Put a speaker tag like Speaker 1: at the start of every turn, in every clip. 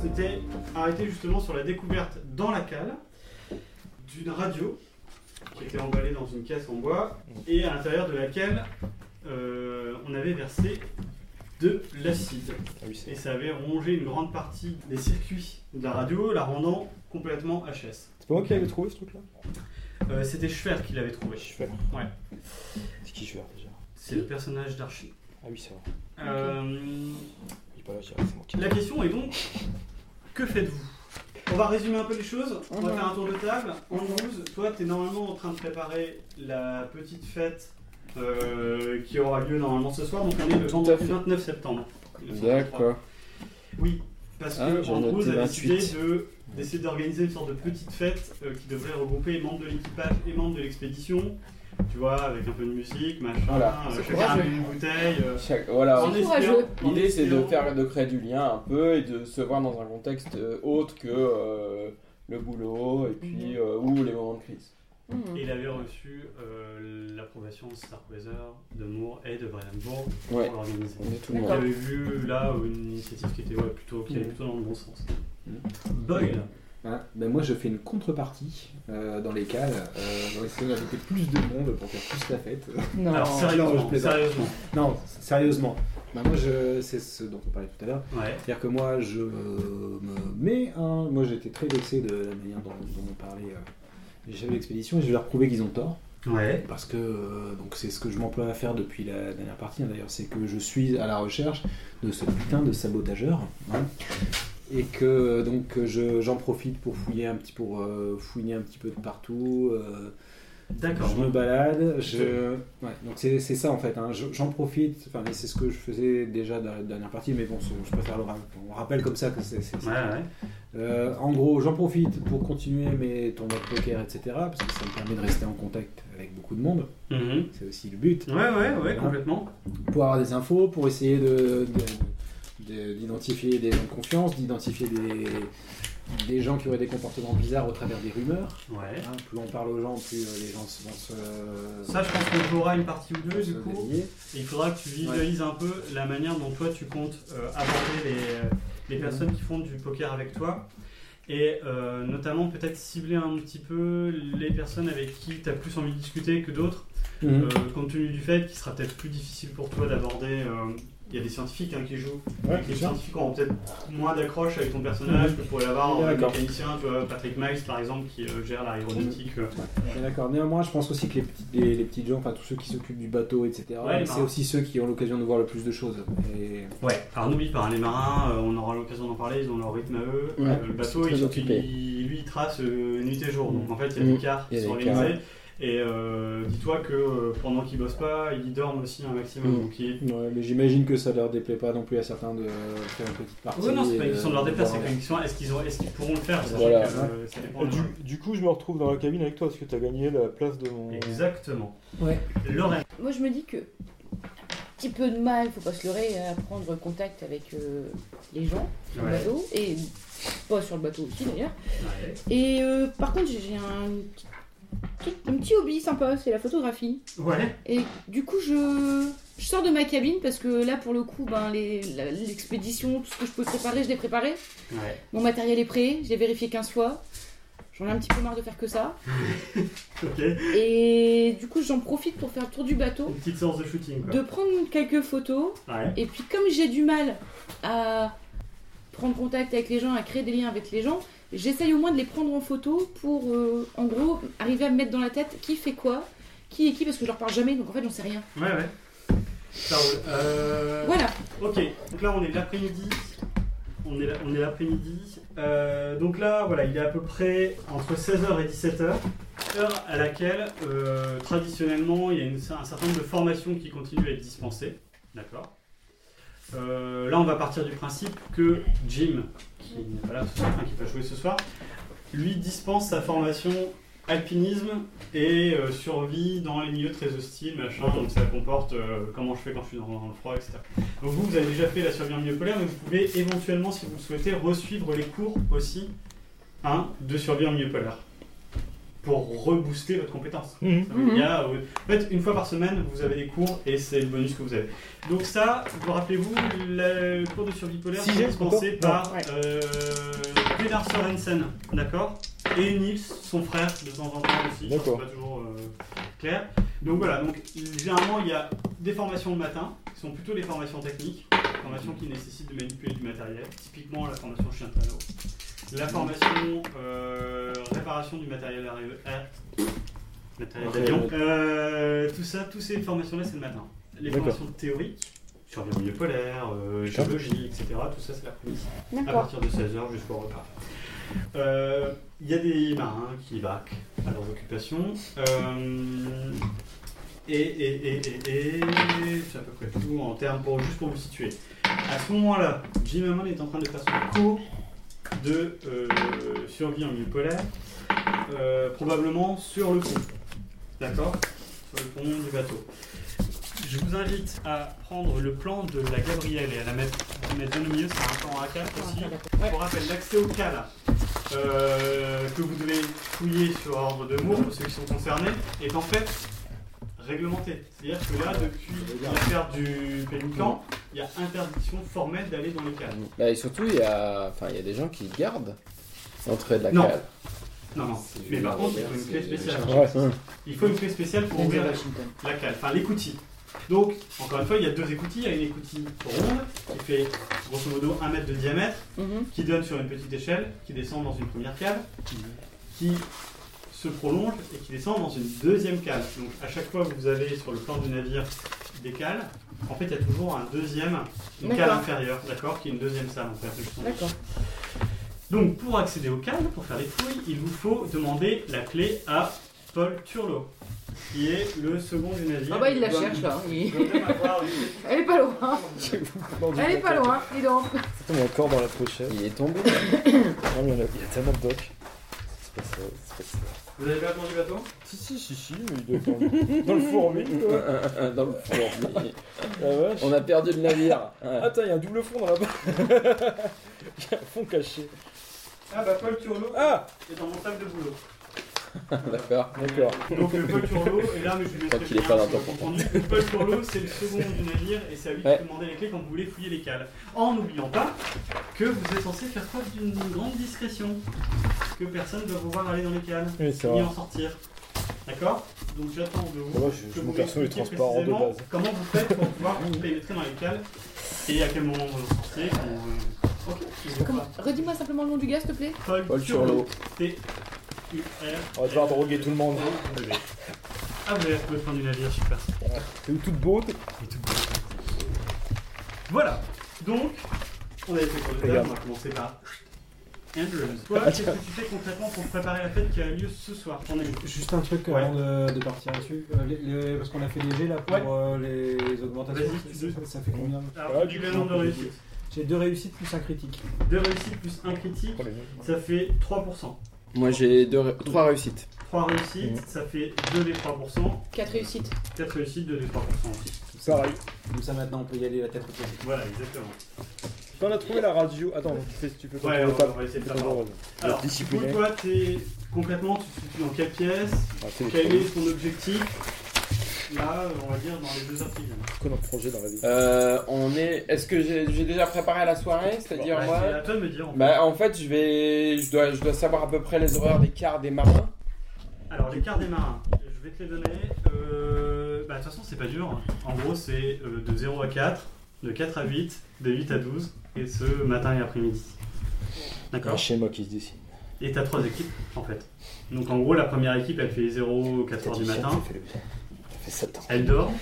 Speaker 1: s'était arrêté justement sur la découverte dans la cale d'une radio qui était emballée dans une caisse en bois et à l'intérieur de laquelle euh, on avait versé de l'acide.
Speaker 2: Ah oui, c'est
Speaker 1: Et ça avait rongé une grande partie des circuits de la radio, la rendant complètement HS.
Speaker 2: c'est pas moi qui l'avais trouvé ce truc-là
Speaker 1: Euh, C'était Schwer qui l'avait trouvé.
Speaker 2: Schwer.
Speaker 1: Ouais.
Speaker 2: C'est qui Schwer déjà
Speaker 1: C'est le personnage d'Archie.
Speaker 2: Ah oui, c'est vrai.
Speaker 1: Euh,
Speaker 2: Il est pas là, je dirais, c'est moi qui
Speaker 1: La question est donc, que faites-vous On va résumer un peu les choses, on va
Speaker 3: Mhm.
Speaker 1: faire un tour de table. Andrews, toi t'es normalement en train de préparer la petite fête euh, qui aura lieu normalement ce soir, donc on est le
Speaker 4: Tout à fait.
Speaker 1: vendredi 29 septembre. 1953.
Speaker 4: D'accord.
Speaker 1: Oui, parce
Speaker 4: Ah,
Speaker 1: que
Speaker 4: j'en ai
Speaker 1: Andrews
Speaker 4: noté
Speaker 1: a décidé
Speaker 4: 28.
Speaker 1: de- d'essayer d'organiser une sorte de petite fête euh, qui devrait regrouper les membres de l'équipage et membres de l'expédition, tu vois, avec un peu de musique, machin,
Speaker 4: Voilà.
Speaker 1: euh,
Speaker 4: C'est
Speaker 1: chacun
Speaker 4: courageux.
Speaker 1: amène une bouteille. euh,
Speaker 4: Chaque- Voilà.
Speaker 1: en
Speaker 3: C'est
Speaker 1: espérant-
Speaker 3: courageux.
Speaker 1: en
Speaker 4: L'idée, c'est de
Speaker 1: espérant-
Speaker 4: faire, de créer du lien un peu et de se voir dans un contexte euh, autre que euh, le boulot et puis euh, ou les moments de crise.
Speaker 3: Mhm.
Speaker 1: Et il avait reçu euh, l'approbation de Star Weather, de Moore et de Brian Bourg
Speaker 4: Ouais.
Speaker 1: pour l'organiser.
Speaker 4: On est tout le
Speaker 1: Il
Speaker 4: monde.
Speaker 1: avait vu là une initiative qui était ouais, plutôt, qui allait plutôt dans le bon sens.
Speaker 5: Mhm.
Speaker 1: Boyle,
Speaker 5: Hein, ben moi, je fais une contrepartie euh, dans les cales, euh, on va essayer d'inviter plus de monde pour faire plus la fête.
Speaker 3: Non.
Speaker 1: alors
Speaker 5: Ah, non, je
Speaker 1: sérieusement,
Speaker 5: plaisante.
Speaker 1: sérieusement,
Speaker 5: non, s- sérieusement. Ben moi, je, c'est ce dont on parlait tout à l'heure.
Speaker 1: ouais.
Speaker 5: C'est-à-dire que moi, je euh, me mets un. Moi, j'étais très vexé de la manière dont, dont on parlait euh, les chefs d'expédition et je vais leur prouver qu'ils ont tort.
Speaker 1: Ouais.
Speaker 5: Parce que euh, donc c'est ce que je m'emploie à faire depuis la dernière partie, hein, d'ailleurs, c'est que je suis à la recherche de ce putain de sabotageeur. hein, et que donc je- j'en profite pour fouiller un petit, pour, euh, fouiner un petit peu de partout. euh,
Speaker 1: D'accord.
Speaker 5: je me balade, je... Ouais, donc c'est c'est ça en fait, hein. Je- j'en profite, enfin mais c'est ce que je faisais déjà dans la dernière partie, mais bon, c'est- je préfère le ra- on rappelle comme ça que c'est... c'est- c'est-
Speaker 1: Ouais, ouais.
Speaker 5: Euh, en gros, j'en profite pour continuer mes tournois de poker, etc., parce que ça me permet de rester en contact avec beaucoup de monde,
Speaker 1: Mhm.
Speaker 5: c'est aussi le but,
Speaker 1: Ouais, ouais, ouais, complètement.
Speaker 5: pour avoir des infos, pour essayer de... de- de- d'identifier des gens de confiance, d'identifier des, des gens qui auraient des comportements bizarres au travers des rumeurs.
Speaker 1: Ouais.
Speaker 5: hein. Plus on parle aux gens, plus euh, les gens se- vont se...
Speaker 1: Ça, je pense que j'aurai une partie ou deux
Speaker 5: se
Speaker 1: du coup.
Speaker 5: délier.
Speaker 1: Et Il faudra que tu visualises un peu la manière dont toi tu comptes euh, aborder les, euh, les personnes qui font du poker avec toi. Et euh, notamment peut-être cibler un petit peu les personnes avec qui tu as plus envie de discuter que d'autres,
Speaker 5: Mhm.
Speaker 1: euh, compte tenu du fait qu'il sera peut-être plus difficile pour toi d'aborder... euh, Il y a des scientifiques hein, qui jouent.
Speaker 5: Ouais, Mm.
Speaker 1: les scientifiques auront peut-être moins d'accroche avec ton personnage que pourrait l'avoir un
Speaker 5: D'accord. Mm.
Speaker 1: mécanicien, tu vois, Patrick Miles par exemple, qui euh, gère l'aéronautique. euh.
Speaker 5: Mais D'accord. Néanmoins, je pense aussi que les petites, les, les petites gens, enfin tous ceux qui s'occupent du bateau, etc.
Speaker 1: Ouais, bah. les
Speaker 5: c'est
Speaker 1: marins.
Speaker 5: aussi ceux qui ont l'occasion de voir le plus de choses. Et
Speaker 1: Ouais, alors n'oublie pas, hein, les marins, euh, on aura l'occasion d'en parler, ils ont leur rythme à eux.
Speaker 4: Ouais,
Speaker 1: Euh, le bateau,
Speaker 4: ils sont
Speaker 1: il,
Speaker 4: très occupés.
Speaker 1: il- lui, il trace euh, nuit et jour. Donc en fait, il y a
Speaker 4: Mm.
Speaker 1: des quarts
Speaker 4: Il y
Speaker 1: qui
Speaker 4: a
Speaker 1: sont
Speaker 4: des quarts.
Speaker 1: organisés. Et euh, dis-toi que euh, pendant qu'ils bossent pas, ils dorment aussi un maximum.
Speaker 4: Mm.
Speaker 1: Donc ils-
Speaker 5: ouais, mais j'imagine que ça leur déplaît pas non plus à certains de faire une petite partie.
Speaker 1: Ouais,
Speaker 4: euh,
Speaker 1: non, c'est
Speaker 5: et
Speaker 1: pas une question de leur déplacer, c'est
Speaker 5: voir.
Speaker 1: pas une question est-ce qu'ils ont- est-ce qu'ils pourront le faire sachant
Speaker 4: Voilà.
Speaker 1: que, euh, ça dépend
Speaker 2: Et
Speaker 1: de
Speaker 2: Du,
Speaker 1: leur-
Speaker 2: du coup, je me retrouve dans la cabine avec toi parce que t'as gagné la place de mon.
Speaker 1: Exactement.
Speaker 5: Ouais.
Speaker 1: Lorraine.
Speaker 3: Moi, je me dis que un petit peu de mal, faut pas se leurrer hein, à prendre contact avec euh, les gens sur le
Speaker 1: Ouais.
Speaker 3: bateau et pas sur le bateau aussi d'ailleurs.
Speaker 1: Ouais.
Speaker 3: Et euh, par contre, j'ai j'ai un, petit- un petit hobby sympa, c'est la photographie.
Speaker 1: Ouais.
Speaker 3: Et du coup, je, je sors de ma cabine parce que là, pour le coup, ben, les- la- l'expédition, tout ce que je peux préparer, je l'ai préparé.
Speaker 1: Ouais.
Speaker 3: Mon matériel est prêt, je l'ai vérifié 15 fois. J'en ai un petit peu marre de faire que ça.
Speaker 1: Ok.
Speaker 3: Et du coup, j'en profite pour faire le tour du bateau,
Speaker 1: Une petite séance de shooting. Quoi.
Speaker 3: de prendre quelques photos.
Speaker 1: Ouais.
Speaker 3: Et puis, comme j'ai du mal à prendre contact avec les gens, à créer des liens avec les gens, j'essaye au moins de les prendre en photo pour, euh, en gros, arriver à me mettre dans la tête qui fait quoi, qui est qui, parce que je leur parle jamais, donc en fait, j'en sais rien.
Speaker 1: Ouais, ouais. Ça roule. Euh,
Speaker 3: Voilà.
Speaker 1: Ok, donc là on est l'après-midi. On est, là- on est l'après-midi. Euh, donc là, voilà, il est à peu près entre 16h et 17h, heure à laquelle euh, traditionnellement il y a une- un certain nombre de formations qui continuent à être dispensées. D'accord Euh, Là, on va partir du principe que Jim, qui n'est pas là ce soir, enfin, qui va jouer ce soir, lui dispense sa formation alpinisme et euh, survie dans les milieux très hostiles, machin. Donc ça comporte euh, comment je fais quand je suis dans, dans le froid, etc. Donc vous, vous avez déjà fait la survie en milieu polaire, mais vous pouvez éventuellement, si vous le souhaitez, resuivre les cours aussi hein, de survie en milieu polaire. pour rebooster votre compétence.
Speaker 2: Mhm.
Speaker 1: Ça veut dire, il y a, euh, en fait, une fois par semaine, vous avez des cours et c'est le bonus que vous avez. Donc ça, vous rappelez-vous, la- le cours de survie polaire
Speaker 2: Si,
Speaker 1: c'est
Speaker 2: j'ai
Speaker 1: dispensé
Speaker 2: encore.
Speaker 1: par
Speaker 3: Ouais.
Speaker 1: euh, Gunnar Sorensen, d'accord Et Nils, son frère, de temps en temps aussi. C'est
Speaker 2: D'accord.
Speaker 1: pas toujours euh, clair. Donc voilà, donc généralement il y a des formations le matin, qui sont plutôt des formations techniques, des formations qui nécessitent de manipuler du matériel, typiquement la formation chien de panneau. La formation euh, réparation du matériel arrivé- à- matériel d'avion. Euh, tout ça, toutes ces formations-là, c'est le matin. Les
Speaker 2: D'accord.
Speaker 1: formations théoriques, survie polaire, euh,
Speaker 2: D'accord.
Speaker 1: géologie, etc., tout ça, c'est l'après-midi à
Speaker 3: D'accord.
Speaker 1: partir de 16h jusqu'au repas. Euh, Il y a des marins qui vaquent à leurs occupations. Euh, et, et, et, et, et c'est à peu près tout en termes, pour, juste pour vous situer. À ce moment-là, Jim Hammond est en train de faire son cours de euh, survie en milieu polaire, euh, probablement sur le pont. D'accord Sur le pont du bateau. Je vous invite à prendre le plan de la Gabrielle et à la mettre, mettre bien au milieu, c'est un plan A4 aussi.
Speaker 3: Ouais.
Speaker 1: Pour rappel, l'accès au cas là, euh, que vous devez fouiller sur ordre de Moore pour ceux qui sont concernés, est en fait réglementé. C'est-à-dire que là, depuis l'affaire du Pélican, il y a interdiction formelle d'aller dans les cales.
Speaker 4: Bah, et surtout, il y, a... enfin, il y a des gens qui gardent l'entrée de la
Speaker 1: Non.
Speaker 4: cale.
Speaker 1: Non, non.
Speaker 6: C'est
Speaker 1: Mais par
Speaker 6: Robert,
Speaker 1: contre, il faut une clé
Speaker 6: c'est
Speaker 1: spéciale.
Speaker 6: Richard.
Speaker 1: Il faut une clé spéciale pour ouvrir la,
Speaker 5: Washington.
Speaker 1: la cale, enfin l'écoutille. Donc, encore une fois, il y a deux écoutilles. Il y a une écoutille ronde qui fait grosso modo 1 mètre de diamètre,
Speaker 3: Mhm.
Speaker 1: qui donne sur une petite échelle, qui descend dans une première cale, qui se prolonge et qui descend dans une deuxième cale. Donc à chaque fois que vous avez sur le plan du navire des cales, en fait il y a toujours un deuxième, une cale
Speaker 3: D'accord.
Speaker 1: inférieure, d'accord, qui est une deuxième salle en fait. justement.
Speaker 3: D'accord.
Speaker 1: Donc pour accéder aux cales, pour faire les fouilles, il vous faut demander la clé à Paul Turlot, qui est le second du navire.
Speaker 3: Ah bah il la
Speaker 1: doit-
Speaker 3: cherche là.
Speaker 1: il
Speaker 3: Il-
Speaker 1: doit même avoir une-
Speaker 3: Elle est pas loin. Elle est pas loin. Il dort.
Speaker 2: Ça tombe encore dans la pochette.
Speaker 4: Il est tombé.
Speaker 2: Ah, mais il y en a- il y a tellement de docs. C'est pas ça, c'est pas ça.
Speaker 1: Vous avez pas attendu bateau
Speaker 2: Si, si, si, si, mais il doit être dans- dans le fourmil,
Speaker 4: Un,
Speaker 2: quoi.
Speaker 4: un, un dans le four. Mais
Speaker 2: La vache.
Speaker 4: On a perdu le navire. Ouais.
Speaker 2: Attends, il y a un double fond dans la bas Il y a un fond caché.
Speaker 1: Ah bah Paul Turlot
Speaker 2: Ah
Speaker 1: est dans mon sac de boulot.
Speaker 4: D'accord.
Speaker 2: D'accord.
Speaker 1: Donc euh, le Paul Turlot, et là, mais je vais
Speaker 4: Tant qu'il est pas dans ton
Speaker 1: Le Paul Turlot, c'est le second du navire, et c'est à lui
Speaker 4: Ouais.
Speaker 1: de demander les clés quand vous voulez fouiller les cales. En n'oubliant pas que vous êtes censé faire preuve d'une grande discrétion, que personne ne va vous voir aller dans les cales,
Speaker 2: Oui, c'est
Speaker 1: ni
Speaker 2: vrai.
Speaker 1: en sortir. D'accord Donc j'attends de vous.
Speaker 2: Ça va, je-
Speaker 1: que
Speaker 2: je- mon
Speaker 1: vous
Speaker 2: perso est
Speaker 1: m'expliquiez
Speaker 2: transparent de
Speaker 1: précisément
Speaker 2: base.
Speaker 1: Comment vous faites pour pouvoir pénétrer dans les cales et à quel moment vous en sortez comment- Ok, je vous
Speaker 3: Comment-
Speaker 1: vois.
Speaker 3: Redis-moi simplement le nom du gars s'il te plaît.
Speaker 1: Paul
Speaker 4: Paul
Speaker 1: Turlot.
Speaker 4: Turlot.
Speaker 1: T-U-R.
Speaker 2: On va devoir droguer tout le monde.
Speaker 1: Ah, vous avez retrouvé le fin du navire, super.
Speaker 2: T'es où toute beauté
Speaker 1: Voilà. Donc, on avait fait pour le
Speaker 2: Regarde.
Speaker 1: on va commencer par Andrews.
Speaker 2: Ah,
Speaker 1: Voilà, qu'est-ce que tu fais concrètement pour préparer la fête qui a lieu ce soir On est
Speaker 5: Juste un truc avant de, de partir là-dessus, Euh, les- les- parce qu'on a fait des jets là pour
Speaker 1: Ouais.
Speaker 5: euh, les augmentations.
Speaker 1: Vas-y,
Speaker 5: Ça- ça, ça fait combien
Speaker 1: Alors,
Speaker 2: Ouais,
Speaker 1: du
Speaker 2: du
Speaker 1: le
Speaker 2: coup,
Speaker 1: nombre de réussites.
Speaker 5: J'ai deux réussites plus un critique.
Speaker 1: Deux réussites plus un critique, ça fait 3%.
Speaker 4: Moi, j'ai deux, ré- trois réussites.
Speaker 1: Trois réussites,
Speaker 2: Mhm.
Speaker 1: ça fait 2 des 3%.
Speaker 3: Quatre réussites.
Speaker 1: Quatre réussites, 2 des 3% aussi.
Speaker 2: Pareil.
Speaker 5: Comme ça maintenant on peut y aller la tête au pied.
Speaker 1: Voilà, exactement.
Speaker 2: T'en as trouvé la radio. Attends, tu, fais, tu peux
Speaker 1: Ouais,
Speaker 2: contrôler
Speaker 1: on
Speaker 2: ta-
Speaker 1: va- on va essayer de
Speaker 2: tu peux
Speaker 1: faire
Speaker 2: contrôler.
Speaker 1: Alors, du coup,
Speaker 2: discipliné.
Speaker 1: toi, t'es complètement, tu te situes dans quelle pièce
Speaker 2: Ah, c'est
Speaker 1: Quel
Speaker 2: les
Speaker 1: est ton objectif Là, on va dire dans les deux heures qui viennent.
Speaker 2: quoi notre projet dans la vie
Speaker 4: Euh, on est. Est-ce que j'ai j'ai déjà préparé la soirée C'est-à-dire
Speaker 1: Bah,
Speaker 4: moi.
Speaker 1: c'est à toi de me dire. en fait.
Speaker 4: Bah, en fait, je vais, je dois, je dois savoir à peu près les horaires des quarts des marins.
Speaker 1: Alors, les cartes des marins, je vais te les donner. Euh, bah, de toute façon, c'est pas dur. En gros, c'est euh, de 0 à 4, de 4 à 8, de 8 à 12, et ce, matin et après-midi.
Speaker 2: Un
Speaker 1: D'accord
Speaker 2: schéma qui se dessine.
Speaker 1: Et t'as trois équipes, en fait. Donc, en gros, la première équipe, elle fait 0 4 heures du
Speaker 2: Statisticien,
Speaker 1: matin,
Speaker 2: Ça fait, le- ça fait 7 ans.
Speaker 1: elle dort,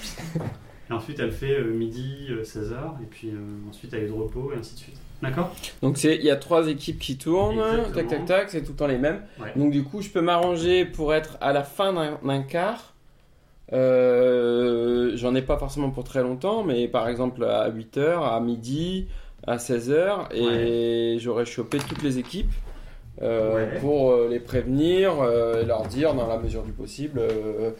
Speaker 1: et ensuite, elle fait euh, midi, 16h, et puis euh, ensuite, elle est de repos, et ainsi de suite. D'accord
Speaker 4: Donc c'est- il y a trois équipes qui tournent,
Speaker 1: Exactement.
Speaker 4: tac tac tac, c'est tout le temps les mêmes.
Speaker 1: Ouais.
Speaker 4: Donc du coup, je peux m'arranger pour être à la fin d'un- d'un quart. Euh, J'en ai pas forcément pour très longtemps, mais par exemple à 8h, à midi, à 16h, et j'aurais chopé toutes les équipes euh,
Speaker 1: Ouais.
Speaker 4: pour euh, les prévenir euh, et leur dire dans la mesure du possible. euh,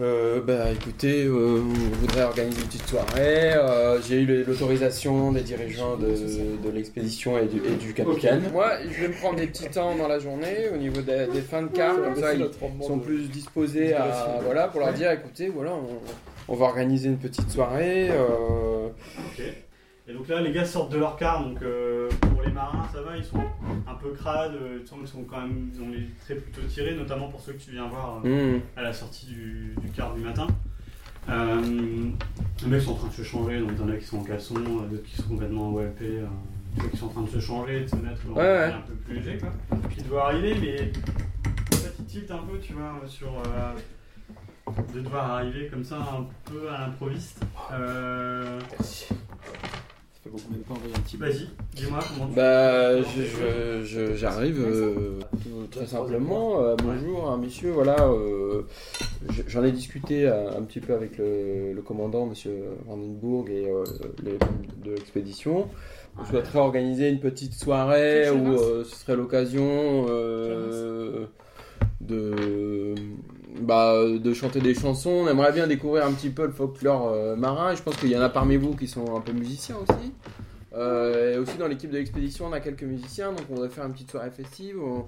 Speaker 4: Euh, bah écoutez, euh, on voudrait organiser une petite soirée. euh, J'ai eu le- l'autorisation des dirigeants de, de l'expédition et du, et du capitaine. Moi, je vais me prendre des petits temps dans la journée au niveau des, des fins de carte, comme ça ils sont plus disposés à voilà pour leur dire, écoutez, voilà, on, on va organiser une petite soirée. euh,
Speaker 1: Ok. Et donc là, les gars sortent de leur car, donc euh, pour les marins, ça va, ils sont un peu crades, euh, ils sont, ils sont quand même, ils ont les traits plutôt tirés, notamment pour ceux que tu viens voir euh,
Speaker 4: hmm.
Speaker 1: à la sortie du, du quart du matin. Euh, les mecs sont en train de se changer, donc il y en a qui sont en caleçon, euh, d'autres qui sont complètement en OLP, euh, d'autres qui sont en train de se changer, de se mettre dans
Speaker 4: Ouais,
Speaker 1: un
Speaker 4: ouais.
Speaker 1: habit un peu plus léger, quoi. Qui doit arriver, mais en fait, ils tiltent un peu, tu vois, sur. euh, de devoir arriver comme ça, un peu à l'improviste. Euh,
Speaker 6: On même pas envoyé un petit
Speaker 1: Vas-y, dis-moi comment tu
Speaker 4: Bah, je- je- je- j'arrive euh, tout- très simplement. Euh, bonjour, hein, messieurs. Voilà, euh, je- j'en ai discuté euh, un petit peu avec le, le commandant, monsieur Vandenbourg, et euh, les membres de l'expédition. On souhaiterait organiser une petite soirée
Speaker 3: C'est le
Speaker 4: où
Speaker 3: Clémence
Speaker 4: euh, ce serait l'occasion euh, de, bah, de chanter des chansons. On aimerait bien découvrir un petit peu le folklore euh, marin. Et je pense qu'il y en a parmi vous qui sont un peu musiciens aussi. Euh, et aussi dans l'équipe de l'expédition, on a quelques musiciens, donc on va faire une petite soirée festive. On-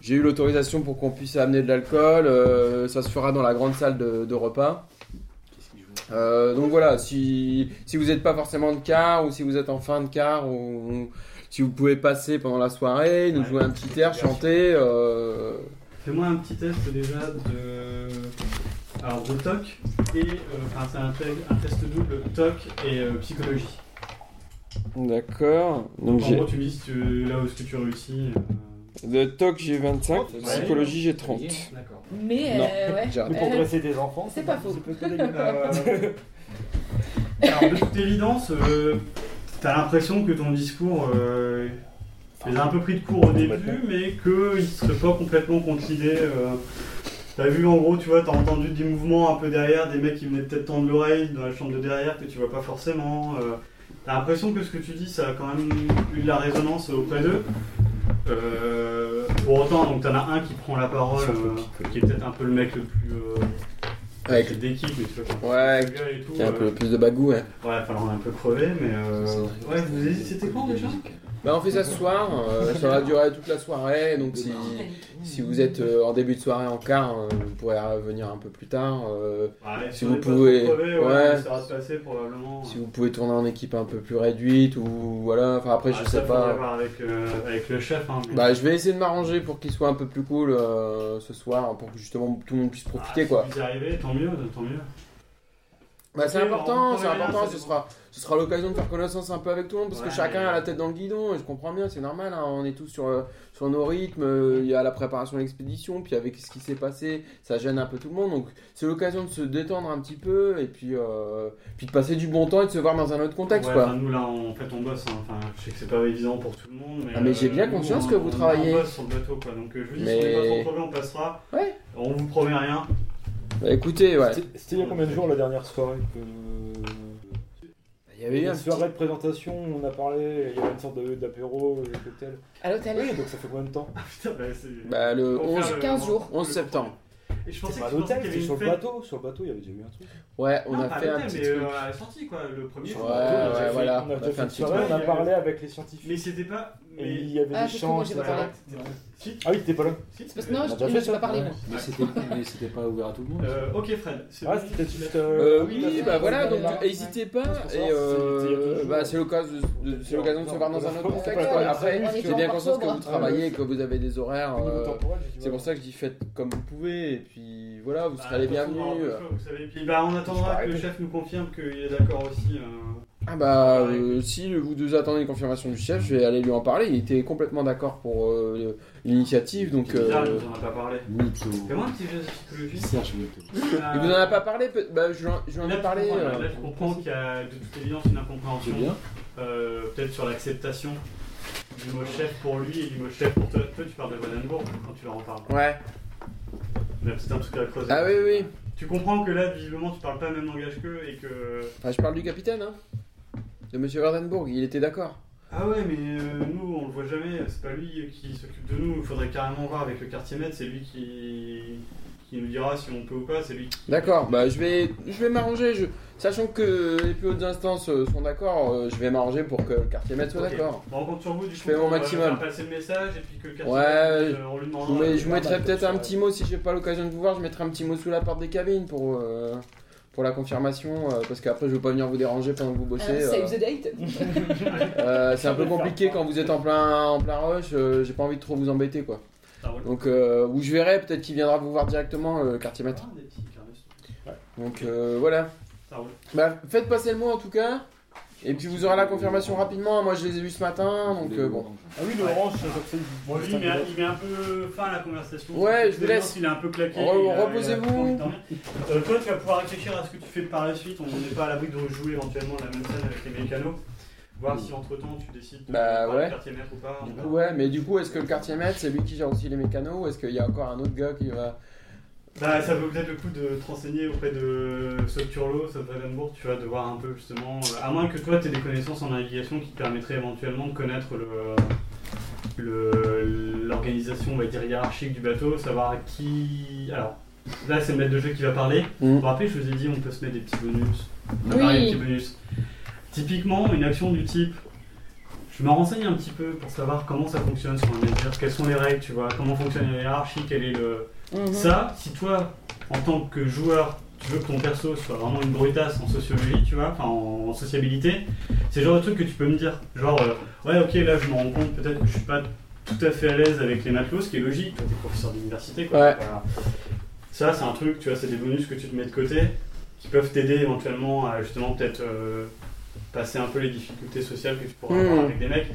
Speaker 4: J'ai eu l'autorisation pour qu'on puisse amener de l'alcool. euh, ça se fera dans la grande salle de, de repas. Euh, donc voilà, si, si vous n'êtes pas forcément de car ou si vous êtes en fin de car ou si vous pouvez passer pendant la soirée, nous
Speaker 1: Ouais.
Speaker 4: jouer un petit air, chanter. euh,
Speaker 1: Fais-moi un petit test déjà de. Alors de toc et. euh, Enfin, c'est un, te- un test double toc et euh, psychologie.
Speaker 4: D'accord. Donc
Speaker 1: Donc, en
Speaker 4: j'ai
Speaker 1: gros, tu me dis si tu- là où est-ce que tu réussis. euh,
Speaker 4: le toc j'ai 25,
Speaker 1: Ouais.
Speaker 4: psychologie j'ai 30.
Speaker 1: D'accord.
Speaker 3: Mais
Speaker 4: Non.
Speaker 3: euh, ouais.
Speaker 4: J'ai raté.
Speaker 2: Pour
Speaker 3: Euh,
Speaker 2: dresser des enfants,
Speaker 3: c'est pas faux.
Speaker 2: C'est plutôt dégueulasse.
Speaker 1: Alors, de toute évidence, euh, t'as l'impression que ton discours. Euh, les a un peu pris de court au début, mais qu'ils seraient pas complètement contre l'idée. euh, T'as vu en gros, tu vois, t'as entendu des mouvements un peu derrière, des mecs qui venaient peut-être tendre l'oreille dans la chambre de derrière que tu vois pas forcément. euh, T'as l'impression que ce que tu dis, ça a quand même eu de la résonance auprès d'eux. Euh, pour autant, donc t'en as un qui prend la parole, euh, qui est peut-être un peu le mec le plus euh,
Speaker 4: Avec-
Speaker 1: le d'équipe, mais tu vois, quand
Speaker 4: Ouais,
Speaker 1: il se gueule et tout.
Speaker 4: qui a un
Speaker 1: euh,
Speaker 4: peu plus de bagou. Hein.
Speaker 1: Ouais, enfin, on a un peu crevé, mais euh, ouais, vous avez dit c'était quand déjà
Speaker 4: Bah on fait ça ce soir, euh, ça va durer toute la soirée, donc si, si vous êtes euh, en début de soirée en quart, euh, vous pourrez revenir un peu plus tard. euh,
Speaker 1: Ouais,
Speaker 4: Si
Speaker 1: on
Speaker 4: vous
Speaker 1: est pas trop
Speaker 4: pouvez-
Speaker 1: crevé,
Speaker 4: ouais.
Speaker 1: Ça va se passer probablement.
Speaker 4: si vous pouvez tourner en équipe un peu plus réduite ou voilà, enfin après
Speaker 1: Ah,
Speaker 4: je
Speaker 1: ça,
Speaker 4: sais
Speaker 1: faut aller
Speaker 4: pas.
Speaker 1: voir avec, euh, avec le chef. Hein, mais-
Speaker 4: Bah je vais essayer de m'arranger pour qu'il soit un peu plus cool euh, ce soir, pour que justement tout le monde puisse profiter
Speaker 1: Ah,
Speaker 4: quoi.
Speaker 1: Si vous y arrivez, tant mieux, tant mieux.
Speaker 4: Bah c'est
Speaker 1: Ok, on
Speaker 4: important,
Speaker 1: peut
Speaker 4: c'est
Speaker 1: rien,
Speaker 4: important,
Speaker 1: c'est
Speaker 4: ce
Speaker 1: bon.
Speaker 4: sera, ce sera l'occasion de faire connaissance un peu avec tout le monde parce
Speaker 1: Ouais.
Speaker 4: que chacun a la tête dans le guidon et je comprends bien, c'est normal, hein, on est tous sur, euh, sur nos rythmes, euh, il y a la préparation de l'expédition, puis avec ce qui s'est passé, ça gêne un peu tout le monde, donc c'est l'occasion de se détendre un petit peu et puis, euh, puis de passer du bon temps et de se voir dans un autre contexte
Speaker 1: Ouais,
Speaker 4: quoi.
Speaker 1: enfin, nous là, on- en fait, on bosse. hein. Enfin, je sais que c'est pas évident pour tout le monde. Mais, euh,
Speaker 4: Ah, mais j'ai bien
Speaker 1: nous,
Speaker 4: conscience
Speaker 1: on-
Speaker 4: que vous
Speaker 1: on-
Speaker 4: travaillez.
Speaker 1: On bosse sur le bateau, quoi. Donc, euh, je vous dis,
Speaker 4: Mais-
Speaker 1: si on n'est pas trop crevé, on passera.
Speaker 4: Ouais.
Speaker 1: On vous promet rien.
Speaker 4: Bah écoutez, ouais.
Speaker 2: C'était c'était il y a combien de jours la dernière soirée que.
Speaker 4: Il y avait eu un
Speaker 2: une
Speaker 4: petit-
Speaker 2: soirée de présentation, on a parlé, il y avait une sorte de- d'apéro, de cocktail.
Speaker 3: À l'hôtel.
Speaker 2: Oui, donc ça fait combien de temps
Speaker 1: Putain, bah, c'est-
Speaker 4: Bah le
Speaker 1: Pour
Speaker 4: 11...
Speaker 1: faire le-
Speaker 3: 15 jours.
Speaker 4: 11 septembre.
Speaker 1: Et je
Speaker 2: C'est
Speaker 1: pensais
Speaker 2: pas à
Speaker 1: que- je pensais qu'il
Speaker 2: l'hôtel,
Speaker 1: y
Speaker 2: c'est
Speaker 1: avait
Speaker 2: sur
Speaker 1: une
Speaker 2: le
Speaker 1: fête.
Speaker 2: bateau. Sur le bateau, il y avait déjà eu un truc.
Speaker 4: Ouais, on
Speaker 1: Non,
Speaker 4: a
Speaker 1: pas à
Speaker 4: fait un
Speaker 1: l'hôtel,
Speaker 4: petit
Speaker 1: mais,
Speaker 4: truc.
Speaker 1: euh, à la sortie, quoi. Le premier
Speaker 4: Ouais,
Speaker 1: jour.
Speaker 4: ouais,
Speaker 1: on a fait-
Speaker 4: voilà,
Speaker 2: On a déjà fait une
Speaker 4: petite
Speaker 2: soirée, on a
Speaker 1: soirée.
Speaker 2: parlé avec les
Speaker 1: Mais
Speaker 2: scientifiques.
Speaker 1: c'était pas.
Speaker 2: Et il
Speaker 1: Mais.
Speaker 2: y avait
Speaker 3: Ah,
Speaker 2: des
Speaker 3: c'est parce que moi,
Speaker 2: chances.
Speaker 3: j'ai pas parlé.
Speaker 1: Si,
Speaker 2: Ah oui, t'étais pas là.
Speaker 1: si.
Speaker 3: C'est parce que non,
Speaker 6: On a
Speaker 3: je
Speaker 6: déjà
Speaker 3: je
Speaker 6: fait
Speaker 3: n'ai
Speaker 6: ça,
Speaker 3: pas parlé.
Speaker 6: ouais.
Speaker 3: moi.
Speaker 6: Mais c'était- Mais c'était pas ouvert à tout le monde.
Speaker 1: Euh, ok, Fred. c'est
Speaker 2: Ah,
Speaker 1: bon.
Speaker 2: c'était juste.
Speaker 4: Euh,
Speaker 2: euh,
Speaker 4: oui,
Speaker 3: Ouais,
Speaker 4: bah
Speaker 3: ouais,
Speaker 4: voilà,
Speaker 3: ouais,
Speaker 4: donc
Speaker 3: ouais.
Speaker 4: n'hésitez pas.
Speaker 2: Parce qu'on s'en
Speaker 4: Et
Speaker 2: sort, c'était il y a deux
Speaker 4: euh,
Speaker 2: jours.
Speaker 4: bah, c'est l'occasion de, de- c'est l'occasion de se voir dans un autre
Speaker 2: Non,
Speaker 4: contexte.
Speaker 2: c'est pas
Speaker 4: quoi.
Speaker 2: la
Speaker 4: Après,
Speaker 2: peine.
Speaker 3: On
Speaker 4: j'ai
Speaker 3: est
Speaker 4: bien
Speaker 3: toujours
Speaker 4: conscience que
Speaker 3: sobre.
Speaker 4: vous travaillez et que vous avez des horaires.
Speaker 2: au niveau
Speaker 4: euh,
Speaker 2: temporel, j'ai dit,
Speaker 4: C'est pour
Speaker 2: ouais.
Speaker 4: ça que je dis faites comme vous pouvez. Et puis voilà, vous
Speaker 1: Bah,
Speaker 4: serez les
Speaker 1: de toute façon, on aura
Speaker 4: bienvenus.
Speaker 1: pas le choix, vous savez. Puis, bah, on
Speaker 2: Je
Speaker 1: attendra
Speaker 2: peux
Speaker 1: que le
Speaker 2: arrêter.
Speaker 1: chef nous confirme qu'il est d'accord aussi. euh,
Speaker 4: Ah bah,
Speaker 1: Ouais.
Speaker 4: euh, si vous deux attendez une confirmation du chef, je vais aller lui en parler. Il était complètement d'accord pour euh, le- l'initiative. Donc,
Speaker 1: C'est bizarre,
Speaker 4: euh,
Speaker 1: il nous en a pas parlé.
Speaker 6: Mito.
Speaker 1: Fais-moi un petit jeu de psychologie.
Speaker 6: Serge Mito.
Speaker 1: Euh,
Speaker 4: il vous en a pas parlé peut- bah, Je lui en- je lui en
Speaker 1: là,
Speaker 4: ai
Speaker 1: je
Speaker 4: parlé.
Speaker 1: comprends,
Speaker 4: euh,
Speaker 1: Là, je comprends qu'il y a de toute évidence une
Speaker 6: C'est
Speaker 1: incompréhension.
Speaker 6: bien.
Speaker 1: euh, Peut-être sur l'acceptation du mot chef pour lui et du mot chef pour toi. Toi, tu parles de Vandenbourg quand tu leur en parles.
Speaker 4: Ouais.
Speaker 1: Il y a peut-être un truc à creuser.
Speaker 4: Ah oui, oui.
Speaker 1: Tu comprends que là, visiblement, tu parles pas le même langage qu'eux et que.
Speaker 4: Enfin, je parle du capitaine, hein. De monsieur Vandenbourg. Il était d'accord.
Speaker 1: Ah ouais, mais euh, nous, on le voit jamais, c'est pas lui qui s'occupe de nous, il faudrait carrément voir avec le quartier maître, c'est lui qui, qui nous dira si on peut ou pas, c'est lui.
Speaker 4: D'accord, bah je vais, je vais m'arranger. je- Sachant que les plus hautes instances euh, sont d'accord, euh, je vais m'arranger pour que le quartier maître soit
Speaker 1: Ok.
Speaker 4: d'accord.
Speaker 1: Bon, on compte sur vous, du
Speaker 4: Je
Speaker 1: coup,
Speaker 4: fais mon
Speaker 1: pour, euh,
Speaker 4: maximum.
Speaker 1: faire passer le message et puis que le quartier
Speaker 4: Ouais,
Speaker 1: maître, euh, on lui demandera.
Speaker 4: Mais je vous
Speaker 6: normal,
Speaker 4: mettrai
Speaker 6: comme
Speaker 4: peut-être
Speaker 6: ça,
Speaker 4: un
Speaker 6: ouais.
Speaker 4: petit mot si j'ai pas l'occasion de vous voir. Je mettrai un petit mot sous la porte des cabines pour, euh, pour la confirmation. euh, parce qu'après, je veux pas venir vous déranger pendant que vous bossez.
Speaker 3: Euh,
Speaker 4: euh.
Speaker 3: save the date.
Speaker 2: Mhm.
Speaker 4: Euh, c'est un peu compliqué quand vous êtes en plein, en plein rush, euh, j'ai pas envie de trop vous embêter quoi.
Speaker 1: Ça roule.
Speaker 4: Donc, euh, ou je verrai, peut-être qu'il viendra vous voir directement, euh, le quartier maître.
Speaker 1: Ah, des petits carnets.
Speaker 4: Donc euh, voilà.
Speaker 1: Ça roule.
Speaker 4: Bah, faites passer le mot en tout cas, et puis vous aurez la confirmation rapidement. Moi je les ai vus ce matin, donc euh, bon.
Speaker 2: Ah oui, l'orange, ça ça, c'est-
Speaker 1: Bon, lui, il met, il met un peu fin à la conversation.
Speaker 4: Ouais, je vous
Speaker 1: Évidemment,
Speaker 4: laisse.
Speaker 1: Il est un peu claqué.
Speaker 4: Re-
Speaker 1: il a- il a
Speaker 4: reposez-vous.
Speaker 1: pas envie de dormir. Euh, toi, tu vas pouvoir réfléchir à ce que tu fais par la suite. On n'est pas à l'abri de rejouer éventuellement la même scène avec les mécanos. Voir si entre temps tu décides de
Speaker 4: Bah,
Speaker 1: voir le
Speaker 4: ouais.
Speaker 1: quartier maître ou pas.
Speaker 4: Du
Speaker 1: on
Speaker 4: coup,
Speaker 1: verra.
Speaker 4: ouais, mais du coup, est-ce que le quartier maître c'est lui qui gère aussi les mécanos, ou est-ce qu'il y a encore un autre gars qui va.
Speaker 1: Bah, ça vaut peut-être le coup de te renseigner auprès de Soturlo, Sotvalenbourg. Tu vas devoir un peu justement. euh, À moins que toi, tu aies des connaissances en navigation qui te permettraient éventuellement de connaître le. le- l'organisation, on va dire, hiérarchique du bateau, savoir qui. Alors, là, c'est le maître de jeu qui va parler. Vous vous rappelez, je vous ai dit, on peut se mettre des petits bonus. On a
Speaker 3: Oui.
Speaker 1: varié les petits bonus. Typiquement, une action du type. Je me renseigne un petit peu pour savoir comment ça fonctionne sur un navire, quelles sont les règles, tu vois, comment fonctionne la hiérarchie, quel est le.
Speaker 3: Mhm.
Speaker 1: Ça, si toi, en tant que joueur, tu veux que ton perso soit vraiment une brutasse en sociologie, tu vois, enfin en, en sociabilité, c'est le genre de truc que tu peux me dire. Genre, euh, ouais, ok, là, je me rends compte, peut-être que je suis pas tout à fait à l'aise avec les matelots, ce qui est logique, toi, t'es professeur d'université, quoi.
Speaker 4: Ouais.
Speaker 1: Voilà. Ça, c'est un truc, tu vois, c'est des bonus que tu te mets de côté, qui peuvent t'aider éventuellement à justement peut-être euh, passer un peu les difficultés sociales que tu pourras
Speaker 4: Mhm.
Speaker 1: avoir avec des mecs.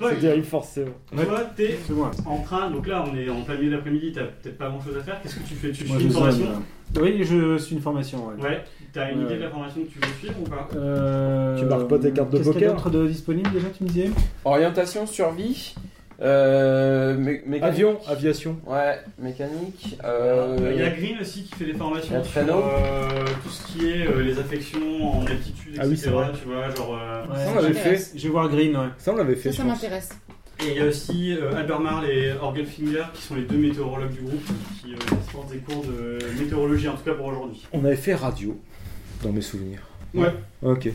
Speaker 2: c'est terrible, forcément.
Speaker 1: Toi, t'es
Speaker 6: C'est moi.
Speaker 1: en train, donc là, on est en plein milieu d'après-midi, t'as peut-être pas grand-chose à faire, qu'est-ce que tu fais Tu
Speaker 6: Moi,
Speaker 1: suis
Speaker 6: je
Speaker 1: une
Speaker 6: suis
Speaker 1: formation
Speaker 6: Oui, je suis une formation. Ouais.
Speaker 1: Ouais, t'as une
Speaker 6: Ouais.
Speaker 1: idée de la formation que tu veux suivre ou pas
Speaker 6: Euh,
Speaker 2: Tu marques pas tes cartes de
Speaker 6: qu'est-ce qu'il y a
Speaker 2: poker
Speaker 6: d'autre de disponible déjà, tu me disais
Speaker 4: Orientation, survie, euh, mé- mécanique.
Speaker 2: Avion, aviation.
Speaker 4: Ouais, mécanique.
Speaker 1: Euh,
Speaker 4: euh,
Speaker 1: Il y a Green aussi qui fait des
Speaker 4: il y
Speaker 1: formations
Speaker 4: a
Speaker 1: sur
Speaker 4: Traîneau.
Speaker 1: euh, tout ce qui est euh, les affections en aptitude, etc.
Speaker 2: Ah oui, c'est vrai.
Speaker 1: Tu vois, genre, euh,
Speaker 6: Ouais,
Speaker 3: Ça
Speaker 6: je-
Speaker 2: l'avait
Speaker 3: m'intéresse.
Speaker 6: Je vais voir Green, ouais.
Speaker 2: Ça, on l'avait fait.
Speaker 3: Ça, ça
Speaker 2: je pense.
Speaker 3: m'intéresse.
Speaker 1: Et il y a aussi euh, Albert Marl et Orgel Finger qui sont les deux météorologues du groupe qui euh, dispensent des cours de météorologie, en tout cas pour aujourd'hui.
Speaker 2: on avait fait radio, dans mes souvenirs.
Speaker 1: Ouais.
Speaker 2: Ok.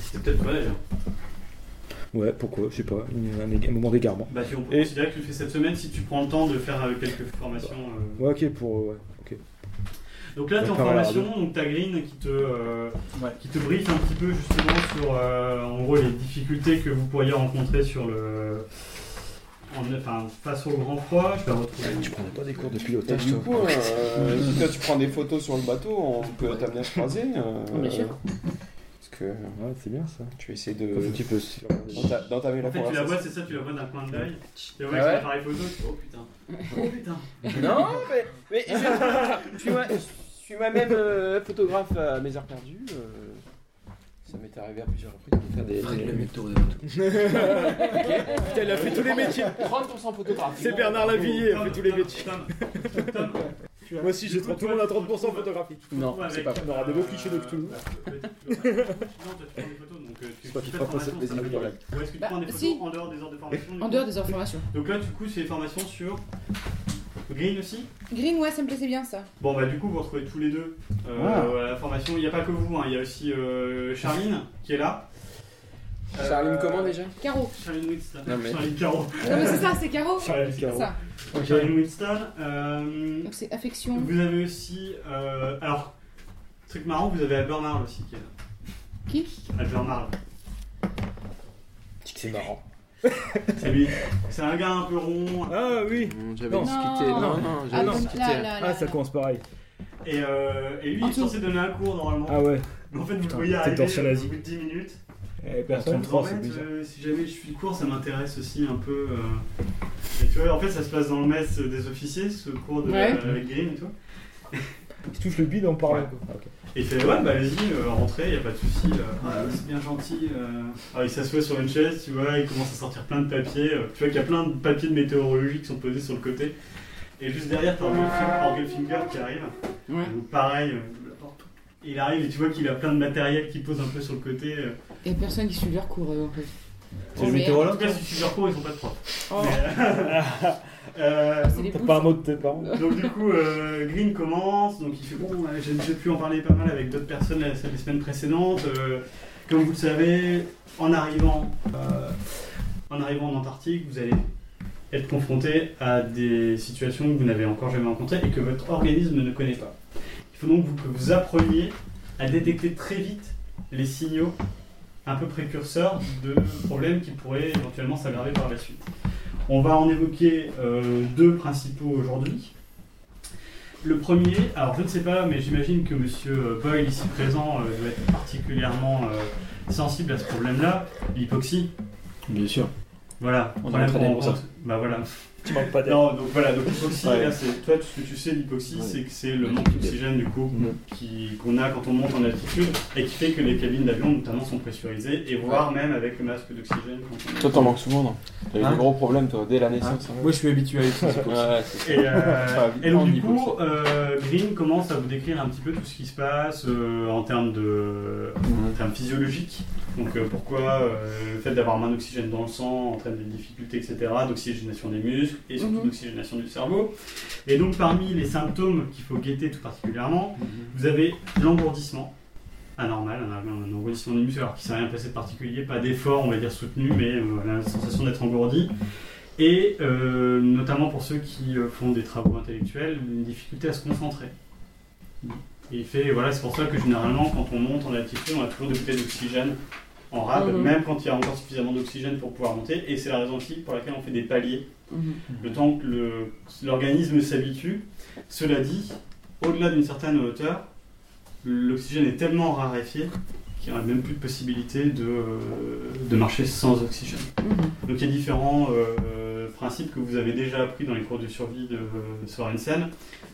Speaker 1: C'était peut-être pas hein. d'ailleurs.
Speaker 2: Ouais, pourquoi Je sais pas. une- un, ég- un moment d'égarement.
Speaker 1: Bah, tu on peut
Speaker 2: Et-
Speaker 1: considérer que tu le fais cette semaine si tu prends le temps de faire euh, quelques formations. euh.
Speaker 2: Ouais, ok, pour. euh, ouais. ok.
Speaker 1: Donc là, tu es en
Speaker 2: D'accord, alors,
Speaker 1: formation, donc t'as Green qui te, euh,
Speaker 6: Ouais.
Speaker 1: qui te briefe un petit peu justement sur euh, en gros les difficultés que vous pourriez rencontrer sur le. en- enfin, face au grand froid. Je vais retrouver.
Speaker 2: Tu prenais pas des cours de
Speaker 4: Et
Speaker 2: pilotage,
Speaker 4: du
Speaker 2: toi
Speaker 4: coup, euh, si toi tu prends des photos sur le bateau, on peut t'amener à se croiser. euh,
Speaker 3: Bien sûr.
Speaker 4: Parce que
Speaker 2: Ouais, c'est bien ça.
Speaker 4: tu essaies
Speaker 2: Comme
Speaker 4: de.
Speaker 2: Euh, tu peux aussi.
Speaker 4: d'enta- D'entamer la
Speaker 1: En fait, tu la
Speaker 4: conversation.
Speaker 1: vois, c'est ça, tu la vois d'un coin de l'œil. Tu la vois
Speaker 4: Ah
Speaker 1: avec
Speaker 4: ouais
Speaker 1: son appareil photo. tu fais, Oh putain. Oh putain.
Speaker 4: Non, mais, mais je, je suis moi- je suis moi-même euh, photographe à mes heures perdues. euh, ça m'est arrivé à plusieurs reprises de faire des. des-
Speaker 2: Putain, il a fait tous les métiers.
Speaker 4: 30% photographe.
Speaker 2: C'est Bernard Lavillier, il a
Speaker 1: Tom,
Speaker 2: fait tous les
Speaker 1: Tom,
Speaker 2: métiers.
Speaker 1: Tom, Tom, tu as-
Speaker 2: Moi aussi, j'ai
Speaker 1: du coup,
Speaker 2: 30, tout le
Speaker 1: toi,
Speaker 2: monde
Speaker 1: tu
Speaker 2: à
Speaker 1: te
Speaker 2: 30%
Speaker 1: retrouves-
Speaker 2: photographie.
Speaker 1: tu te
Speaker 4: Non,
Speaker 1: retrouves
Speaker 4: c'est
Speaker 1: avec,
Speaker 4: pas vrai.
Speaker 2: On aura des beaux clichés de
Speaker 1: euh,
Speaker 2: Cthulhu.
Speaker 1: bah, tu peux- Non, toi, tu prends des photos, donc euh, tu
Speaker 2: C'est pas
Speaker 1: tu
Speaker 2: qu'il
Speaker 1: fais
Speaker 2: fera
Speaker 1: de
Speaker 2: pas ce
Speaker 1: formation,
Speaker 2: plaisir
Speaker 1: ça
Speaker 2: de
Speaker 1: va.
Speaker 2: la
Speaker 1: Ou est-ce que tu
Speaker 3: Bah,
Speaker 1: prends des photos
Speaker 3: si.
Speaker 1: en dehors des heures de formation du
Speaker 3: En
Speaker 1: coup
Speaker 3: dehors des heures de formation.
Speaker 1: Donc là, du coup, c'est les formations sur Green aussi.
Speaker 3: Green, ouais, ça me plaisait bien ça.
Speaker 1: Bon, bah, du coup, vous retrouvez tous les deux euh,
Speaker 6: Ah.
Speaker 1: à la formation. Il n'y a pas que vous, hein, il y a aussi euh, Charline qui est là. Euh,
Speaker 4: Charline, comment déjà
Speaker 3: Caro.
Speaker 1: Charline Winston.
Speaker 4: Non, mais-
Speaker 1: Charline Caro.
Speaker 3: Non, mais c'est ça, c'est Caro.
Speaker 2: Charlie Caro.
Speaker 3: Ça.
Speaker 1: Charline Winston. euh,
Speaker 3: Donc c'est affection.
Speaker 1: vous avez aussi. euh, alors, truc marrant, vous avez Albert Marl aussi qui est là.
Speaker 3: Qui
Speaker 1: Albert Marl.
Speaker 2: C'est marrant.
Speaker 1: C'est lui. C'est un gars un peu rond.
Speaker 2: Ah oui.
Speaker 4: J'avais
Speaker 2: Non.
Speaker 4: discuté.
Speaker 2: Non.
Speaker 4: Non, non,
Speaker 3: Ah
Speaker 4: j'avais
Speaker 3: non,
Speaker 4: discuté.
Speaker 3: là, là, là.
Speaker 2: Ah, ça commence pareil.
Speaker 1: Et, euh, et lui, il
Speaker 3: En
Speaker 1: est
Speaker 3: dessous.
Speaker 1: censé donner un cours normalement.
Speaker 2: Ah ouais.
Speaker 1: Mais en fait, vous le
Speaker 2: Putain,
Speaker 1: voyez
Speaker 2: t'es
Speaker 1: arriver
Speaker 2: torché à
Speaker 1: euh,
Speaker 2: l'Asie.
Speaker 1: au bout de 10 minutes.
Speaker 2: Eh,
Speaker 1: En
Speaker 2: Personne ne
Speaker 1: fait,
Speaker 2: pense, c'est bizarre.
Speaker 1: euh, si jamais je suis de course, ça m'intéresse aussi un peu. euh, Et tu vois, en fait, ça se passe dans le mess euh, des officiers, ce cours de
Speaker 3: Ouais.
Speaker 1: euh, avec Green et tout.
Speaker 2: Il se touche le bide en parlant.
Speaker 1: Ouais.
Speaker 2: quoi. Ah, ok.
Speaker 1: Et il fait, ouais, bah allez-y, euh, rentrez, y a pas de souci. euh, ah, c'est bien gentil. euh. Alors, il s'assoit sur une chaise, tu vois, il commence à sortir plein de papiers. euh, Tu vois qu'il y a plein de papiers de météorologie qui sont posés sur le côté. Et juste derrière, t'as Orgel Fin- Orgel Finger qui arrive.
Speaker 3: Ouais.
Speaker 1: Donc, pareil, euh, il ouvre la porte. il arrive et tu vois qu'il a plein de matériel qui pose un peu sur le côté. euh,
Speaker 3: Et personne qui suit leur cours, euh, en fait. Oh,
Speaker 2: C'est le
Speaker 3: merde.
Speaker 1: En
Speaker 2: météorologue
Speaker 1: tout cas, si tu leur cours, ils sont pas de profs.
Speaker 3: Oh,
Speaker 1: Mais- Euh,
Speaker 3: c'est des
Speaker 2: T'as
Speaker 3: boules.
Speaker 2: pas un mot de tes parents
Speaker 1: Donc du coup, euh, Green commence, donc il fait bon, euh, j'ai j'ai pu en parler pas mal avec d'autres personnes la, les semaines précédentes. Euh, comme vous le savez, en arrivant, euh, en arrivant en Antarctique, vous allez être confronté à des situations que vous n'avez encore jamais rencontrées et que votre organisme ne connaît pas. Il faut donc vous- que vous appreniez à détecter très vite les signaux un peu précurseurs de problèmes qui pourraient éventuellement s'aggraver par la suite. On va en évoquer euh, deux principaux aujourd'hui. Le premier, alors je ne sais pas, mais j'imagine que Monsieur euh, Boyle ici présent euh, doit être particulièrement euh, sensible à ce problème-là, l'hypoxie.
Speaker 6: Bien sûr.
Speaker 1: Voilà.
Speaker 6: On a
Speaker 1: problème
Speaker 6: entraîné
Speaker 1: qu'on
Speaker 6: pour ça.
Speaker 1: rencontre. Bah voilà.
Speaker 2: Tu manques pas d'air.
Speaker 1: Non, donc voilà, donc l'hypoxie,
Speaker 2: Ouais.
Speaker 1: là, c'est- toi, tout ce que tu sais, l'hypoxie,
Speaker 6: Ouais.
Speaker 1: c'est que c'est le manque d'oxygène du coup
Speaker 4: Mhm.
Speaker 1: qui- qu'on a quand on monte en altitude et qui fait que les cabines d'avion notamment sont pressurisées et voire même avec le masque d'oxygène. quand on-
Speaker 2: Toi,
Speaker 4: Ah,
Speaker 2: t'en manques souvent, non T'as eu
Speaker 6: Hein
Speaker 2: des gros problèmes, toi, dès la naissance. hein.
Speaker 6: Moi, je suis habitué à ça.
Speaker 2: Ouais, ouais, c'est
Speaker 1: Et, euh, et donc
Speaker 2: en
Speaker 1: du coup,
Speaker 2: hypoxie.
Speaker 1: euh, Green commence à vous décrire un petit peu tout ce qui se passe euh, en termes de
Speaker 4: Mhm.
Speaker 1: en termes physiologiques. Donc euh, pourquoi euh, le fait d'avoir moins d'oxygène dans le sang entraîne des difficultés, etc. D'oxygénation des muscles et surtout
Speaker 3: Mhm.
Speaker 1: d'oxygénation du cerveau. Et donc parmi les symptômes qu'il faut guetter tout particulièrement, vous avez l'engourdissement anormal, un, un engourdissement des muscles alors qu'il ne s'est rien passé de particulier, pas d'effort on va dire soutenu, mais euh, voilà, la sensation d'être engourdi. Et euh, notamment pour ceux qui euh, font des travaux intellectuels, une difficulté à se concentrer. Et il fait, voilà, c'est pour ça que généralement quand on monte en altitude, on a toujours des bouteilles d'oxygène en rade,
Speaker 3: Mhm.
Speaker 1: même quand il y a encore suffisamment d'oxygène pour pouvoir monter. Et c'est la raison aussi pour laquelle on fait des paliers
Speaker 3: Mhm.
Speaker 1: le temps que le- l'organisme s'habitue. Cela dit, au-delà d'une certaine hauteur, l'oxygène est tellement raréfié qu'il n'y a même plus de possibilité de, euh, de marcher sans oxygène.
Speaker 3: Mhm.
Speaker 1: Donc il y a différents euh, principes que vous avez déjà appris dans les cours de survie de euh, Sorensen,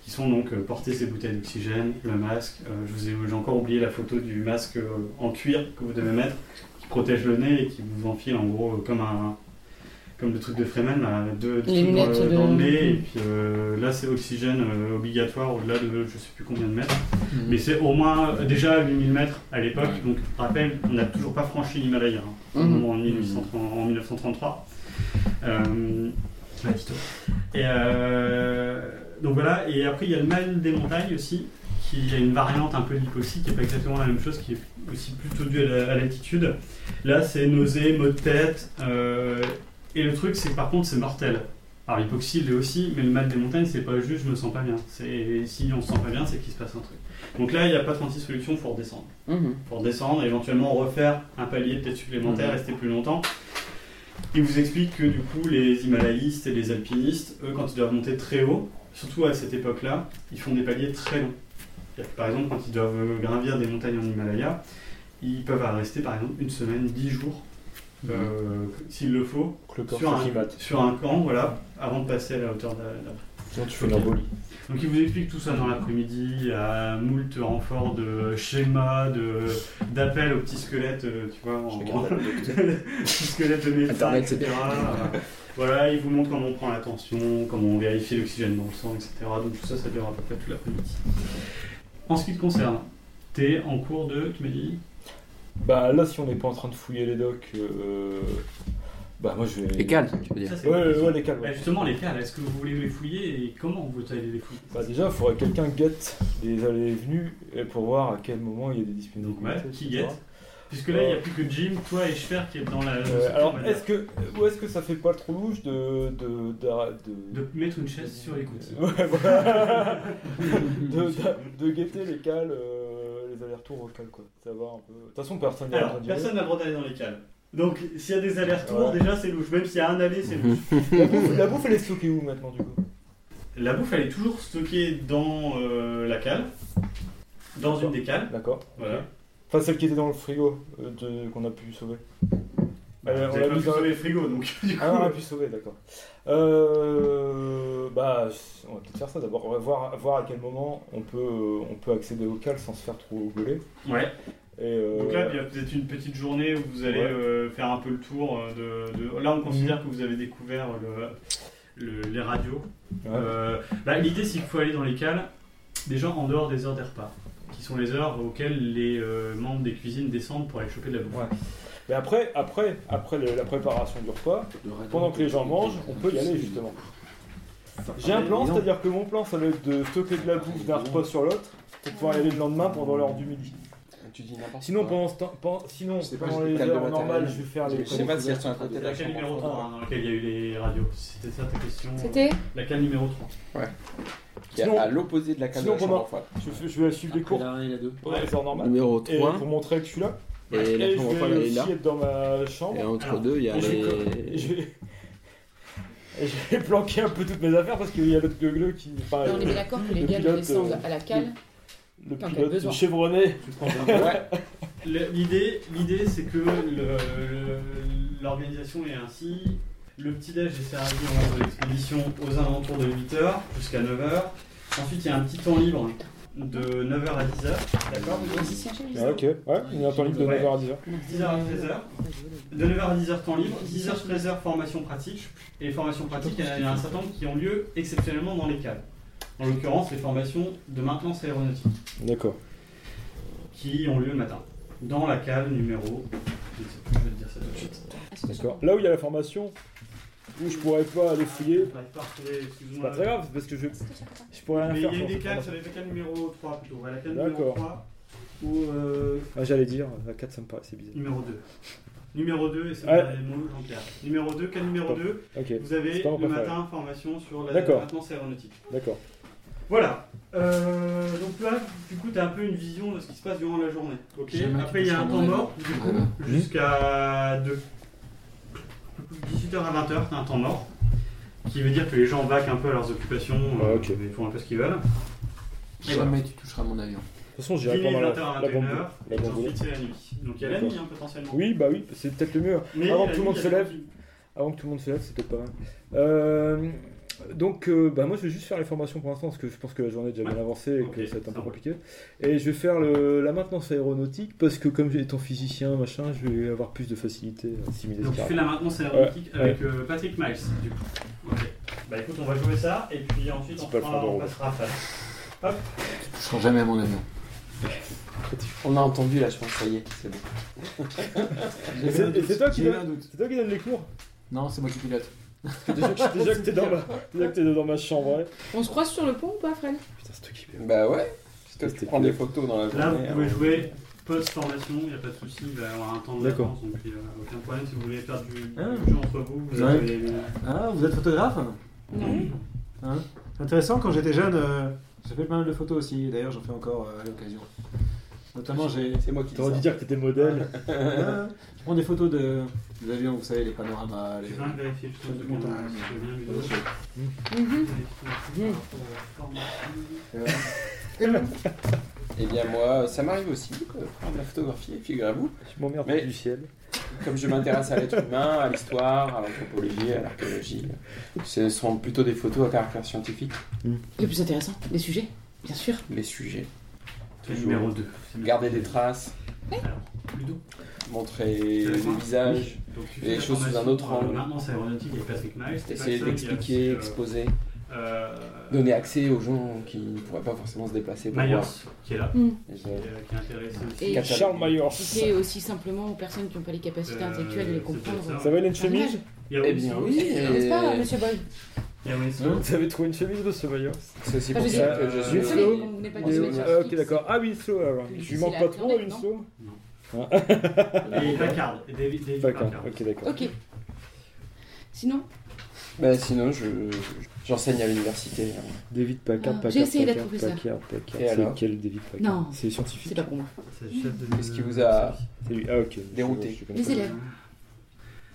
Speaker 1: qui sont donc euh, porter ses bouteilles d'oxygène, le masque. Euh, je vous ai, j'ai encore oublié la photo du masque euh, en cuir que vous devez mettre, qui protège le nez et qui vous enfile en gros euh, comme un comme le truc de Freeman, là, deux, deux
Speaker 3: Les
Speaker 1: trucs dans le-
Speaker 3: lunettes de- Mm.
Speaker 1: dans, le nez. Et puis euh, là c'est oxygène euh, obligatoire au-delà de je sais plus combien de mètres. Mais c'est au moins euh, déjà 8000 mètres à l'époque. Donc, rappel, on n'a toujours pas franchi l'Himalaya. hein, au
Speaker 3: Mhm.
Speaker 1: moment en, 1830 en 1933. Euh, ouais, dis-toi. et euh, donc voilà. Et après, il y a le mal des montagnes aussi, qui a une variante un peu de l'hypoxie, qui n'est pas exactement la même chose, qui est aussi plutôt due à la- à l'altitude. Là, c'est nausée, maux de tête. euh, et le truc, c'est que par contre, c'est mortel. Alors l'hypoxie l'est aussi, mais le mal des montagnes, c'est pas juste je me sens pas bien. C'est si on se sent pas bien, c'est qu'il se passe un truc. Donc là, il n'y a pas 36 solutions, faut redescendre.
Speaker 3: Mhm.
Speaker 1: Faut redescendre, éventuellement refaire un palier peut-être supplémentaire, rester plus longtemps. Il vous explique que du coup, les Himalayistes et les alpinistes, eux, quand ils doivent monter très haut, surtout à cette époque-là, ils font des paliers très longs. C'est-à-dire que, Par exemple, quand ils doivent euh, gravir des montagnes en Himalaya, ils peuvent rester par exemple une semaine, dix jours, euh, s'il le faut,
Speaker 2: Le corps
Speaker 1: sur
Speaker 2: se
Speaker 1: un-
Speaker 2: climate.
Speaker 1: sur un camp, voilà, avant de passer à la hauteur d'a- d'après.
Speaker 2: Sinon, tu fais une embolie.
Speaker 1: Donc il vous explique tout ça dans l'après-midi, à moult renforts de schémas, de, d'appels aux petits squelettes, euh, tu vois, en, petits squelettes de médecins,
Speaker 4: Internet, c'est
Speaker 1: etc. Euh, voilà, il vous montre comment on prend la tension, comment on vérifie l'oxygène dans le sang, etc. Donc tout ça, ça dure à peu près tout l'après-midi. En ce qui te concerne, t'es en cours de, tu m'as dit
Speaker 2: Bah là, si on n'est pas en train de fouiller les docks, euh, bah moi je vais.
Speaker 4: Et calme, tu veux dire.
Speaker 1: Ça, c'est
Speaker 2: Ouais,
Speaker 1: une
Speaker 2: ouais,
Speaker 1: question.
Speaker 2: ouais, les cales.
Speaker 1: Bah,
Speaker 2: ouais.
Speaker 1: Justement, les cales, est-ce que vous voulez les fouiller et comment vous allez les fouiller
Speaker 2: Bah déjà, il faudrait que quelqu'un guette les allées et venues et pour voir à quel moment il y a des disponibilités.
Speaker 1: Ouais, qui
Speaker 2: etc.
Speaker 1: guette Puisque là, il n'y a plus que Jim, toi et Schfer qui est dans la.
Speaker 2: Euh, alors, est-ce que, ou est-ce que ça fait pas trop louche de. de. d'a- de.
Speaker 1: de mettre une chaise sur l'écoute.
Speaker 2: Ouais, voilà. de, d'a- de guetter les cales, euh, les allers-retours aux cales, quoi. Savoir un peu. De toute façon, personne n'a
Speaker 1: Alors,
Speaker 2: entendu.
Speaker 1: personne n'a le droit d'aller dans les cales. Donc, s'il y a des allers-retours,
Speaker 2: Ouais. Mhm.
Speaker 1: déjà c'est louche. Même s'il y a un aller, c'est louche.
Speaker 2: La bouffe, la bouffe, elle est stockée où maintenant, du coup
Speaker 1: La bouffe, elle est toujours stockée dans euh, la cale, dans une des cales.
Speaker 2: D'accord.
Speaker 1: Voilà.
Speaker 2: Enfin, celle qui était dans le frigo euh, de- qu'on a pu sauver.
Speaker 1: Bah,
Speaker 2: Euh,
Speaker 1: vous
Speaker 2: on
Speaker 1: avez
Speaker 2: l'a
Speaker 1: pas
Speaker 2: mis
Speaker 1: pu
Speaker 2: dans-
Speaker 1: sauver le frigo, donc du coup.
Speaker 2: Ah, on a pu sauver, d'accord. Euh, bah, on va peut-être faire ça d'abord. On va voir, voir à quel moment on peut, euh, on peut accéder au cal sans se faire trop gauler.
Speaker 1: Ouais.
Speaker 2: Et, euh,
Speaker 1: Donc là, il y a peut-être une petite journée où vous allez
Speaker 2: Ouais. Mhm.
Speaker 1: euh, faire un peu le tour euh, de. de- Là, on considère que vous avez découvert euh, le- le- les radios.
Speaker 2: ouais.
Speaker 1: Euh, bah, L'idée, c'est qu'il faut aller dans les cales, déjà en dehors des heures des repas, qui sont les heures auxquelles les euh, membres des cuisines descendent pour aller choper de la bouffe.
Speaker 2: Ouais. Mais après, après, après le- la préparation du repas, pendant que les gens mangent, on peut y aller justement. J'ai un plan, c'est-à-dire que mon plan, ça va être de stocker de la bouffe d'un repas sur l'autre pour pouvoir y aller le lendemain pendant l'heure du midi.
Speaker 4: Tu dis n'importe
Speaker 2: Sinon,
Speaker 4: quoi.
Speaker 2: pendant, ce temps- pendant- sinon,
Speaker 6: Je sais pas,
Speaker 2: pendant
Speaker 6: j'ai des
Speaker 2: les
Speaker 6: tables de
Speaker 2: heures
Speaker 6: matériel.
Speaker 2: normales, je vais faire les.
Speaker 6: Je sais pas si elles sont
Speaker 1: C'était laquelle numéro 3 hein, dans laquelle il y a eu les radios C'était ça ta question
Speaker 3: C'était
Speaker 1: Laquelle numéro 3
Speaker 4: Qui est
Speaker 2: sinon-
Speaker 4: à l'opposé de la case de
Speaker 2: sinon,
Speaker 4: la chambre
Speaker 2: pendant-
Speaker 4: en fait.
Speaker 2: Je, fais- je vais suivre les cours
Speaker 6: il y a deux.
Speaker 2: pendant les heures normales.
Speaker 4: Numéro
Speaker 2: Et
Speaker 4: 3.
Speaker 2: pour montrer que je suis là.
Speaker 4: Et la
Speaker 2: Et je
Speaker 4: chambre en fait, elle
Speaker 2: vais
Speaker 4: est là.
Speaker 2: aussi être dans ma chambre.
Speaker 4: Et entre
Speaker 1: Alors,
Speaker 4: deux, il y a
Speaker 2: et je vais
Speaker 4: les.
Speaker 2: Et je vais. et je vais planquer un peu toutes mes affaires parce qu'il y a l'autre gueugleux qui. Enfin,
Speaker 3: Non, on
Speaker 2: le,
Speaker 3: était d'accord que
Speaker 2: le
Speaker 3: les gars
Speaker 2: pilote,
Speaker 3: descendent
Speaker 2: euh,
Speaker 3: à la cale.
Speaker 2: le
Speaker 3: T'en as
Speaker 2: pilote
Speaker 3: besoin.
Speaker 2: chevronné.
Speaker 4: Ouais,
Speaker 1: Le- L'idée, l'idée, c'est que le- le- l'organisation est ainsi. Le petit-déj est servi en mode expédition aux alentours de 8h jusqu'à 9h. Ensuite, il y a un petit temps libre de 9h à 10h. D'accord vous tous
Speaker 3: Musicien, chérie,
Speaker 2: Ah, ok, ouais, il est en temps libre de
Speaker 1: Ouais.
Speaker 2: 9h à 10h.
Speaker 1: 10h à 13h. De 9h à 10h temps libre, 10h 13h formation pratique. Et les formations pratiques, il y en a un certain nombre qui ont lieu exceptionnellement dans les caves. En l'occurrence, les formations de maintenance aéronautique.
Speaker 2: D'accord.
Speaker 1: qui ont lieu le matin. Dans la cave numéro. Je ne sais plus, je vais te dire ça tout de suite.
Speaker 2: D'accord. Là où il y a la formation, où je pourrais pas aller fouiller,
Speaker 1: Je n'arrive pas à retrouver,
Speaker 2: c'est
Speaker 1: excuse-moi.
Speaker 2: pas très grave, c'est parce que je, je pourrais rien
Speaker 1: Mais
Speaker 2: faire.
Speaker 1: il y a eu
Speaker 2: sur
Speaker 1: des
Speaker 2: cette
Speaker 1: caves, ça
Speaker 2: formation.
Speaker 1: avait été cave numéro 3 plutôt. Ouais, la cave numéro
Speaker 2: D'accord.
Speaker 1: 3 ou euh,
Speaker 2: Ah, J'allais dire, la 4 ça me paraissait bizarre.
Speaker 1: numéro 2. Numéro 2, et c'est
Speaker 2: Ouais.
Speaker 1: mon mot, Jean-Pierre. Numéro 2, cave numéro
Speaker 2: Bon.
Speaker 1: 2,
Speaker 2: Ok,
Speaker 1: vous avez
Speaker 2: C'est pas mon
Speaker 1: le
Speaker 2: préféré.
Speaker 1: matin formation sur la
Speaker 2: D'accord.
Speaker 1: maintenance aéronautique.
Speaker 2: d'accord.
Speaker 1: Voilà. Euh, donc là, du coup, tu as un peu une vision de ce qui se passe durant la journée. Ok.
Speaker 6: Jamais
Speaker 1: Après, il y a un
Speaker 6: tu
Speaker 1: temps
Speaker 6: peux
Speaker 1: mort, du
Speaker 4: Ah,
Speaker 1: coup, jusqu'à 2. 18h à 20h, tu as un temps mort. Qui veut dire que les gens vaquent un peu à leurs occupations,
Speaker 2: Ah, ok.
Speaker 1: euh, ils font un peu ce qu'ils veulent. Et voilà.
Speaker 6: Jamais tu toucheras mon avion.
Speaker 2: De toute façon, j'irai
Speaker 1: Dîner
Speaker 2: pas
Speaker 1: 20h
Speaker 2: mal à
Speaker 1: à
Speaker 2: la bande.
Speaker 1: 21h,
Speaker 2: la
Speaker 1: et
Speaker 2: bamboula.
Speaker 1: ensuite c'est la nuit. Donc il y a la
Speaker 2: D'accord.
Speaker 1: nuit hein, potentiellement.
Speaker 2: Oui, bah oui, c'est peut-être le mieux.
Speaker 1: Mais
Speaker 2: avant
Speaker 1: la
Speaker 2: que tout le
Speaker 1: nuit,
Speaker 2: monde
Speaker 1: il y a
Speaker 2: se
Speaker 1: la
Speaker 2: lève.
Speaker 1: nuit.
Speaker 2: Avant que tout le monde se lève, c'est peut-être pas mal. Euh, donc, euh, bah, moi, je vais juste faire les formations pour l'instant, parce que je pense que la journée est déjà bien avancée et que
Speaker 1: Ok,
Speaker 2: ça va être un
Speaker 1: ça
Speaker 2: peu
Speaker 1: va.
Speaker 2: compliqué. Et je vais faire le- la maintenance aéronautique, parce que comme étant physicien, machin, je vais avoir plus de facilité à assimiler
Speaker 1: Donc
Speaker 2: ce
Speaker 1: tu
Speaker 2: carré.
Speaker 1: fais la maintenance aéronautique avec euh, Patrick Miles, du coup. Ok. Bah écoute, on va jouer ça, et puis ensuite
Speaker 2: C'est
Speaker 1: on,
Speaker 2: pas le
Speaker 1: fera-
Speaker 2: fond de
Speaker 1: on
Speaker 2: roue.
Speaker 1: passera à ça.
Speaker 6: Je toucherai jamais mon avion.
Speaker 4: on a entendu là, je pense, ça y est, c'est bon.
Speaker 2: Et c'est- et c'est toi qui
Speaker 6: J'ai eu
Speaker 2: l'as-
Speaker 6: un doute.
Speaker 2: C'est toi qui donne les cours
Speaker 6: Non, c'est moi qui pilote.
Speaker 2: Déjà que, déjà que t'es dans ma, déjà que t'es dans ma chambre, ouais.
Speaker 3: On se croise sur le pont ou pas, Fred
Speaker 2: Putain, c'est toi qui
Speaker 4: Bah ouais. Parce que
Speaker 2: C'était
Speaker 4: tu prends
Speaker 2: cool.
Speaker 4: des photos dans la
Speaker 1: Là, vous
Speaker 4: journée.
Speaker 1: pouvez
Speaker 4: hein.
Speaker 1: jouer post-formation, il n'y a pas de souci, il va y avoir un temps de
Speaker 2: D'accord.
Speaker 1: vacances, donc il n'y a aucun problème si vous voulez faire du, du
Speaker 5: Ah.
Speaker 1: jeu entre vous. vous
Speaker 5: Ouais.
Speaker 1: avez-
Speaker 5: Ah, vous êtes photographe
Speaker 3: Non.
Speaker 5: C'est Intéressant, quand j'étais jeune, euh, j'ai fait pas mal de photos aussi. et D'ailleurs, j'en fais encore euh, à l'occasion. Notamment, j'ai.
Speaker 4: C'est moi qui dis
Speaker 2: T'aurais dû
Speaker 4: ça.
Speaker 2: dire que t'étais modèle.
Speaker 5: Ah, je prends des photos de, des avions, vous savez, les panoramas.
Speaker 1: Je
Speaker 5: Les...
Speaker 1: vais quand même vérifier juste de
Speaker 5: Montagne.
Speaker 3: Mhm.
Speaker 4: Eh bien moi, ça m'arrive aussi de prendre la photographie, figurez-vous.
Speaker 2: Je m'emmerde
Speaker 4: Mais-
Speaker 2: du ciel.
Speaker 4: Comme je m'intéresse à l'être humain, à l'histoire, à l'anthropologie, à l'archéologie, ce sont plutôt des photos à caractère scientifique,
Speaker 3: Le plus intéressant, les sujets, bien sûr.
Speaker 4: les sujets.
Speaker 1: C'est numéro 2.
Speaker 4: Garder des traces,
Speaker 1: Ludo.
Speaker 4: montrer
Speaker 1: C'est
Speaker 4: les
Speaker 1: la fin.
Speaker 4: visages,
Speaker 1: Donc, tu
Speaker 4: Et
Speaker 1: fais
Speaker 4: les
Speaker 1: la
Speaker 4: choses sous un
Speaker 1: formation,
Speaker 4: autre
Speaker 1: euh,
Speaker 4: angle.
Speaker 1: Maintenance aéronautique avec Patrick Miles. t'es pas le
Speaker 4: essayer
Speaker 1: seul, il y
Speaker 4: d'expliquer,
Speaker 1: a aussi,
Speaker 4: exposer,
Speaker 1: euh, euh,
Speaker 4: donner accès aux gens qui ne pourraient pas forcément se déplacer pour
Speaker 1: Myers
Speaker 4: voir.
Speaker 1: qui est là,
Speaker 3: Mhm.
Speaker 4: Et
Speaker 1: qui
Speaker 4: je-
Speaker 1: est- qui est intéressé aussi.
Speaker 3: Et-
Speaker 4: Catalogue.
Speaker 2: Charles Mayor.
Speaker 3: C'est aussi simplement aux personnes qui n'ont pas les capacités
Speaker 1: Euh,
Speaker 3: intellectuelles de les
Speaker 1: c'est peut-être
Speaker 3: comprendre.
Speaker 2: Ça va, il a une
Speaker 3: C'est un
Speaker 2: chemise
Speaker 3: image,
Speaker 1: Il y a
Speaker 4: Eh bien
Speaker 1: Winslow.
Speaker 4: oui, euh,
Speaker 3: N'est-ce pas, euh,
Speaker 4: et...
Speaker 3: monsieur Boyle
Speaker 1: Il y a Winslow.
Speaker 2: Vous avez trouvé une chemise de ce Mayor
Speaker 4: c'est aussi
Speaker 3: Enfin,
Speaker 4: pour
Speaker 3: je
Speaker 4: ça
Speaker 2: sais-
Speaker 4: que je
Speaker 3: Vous
Speaker 4: suis... Euh,
Speaker 2: Winslow.
Speaker 3: savez, Euh, on n'est pas
Speaker 2: Ah,
Speaker 3: du tout métier.
Speaker 2: ok, d'accord. Ah, Winslow, alors. Je lui
Speaker 3: C'est
Speaker 2: manque
Speaker 3: la
Speaker 2: pas trop,
Speaker 3: Atlantique,
Speaker 2: Winslow
Speaker 4: Hein
Speaker 1: Et Packard. et David David
Speaker 2: D'accord,
Speaker 1: Packard.
Speaker 2: ok, d'accord.
Speaker 3: Ok. Sinon,
Speaker 4: Bah, sinon, je- j'enseigne à l'université. hein.
Speaker 2: David Packard,
Speaker 3: Ah,
Speaker 2: Packard,
Speaker 3: j'ai essayé de
Speaker 2: Packard,
Speaker 3: trouver ça.
Speaker 2: Packard,
Speaker 4: Et
Speaker 2: Packard.
Speaker 4: alors
Speaker 2: C'est quel David Packard
Speaker 3: Non.
Speaker 2: C'est
Speaker 3: c'est
Speaker 2: scientifique.
Speaker 3: pas pour moi.
Speaker 1: C'est le chef de-
Speaker 4: Qu'est-ce qui vous a-
Speaker 2: C'est lui. Ah, ok.
Speaker 4: Dérouté.
Speaker 2: Je- je connais
Speaker 3: Les
Speaker 2: pas.
Speaker 3: élèves.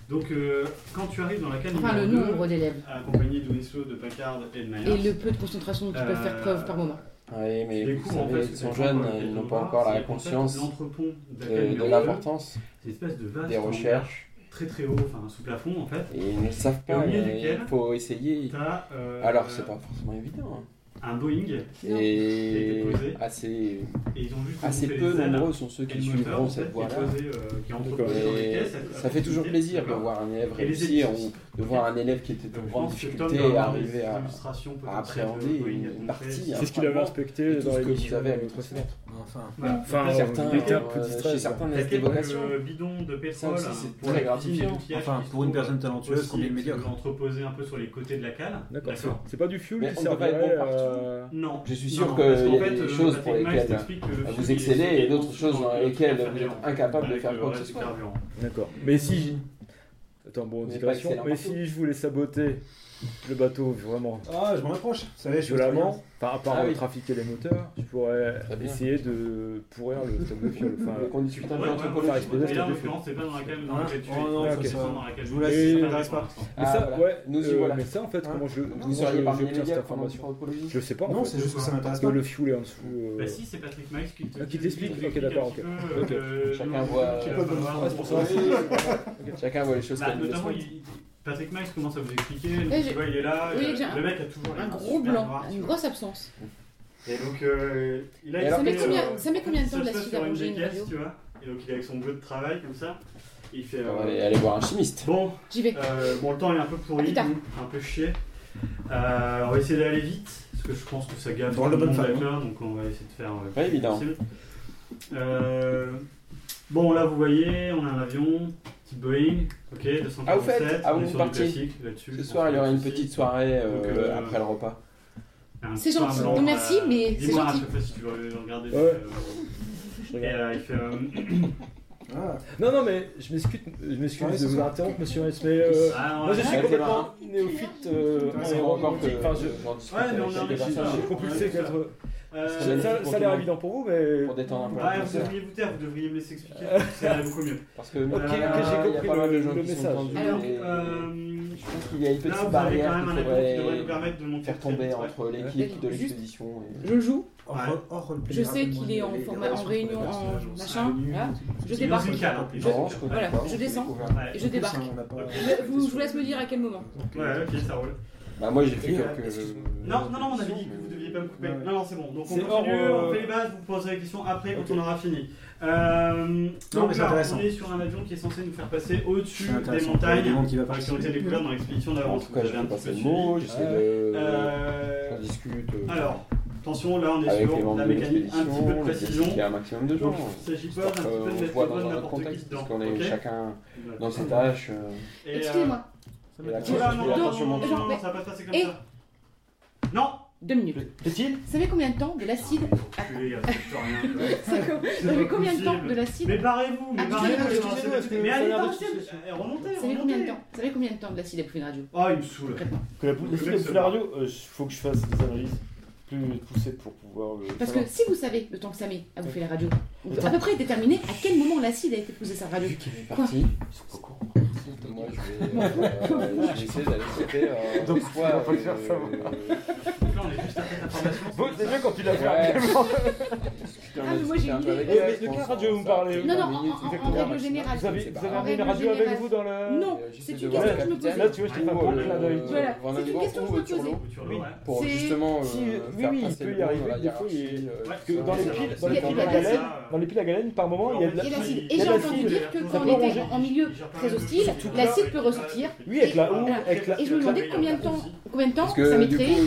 Speaker 1: Donc, euh, quand tu arrives dans la cale
Speaker 3: Enfin, le
Speaker 1: numéro 2,
Speaker 3: nombre d'élèves.
Speaker 1: accompagné de Winslow, de Packard et de Maillard, Euh,
Speaker 3: Et le peu de concentration dont ils peuvent faire preuve par moment.
Speaker 4: Oui, mais
Speaker 1: les
Speaker 4: vous
Speaker 1: cours, en
Speaker 4: savez,
Speaker 1: fait,
Speaker 4: ils
Speaker 1: ce
Speaker 4: sont
Speaker 1: que
Speaker 4: jeunes,
Speaker 1: j'entends par
Speaker 4: ils n'ont
Speaker 1: les
Speaker 4: pas
Speaker 1: gens
Speaker 4: encore
Speaker 1: c'est
Speaker 4: la
Speaker 1: le concept
Speaker 4: conscience
Speaker 1: de l'entrepont de, la cale
Speaker 4: de, de
Speaker 1: numéro deux.
Speaker 4: l'importance
Speaker 1: C'est une espèce de vaste
Speaker 4: des
Speaker 1: hangar
Speaker 4: recherches.
Speaker 1: très très haut, enfin sous plafond en fait.
Speaker 4: Et ils ne savent
Speaker 1: Et au
Speaker 4: pas,
Speaker 1: milieu
Speaker 4: mais
Speaker 1: duquel
Speaker 4: il faut essayer.
Speaker 1: T'as euh,
Speaker 4: Alors, c'est pas forcément évident. hein.
Speaker 1: un Boeing a
Speaker 4: Et
Speaker 3: Non.
Speaker 1: été posé.
Speaker 4: assez,
Speaker 1: et ils ont juste
Speaker 4: assez
Speaker 1: monté
Speaker 4: peu
Speaker 1: les ailes
Speaker 4: nombreux sont ceux
Speaker 1: et le
Speaker 4: qui
Speaker 1: moteur en
Speaker 4: suivront
Speaker 1: fait,
Speaker 4: cette
Speaker 1: qui est
Speaker 4: voie-là.
Speaker 1: posé, euh, qui est entreposé dans les
Speaker 4: Mais
Speaker 1: caisses. à- à
Speaker 4: ça fait toujours
Speaker 1: proximité,
Speaker 4: plaisir de voir un élève
Speaker 1: hein. Et les
Speaker 4: réussir
Speaker 1: études.
Speaker 4: ou de voir un élève qui était en
Speaker 1: Donc, je
Speaker 4: grande
Speaker 1: pense que Tom
Speaker 4: difficulté
Speaker 1: doit
Speaker 4: et
Speaker 1: avoir des
Speaker 4: arriver à.
Speaker 1: illustrations
Speaker 4: à
Speaker 1: potentielles de
Speaker 4: appréhender
Speaker 1: Boeing
Speaker 4: une
Speaker 1: à montrer.
Speaker 4: partie, hein.
Speaker 2: C'est ce qu'il avait
Speaker 4: Fragment
Speaker 2: inspecté
Speaker 4: de tout
Speaker 2: dans
Speaker 4: ce que
Speaker 2: l'émission
Speaker 4: vous avez à
Speaker 2: euh,
Speaker 4: lui
Speaker 2: précédente.
Speaker 6: Non,
Speaker 4: Enfin,
Speaker 1: Voilà.
Speaker 7: Enfin,
Speaker 1: Peut-être
Speaker 4: certains,
Speaker 7: l'étape
Speaker 4: euh,
Speaker 7: distraite,
Speaker 4: chez
Speaker 7: quoi.
Speaker 4: certains,
Speaker 1: la
Speaker 4: la
Speaker 1: tête,
Speaker 4: dévocation.
Speaker 1: le bidon de pétrole,
Speaker 4: Ça aussi, c'est
Speaker 1: hein, la
Speaker 4: très
Speaker 1: cuisine et
Speaker 4: gratifiant.
Speaker 1: le pillage
Speaker 5: Enfin,
Speaker 1: qui se
Speaker 5: pour une
Speaker 1: trouve
Speaker 5: personne talentueuse,
Speaker 1: aussi,
Speaker 5: combien de
Speaker 1: qui
Speaker 5: médiocre.
Speaker 1: sont entreposés un peu sur les côtés de la cale.
Speaker 2: D'accord. C'est pas du fuel
Speaker 4: Mais
Speaker 2: qui
Speaker 4: on peut pas
Speaker 2: servirait.
Speaker 4: être bon partout.
Speaker 2: euh,
Speaker 1: Non.
Speaker 4: Je suis
Speaker 1: Non,
Speaker 4: sûr
Speaker 1: non,
Speaker 4: que
Speaker 1: parce qu'en
Speaker 4: y a
Speaker 1: fait,
Speaker 4: des
Speaker 1: euh,
Speaker 4: choses pour
Speaker 1: Patrick Miles
Speaker 4: lesquelles,
Speaker 1: t'explique que le
Speaker 4: vous
Speaker 1: fuel est
Speaker 4: excellez et
Speaker 1: stocké
Speaker 4: d'autres
Speaker 1: dans-
Speaker 4: choses dans
Speaker 1: dans le
Speaker 4: lesquelles
Speaker 1: carburant.
Speaker 4: vous êtes incapable de
Speaker 1: Avec
Speaker 4: faire
Speaker 1: le
Speaker 4: quoi que
Speaker 1: reste
Speaker 4: ce
Speaker 1: du
Speaker 4: soit.
Speaker 1: carburant.
Speaker 2: D'accord. Mais si. Attends, bon,
Speaker 4: On n'est
Speaker 2: digression.
Speaker 4: pas excellent
Speaker 2: Mais
Speaker 4: partout.
Speaker 2: si je voulais saboter le bateau, vraiment,
Speaker 5: Ah, je m'en rapproche. Ça y est, je suis
Speaker 2: violemment, enfin, à part
Speaker 4: Ah oui.
Speaker 2: euh, trafiquer les moteurs, je pourrais
Speaker 4: Très bien.
Speaker 2: essayer de pourrir le stock de fuel. Enfin,
Speaker 4: Donc on discute un peu
Speaker 1: euh, Ouais,
Speaker 4: entre
Speaker 1: ouais,
Speaker 4: collègues.
Speaker 1: ouais,
Speaker 2: faire exploser
Speaker 1: mais là, en
Speaker 2: ce
Speaker 1: l'occurrence, c'est pas dans la cale dans
Speaker 5: Ah,
Speaker 1: laquelle tu es.
Speaker 5: oh non,
Speaker 1: C'est
Speaker 2: ok.
Speaker 1: pas dans laquelle
Speaker 5: Je
Speaker 1: tu
Speaker 5: vous
Speaker 1: es.
Speaker 5: laisse,
Speaker 1: C'est
Speaker 5: ça
Speaker 1: pas
Speaker 5: m'intéresse pas.
Speaker 1: pour l'instant.
Speaker 2: Mais
Speaker 4: Ah,
Speaker 2: ça,
Speaker 4: voilà.
Speaker 2: ouais,
Speaker 4: Nous y
Speaker 2: euh,
Speaker 4: voilà.
Speaker 2: mais ça en fait,
Speaker 5: Hein
Speaker 2: comment je,
Speaker 4: Vous
Speaker 2: comment
Speaker 4: seriez
Speaker 2: je-
Speaker 4: parmi
Speaker 2: j'obtiens
Speaker 4: les
Speaker 2: cette
Speaker 4: médias pendant
Speaker 2: information
Speaker 4: l'anthropologie
Speaker 2: Je sais pas. en
Speaker 5: Non,
Speaker 2: fait.
Speaker 5: c'est juste que ça
Speaker 2: Parce
Speaker 5: m'intéresse
Speaker 2: que
Speaker 5: pas.
Speaker 2: le fuel est en dessous. euh,
Speaker 1: Bah si, c'est Patrick Miles qui te
Speaker 2: Ah, qui t'explique, ok, d'accord, ok. Ok.
Speaker 4: Chacun voit, euh, Chacun voit les choses
Speaker 1: Bah,
Speaker 4: comme il le
Speaker 1: notamment,
Speaker 4: souhaite.
Speaker 1: il- il- Patrick Miles commence à vous expliquer. donc,
Speaker 3: Ouais,
Speaker 1: tu
Speaker 3: j'ai-
Speaker 1: vois, il est là.
Speaker 3: Oui,
Speaker 1: euh,
Speaker 3: j'ai un-
Speaker 1: le mec a toujours les
Speaker 3: Un
Speaker 1: mains
Speaker 3: gros
Speaker 1: super
Speaker 3: blanc,
Speaker 1: noires, tu
Speaker 3: une
Speaker 1: vois.
Speaker 3: grosse absence.
Speaker 1: Et donc, euh, il a
Speaker 4: Et alors,
Speaker 1: il
Speaker 4: ça met
Speaker 1: se met,
Speaker 4: combien-
Speaker 1: euh,
Speaker 3: ça met combien de temps
Speaker 1: il se
Speaker 3: de la
Speaker 1: pose
Speaker 3: suite
Speaker 1: sur
Speaker 3: à
Speaker 1: une
Speaker 3: bouger une
Speaker 1: jaquette,
Speaker 3: radio
Speaker 1: tu vois. Et donc, il est avec son bleu de travail comme ça. Et il fait. euh,
Speaker 4: On va aller, aller voir un chimiste.
Speaker 1: Bon,
Speaker 3: J'y vais.
Speaker 1: euh, bon, le temps est un peu pourri,
Speaker 3: Putain.
Speaker 1: un peu chier. Euh, on va essayer d'aller vite, parce que je pense que ça gave
Speaker 5: Dans le
Speaker 1: tout
Speaker 5: bon
Speaker 1: monde
Speaker 5: time.
Speaker 1: d'accord, donc on va essayer de faire. euh,
Speaker 4: Pas évident.
Speaker 1: possible. Euh, bon, là, vous voyez, on a un avion, petit Boeing, ok, 237.
Speaker 4: Ah, au fait, ah,
Speaker 1: on
Speaker 4: vous
Speaker 1: est sur du
Speaker 4: partiez.
Speaker 1: classique là-dessus.
Speaker 4: Ce
Speaker 1: je
Speaker 4: soir,
Speaker 1: pense
Speaker 4: il y
Speaker 1: pas
Speaker 4: aura
Speaker 1: de
Speaker 4: une
Speaker 1: soucis.
Speaker 4: petite soirée euh,
Speaker 1: Donc, euh,
Speaker 4: après le repas.
Speaker 1: Un
Speaker 3: C'est
Speaker 1: petit
Speaker 3: gentil.
Speaker 1: blanc, euh,
Speaker 3: Non, merci, mais c'est
Speaker 1: dis-moi,
Speaker 3: gentil.
Speaker 1: Je sais pas si tu veux regarder.
Speaker 2: Ouais.
Speaker 1: euh,
Speaker 2: je
Speaker 1: et
Speaker 2: regarde.
Speaker 1: euh, il fait. euh,
Speaker 5: Ah,
Speaker 2: Non, non, mais je m'excuse je m'excuse
Speaker 5: Ouais,
Speaker 2: de
Speaker 5: c'est
Speaker 2: vous
Speaker 5: ça.
Speaker 2: interrompre, monsieur Metz, mais. euh,
Speaker 1: ah, ouais.
Speaker 2: Moi, je suis
Speaker 4: Ouais,
Speaker 2: complètement néophyte euh, en
Speaker 5: Ouais,
Speaker 4: C'est encore que
Speaker 2: aéronautique. Enfin, je-
Speaker 4: j'en discute
Speaker 1: Ouais, mais on
Speaker 4: avec
Speaker 1: est en
Speaker 4: quelques
Speaker 1: équipe,
Speaker 4: personnes.
Speaker 1: là.
Speaker 2: je suis compulsé
Speaker 1: Ouais, c'est ça.
Speaker 2: contre.
Speaker 1: Euh,
Speaker 4: C'est
Speaker 2: Ça, ça, ça a l'air évident pour vous, mais.
Speaker 4: Pour détendre un peu.
Speaker 1: Ouais,
Speaker 4: la
Speaker 1: vous
Speaker 4: atmosphère.
Speaker 1: devriez vous taire, vous devriez me laisser expliquer, ça irait beaucoup mieux.
Speaker 4: Parce que
Speaker 2: ok,
Speaker 4: euh, il y a
Speaker 2: j'ai compris
Speaker 4: pas mal de
Speaker 2: le-
Speaker 4: gens
Speaker 2: le
Speaker 4: qui sont
Speaker 2: message.
Speaker 4: tendus
Speaker 1: Alors,
Speaker 4: et
Speaker 1: euh,
Speaker 4: je pense qu'il y a une
Speaker 1: là,
Speaker 4: petite
Speaker 1: vous avez
Speaker 4: barrière
Speaker 1: quand même un
Speaker 4: qu'il
Speaker 1: avion qui devrait nous
Speaker 4: faudrait
Speaker 1: permettre de monter.
Speaker 4: faire
Speaker 1: très vite,
Speaker 4: tomber hein.
Speaker 1: ouais.
Speaker 4: entre l'équipe de l'expédition. et-
Speaker 3: Je joue.
Speaker 5: hors-
Speaker 1: Ouais.
Speaker 5: hors roleplay,
Speaker 3: Je sais
Speaker 5: rappelle-moi
Speaker 3: qu'il est
Speaker 5: les-
Speaker 3: en
Speaker 5: les
Speaker 3: format- en
Speaker 5: relations
Speaker 3: réunion,
Speaker 5: entre les
Speaker 3: en
Speaker 5: personnages, on
Speaker 3: machin,
Speaker 5: s'en est
Speaker 3: voilà.
Speaker 5: venu, on s'est-
Speaker 3: Je
Speaker 1: Il est
Speaker 3: débarque.
Speaker 1: dans une cale, hein.
Speaker 4: Non, je connais
Speaker 3: Voilà,
Speaker 4: pas,
Speaker 3: je
Speaker 4: j'ai
Speaker 3: descends.
Speaker 4: découvert.
Speaker 1: Ouais.
Speaker 3: Et je débarque.
Speaker 5: On n'a pas-
Speaker 3: Je- vous, je vous laisse me dire à quel moment.
Speaker 1: Ouais, ok, ça roule.
Speaker 4: Bah, moi, j'ai fait
Speaker 1: Et, euh,
Speaker 4: quelques.
Speaker 1: Non, non, non, on avait dit que vous deviez pas me couper.
Speaker 5: Ouais.
Speaker 1: Non, non, c'est bon. Donc on
Speaker 2: C'est
Speaker 1: continue,
Speaker 2: hors, euh,
Speaker 1: on fait les bases, vous posez la question après quand on aura fini. Euh,
Speaker 5: Non, mais
Speaker 1: donc
Speaker 5: c'est
Speaker 1: là,
Speaker 5: intéressant.
Speaker 1: on est sur un avion qui est censé nous faire passer au-dessus
Speaker 5: C'est
Speaker 1: des
Speaker 5: intéressant. Il y a
Speaker 1: montagnes
Speaker 5: monde qui va
Speaker 1: enfin, qui ont été
Speaker 5: participer.
Speaker 1: découvertes dans l'expédition
Speaker 4: En
Speaker 1: d'avant.
Speaker 4: tout cas,
Speaker 1: Vous avez
Speaker 4: j'ai
Speaker 1: un petit peu
Speaker 4: passé le
Speaker 1: suivi.
Speaker 4: mot, hein. j'essaie de.
Speaker 1: Euh,
Speaker 4: On discute. euh,
Speaker 1: Alors, attention, là on est
Speaker 4: avec les
Speaker 1: sur
Speaker 4: membres
Speaker 1: la
Speaker 4: de
Speaker 1: mécanique, un petit peu de
Speaker 4: l'expédition,
Speaker 1: précision.
Speaker 4: Il y a un maximum de gens.
Speaker 1: Donc, il ne s'agit pas d'un
Speaker 4: Histoire
Speaker 1: petit
Speaker 4: qu'on
Speaker 1: peu de
Speaker 4: se
Speaker 1: mettre
Speaker 4: voit
Speaker 1: les
Speaker 4: dans
Speaker 1: bonnes
Speaker 4: un autre
Speaker 1: n'importe qui
Speaker 4: contexte,
Speaker 1: dedans.
Speaker 4: parce qu'on est
Speaker 1: ok
Speaker 4: chacun
Speaker 1: Voilà.
Speaker 4: dans ses tâches. euh,
Speaker 1: Et, euh,
Speaker 3: Excusez-moi.
Speaker 4: et la
Speaker 1: tu vois,
Speaker 4: classe,
Speaker 1: non,
Speaker 4: et la
Speaker 1: non,
Speaker 4: tension
Speaker 1: non,
Speaker 4: monte.
Speaker 1: non, ça va pas se passer comme
Speaker 3: Et-
Speaker 1: ça. Non
Speaker 3: Deux minutes.
Speaker 4: Est-il
Speaker 3: Vous savez combien de temps de l'acide
Speaker 1: Enculé, gars, c'est plus rien.
Speaker 3: Ça fait combien de temps de l'acide
Speaker 1: Mais barrez-vous, mais
Speaker 3: Ah,
Speaker 1: barrez-vous,
Speaker 3: excusez-moi,
Speaker 1: c'est pas-
Speaker 2: excusez-moi, parce que
Speaker 1: Mais
Speaker 2: ça a
Speaker 1: allez,
Speaker 2: l'air
Speaker 1: dans le
Speaker 2: d'être-
Speaker 1: ciel, eh, remontez,
Speaker 3: Vous savez combien de
Speaker 1: remontez.
Speaker 3: temps Vous savez combien de temps de l'acide a pris une radio
Speaker 1: Ah, il me saoule.
Speaker 3: Concrètement.
Speaker 2: Que la boule
Speaker 1: Le
Speaker 2: aussi,
Speaker 1: mec
Speaker 2: les
Speaker 1: se
Speaker 2: scénarios, euh, il faut que je fasse des analyses plus poussées pour pouvoir. euh,
Speaker 3: Parce que
Speaker 2: savoir.
Speaker 3: si vous savez le temps que ça met à vous faire la radio, on peut à peu près déterminer à quel moment l'acide a été posé sa radio.
Speaker 4: parti Ils sont pas courants. Moi, je vais, euh, je vais essayer d'aller sauter. euh,
Speaker 2: Donc,
Speaker 4: soit,
Speaker 2: on va le faire
Speaker 4: euh,
Speaker 2: savoir.
Speaker 1: Donc là, on est juste après cette information.
Speaker 2: Bon, déjà quand tu l'as fait.
Speaker 4: Ouais.
Speaker 3: Ah, mais moi, j'ai une idée.
Speaker 2: Eh, mais de quelle radio vous me parlez
Speaker 3: Non, non, en- en- en,
Speaker 2: exactement.
Speaker 3: règle générale.
Speaker 2: Vous avez,
Speaker 4: pas
Speaker 2: vous avez
Speaker 4: grave.
Speaker 2: amené une
Speaker 3: En
Speaker 2: radio
Speaker 3: règle
Speaker 2: avec vous dans le.
Speaker 3: Non,
Speaker 4: euh, j'essaie
Speaker 3: c'est une
Speaker 4: de
Speaker 3: question
Speaker 4: voir
Speaker 3: que
Speaker 4: le
Speaker 3: je me
Speaker 4: capitaine.
Speaker 2: Là,
Speaker 3: posais.
Speaker 2: tu vois, je t'ai
Speaker 4: Ou,
Speaker 2: fait un bon
Speaker 4: euh,
Speaker 2: clin d'œil.
Speaker 3: Voilà,
Speaker 4: Van
Speaker 3: c'est une
Speaker 4: Gogh
Speaker 3: question
Speaker 4: ou
Speaker 3: que je me
Speaker 4: Turlot,
Speaker 3: posais.
Speaker 1: Ou tu reviens,
Speaker 2: Oui.
Speaker 1: ouais.
Speaker 4: Pour
Speaker 3: C'est-
Speaker 4: justement.
Speaker 2: Si,
Speaker 4: euh,
Speaker 2: oui,
Speaker 4: faire
Speaker 2: oui, il peut
Speaker 4: passer le
Speaker 2: y
Speaker 4: bon dans
Speaker 2: arriver,
Speaker 4: la
Speaker 2: des fois, il-
Speaker 4: hiérarchie, euh,
Speaker 1: Parce
Speaker 2: que dans les
Speaker 4: ça,
Speaker 2: piles,
Speaker 4: ça,
Speaker 2: dans les
Speaker 4: ça,
Speaker 2: piles
Speaker 3: il y a
Speaker 2: à
Speaker 3: de la
Speaker 2: galène, dans les piles à galène, par moment, il y a de la.
Speaker 3: Il y a l'acide.
Speaker 2: Il
Speaker 3: Et
Speaker 2: y a
Speaker 3: j'ai
Speaker 2: de
Speaker 3: entendu
Speaker 2: l'acide.
Speaker 3: dire que
Speaker 2: Ça
Speaker 3: quand
Speaker 2: peut
Speaker 3: on était
Speaker 2: ronger.
Speaker 3: en milieu très hostile, l'acide peut ressortir.
Speaker 2: Oui, avec la
Speaker 3: Et-
Speaker 2: honte, avec la.
Speaker 3: Et je me demandais combien de temps, combien de temps
Speaker 4: Parce que
Speaker 3: ça
Speaker 4: du coup,
Speaker 3: mettrait à
Speaker 4: je
Speaker 3: vous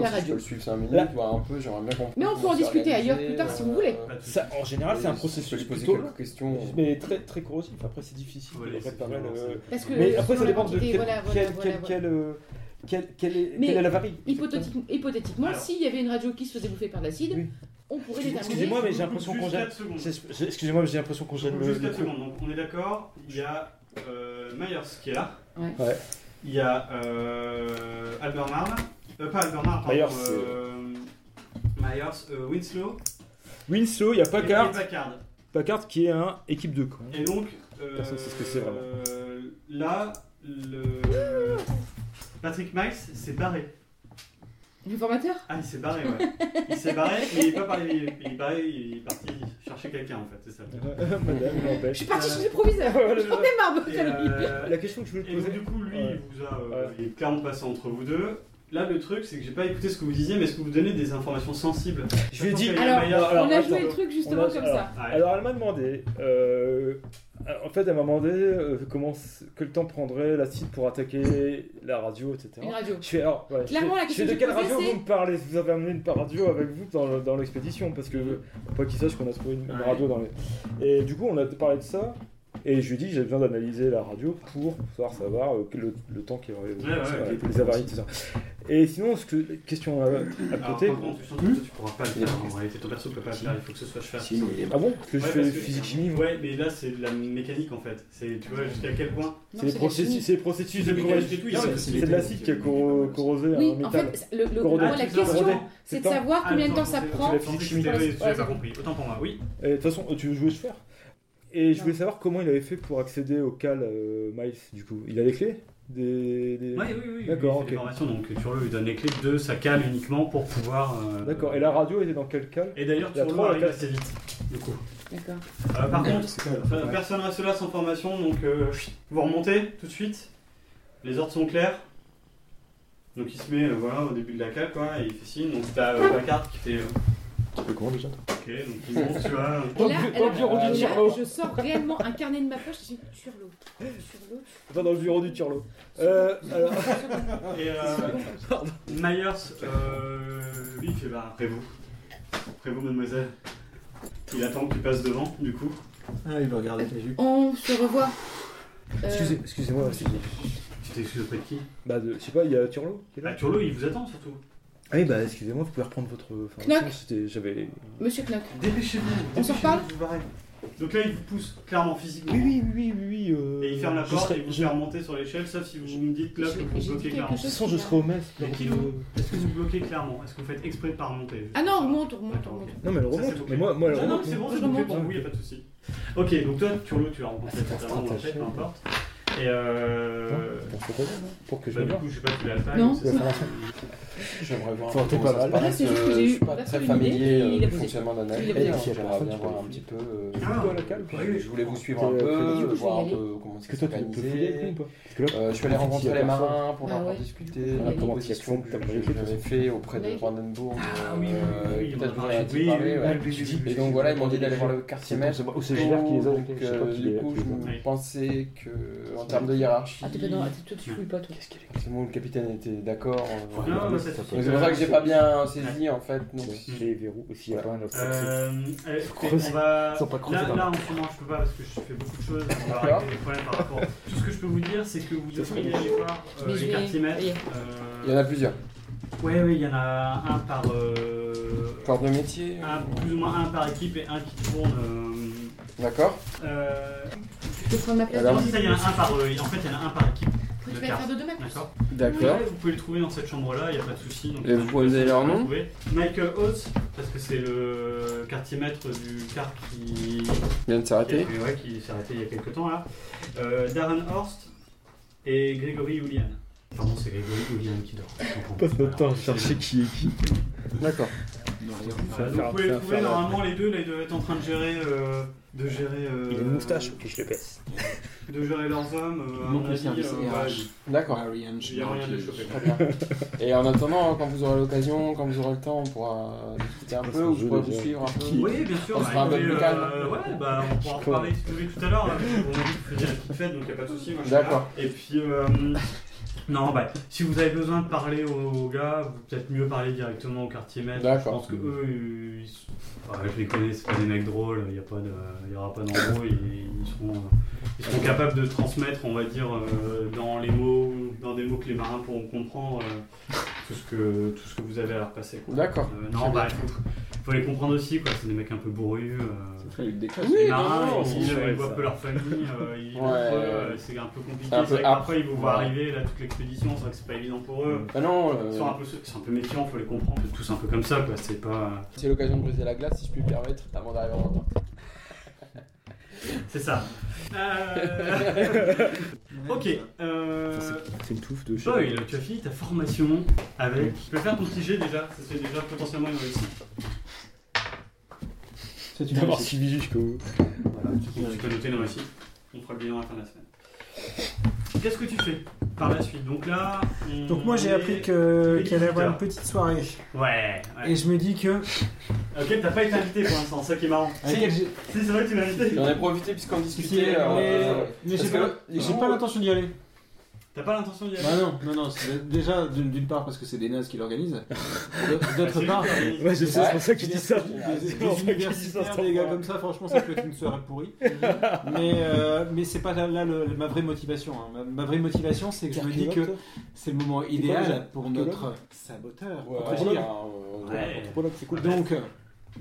Speaker 4: pense
Speaker 3: la
Speaker 4: que je peux
Speaker 3: radio.
Speaker 4: le suivre 5 minutes,
Speaker 2: Là.
Speaker 4: voir un peu, j'aimerais bien comprendre.
Speaker 3: Mais on peut en
Speaker 4: comment c'est
Speaker 3: discuter ailleurs
Speaker 4: organisé,
Speaker 3: plus tard si vous
Speaker 4: euh,
Speaker 3: voulez.
Speaker 2: Ça, en général, c'est un
Speaker 4: et je peux
Speaker 2: processus
Speaker 4: lui poser
Speaker 2: plutôt long,
Speaker 4: quelques questions.
Speaker 2: mais très très corrosif. Après, c'est difficile de réparer le.
Speaker 3: Parce que
Speaker 2: Mais après, ça
Speaker 3: selon
Speaker 2: dépend de
Speaker 3: l'entité,
Speaker 2: quel,
Speaker 3: voilà, voilà,
Speaker 2: quel,
Speaker 3: voilà,
Speaker 2: quel,
Speaker 3: voilà.
Speaker 2: quel, euh, quel- quel est,
Speaker 3: Mais
Speaker 2: quelle est la varie.
Speaker 3: Hypothétiquement, hypothétiquement
Speaker 1: Alors.
Speaker 3: s'il y avait une radio qui se faisait bouffer par l'acide,
Speaker 2: Oui.
Speaker 3: on pourrait déterminer.
Speaker 2: Excusez-moi, mais j'ai l'impression qu'on gêne. c'est- c'est- Excusez-moi, mais j'ai l'impression qu'on gêne le,
Speaker 1: Juste
Speaker 2: le
Speaker 1: 4
Speaker 2: truc.
Speaker 1: secondes, donc on est d'accord, il y a euh, Myers qui est là.
Speaker 3: Ouais.
Speaker 2: Ouais.
Speaker 1: Il y a euh, Albert Marne. Euh, pas Albert Marne, pardon.
Speaker 2: Myers,
Speaker 1: euh, Myers, euh, Winslow.
Speaker 2: Winslow, il y a
Speaker 1: et-
Speaker 2: Packard.
Speaker 1: Et Packard.
Speaker 2: Packard qui est un équipe de con.
Speaker 1: Et donc, euh,
Speaker 2: Personne sait ce que c'est vraiment.
Speaker 1: euh, là, le... Patrick Miles s'est barré.
Speaker 3: Le formateur
Speaker 1: Ah, il s'est barré, ouais. Il s'est barré, mais il est pas parti. Il est, barré, il est parti chercher quelqu'un, en fait, c'est ça.
Speaker 2: Madame
Speaker 3: Je
Speaker 2: l'empêche.
Speaker 3: suis partie
Speaker 1: Euh,
Speaker 3: chez le proviseur J'en ai marre de
Speaker 1: Et,
Speaker 3: faire le
Speaker 1: euh,
Speaker 2: La question que je voulais te
Speaker 1: et donc,
Speaker 2: poser.
Speaker 1: du coup, lui,
Speaker 2: Ouais.
Speaker 1: il vous a. euh, Il est clairement passé entre vous deux. Là, le truc, c'est que j'ai pas écouté ce que vous disiez, mais est-ce que vous donnez des informations sensibles
Speaker 2: Je lui ai dit-
Speaker 1: Sachant qu'il y a
Speaker 3: Alors,
Speaker 1: Maya-
Speaker 2: alors,
Speaker 3: on a
Speaker 2: attends.
Speaker 3: joué le truc justement
Speaker 2: On a-
Speaker 3: comme ça.
Speaker 1: Ouais.
Speaker 2: Alors elle m'a demandé, euh, en fait elle m'a demandé euh, comment, c- quel temps prendrait l'acide pour attaquer la radio, etc.
Speaker 3: Une radio.
Speaker 2: Je fais alors, ouais,
Speaker 3: Clairement,
Speaker 2: je
Speaker 3: la
Speaker 2: fais- je fais
Speaker 3: question
Speaker 2: de
Speaker 3: que
Speaker 2: quelle
Speaker 3: je posais,
Speaker 2: radio
Speaker 3: c'est-
Speaker 2: vous me parlez Vous avez amené une radio avec vous dans, le- dans l'expédition parce que faut pas qu'ils sachent qu'on a trouvé une, une
Speaker 1: Ouais.
Speaker 2: radio dans les. Et du coup on a parlé de ça et je lui ai dit que j'avais besoin d'analyser la radio pour pouvoir savoir euh, que le, le temps qui aurait
Speaker 1: ouais, ouais.
Speaker 2: les avaries, tout ça. Et sinon, ce que, question à, à
Speaker 1: Alors,
Speaker 2: côté.
Speaker 1: par contre, je sens que tu pourras pas le faire en réalité. Ton perso peut pas le faire, il faut que ce soit je faire.
Speaker 6: Si, mais il est
Speaker 2: Ah bon Parce que je
Speaker 1: Ouais,
Speaker 2: fais
Speaker 1: parce que-
Speaker 2: physique-chimie, moi.
Speaker 1: Ouais, mais là, c'est de la mécanique en fait. C'est, tu vois, jusqu'à quel point.
Speaker 3: Non,
Speaker 2: C'est les
Speaker 3: la
Speaker 2: processus,
Speaker 3: chimie.
Speaker 2: c'est les processus de
Speaker 1: Oui,
Speaker 2: corrosion.
Speaker 1: c'est-
Speaker 2: Non, mais
Speaker 1: c'est-
Speaker 2: C'est de l'acide qui a corro- corrosé
Speaker 3: Oui,
Speaker 2: un
Speaker 3: en
Speaker 2: métal.
Speaker 3: fait, c'est- le, le-
Speaker 2: Corrodé.
Speaker 3: moi, la
Speaker 1: Ah, tu Ah, veux
Speaker 3: question,
Speaker 2: corroder.
Speaker 3: c'est de
Speaker 2: C'est le
Speaker 3: savoir combien de
Speaker 1: Attends,
Speaker 3: temps ça
Speaker 1: c'est-
Speaker 3: prend.
Speaker 1: c'est la physique chimie.
Speaker 3: pour la-
Speaker 1: Oui,
Speaker 3: pour la-
Speaker 1: J'ai pas compris. Autant pour moi, oui.
Speaker 2: Et De toute façon, tu veux jouer ce faire Et je
Speaker 3: Non.
Speaker 2: voulais savoir comment il avait fait pour accéder au cal euh, Miles, du coup. Il a les clés des, des-
Speaker 1: Ouais, oui, oui.
Speaker 2: D'accord,
Speaker 1: il fait des
Speaker 2: ok.
Speaker 1: formations, donc Turlo lui donne les clés de sa cale uniquement pour pouvoir. euh,
Speaker 2: D'accord. Et la radio était dans quel cal
Speaker 1: Et d'ailleurs,
Speaker 2: Il y a
Speaker 1: Turlo
Speaker 2: trois,
Speaker 1: arrive
Speaker 2: quatre.
Speaker 1: assez vite. Du coup.
Speaker 3: D'accord.
Speaker 1: Euh, par contre,
Speaker 6: C'est quoi, là
Speaker 1: Enfin, Personne reste là sans formation, donc euh, chut, vous remontez tout de suite. Les ordres sont clairs. Donc il se met euh, voilà, au début de la cale, quoi, et il fait signe. Donc t'as euh, la carte qui fait. euh,
Speaker 6: Tu fais comment déjà
Speaker 1: ok, donc il monte, tu vois.
Speaker 3: Et là,
Speaker 2: bu- dans le bureau
Speaker 3: alors, euh,
Speaker 2: du
Speaker 3: là,
Speaker 2: Turlo.
Speaker 3: je sors réellement un carnet de ma poche, je dis Turlo, Turlo,
Speaker 2: Pas dans le bureau du Turlo. Euh, alors...
Speaker 1: Et euh, Myers, euh, lui, il fait bah, après vous. Après vous, mademoiselle. Il attend que tu passes devant, du coup.
Speaker 5: Ah, il me regarde avec mes yeux.
Speaker 3: On se revoit. Euh,
Speaker 2: Excusez- Excusez-moi. c'est-
Speaker 1: Tu t'excuses auprès de qui
Speaker 2: Bah, de- je sais pas, il y a Turlo qui est
Speaker 1: Bah,
Speaker 2: là.
Speaker 1: Turlo, il vous attend surtout.
Speaker 2: Ah oui, bah, excusez-moi, vous pouvez reprendre votre
Speaker 3: Knock.
Speaker 2: formation. C'était... J'avais...
Speaker 3: Monsieur Knock,
Speaker 1: Dépêchez-vous.
Speaker 3: On se
Speaker 1: dépêchez-vous,
Speaker 3: reparle
Speaker 1: vous barrez. Donc là, il vous pousse clairement physiquement.
Speaker 2: Oui, oui, oui, oui, oui. euh,
Speaker 1: Et il ferme la
Speaker 2: je
Speaker 1: porte
Speaker 2: serai-
Speaker 1: et vous
Speaker 2: je-
Speaker 1: fait remonter sur l'échelle, sauf si vous me dites là que
Speaker 3: J'ai-
Speaker 1: vous
Speaker 3: j'ai
Speaker 1: bloquez
Speaker 3: dit quelque
Speaker 1: clairement.
Speaker 2: De toute façon, je serai au euh, mess.
Speaker 1: Mais qui nous- Est-ce que vous bloquez clairement Est-ce que vous faites exprès de pas remonter
Speaker 3: Ah non, on remonte, on remonte, on
Speaker 1: D'accord,
Speaker 3: remonte.
Speaker 1: ok.
Speaker 2: Non, mais elle
Speaker 1: Ça, c'est
Speaker 2: remonte.
Speaker 1: bouclé.
Speaker 2: Mais moi, moi, elle
Speaker 1: Non, non,
Speaker 2: remonte.
Speaker 1: c'est bon, c'est
Speaker 3: Je
Speaker 1: bouclé
Speaker 3: remonte.
Speaker 1: pour vous, il a pas de souci. Ok, donc toi, Turlo, tu l'as rencontré
Speaker 2: Ah, c'est
Speaker 1: tout à l'heure, on l'a fait,
Speaker 2: stratège.
Speaker 1: peu importe. Et euh.
Speaker 2: Pour ce problème, pour Hein que je
Speaker 1: Bah,
Speaker 2: me
Speaker 1: du
Speaker 2: barre.
Speaker 1: coup, je sais pas, tu l'as fait.
Speaker 3: Non.
Speaker 1: c'est ça.
Speaker 4: J'aimerais voir.
Speaker 2: Faut
Speaker 4: comment
Speaker 2: t'es pas
Speaker 4: ça se
Speaker 2: mal.
Speaker 4: passe.
Speaker 3: Ouais, c'est juste que
Speaker 4: Euh,
Speaker 3: j'ai
Speaker 4: Je
Speaker 3: eu
Speaker 4: suis pas
Speaker 3: perso
Speaker 4: très
Speaker 3: une idée,
Speaker 4: familier
Speaker 3: il
Speaker 4: euh,
Speaker 3: a
Speaker 4: du
Speaker 3: posé.
Speaker 4: fonctionnement d'un
Speaker 3: Il a
Speaker 4: alcool,
Speaker 3: posé.
Speaker 4: donc J'aimerais bien voir un petit peu. euh,
Speaker 1: Ah,
Speaker 2: Toi, la calme, quoi.
Speaker 1: oui,
Speaker 4: Je voulais vous suivre un
Speaker 2: T'es- t'es-
Speaker 4: peu,
Speaker 3: t'es-
Speaker 4: voir un
Speaker 3: t'es-
Speaker 4: peu comment ça
Speaker 2: Est-ce que toi, tu
Speaker 1: Bah,
Speaker 2: peux fouiller avec nous ou
Speaker 4: s'organisait.
Speaker 2: pas Parce que là,
Speaker 4: Euh, je suis allé
Speaker 2: S'il y a
Speaker 4: rencontrer les
Speaker 2: personne.
Speaker 4: marins pour
Speaker 3: Ah
Speaker 4: leur
Speaker 3: ouais.
Speaker 4: discuter. La
Speaker 3: Ah, comment
Speaker 4: proposition
Speaker 2: t'y accèdes, t'as
Speaker 4: que
Speaker 2: pas les clés,
Speaker 4: je
Speaker 2: de toute
Speaker 4: m'avais fait auprès de
Speaker 3: Oui.
Speaker 4: Brandenburg.
Speaker 1: Ah oui, oui,
Speaker 4: euh,
Speaker 1: oui, oui, on en
Speaker 4: Peut-être qu'on en avait
Speaker 1: parlait. Oui, oui,
Speaker 4: parlé, ouais.
Speaker 2: oui, oui, oui,
Speaker 4: Et donc
Speaker 2: oui,
Speaker 4: voilà,
Speaker 2: oui,
Speaker 4: ils m'ont dit
Speaker 2: oui,
Speaker 4: d'aller
Speaker 2: oui,
Speaker 4: voir
Speaker 2: oui,
Speaker 4: le
Speaker 2: c'est
Speaker 4: quartier
Speaker 2: comme
Speaker 4: maître.
Speaker 2: ça. Ou c'est Gilbert qui les a, je
Speaker 4: Donc,
Speaker 2: sais pas
Speaker 4: euh,
Speaker 2: qui les
Speaker 4: du
Speaker 2: a,
Speaker 4: coup,
Speaker 2: qui les a.
Speaker 1: Oui.
Speaker 4: je pensais que, en termes de hiérarchie,
Speaker 3: Ah, t'es pas dans. t'es- Toi, tu fouilles pas, toi.
Speaker 4: effectivement, le capitaine était d'accord. euh,
Speaker 1: Non, non, mais ça,
Speaker 2: Ça,
Speaker 1: c'est-
Speaker 4: donc c'est pour ça que j'ai pas bien saisi en fait. Donc,
Speaker 2: Si les verrous, ou s'il y a pas un autre accès.
Speaker 1: Euh, allez,
Speaker 2: Creuser.
Speaker 1: on va...
Speaker 2: Ils sont pas creusés
Speaker 1: là,
Speaker 2: dans
Speaker 1: là, en ce moment, je peux pas parce que je fais beaucoup de choses. On va
Speaker 4: D'accord.
Speaker 1: régler les problèmes par rapport. Tout ce que je peux vous dire, c'est que vous devez aller voir euh,
Speaker 3: Mais je
Speaker 1: les
Speaker 3: vais-
Speaker 1: quartiers maîtres.
Speaker 3: ça y est.
Speaker 4: il y
Speaker 1: Euh...
Speaker 4: en a plusieurs.
Speaker 1: Ouais, ouais, il y en a un par. euh,
Speaker 4: Corps de métier. euh,
Speaker 1: un- Ah, plus ou moins un par équipe et un qui tourne. euh,
Speaker 4: D'accord.
Speaker 1: Euh...
Speaker 3: Je peux prendre ma place.
Speaker 4: Alors,
Speaker 1: non, c'est ça, il y
Speaker 2: hein.
Speaker 1: en a un par. euh, en fait, il y en a un par équipe.
Speaker 3: Pourquoi tu vas faire de demain
Speaker 1: D'accord
Speaker 4: D'accord.
Speaker 1: Ouais, Vous pouvez le trouver dans cette chambre-là, il n'y a pas de souci. donc-
Speaker 4: Et vous pouvez donner leur nom
Speaker 1: Vous pouvez. Michael Oates, parce que c'est le quartier maître du car qui
Speaker 4: Il vient de
Speaker 1: qui,
Speaker 4: s'arrêter.
Speaker 1: ouais, qui s'est arrêté il y a quelques temps là. Euh, Darren Horst et Grégory Julian. Pardon, c'est Grégory Julian qui dort.
Speaker 2: On passe notre temps à chercher qui est qui.
Speaker 4: D'accord.
Speaker 1: Euh, donc, vous pouvez
Speaker 2: Faire-
Speaker 1: le trouver
Speaker 2: faire-
Speaker 1: normalement les deux, là ils doivent être en train de gérer. euh, de gérer. euh,
Speaker 2: Il a une moustache, puis je le pèse.
Speaker 1: De gérer leurs hommes. euh, à
Speaker 6: Manque
Speaker 1: mon
Speaker 6: le
Speaker 1: avis,
Speaker 6: service
Speaker 1: euh, ouais,
Speaker 6: RH.
Speaker 4: D'accord.
Speaker 6: Marianne,
Speaker 1: Il y a moyen de les choper.
Speaker 4: Très bien. Et en attendant, quand vous aurez l'occasion, quand vous aurez le temps, on pourra discuter un peu
Speaker 2: qu'on
Speaker 4: ou
Speaker 2: joue
Speaker 4: je pourrais vous
Speaker 2: déjà
Speaker 4: suivre un peu.
Speaker 1: Oui, bien sûr.
Speaker 4: On
Speaker 1: bah,
Speaker 4: sera un peu
Speaker 1: écoutez,
Speaker 4: plus
Speaker 1: euh,
Speaker 4: calme.
Speaker 1: Ouais, bah, on pourra en reparler si vous voulez tout à l'heure. là, parce que On a dit que vous faisiez la petite fête, donc il n'y a pas de souci. moi, je suis
Speaker 4: D'accord.
Speaker 1: là. Et puis, euh, non, bah, si vous avez besoin de parler aux gars, vous peut-être mieux parler directement au quartier maître. Je
Speaker 4: D'accord.
Speaker 1: pense que eux, ils sont- bah, je les connais, c'est pas des mecs drôles, il n'y aura pas d'embrouille. Ils, ils seront, euh, ils seront capables de transmettre, on va dire, euh, dans les mots, dans des mots que les marins pourront comprendre, euh, tout, ce que, tout ce que vous avez à leur passer. quoi.
Speaker 4: D'accord.
Speaker 1: Euh, non, bah, il faut, faut les comprendre aussi, quoi. C'est des mecs un peu bourrus. euh,
Speaker 4: Oui,
Speaker 1: les marins,
Speaker 4: non, non,
Speaker 1: ils,
Speaker 2: c'est
Speaker 1: euh,
Speaker 2: chouette,
Speaker 1: ils voient
Speaker 2: ça.
Speaker 1: peu leur famille, euh, ils-
Speaker 4: Ouais.
Speaker 1: euh, c'est un peu compliqué.
Speaker 4: C'est un peu
Speaker 1: C'est vrai que
Speaker 4: âpre.
Speaker 1: parfois, ils vous voient
Speaker 4: Ouais.
Speaker 1: arriver, là, toute l'expédition, c'est vrai que c'est pas évident pour eux.
Speaker 4: Bah non, euh,
Speaker 1: Ils sont un peu, ils sont un peu méfiants, faut les comprendre. Ils sont Tous un peu comme ça, quoi. C'est pas.
Speaker 4: c'est l'occasion de briser la glace, si je puis me permettre, avant d'arriver en retard.
Speaker 1: C'est ça. Euh, ok. Euh...
Speaker 2: C'est une touffe de chat.
Speaker 1: Boyle, tu as fini ta formation avec. Tu peux faire ton petit jet déjà, ça serait déjà potentiellement une réussite.
Speaker 5: C'est une
Speaker 2: D'avoir
Speaker 5: réussite.
Speaker 2: suivi jusqu'au.
Speaker 1: Donc, tu peux noter une réussite. On fera le bilan à la fin de la semaine. Qu'est-ce que tu fais par la suite. Donc là. on
Speaker 5: Donc moi j'ai
Speaker 1: est-
Speaker 5: appris que-
Speaker 1: est
Speaker 5: qu'il allait y avoir une
Speaker 1: visiteur.
Speaker 5: petite soirée.
Speaker 1: Ouais. ouais.
Speaker 5: Et je me dis que.
Speaker 1: Ok, t'as pas été invité pour l'instant, c'est ça qui est marrant.
Speaker 5: Si,
Speaker 1: Si, c'est vrai que tu m'as invité.
Speaker 4: J'en ai profité puisqu'on
Speaker 5: si,
Speaker 4: discutait. alors, euh,
Speaker 5: mais mais j'ai
Speaker 4: parce
Speaker 5: pas,
Speaker 4: que-
Speaker 5: j'ai pas l'intention d'y aller.
Speaker 1: T'as pas l'intention d'y aller
Speaker 5: Bah non, non, non. c'est- Déjà, d'une d'une part parce que c'est des nazes qui l'organisent. De-
Speaker 1: Bah, c'est
Speaker 5: D'autre
Speaker 1: lui
Speaker 5: part,
Speaker 1: qui organise.
Speaker 2: Ouais, je sais, c'est pour ça que tu dis ça.
Speaker 5: des,
Speaker 2: pour ça que
Speaker 5: des
Speaker 2: je dis ça,
Speaker 5: universitaires,
Speaker 2: c'est
Speaker 5: des gars
Speaker 2: vrai.
Speaker 5: comme ça, franchement, ça peut être une soirée pourrie. mais euh, mais c'est pas là, là le- le- ma vraie motivation. hein. Ma, ma vraie motivation, c'est que je me dis que c'est le moment idéal pour
Speaker 2: Archéologue
Speaker 5: notre saboteur.
Speaker 4: Ouais,
Speaker 5: on peut dire.
Speaker 1: Ouais.
Speaker 2: Anthropologue, c'est cool.
Speaker 5: Donc,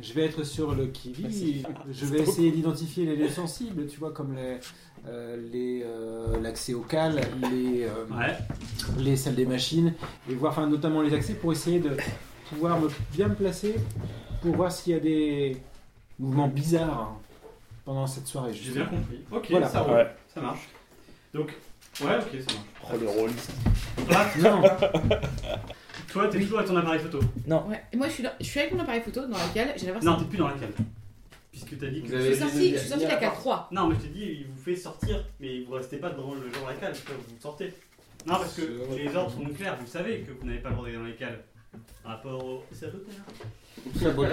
Speaker 5: je vais être sur le qui vive. Je vais essayer d'identifier les lieux sensibles, tu vois, comme les euh, les, euh, l'accès au cal, les euh,
Speaker 1: Ouais.
Speaker 5: les salles des machines et voir, enfin, notamment les accès pour essayer de pouvoir me, bien me placer pour voir s'il y a des mouvements bizarres hein, pendant cette soirée.
Speaker 1: J'ai bien compris. Ok,
Speaker 5: Voilà.
Speaker 1: ça roule.
Speaker 2: Ouais.
Speaker 1: Ça marche. Donc, ouais, ok, ça marche.
Speaker 2: Oh, le rôle.
Speaker 1: Raph,
Speaker 5: Non,
Speaker 1: toi, t'es toujours à ton appareil photo.
Speaker 3: Ouais. Et moi, je suis, là- je suis avec mon appareil photo dans lequel j'ai la version.
Speaker 1: Non, t'es plus dans la cale. Puisque t'as dit que.
Speaker 4: Vous
Speaker 3: Je
Speaker 4: avez-
Speaker 3: suis sortie, je suis sortie de la case 3.
Speaker 1: Non, mais je t'ai dit, il vous fait sortir, mais vous restez pas dans le genre la cale, parce que vous sortez. Non, parce que les ordres sont clairs, vous savez que vous n'avez pas le droit d'aller dans les cales. Rapport au saboteur.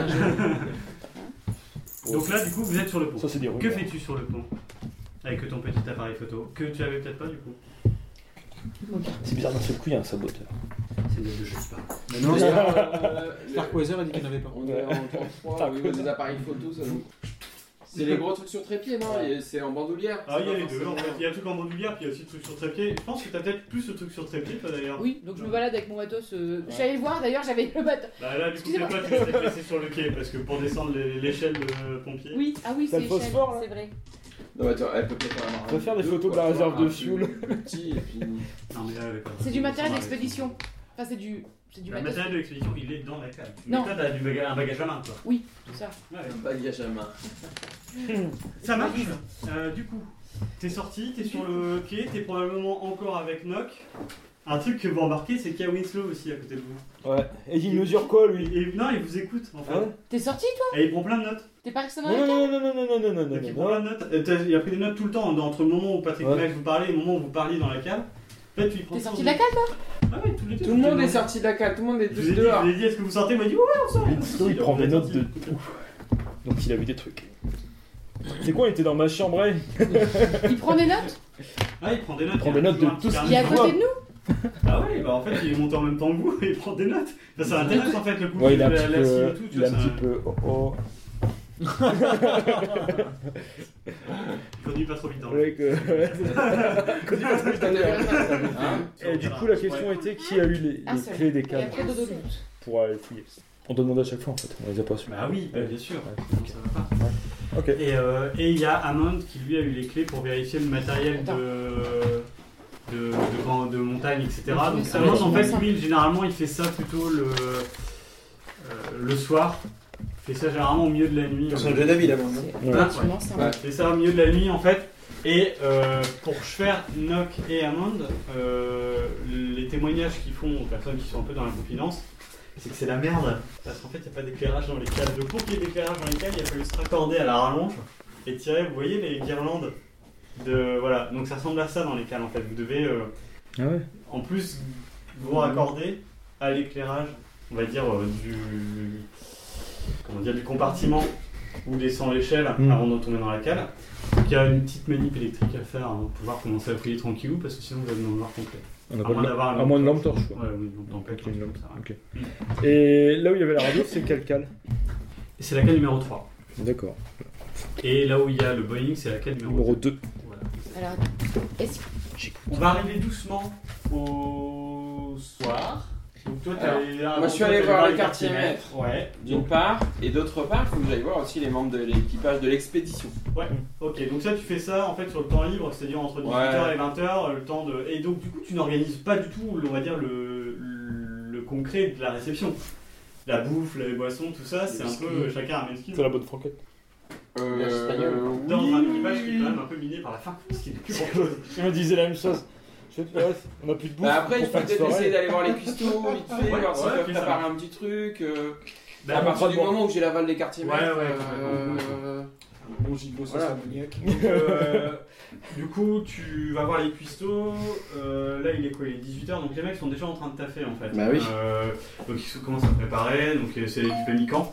Speaker 1: Donc là, du coup, vous êtes sur le pont.
Speaker 2: Ça, c'est des
Speaker 1: Que
Speaker 2: rumeurs.
Speaker 1: fais-tu sur le pont Avec ton petit appareil photo, que tu avais peut-être pas du coup.
Speaker 2: C'est bizarre, d'un seul coup, il y a un saboteur.
Speaker 1: C'est de jeu, je parle.
Speaker 5: mais non.
Speaker 4: D'ailleurs, euh, le-
Speaker 5: Starkweather a dit qu'il n'y en avait pas.
Speaker 4: On est en 33, au niveau des appareils photo, ça nous. C'est les gros trucs sur trépied, non Et C'est en bandoulière.
Speaker 1: Ah,
Speaker 4: c'est
Speaker 1: il y a
Speaker 4: pas
Speaker 1: les deux.
Speaker 4: forcément-
Speaker 1: En fait, il y a le truc en bandoulière, puis il y a aussi le truc sur trépied. Je pense que t'as peut-être plus le truc sur trépied, toi d'ailleurs.
Speaker 3: Oui, donc je me balade avec mon matos. euh, Je suis allée le voir d'ailleurs, j'avais le matos.
Speaker 1: Bah là, du coup, t'es pas, tu vas te laisser sur le quai, parce que pour descendre les- l'échelle de pompier.
Speaker 3: Oui, ah oui,
Speaker 2: T'as
Speaker 3: c'est
Speaker 2: le
Speaker 3: échelle,
Speaker 2: phosphore, là
Speaker 3: c'est vrai.
Speaker 4: Non, mais attends, elle peut peut-être en avoir
Speaker 2: On peut
Speaker 4: un
Speaker 2: faire des
Speaker 4: deux,
Speaker 2: photos de
Speaker 4: quoi,
Speaker 2: la
Speaker 4: tu vois,
Speaker 2: réserve de
Speaker 4: un
Speaker 2: fuel.
Speaker 4: plus Petit, et puis.
Speaker 1: Non, mais là, elle avait pas-
Speaker 3: C'est du matériel
Speaker 1: Ouais.
Speaker 3: d'expédition. Enfin, c'est du, c'est du
Speaker 1: Le
Speaker 3: matos.
Speaker 1: Bah, matériel de l'expédition, il est dans la cale.
Speaker 3: Non.
Speaker 1: Mais toi, t'as du baga- un bagage à main, quoi.
Speaker 3: Oui, tout ça.
Speaker 1: Ouais.
Speaker 4: un bagage à main.
Speaker 1: Ça marche. Euh, du coup, t'es sorti, t'es sur le quai, t'es probablement encore avec Nock. Un truc que vous remarquez, c'est qu'il y a Winslow aussi à côté de vous.
Speaker 2: Ouais. Et il mesure quoi,
Speaker 1: Et,
Speaker 2: lui
Speaker 1: et- non, il vous écoute en fait.
Speaker 2: Hein
Speaker 3: T'es sorti
Speaker 1: et il prend plein de notes.
Speaker 2: Ah,
Speaker 3: T'es pas resté dans
Speaker 2: Non,
Speaker 3: la case
Speaker 2: non, non, non, non, non, non, non,
Speaker 1: Donc,
Speaker 2: non,
Speaker 1: il prend plein
Speaker 2: non.
Speaker 1: de notes. Euh, t'as- il a pris des notes tout le temps, dans- entre le moment où Patrick
Speaker 2: Ouais.
Speaker 1: Black vous parlait et le moment où vous parliez dans la cave. En fait, tu
Speaker 3: T'es sorti de la case
Speaker 1: Ah ouais, tous les deux.
Speaker 4: Tout le monde est sorti de la cale, tout le monde est
Speaker 1: Je vous ai dit, je
Speaker 4: dehors.
Speaker 1: vous ai dit, est-ce que vous sortez Il m'a dit, ouais, on sort.
Speaker 2: Winslow, il prend des notes de tout. Donc, il a vu des trucs. C'est quoi, il était dans ma chambre, hein
Speaker 3: Il prend des notes
Speaker 1: Ah, il prend des notes.
Speaker 2: prend des notes de
Speaker 1: toujours un
Speaker 2: tout
Speaker 1: petit
Speaker 2: ce
Speaker 1: carnet.
Speaker 3: Il est à côté de nous
Speaker 1: Ah ouais, bah en fait, il est monté en même temps que vous et il prend des notes. Ça, ça intéresse en fait le coup
Speaker 2: Ouais, il
Speaker 1: de
Speaker 2: est un
Speaker 1: la,
Speaker 2: petit
Speaker 1: la scie et
Speaker 2: peu.
Speaker 1: tout. Tu
Speaker 2: Il est
Speaker 1: vois,
Speaker 2: un
Speaker 1: ça-
Speaker 2: petit peu. Oh oh.
Speaker 1: conduis pas trop vite hein. dans le.
Speaker 2: Ouais, que-
Speaker 1: Conduis pas trop vite dans le-
Speaker 4: Hein
Speaker 2: Et du coup, la question était qui a eu les
Speaker 3: Un
Speaker 2: les
Speaker 3: seul.
Speaker 2: clés des
Speaker 3: Et
Speaker 2: câbles
Speaker 3: après Dodo doute.
Speaker 2: pour aller fouiller On te demande à chaque fois en fait, on les a pas su.
Speaker 1: Bah oui, bah, bien sûr.
Speaker 2: Ouais.
Speaker 1: Sinon, ça va pas.
Speaker 2: Ok.
Speaker 1: Et euh, et il y a Hammond qui lui a eu les clés pour vérifier le matériel de. De, de, grand- de montagne, etc. Donc,
Speaker 3: Oui,
Speaker 1: Hammond,
Speaker 3: oui,
Speaker 1: en fait,
Speaker 3: oui.
Speaker 1: lui, généralement, il fait ça plutôt le, euh, le soir. Il fait ça généralement au milieu de la nuit.
Speaker 6: Son jeune ami, là,
Speaker 2: Ah,
Speaker 6: maintenant.
Speaker 1: Ah.
Speaker 3: C'est
Speaker 2: Ouais.
Speaker 3: absolument ça.
Speaker 4: Ouais.
Speaker 1: C'est ça, au milieu de la nuit en fait. Et euh, pour Schwer, Nock et Hammond, euh, les témoignages qu'ils font aux personnes qui sont un peu dans la confidence, c'est que c'est la merde. Parce qu'en fait, il n'y a pas d'éclairage dans les caves. Donc pour qu'il y ait d'éclairage dans les caves, il a fallu se raccorder à la rallonge et tirer, vous voyez, les guirlandes. De, voilà, donc ça ressemble à ça dans les caves en fait. Vous devez euh,
Speaker 2: Ah ouais
Speaker 1: en plus vous raccorder à l'éclairage, on va dire, euh, du, comment dire, du compartiment où descend l'échelle
Speaker 2: Mm.
Speaker 1: avant de tomber dans la cale. Donc il y a une petite manip électrique à faire hein, pour pouvoir commencer à fouiller tranquillou parce que sinon vous allez dans le noir complet.
Speaker 2: On
Speaker 1: À
Speaker 2: a pas
Speaker 1: moins
Speaker 2: de la-
Speaker 1: d'avoir
Speaker 2: à moins de lampe torche quoi.
Speaker 1: Ouais, oui, donc tempête,
Speaker 2: Ok, une
Speaker 1: comme
Speaker 2: lampe.
Speaker 1: ça, ouais.
Speaker 2: Ok. Et là où il y avait la radio, c'est quel cal
Speaker 1: Et c'est la cale numéro 3.
Speaker 2: D'accord.
Speaker 1: Et là où il y a le Boeing, c'est la cale numéro,
Speaker 2: Numéro
Speaker 1: deux.
Speaker 2: 2.
Speaker 1: Voilà.
Speaker 3: Alors, est-ce que
Speaker 1: On va arriver doucement au soir. Donc toi, t'es
Speaker 4: Alors,
Speaker 1: allé là-
Speaker 4: moi, je suis
Speaker 1: toi,
Speaker 4: allé
Speaker 1: t'es
Speaker 4: voir
Speaker 1: dans
Speaker 4: le
Speaker 1: les
Speaker 4: quartier
Speaker 1: quartiers-maîtres. Ouais.
Speaker 4: D'une part, et d'autre part, il faut que j'aille voir aussi les membres de l'équipage de l'expédition.
Speaker 1: Ok, donc ça tu fais ça en fait sur le temps libre, c'est-à-dire entre 18h et 20h, le temps de... Et donc du coup tu n'organises pas du tout, on va dire, le, le concret de la réception. La bouffe, les boissons, tout ça, c'est un peu chacun amène ce qu'il
Speaker 2: C'est
Speaker 1: veut.
Speaker 2: la bonne franquette.
Speaker 4: Euh,
Speaker 1: Dans un équipage qui est
Speaker 4: oui.
Speaker 1: quand même un peu miné par la faim, parce qu'il est plus grand chose.
Speaker 2: Je me disais la même chose. Je sais pas, on a plus de bouffe.
Speaker 4: Bah après, il
Speaker 2: pour
Speaker 4: faut
Speaker 2: faire
Speaker 4: peut-être
Speaker 2: soirée.
Speaker 4: essayer d'aller voir les cuistots, vite fait,
Speaker 1: Ouais,
Speaker 4: voir s'ils
Speaker 1: ouais,
Speaker 4: peuvent
Speaker 1: ok, ça
Speaker 4: préparer un petit truc. euh,
Speaker 1: Bah,
Speaker 4: à partir
Speaker 2: pas
Speaker 4: du
Speaker 2: de
Speaker 4: moment où j'ai l'aval des quartiers
Speaker 1: Ouais,
Speaker 4: maîtres,
Speaker 1: ouais,
Speaker 4: euh,
Speaker 5: Mon gigot, c'est
Speaker 1: Voilà.
Speaker 5: ça, maniaque.
Speaker 1: Donc, euh, du coup, tu vas voir les cuistots. euh, là, il est quoi Il est 18h, donc les mecs sont déjà en train de taffer en fait.
Speaker 4: Bah oui.
Speaker 1: Euh, donc ils se- commencent à préparer, donc euh, c'est du pémican.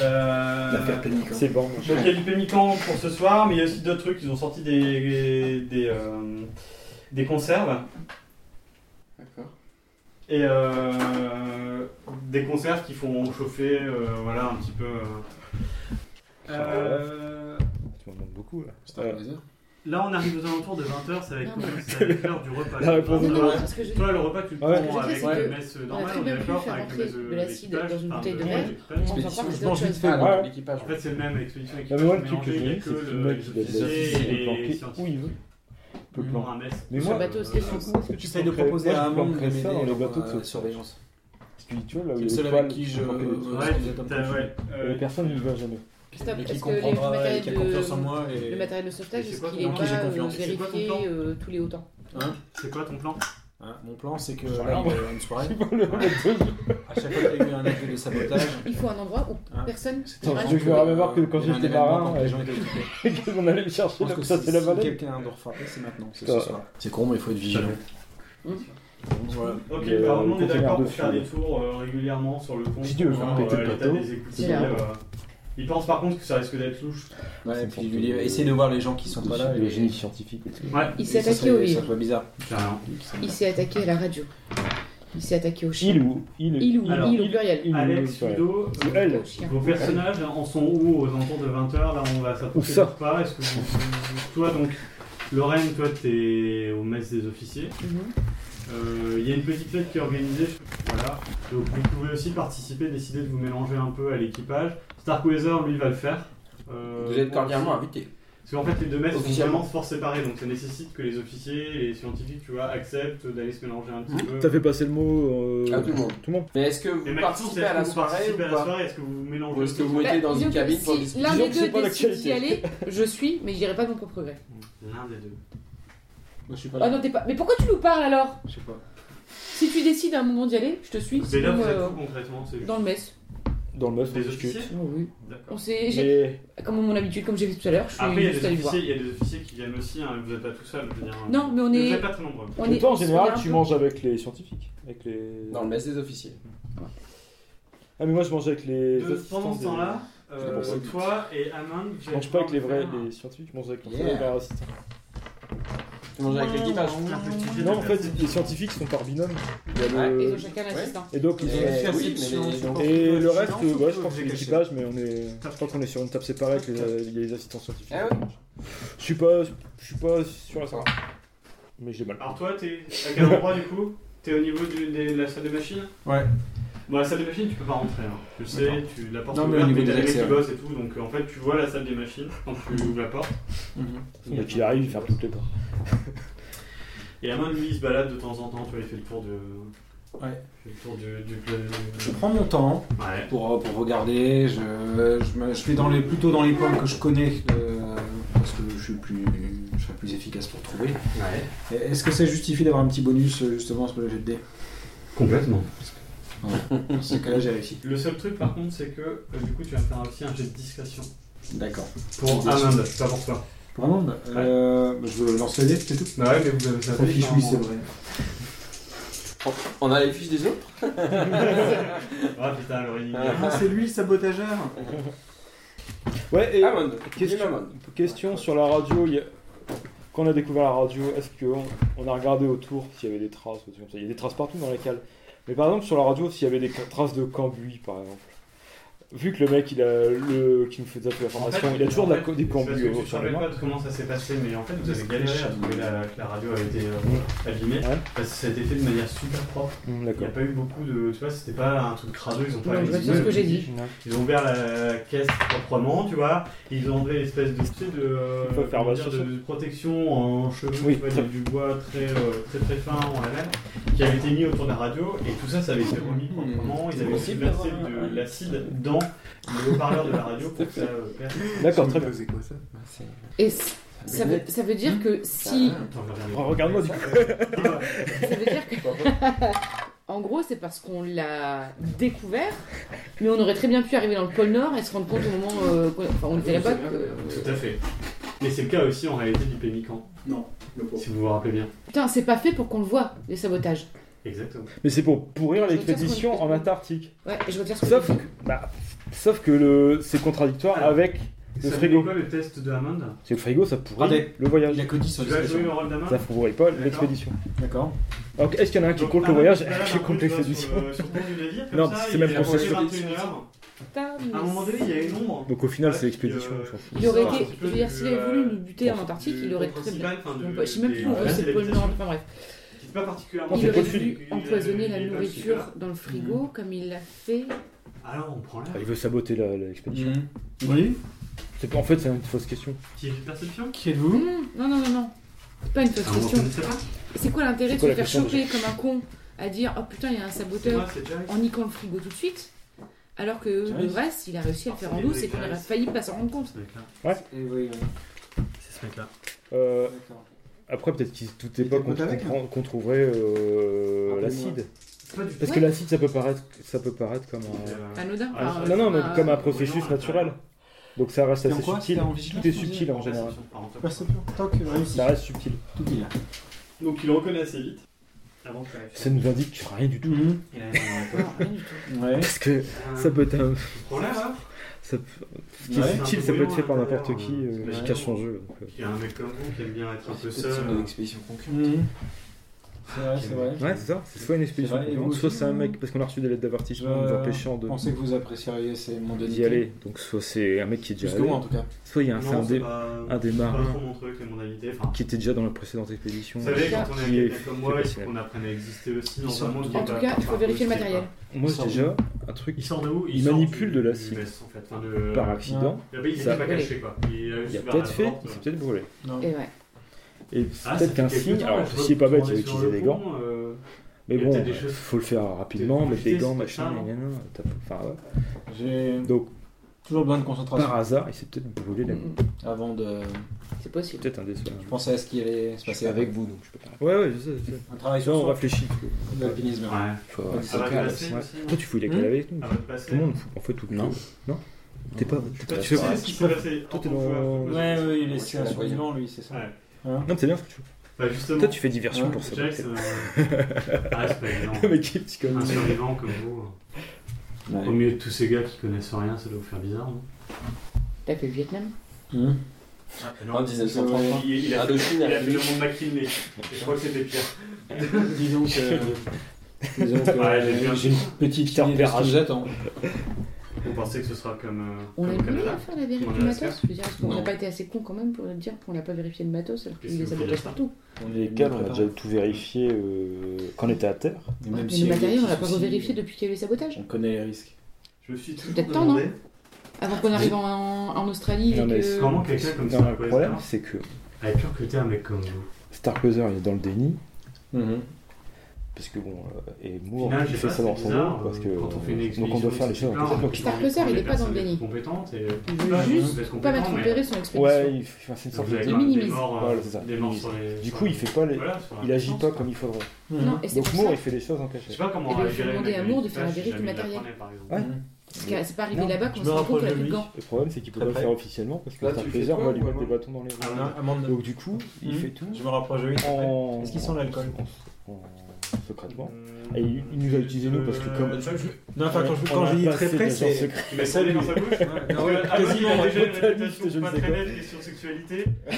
Speaker 1: Euh,
Speaker 6: L'affaire panique.
Speaker 2: C'est bon.
Speaker 1: donc il y a du pémican pour ce soir, mais il y a aussi d'autres trucs. Ils ont sorti des, des, euh, des conserves.
Speaker 4: D'accord.
Speaker 1: Et euh, des conserves qui font chauffer, euh, voilà, un petit peu. euh. Euh,
Speaker 2: Tu m'en demandes beaucoup là.
Speaker 6: C'est un
Speaker 2: Euh,
Speaker 6: plaisir.
Speaker 1: là, on arrive aux alentours de 20h, ça va être
Speaker 3: Non, mais-
Speaker 1: ça va être l'heure du repas.
Speaker 2: La réponse
Speaker 3: Non,
Speaker 2: est
Speaker 3: non,
Speaker 2: bonne.
Speaker 3: parce que je-
Speaker 1: Toi, le repas, tu le prends
Speaker 2: Ouais.
Speaker 3: Ce que je
Speaker 1: avec
Speaker 3: sais, c'est
Speaker 1: le
Speaker 3: que
Speaker 1: mess
Speaker 3: on a
Speaker 1: normal,
Speaker 3: très
Speaker 1: on est
Speaker 3: bien pu
Speaker 1: d'accord,
Speaker 3: faire
Speaker 1: avec le
Speaker 3: rentrer
Speaker 1: mess de,
Speaker 3: de l'acide
Speaker 1: l'équipage,
Speaker 3: dans une
Speaker 1: enfin,
Speaker 3: bouteille de
Speaker 1: ouais,
Speaker 3: verre.
Speaker 1: l'équipage.
Speaker 3: On s'en sort que c'est autre chose.
Speaker 4: Ah,
Speaker 2: Ouais.
Speaker 4: donc, l'équipage.
Speaker 1: En fait, c'est le même avec Expedition
Speaker 2: Ah,
Speaker 1: Équipage.
Speaker 2: mais moi, le truc que
Speaker 1: mélangé,
Speaker 2: je
Speaker 1: il y a
Speaker 2: dis,
Speaker 1: que
Speaker 2: c'est que le
Speaker 1: le-
Speaker 2: mec, il a
Speaker 1: les
Speaker 2: de la
Speaker 1: officiers
Speaker 2: vie,
Speaker 1: et
Speaker 2: il est
Speaker 1: les
Speaker 2: planqué où il
Speaker 1: scientifiques.
Speaker 2: veut. Peut
Speaker 1: Ils
Speaker 2: planquer.
Speaker 1: ont un mess.
Speaker 2: Mais
Speaker 3: Sur
Speaker 2: moi,
Speaker 3: le bateau, c'est sûr.
Speaker 2: Est-ce que tu
Speaker 5: J'essaie de
Speaker 2: planquerais-
Speaker 5: proposer
Speaker 2: moi, je
Speaker 5: à un membre de
Speaker 2: planquerais ça dans
Speaker 5: m'aider
Speaker 2: les
Speaker 5: dans
Speaker 2: bateaux de
Speaker 5: la
Speaker 2: sauvetage.
Speaker 5: surveillance.
Speaker 2: Tu tu vois, là où il
Speaker 5: C'est
Speaker 2: y
Speaker 5: le
Speaker 2: a les toiles,
Speaker 5: seul avec
Speaker 2: euh, tu
Speaker 5: qui je.
Speaker 2: peux planquer des trucs.
Speaker 1: Ouais, T'as- ouais,
Speaker 2: Il
Speaker 1: euh,
Speaker 2: y a personne qui ne vient jamais.
Speaker 3: Stop,
Speaker 5: Et qui
Speaker 3: est-ce que les
Speaker 5: comprendra et
Speaker 3: matériels
Speaker 5: qui a
Speaker 3: de-
Speaker 5: confiance en moi
Speaker 3: Le
Speaker 5: et.
Speaker 3: matériel de sauvetage,
Speaker 1: Et c'est
Speaker 3: est-ce
Speaker 1: quoi
Speaker 3: qu'il
Speaker 1: ton
Speaker 3: est
Speaker 1: plan
Speaker 3: pas
Speaker 5: J'ai
Speaker 3: euh,
Speaker 5: confiance.
Speaker 1: C'est quoi ton
Speaker 3: vérifié
Speaker 1: plan
Speaker 3: euh, tous les autant
Speaker 5: Hein
Speaker 1: C'est quoi ton plan
Speaker 5: Hein, Mon plan, c'est que
Speaker 2: Voilà.
Speaker 5: là, il y a une soirée.
Speaker 2: Tu vois, le le truc.
Speaker 5: À chaque fois qu'il y a eu un acte de sabotage,
Speaker 3: Il faut un endroit où
Speaker 5: Hein
Speaker 3: personne
Speaker 5: c'était
Speaker 3: ira
Speaker 2: je
Speaker 3: trouver.
Speaker 2: vais rappeler voir que quand
Speaker 5: Il y avait un
Speaker 2: j'étais
Speaker 5: événement
Speaker 2: marin,
Speaker 5: quand les
Speaker 2: euh,
Speaker 5: gens étaient occupés.
Speaker 2: On allait le
Speaker 5: Je
Speaker 2: chercher,
Speaker 5: pense que
Speaker 2: donc ça
Speaker 5: si
Speaker 2: c'est la
Speaker 5: si
Speaker 2: vallée.
Speaker 5: quelqu'un doit frapper, c'est maintenant, c'est
Speaker 2: Ah.
Speaker 5: ce soir.
Speaker 6: C'est con, mais il faut être vigilant.
Speaker 5: Donc, voilà.
Speaker 1: Ok,
Speaker 2: Le
Speaker 1: bah, on est
Speaker 2: conteneur
Speaker 1: d'accord
Speaker 2: de
Speaker 1: pour faire
Speaker 2: fioul.
Speaker 1: des tours euh, régulièrement sur le pont.
Speaker 2: Si Dieu veut
Speaker 1: pour voir,
Speaker 2: péter le
Speaker 1: euh, l'état
Speaker 2: bateau,
Speaker 1: des écoutes.
Speaker 3: c'est là.
Speaker 1: Euh, Ils pensent par contre que ça risque d'être louche.
Speaker 5: Ouais,
Speaker 2: C'est
Speaker 5: et puis
Speaker 2: pour
Speaker 5: lui
Speaker 2: que-
Speaker 5: dire, essaye de voir les gens qui sont pas là.
Speaker 2: Le
Speaker 5: et-
Speaker 2: génie scientifique et tout.
Speaker 1: Ouais,
Speaker 3: Il
Speaker 5: et
Speaker 3: s'est
Speaker 5: ça
Speaker 3: attaqué au
Speaker 5: serait- Ça
Speaker 3: livre,
Speaker 5: serait bizarre.
Speaker 1: carrément.
Speaker 3: il s'est attaqué à la radio, il s'est attaqué au chien,
Speaker 2: Il ou il
Speaker 3: il ou
Speaker 1: Alors,
Speaker 3: il au pluriel,
Speaker 2: il
Speaker 1: Alex,
Speaker 2: ouais.
Speaker 1: Ludo,
Speaker 2: Ou
Speaker 1: euh,
Speaker 2: elle.
Speaker 3: au chien.
Speaker 1: vos personnages hein, en sont où aux alentours de 20h Là, on va s'approcher
Speaker 2: Où ça
Speaker 1: du repas. Est-ce que vous- vous- Toi, donc, Lorraine, toi, t'es au mess des officiers.
Speaker 3: Mhm.
Speaker 1: Euh, Il y a une petite fête qui est organisée. Voilà. Donc, vous pouvez aussi participer, décider de vous mélanger un peu à l'équipage. Starkweather, lui, va le faire. Euh,
Speaker 4: Vous êtes
Speaker 1: moi
Speaker 4: cordialement
Speaker 1: aussi.
Speaker 4: invité.
Speaker 1: Parce qu'en fait, les deux messes sont
Speaker 4: Officiellement.
Speaker 1: vraiment force séparées, donc ça nécessite que les officiers et les scientifiques, tu vois, acceptent d'aller se mélanger un petit peu.
Speaker 2: Mmh. T'as fait passer le mot euh,
Speaker 4: À tout le monde.
Speaker 2: Tout le monde.
Speaker 4: Mais est-ce que
Speaker 1: Les
Speaker 4: vous
Speaker 1: mecs,
Speaker 4: participez
Speaker 1: est-ce
Speaker 4: à
Speaker 1: que
Speaker 4: la
Speaker 1: vous
Speaker 4: soirée
Speaker 1: participez
Speaker 4: ou
Speaker 1: à la
Speaker 4: pas
Speaker 1: soirée Est-ce que vous vous mélangez
Speaker 4: Ou est-ce que vous
Speaker 3: Bah,
Speaker 4: mettez dans
Speaker 3: disons
Speaker 4: une
Speaker 3: que
Speaker 4: cabine pour
Speaker 3: si
Speaker 4: discuter
Speaker 3: l'un
Speaker 2: Disons
Speaker 3: des
Speaker 2: que c'est
Speaker 3: deux
Speaker 2: pas
Speaker 3: décide
Speaker 2: l'actualité.
Speaker 3: d'y aller, je suis, mais j'irai pas de mon propre gré.
Speaker 1: L'un des deux.
Speaker 5: Moi, je suis pas
Speaker 3: Oh
Speaker 5: là.
Speaker 3: non, t'es pas. Mais pourquoi tu nous parles alors
Speaker 5: Je sais pas.
Speaker 3: Si tu décides à un moment d'y aller, je te suis.
Speaker 1: Mais là,
Speaker 3: sinon,
Speaker 1: vous êtes
Speaker 3: euh,
Speaker 1: où concrètement C'est juste
Speaker 3: dans le mess.
Speaker 2: Dans le meuf, on
Speaker 1: des
Speaker 2: discute.
Speaker 1: officiers
Speaker 3: Oh oui. On
Speaker 1: D'accord.
Speaker 3: s'est. j'ai-
Speaker 2: Mais
Speaker 3: Comme mon habitude, comme j'ai fait tout à l'heure, je
Speaker 1: Après,
Speaker 3: suis
Speaker 1: il y, a
Speaker 3: juste
Speaker 1: des
Speaker 3: allée voir.
Speaker 1: officiers, il y a des officiers qui viennent aussi, hein, vous n'êtes pas tout seul, je veux dire. hein.
Speaker 3: Non, mais on
Speaker 1: Vous
Speaker 3: est.
Speaker 1: n'êtes pas très nombreux.
Speaker 3: On
Speaker 2: Et
Speaker 3: est
Speaker 2: toi, en
Speaker 3: on se
Speaker 2: général,
Speaker 3: regarde
Speaker 2: tu
Speaker 3: un peu.
Speaker 2: manges avec les scientifiques avec les...
Speaker 4: Dans le mess des officiers.
Speaker 2: Ah, mais moi, je mange avec les.
Speaker 1: De-
Speaker 2: assistants
Speaker 1: pendant ce
Speaker 2: des-
Speaker 1: temps-là,
Speaker 2: C'est
Speaker 1: euh,
Speaker 2: pour ça que-
Speaker 1: toi et Amand, vous
Speaker 2: Je
Speaker 1: allez
Speaker 2: mange pas avec les
Speaker 1: pouvoir
Speaker 2: vrais
Speaker 1: faire
Speaker 2: les scientifiques, je mange avec les
Speaker 5: Yeah.
Speaker 2: vrais assistants.
Speaker 4: Tu manges avec l'équipage.
Speaker 1: un petit jet de
Speaker 2: Non, en fait,
Speaker 1: perception.
Speaker 2: les scientifiques sont par binôme. Il y a
Speaker 4: Ouais.
Speaker 2: le-
Speaker 3: Ils ont chacun un assistant.
Speaker 2: Et donc, ils ont.
Speaker 4: Eh,
Speaker 5: Perception,
Speaker 4: oui, mais les- donc-
Speaker 5: support.
Speaker 2: Et le reste,
Speaker 5: Silence,
Speaker 2: ouais,
Speaker 5: on
Speaker 2: je pense que
Speaker 5: peut
Speaker 2: c'est
Speaker 5: cacher.
Speaker 2: l'équipage, mais on est, je pense qu'on est sur une table séparée avec les, il y a les assistants scientifiques.
Speaker 4: Ah ouais
Speaker 2: Je suis pas, je suis pas sûr à ça, mais j'ai mal.
Speaker 1: Alors toi, t'es à quel endroit du coup T'es au niveau du- des- de la salle des machines
Speaker 5: Ouais.
Speaker 1: Bon, la salle des machines, tu peux pas rentrer. hein. Tu sais,
Speaker 5: D'accord.
Speaker 1: tu, la porte
Speaker 5: Non,
Speaker 1: est
Speaker 5: mais au
Speaker 1: ouverte,
Speaker 5: niveau
Speaker 1: mais
Speaker 5: des
Speaker 1: t'as les mecs
Speaker 5: accès,
Speaker 1: qui
Speaker 5: ouais.
Speaker 1: bossent et tout, donc euh, en fait, tu vois la salle des machines quand tu ouvres la porte.
Speaker 5: Mhm.
Speaker 2: Donc il arrive, il fait toutes les pas.
Speaker 1: Et Amand, lui, il se balade de temps en temps, tu vois, il fait le tour de.
Speaker 5: Ouais.
Speaker 1: il fait le tour du. du, du-
Speaker 5: Je prends mon temps.
Speaker 1: Ouais.
Speaker 5: pour, euh, pour regarder. Je, je, me- je fais dans les, plutôt dans les points que je connais euh, parce que je suis plus, je serai plus efficace pour trouver.
Speaker 1: Ouais.
Speaker 5: Et Est-ce que ça justifie d'avoir un petit bonus euh, justement sur le jet de dés
Speaker 1: Complètement.
Speaker 5: Dans ce cas-là, j'ai réussi.
Speaker 1: Le seul truc par contre, c'est que euh, du coup, tu vas me faire aussi un jet de discrétion.
Speaker 5: D'accord.
Speaker 1: Pour Amand, pas pour toi.
Speaker 5: Vraiment euh, Je veux lancer le dé, c'est tout.
Speaker 1: Bah ouais, mais vous avez ça
Speaker 5: Ça fiche, oui, c'est vrai.
Speaker 4: On a les fiches des autres
Speaker 1: Ah putain, le running.
Speaker 5: Ah, c'est lui le sabotageur
Speaker 2: Ah Ouais, et
Speaker 4: Amon.
Speaker 2: question,
Speaker 4: Amon.
Speaker 2: question sur la radio. il y a- Quand on a découvert la radio, est-ce qu'on on a regardé autour s'il y avait des traces ou des trucs comme ça Il y a des traces partout dans la cale. Mais par exemple, sur la radio, s'il y avait des ca- traces de cambouis, par exemple. Vu que le mec il a le... qui nous faisait la formation, il a toujours de la... co- des cambouis
Speaker 1: Je
Speaker 2: au-
Speaker 1: ne
Speaker 2: sur les
Speaker 1: savais
Speaker 2: mains.
Speaker 1: pas de comment ça s'est passé, mais en fait, vous avez galéré à trouver la, que la radio avait été euh, abîmée.
Speaker 2: Ouais.
Speaker 1: Parce que ça a été fait de manière super propre.
Speaker 2: Hum,
Speaker 1: Il n'y a
Speaker 2: D'accord.
Speaker 1: pas eu beaucoup de. Tu vois, c'était pas un truc craseux, ils ont pas
Speaker 3: Non,
Speaker 1: les
Speaker 3: je vais dire ce que j'ai dit.
Speaker 1: Ils ont ouvert la caisse proprement, tu vois. Ils ont enlevé l'espèce de, tu sais, de, euh,
Speaker 2: Faut faire
Speaker 1: comment dire,
Speaker 2: attention.
Speaker 1: de protection en cheveux,
Speaker 2: Oui,
Speaker 1: tu vois,
Speaker 2: très-
Speaker 1: du, du bois très, euh, très très fin en laine, qui avait été mis autour de la radio. Et tout ça, ça avait été remis proprement. Ils avaient aussi
Speaker 4: possible
Speaker 1: versé
Speaker 4: d'avoir un-
Speaker 1: de l'acide dans le haut-parleur de la radio pour que ça euh, perde.
Speaker 2: D'accord, très bien.
Speaker 6: quoi ça
Speaker 4: Bah,
Speaker 3: Et c- ça veut, ça veut
Speaker 2: Mmh.
Speaker 3: dire que si.
Speaker 1: Attends, je vais regarder.
Speaker 2: Oh, Regarde-moi du coup.
Speaker 1: Ah ouais.
Speaker 3: Ça veut dire que. Oh, En gros, c'est parce qu'on l'a découvert, mais on aurait très bien pu arriver dans le pôle Nord et se rendre compte au moment euh, qu'on- enfin, on était
Speaker 6: Oui,
Speaker 3: là-bas.
Speaker 6: c'est
Speaker 3: que-
Speaker 6: bien,
Speaker 1: Tout à fait. Mais c'est le cas aussi en réalité du Pémican,
Speaker 6: Non, le pauvre.
Speaker 1: si vous vous rappelez bien.
Speaker 3: Putain, c'est pas fait pour qu'on le voit, les sabotages.
Speaker 1: Exactement.
Speaker 2: Mais c'est pour pourrir
Speaker 3: Je retire ce
Speaker 2: l'expédition
Speaker 3: qu'on-
Speaker 2: en Antarctique.
Speaker 3: Ouais, et je retire ce que
Speaker 2: Sauf
Speaker 3: je dis.
Speaker 2: que, bah, sauf que le, c'est contradictoire
Speaker 1: Alors,
Speaker 2: avec
Speaker 1: Vous savez
Speaker 2: frigo.
Speaker 1: quoi le test de Hammond
Speaker 2: c'est le frigo, ça pourrit
Speaker 5: Regardez.
Speaker 2: le voyage.
Speaker 5: Il a que 10 sur
Speaker 1: Tu as joué le
Speaker 5: l'expédition.
Speaker 1: rôle d'Hammond
Speaker 2: Ça pourrit pas
Speaker 1: D'accord.
Speaker 2: l'expédition.
Speaker 5: D'accord.
Speaker 2: Donc est-ce qu'il y en a un qui
Speaker 1: Donc,
Speaker 2: compte le
Speaker 1: Hammond,
Speaker 2: voyage
Speaker 1: tu
Speaker 2: et
Speaker 1: vas là,
Speaker 2: qui compte
Speaker 1: tu vas sur
Speaker 2: l'expédition
Speaker 1: le- Sur le pont du navire, comme
Speaker 2: Non,
Speaker 1: ça,
Speaker 2: c'est
Speaker 1: il
Speaker 2: même
Speaker 1: est
Speaker 2: français.
Speaker 1: 21 heures.
Speaker 3: Putain, mais
Speaker 1: À un moment donné, il y a une ombre.
Speaker 2: Donc au final, c'est
Speaker 1: Ouais,
Speaker 2: l'expédition.
Speaker 1: puis, euh,
Speaker 2: je m'en fous.
Speaker 3: Il aurait
Speaker 1: Ça,
Speaker 3: été,
Speaker 1: c'est
Speaker 3: je veux dire, s'il avait voulu nous buter en Antarctique,
Speaker 1: du-
Speaker 3: il aurait
Speaker 1: du
Speaker 3: très bien. bah,
Speaker 1: principal, enfin,
Speaker 3: Je sais même
Speaker 1: de-
Speaker 3: pas- je sais même
Speaker 1: des-
Speaker 3: plus où
Speaker 1: ouais,
Speaker 3: c'est
Speaker 1: c'est
Speaker 3: le pôle
Speaker 1: la
Speaker 3: Nord,
Speaker 1: civilisation.
Speaker 3: enfin bref.
Speaker 1: Qui est pas particulièrement.
Speaker 3: hein. Il aurait
Speaker 2: fait
Speaker 1: Il-
Speaker 3: dû
Speaker 1: il-
Speaker 3: empoisonner
Speaker 1: il-
Speaker 3: la
Speaker 1: il- il-
Speaker 3: nourriture dans le
Speaker 2: Mmh.
Speaker 3: frigo comme il l'a fait.
Speaker 1: Alors on prend là.
Speaker 2: Ah, Il veut saboter la- la- l'expédition.
Speaker 5: Oui.
Speaker 2: C'est pas- En fait, c'est une fausse question.
Speaker 1: Qui est une perception
Speaker 5: Qui êtes-vous
Speaker 3: Non, non, non, non, non. C'est pas une fausse
Speaker 1: Alors, on
Speaker 3: question.
Speaker 1: ne sait pas.
Speaker 3: C'est quoi l'intérêt
Speaker 2: Ah, C'est
Speaker 3: de
Speaker 2: quoi
Speaker 3: se
Speaker 2: la
Speaker 3: faire
Speaker 2: question,
Speaker 3: choper comme un con à dire oh putain, il y a un
Speaker 1: C'est moi,
Speaker 3: saboteur
Speaker 1: c'est Jack.
Speaker 3: en niquant le frigo tout de suite alors que le
Speaker 1: Ah
Speaker 5: James.
Speaker 3: reste, il a réussi à le faire en douce et qu'on aurait failli pas s'en rendre compte.
Speaker 1: Ce mec-là.
Speaker 5: Eh oui, oui.
Speaker 1: C'est ce mec-là.
Speaker 2: Euh,
Speaker 5: D'accord.
Speaker 2: Après, peut-être qu'il se doutait
Speaker 5: Il
Speaker 2: pas
Speaker 5: était
Speaker 2: qu'on
Speaker 5: pote avec,
Speaker 2: comprend- qu'on trouverait euh,
Speaker 5: Rappelez-moi.
Speaker 2: l'acide.
Speaker 1: C'est pas du tout.
Speaker 2: Parce que l'acide, ça peut paraître, ça peut paraître comme un.
Speaker 1: Euh,
Speaker 3: Anodin
Speaker 1: Ah,
Speaker 3: enfin,
Speaker 2: Non, non, mais
Speaker 3: un-
Speaker 2: comme un processus
Speaker 1: Ouais,
Speaker 2: naturel. Donc ça reste
Speaker 5: C'était en
Speaker 2: assez
Speaker 5: quoi
Speaker 2: subtil.
Speaker 5: C'était en vigilance,
Speaker 2: Tout est
Speaker 5: on dit
Speaker 2: subtil en général.
Speaker 1: perception. Pardon, toi.
Speaker 5: Perception. Toc, réussi.
Speaker 2: Ça reste subtil.
Speaker 5: Tout dit là.
Speaker 1: Donc il le reconnaît assez vite. Avant que
Speaker 2: Ça nous indique rien du tout.
Speaker 1: Il a un
Speaker 3: Non, rien du tout.
Speaker 5: Mhm. Ouais.
Speaker 2: Parce que
Speaker 1: Euh,
Speaker 2: ça peut être un.
Speaker 1: tu prends là, là
Speaker 2: Ça peut- Ce qui
Speaker 5: Ouais.
Speaker 2: est subtil, ça peut être fait par n'importe qui.
Speaker 1: Ouais.
Speaker 2: euh, qui
Speaker 1: Ouais.
Speaker 2: casse son jeu. donc, euh.
Speaker 1: Il y a un mec comme vous qui aime bien être un peu
Speaker 6: C'est
Speaker 1: seul.
Speaker 4: euh,
Speaker 6: une expédition concurrente.
Speaker 5: Mhm. C'est vrai, c'est vrai.
Speaker 2: Ouais, c'est ça. C'est soit une expédition
Speaker 5: C'est vrai, et
Speaker 2: concurrente,
Speaker 5: vous
Speaker 2: soit
Speaker 5: aussi,
Speaker 2: c'est un
Speaker 5: non
Speaker 2: mec. Parce qu'on a reçu des lettres d'avertissement
Speaker 5: Je-
Speaker 2: nous empêchant
Speaker 5: Je
Speaker 2: de
Speaker 5: pensais que vous apprécieriez c'est mon donné.
Speaker 2: d'y aller. Donc soit c'est un mec qui est
Speaker 5: Plus
Speaker 2: déjà
Speaker 5: que moi en
Speaker 2: allé.
Speaker 5: tout cas.
Speaker 2: Soit il y a un, c'est un
Speaker 1: Non, c'est
Speaker 2: des-
Speaker 1: pas
Speaker 2: un des
Speaker 1: c'est pas
Speaker 2: marins
Speaker 1: trop mon truc et mon amitié. Enfin,
Speaker 2: qui était déjà dans la précédente expédition.
Speaker 1: Vous savez, quand on
Speaker 2: Qui
Speaker 1: est
Speaker 2: est
Speaker 1: quelqu'un comme moi, il faut
Speaker 2: facile.
Speaker 1: qu'on apprenne à exister aussi
Speaker 5: Ils
Speaker 1: dans un
Speaker 5: sont-
Speaker 1: monde qui
Speaker 3: En
Speaker 1: est
Speaker 3: tout
Speaker 1: pas-
Speaker 3: cas, il faut
Speaker 1: pas
Speaker 3: vérifier le
Speaker 1: posté,
Speaker 3: matériel.
Speaker 2: Moi
Speaker 5: Il sort
Speaker 2: déjà, un
Speaker 1: quoi.
Speaker 2: truc
Speaker 1: Il sort de où
Speaker 2: Il
Speaker 1: sort
Speaker 2: manipule
Speaker 1: du-
Speaker 2: de la
Speaker 1: du
Speaker 2: cible.
Speaker 1: mess, en fait. Enfin, de-
Speaker 2: par accident,
Speaker 1: Le mec, Il
Speaker 2: Ça-
Speaker 1: s'est pas caché, quoi. Il a
Speaker 2: il a
Speaker 1: juste
Speaker 2: peut-être
Speaker 1: vers la
Speaker 2: fait,
Speaker 1: porte.
Speaker 2: il s'est peut-être brûlé.
Speaker 5: Non.
Speaker 3: Et ouais.
Speaker 2: Et
Speaker 1: Ah, ça
Speaker 2: peut-être
Speaker 1: fait
Speaker 2: qu'un
Speaker 1: quelque
Speaker 2: signe,
Speaker 1: temps,
Speaker 2: alors
Speaker 1: je vois
Speaker 2: si est pas
Speaker 1: que vous
Speaker 2: bête, il a
Speaker 1: tournez sur
Speaker 2: utilisé
Speaker 1: le
Speaker 2: des gants.
Speaker 1: pont, euh,
Speaker 2: Mais
Speaker 1: Il y a
Speaker 2: bon,
Speaker 1: peut-être des
Speaker 2: euh,
Speaker 1: choses-
Speaker 2: faut le faire rapidement,
Speaker 1: Peut-être
Speaker 2: mettre des
Speaker 1: profiter,
Speaker 2: gants,
Speaker 1: c'est
Speaker 2: machin,
Speaker 1: ça, hein. non
Speaker 2: nanana, t'as pas- enfin, ouais.
Speaker 5: J'ai
Speaker 2: Donc
Speaker 5: toujours besoin de
Speaker 2: par
Speaker 5: concentration
Speaker 2: hasard, il s'est peut-être brûlé la
Speaker 3: Mm,
Speaker 5: avant de.
Speaker 3: C'est
Speaker 2: C'est
Speaker 3: possible.
Speaker 2: peut-être un des seuls.
Speaker 5: Je pensais à ce qui allait se passer avec
Speaker 6: vous, donc je peux pas.
Speaker 2: Ouais, ouais, je sais, je sais.
Speaker 5: un travail
Speaker 2: Ça,
Speaker 5: sur
Speaker 2: on
Speaker 5: soi,
Speaker 2: réfléchit.
Speaker 5: l'alpinisme.
Speaker 1: Ouais.
Speaker 6: Faut
Speaker 5: Ouais,
Speaker 6: avoir-
Speaker 1: Ça va te
Speaker 6: calme.
Speaker 1: passer
Speaker 2: ouais.
Speaker 1: aussi, non
Speaker 2: Toi, tu fouilles la
Speaker 5: Hmm
Speaker 2: cave avec nous.
Speaker 1: Ça va te passer.
Speaker 2: Tout le monde, en fait, tout le
Speaker 6: Non.
Speaker 2: monde. Non T'es pas. t'es pas- tu
Speaker 1: Tu
Speaker 2: fais
Speaker 1: sais
Speaker 2: pas-
Speaker 1: ce qui s'est passé
Speaker 2: Toi, t'es
Speaker 1: en tant que
Speaker 2: dans-
Speaker 1: joueur,
Speaker 2: Ouais,
Speaker 1: faut
Speaker 5: Ouais,
Speaker 1: poser-
Speaker 5: ouais, il est sur
Speaker 6: la
Speaker 5: la
Speaker 6: poignée.
Speaker 5: vivant lui, c'est ça.
Speaker 1: hein, Ouais.
Speaker 2: Non, c'est bien ce que tu fais.
Speaker 1: Bah, justement.
Speaker 2: Toi, tu fais diversion
Speaker 5: Ouais,
Speaker 2: pour ça.
Speaker 1: Jack, c'est un. Ah, c'est pas
Speaker 2: Le
Speaker 1: évident.
Speaker 2: mec qui est petit comme
Speaker 1: Un
Speaker 2: ça.
Speaker 1: survivant comme vous. Au
Speaker 6: Ouais.
Speaker 1: milieu de tous ces gars qui connaissent rien, ça doit vous faire bizarre, non
Speaker 3: T'as fait le Vietnam
Speaker 5: Mhm.
Speaker 1: Ah,
Speaker 6: En 1933.
Speaker 1: Il, il
Speaker 4: Ah,
Speaker 1: a fait
Speaker 6: Indochine,
Speaker 1: Ah, il a fait
Speaker 6: arrive.
Speaker 1: le monde McKinley. Et je crois que c'était pire.
Speaker 5: Dis donc, euh, disons que
Speaker 1: Ouais, j'ai vu un
Speaker 5: euh, j'ai une petite
Speaker 2: Peter
Speaker 5: idée de ce qui
Speaker 2: Perrage.
Speaker 5: nous attend.
Speaker 1: Vous pensez que ce sera comme, euh,
Speaker 3: On a
Speaker 1: comme au
Speaker 3: eu du mal
Speaker 1: Canada
Speaker 3: à faire la vérif
Speaker 1: Comme
Speaker 3: du
Speaker 1: en Alaska
Speaker 3: matos. Je veux dire, est-ce qu'on
Speaker 6: Non.
Speaker 3: n'a pas été assez con quand même pour dire qu'on n'a pas vérifié le matos alors qu'il y a des
Speaker 1: Qu'est-ce que vous voulez
Speaker 3: sabotages
Speaker 1: faire
Speaker 3: partout
Speaker 2: Les cadres, on a déjà tout vérifié euh, quand on était à terre.
Speaker 6: Et
Speaker 3: Ouais,
Speaker 6: même
Speaker 3: Mais
Speaker 6: si il
Speaker 3: le
Speaker 6: y a eu
Speaker 3: matériel,
Speaker 6: des
Speaker 3: on l'a pas
Speaker 6: petits soucis,
Speaker 3: revérifié depuis qu'il y a eu les sabotages.
Speaker 6: On connaît les risques.
Speaker 1: Je me suis toujours
Speaker 3: Peut-être temps, non
Speaker 1: demandé
Speaker 3: Avant qu'on arrive en, en Australie et
Speaker 2: Non, mais
Speaker 3: que...
Speaker 1: comment quelqu'un comme
Speaker 2: Non,
Speaker 1: ça
Speaker 2: Le
Speaker 1: peut être hein
Speaker 2: problème,
Speaker 1: là
Speaker 2: c'est que
Speaker 1: avec pureté un mec comme vous.
Speaker 2: Starkweather il est dans le déni.
Speaker 5: Mhm.
Speaker 2: Parce que bon, euh, et
Speaker 1: Au
Speaker 2: Moore,
Speaker 1: final, je
Speaker 2: il
Speaker 1: sais
Speaker 2: fait
Speaker 1: pas,
Speaker 2: ça dans
Speaker 1: c'est
Speaker 2: son
Speaker 1: bizarre,
Speaker 2: nom. Parce que,
Speaker 1: euh, quand on fait une
Speaker 2: donc on doit faire les choses
Speaker 1: expédition,
Speaker 2: avec les
Speaker 1: c'est
Speaker 2: époques.
Speaker 1: plein,
Speaker 3: Starkweather,
Speaker 1: on a envie de prendre
Speaker 3: il est
Speaker 1: des
Speaker 3: pas dans le
Speaker 1: personnes
Speaker 3: déni.
Speaker 1: compétentes et
Speaker 3: Il
Speaker 1: Bah,
Speaker 3: veut
Speaker 1: vous êtes
Speaker 3: juste pas
Speaker 1: compétent,
Speaker 3: mettre en
Speaker 1: mais-
Speaker 3: péril son expédition.
Speaker 2: Ouais, il fait enfin, c'est une sorte
Speaker 1: vous
Speaker 2: de
Speaker 1: avez
Speaker 3: Il
Speaker 1: quand même des
Speaker 3: minimise.
Speaker 1: morts, euh,
Speaker 2: Voilà, c'est ça,
Speaker 1: des morts
Speaker 2: il-
Speaker 1: sur les.
Speaker 2: Du
Speaker 1: sur
Speaker 2: coup,
Speaker 1: les-
Speaker 2: il fait pas les-
Speaker 1: Voilà, sur la-
Speaker 2: Il agit pas comme il faudrait.
Speaker 5: Mhm.
Speaker 3: Non, et c'est
Speaker 2: Donc
Speaker 3: pour
Speaker 2: Moore,
Speaker 3: ça.
Speaker 2: il fait les choses en
Speaker 1: Je sais
Speaker 2: cachet.
Speaker 1: pas comment
Speaker 3: Eh
Speaker 1: on
Speaker 3: ben,
Speaker 1: va
Speaker 3: il faut
Speaker 1: gérer
Speaker 3: demander
Speaker 1: le
Speaker 3: à
Speaker 1: mec
Speaker 3: Moore de
Speaker 1: qui
Speaker 3: faire la
Speaker 1: tâche, si
Speaker 3: vérité du
Speaker 1: jamais il
Speaker 3: matériel.
Speaker 1: l'apprenait, par exemple.
Speaker 2: Ouais.
Speaker 3: Parce que c'est pas
Speaker 2: Non,
Speaker 3: arrivé là-bas qu'on
Speaker 5: je
Speaker 3: se
Speaker 5: me
Speaker 3: rend compte
Speaker 5: rapproche
Speaker 3: qu'elle a
Speaker 5: de
Speaker 3: plus de
Speaker 5: lui.
Speaker 3: gants.
Speaker 2: Le problème, c'est qu'il peut pas
Speaker 5: Très
Speaker 2: le
Speaker 5: près.
Speaker 2: faire officiellement parce que
Speaker 6: Là, tu fais
Speaker 2: Starkweather
Speaker 6: quoi,
Speaker 2: va lui
Speaker 6: ou
Speaker 2: mettre des
Speaker 6: moi
Speaker 2: bâtons dans les roues.
Speaker 1: Ah,
Speaker 5: Non, Amande,
Speaker 2: Donc du coup, il
Speaker 5: Mhm.
Speaker 2: fait tout
Speaker 5: je me rapproche de lui.
Speaker 2: en.
Speaker 5: Est-ce qu'il sent l'alcool
Speaker 2: en- en- Secrètement. Et il, il nous a utilisé nous parce que
Speaker 1: Euh,
Speaker 2: comme.
Speaker 1: Jack,
Speaker 5: Non, enfin, quand je,
Speaker 2: on
Speaker 5: quand
Speaker 2: a
Speaker 5: je dis
Speaker 2: placé
Speaker 5: très
Speaker 2: des
Speaker 5: près,
Speaker 2: gens
Speaker 5: c'est.
Speaker 2: secrets.
Speaker 1: Tu mets ça dans sa bouche
Speaker 5: Non, ouais,
Speaker 1: Ah,
Speaker 5: quasiment,
Speaker 1: il a
Speaker 5: ouais.
Speaker 1: déjà une
Speaker 2: botaniste, je
Speaker 1: réputation
Speaker 2: ne
Speaker 1: pas
Speaker 2: sais
Speaker 1: très
Speaker 2: quoi.
Speaker 1: nette sur sexualité. Donc là,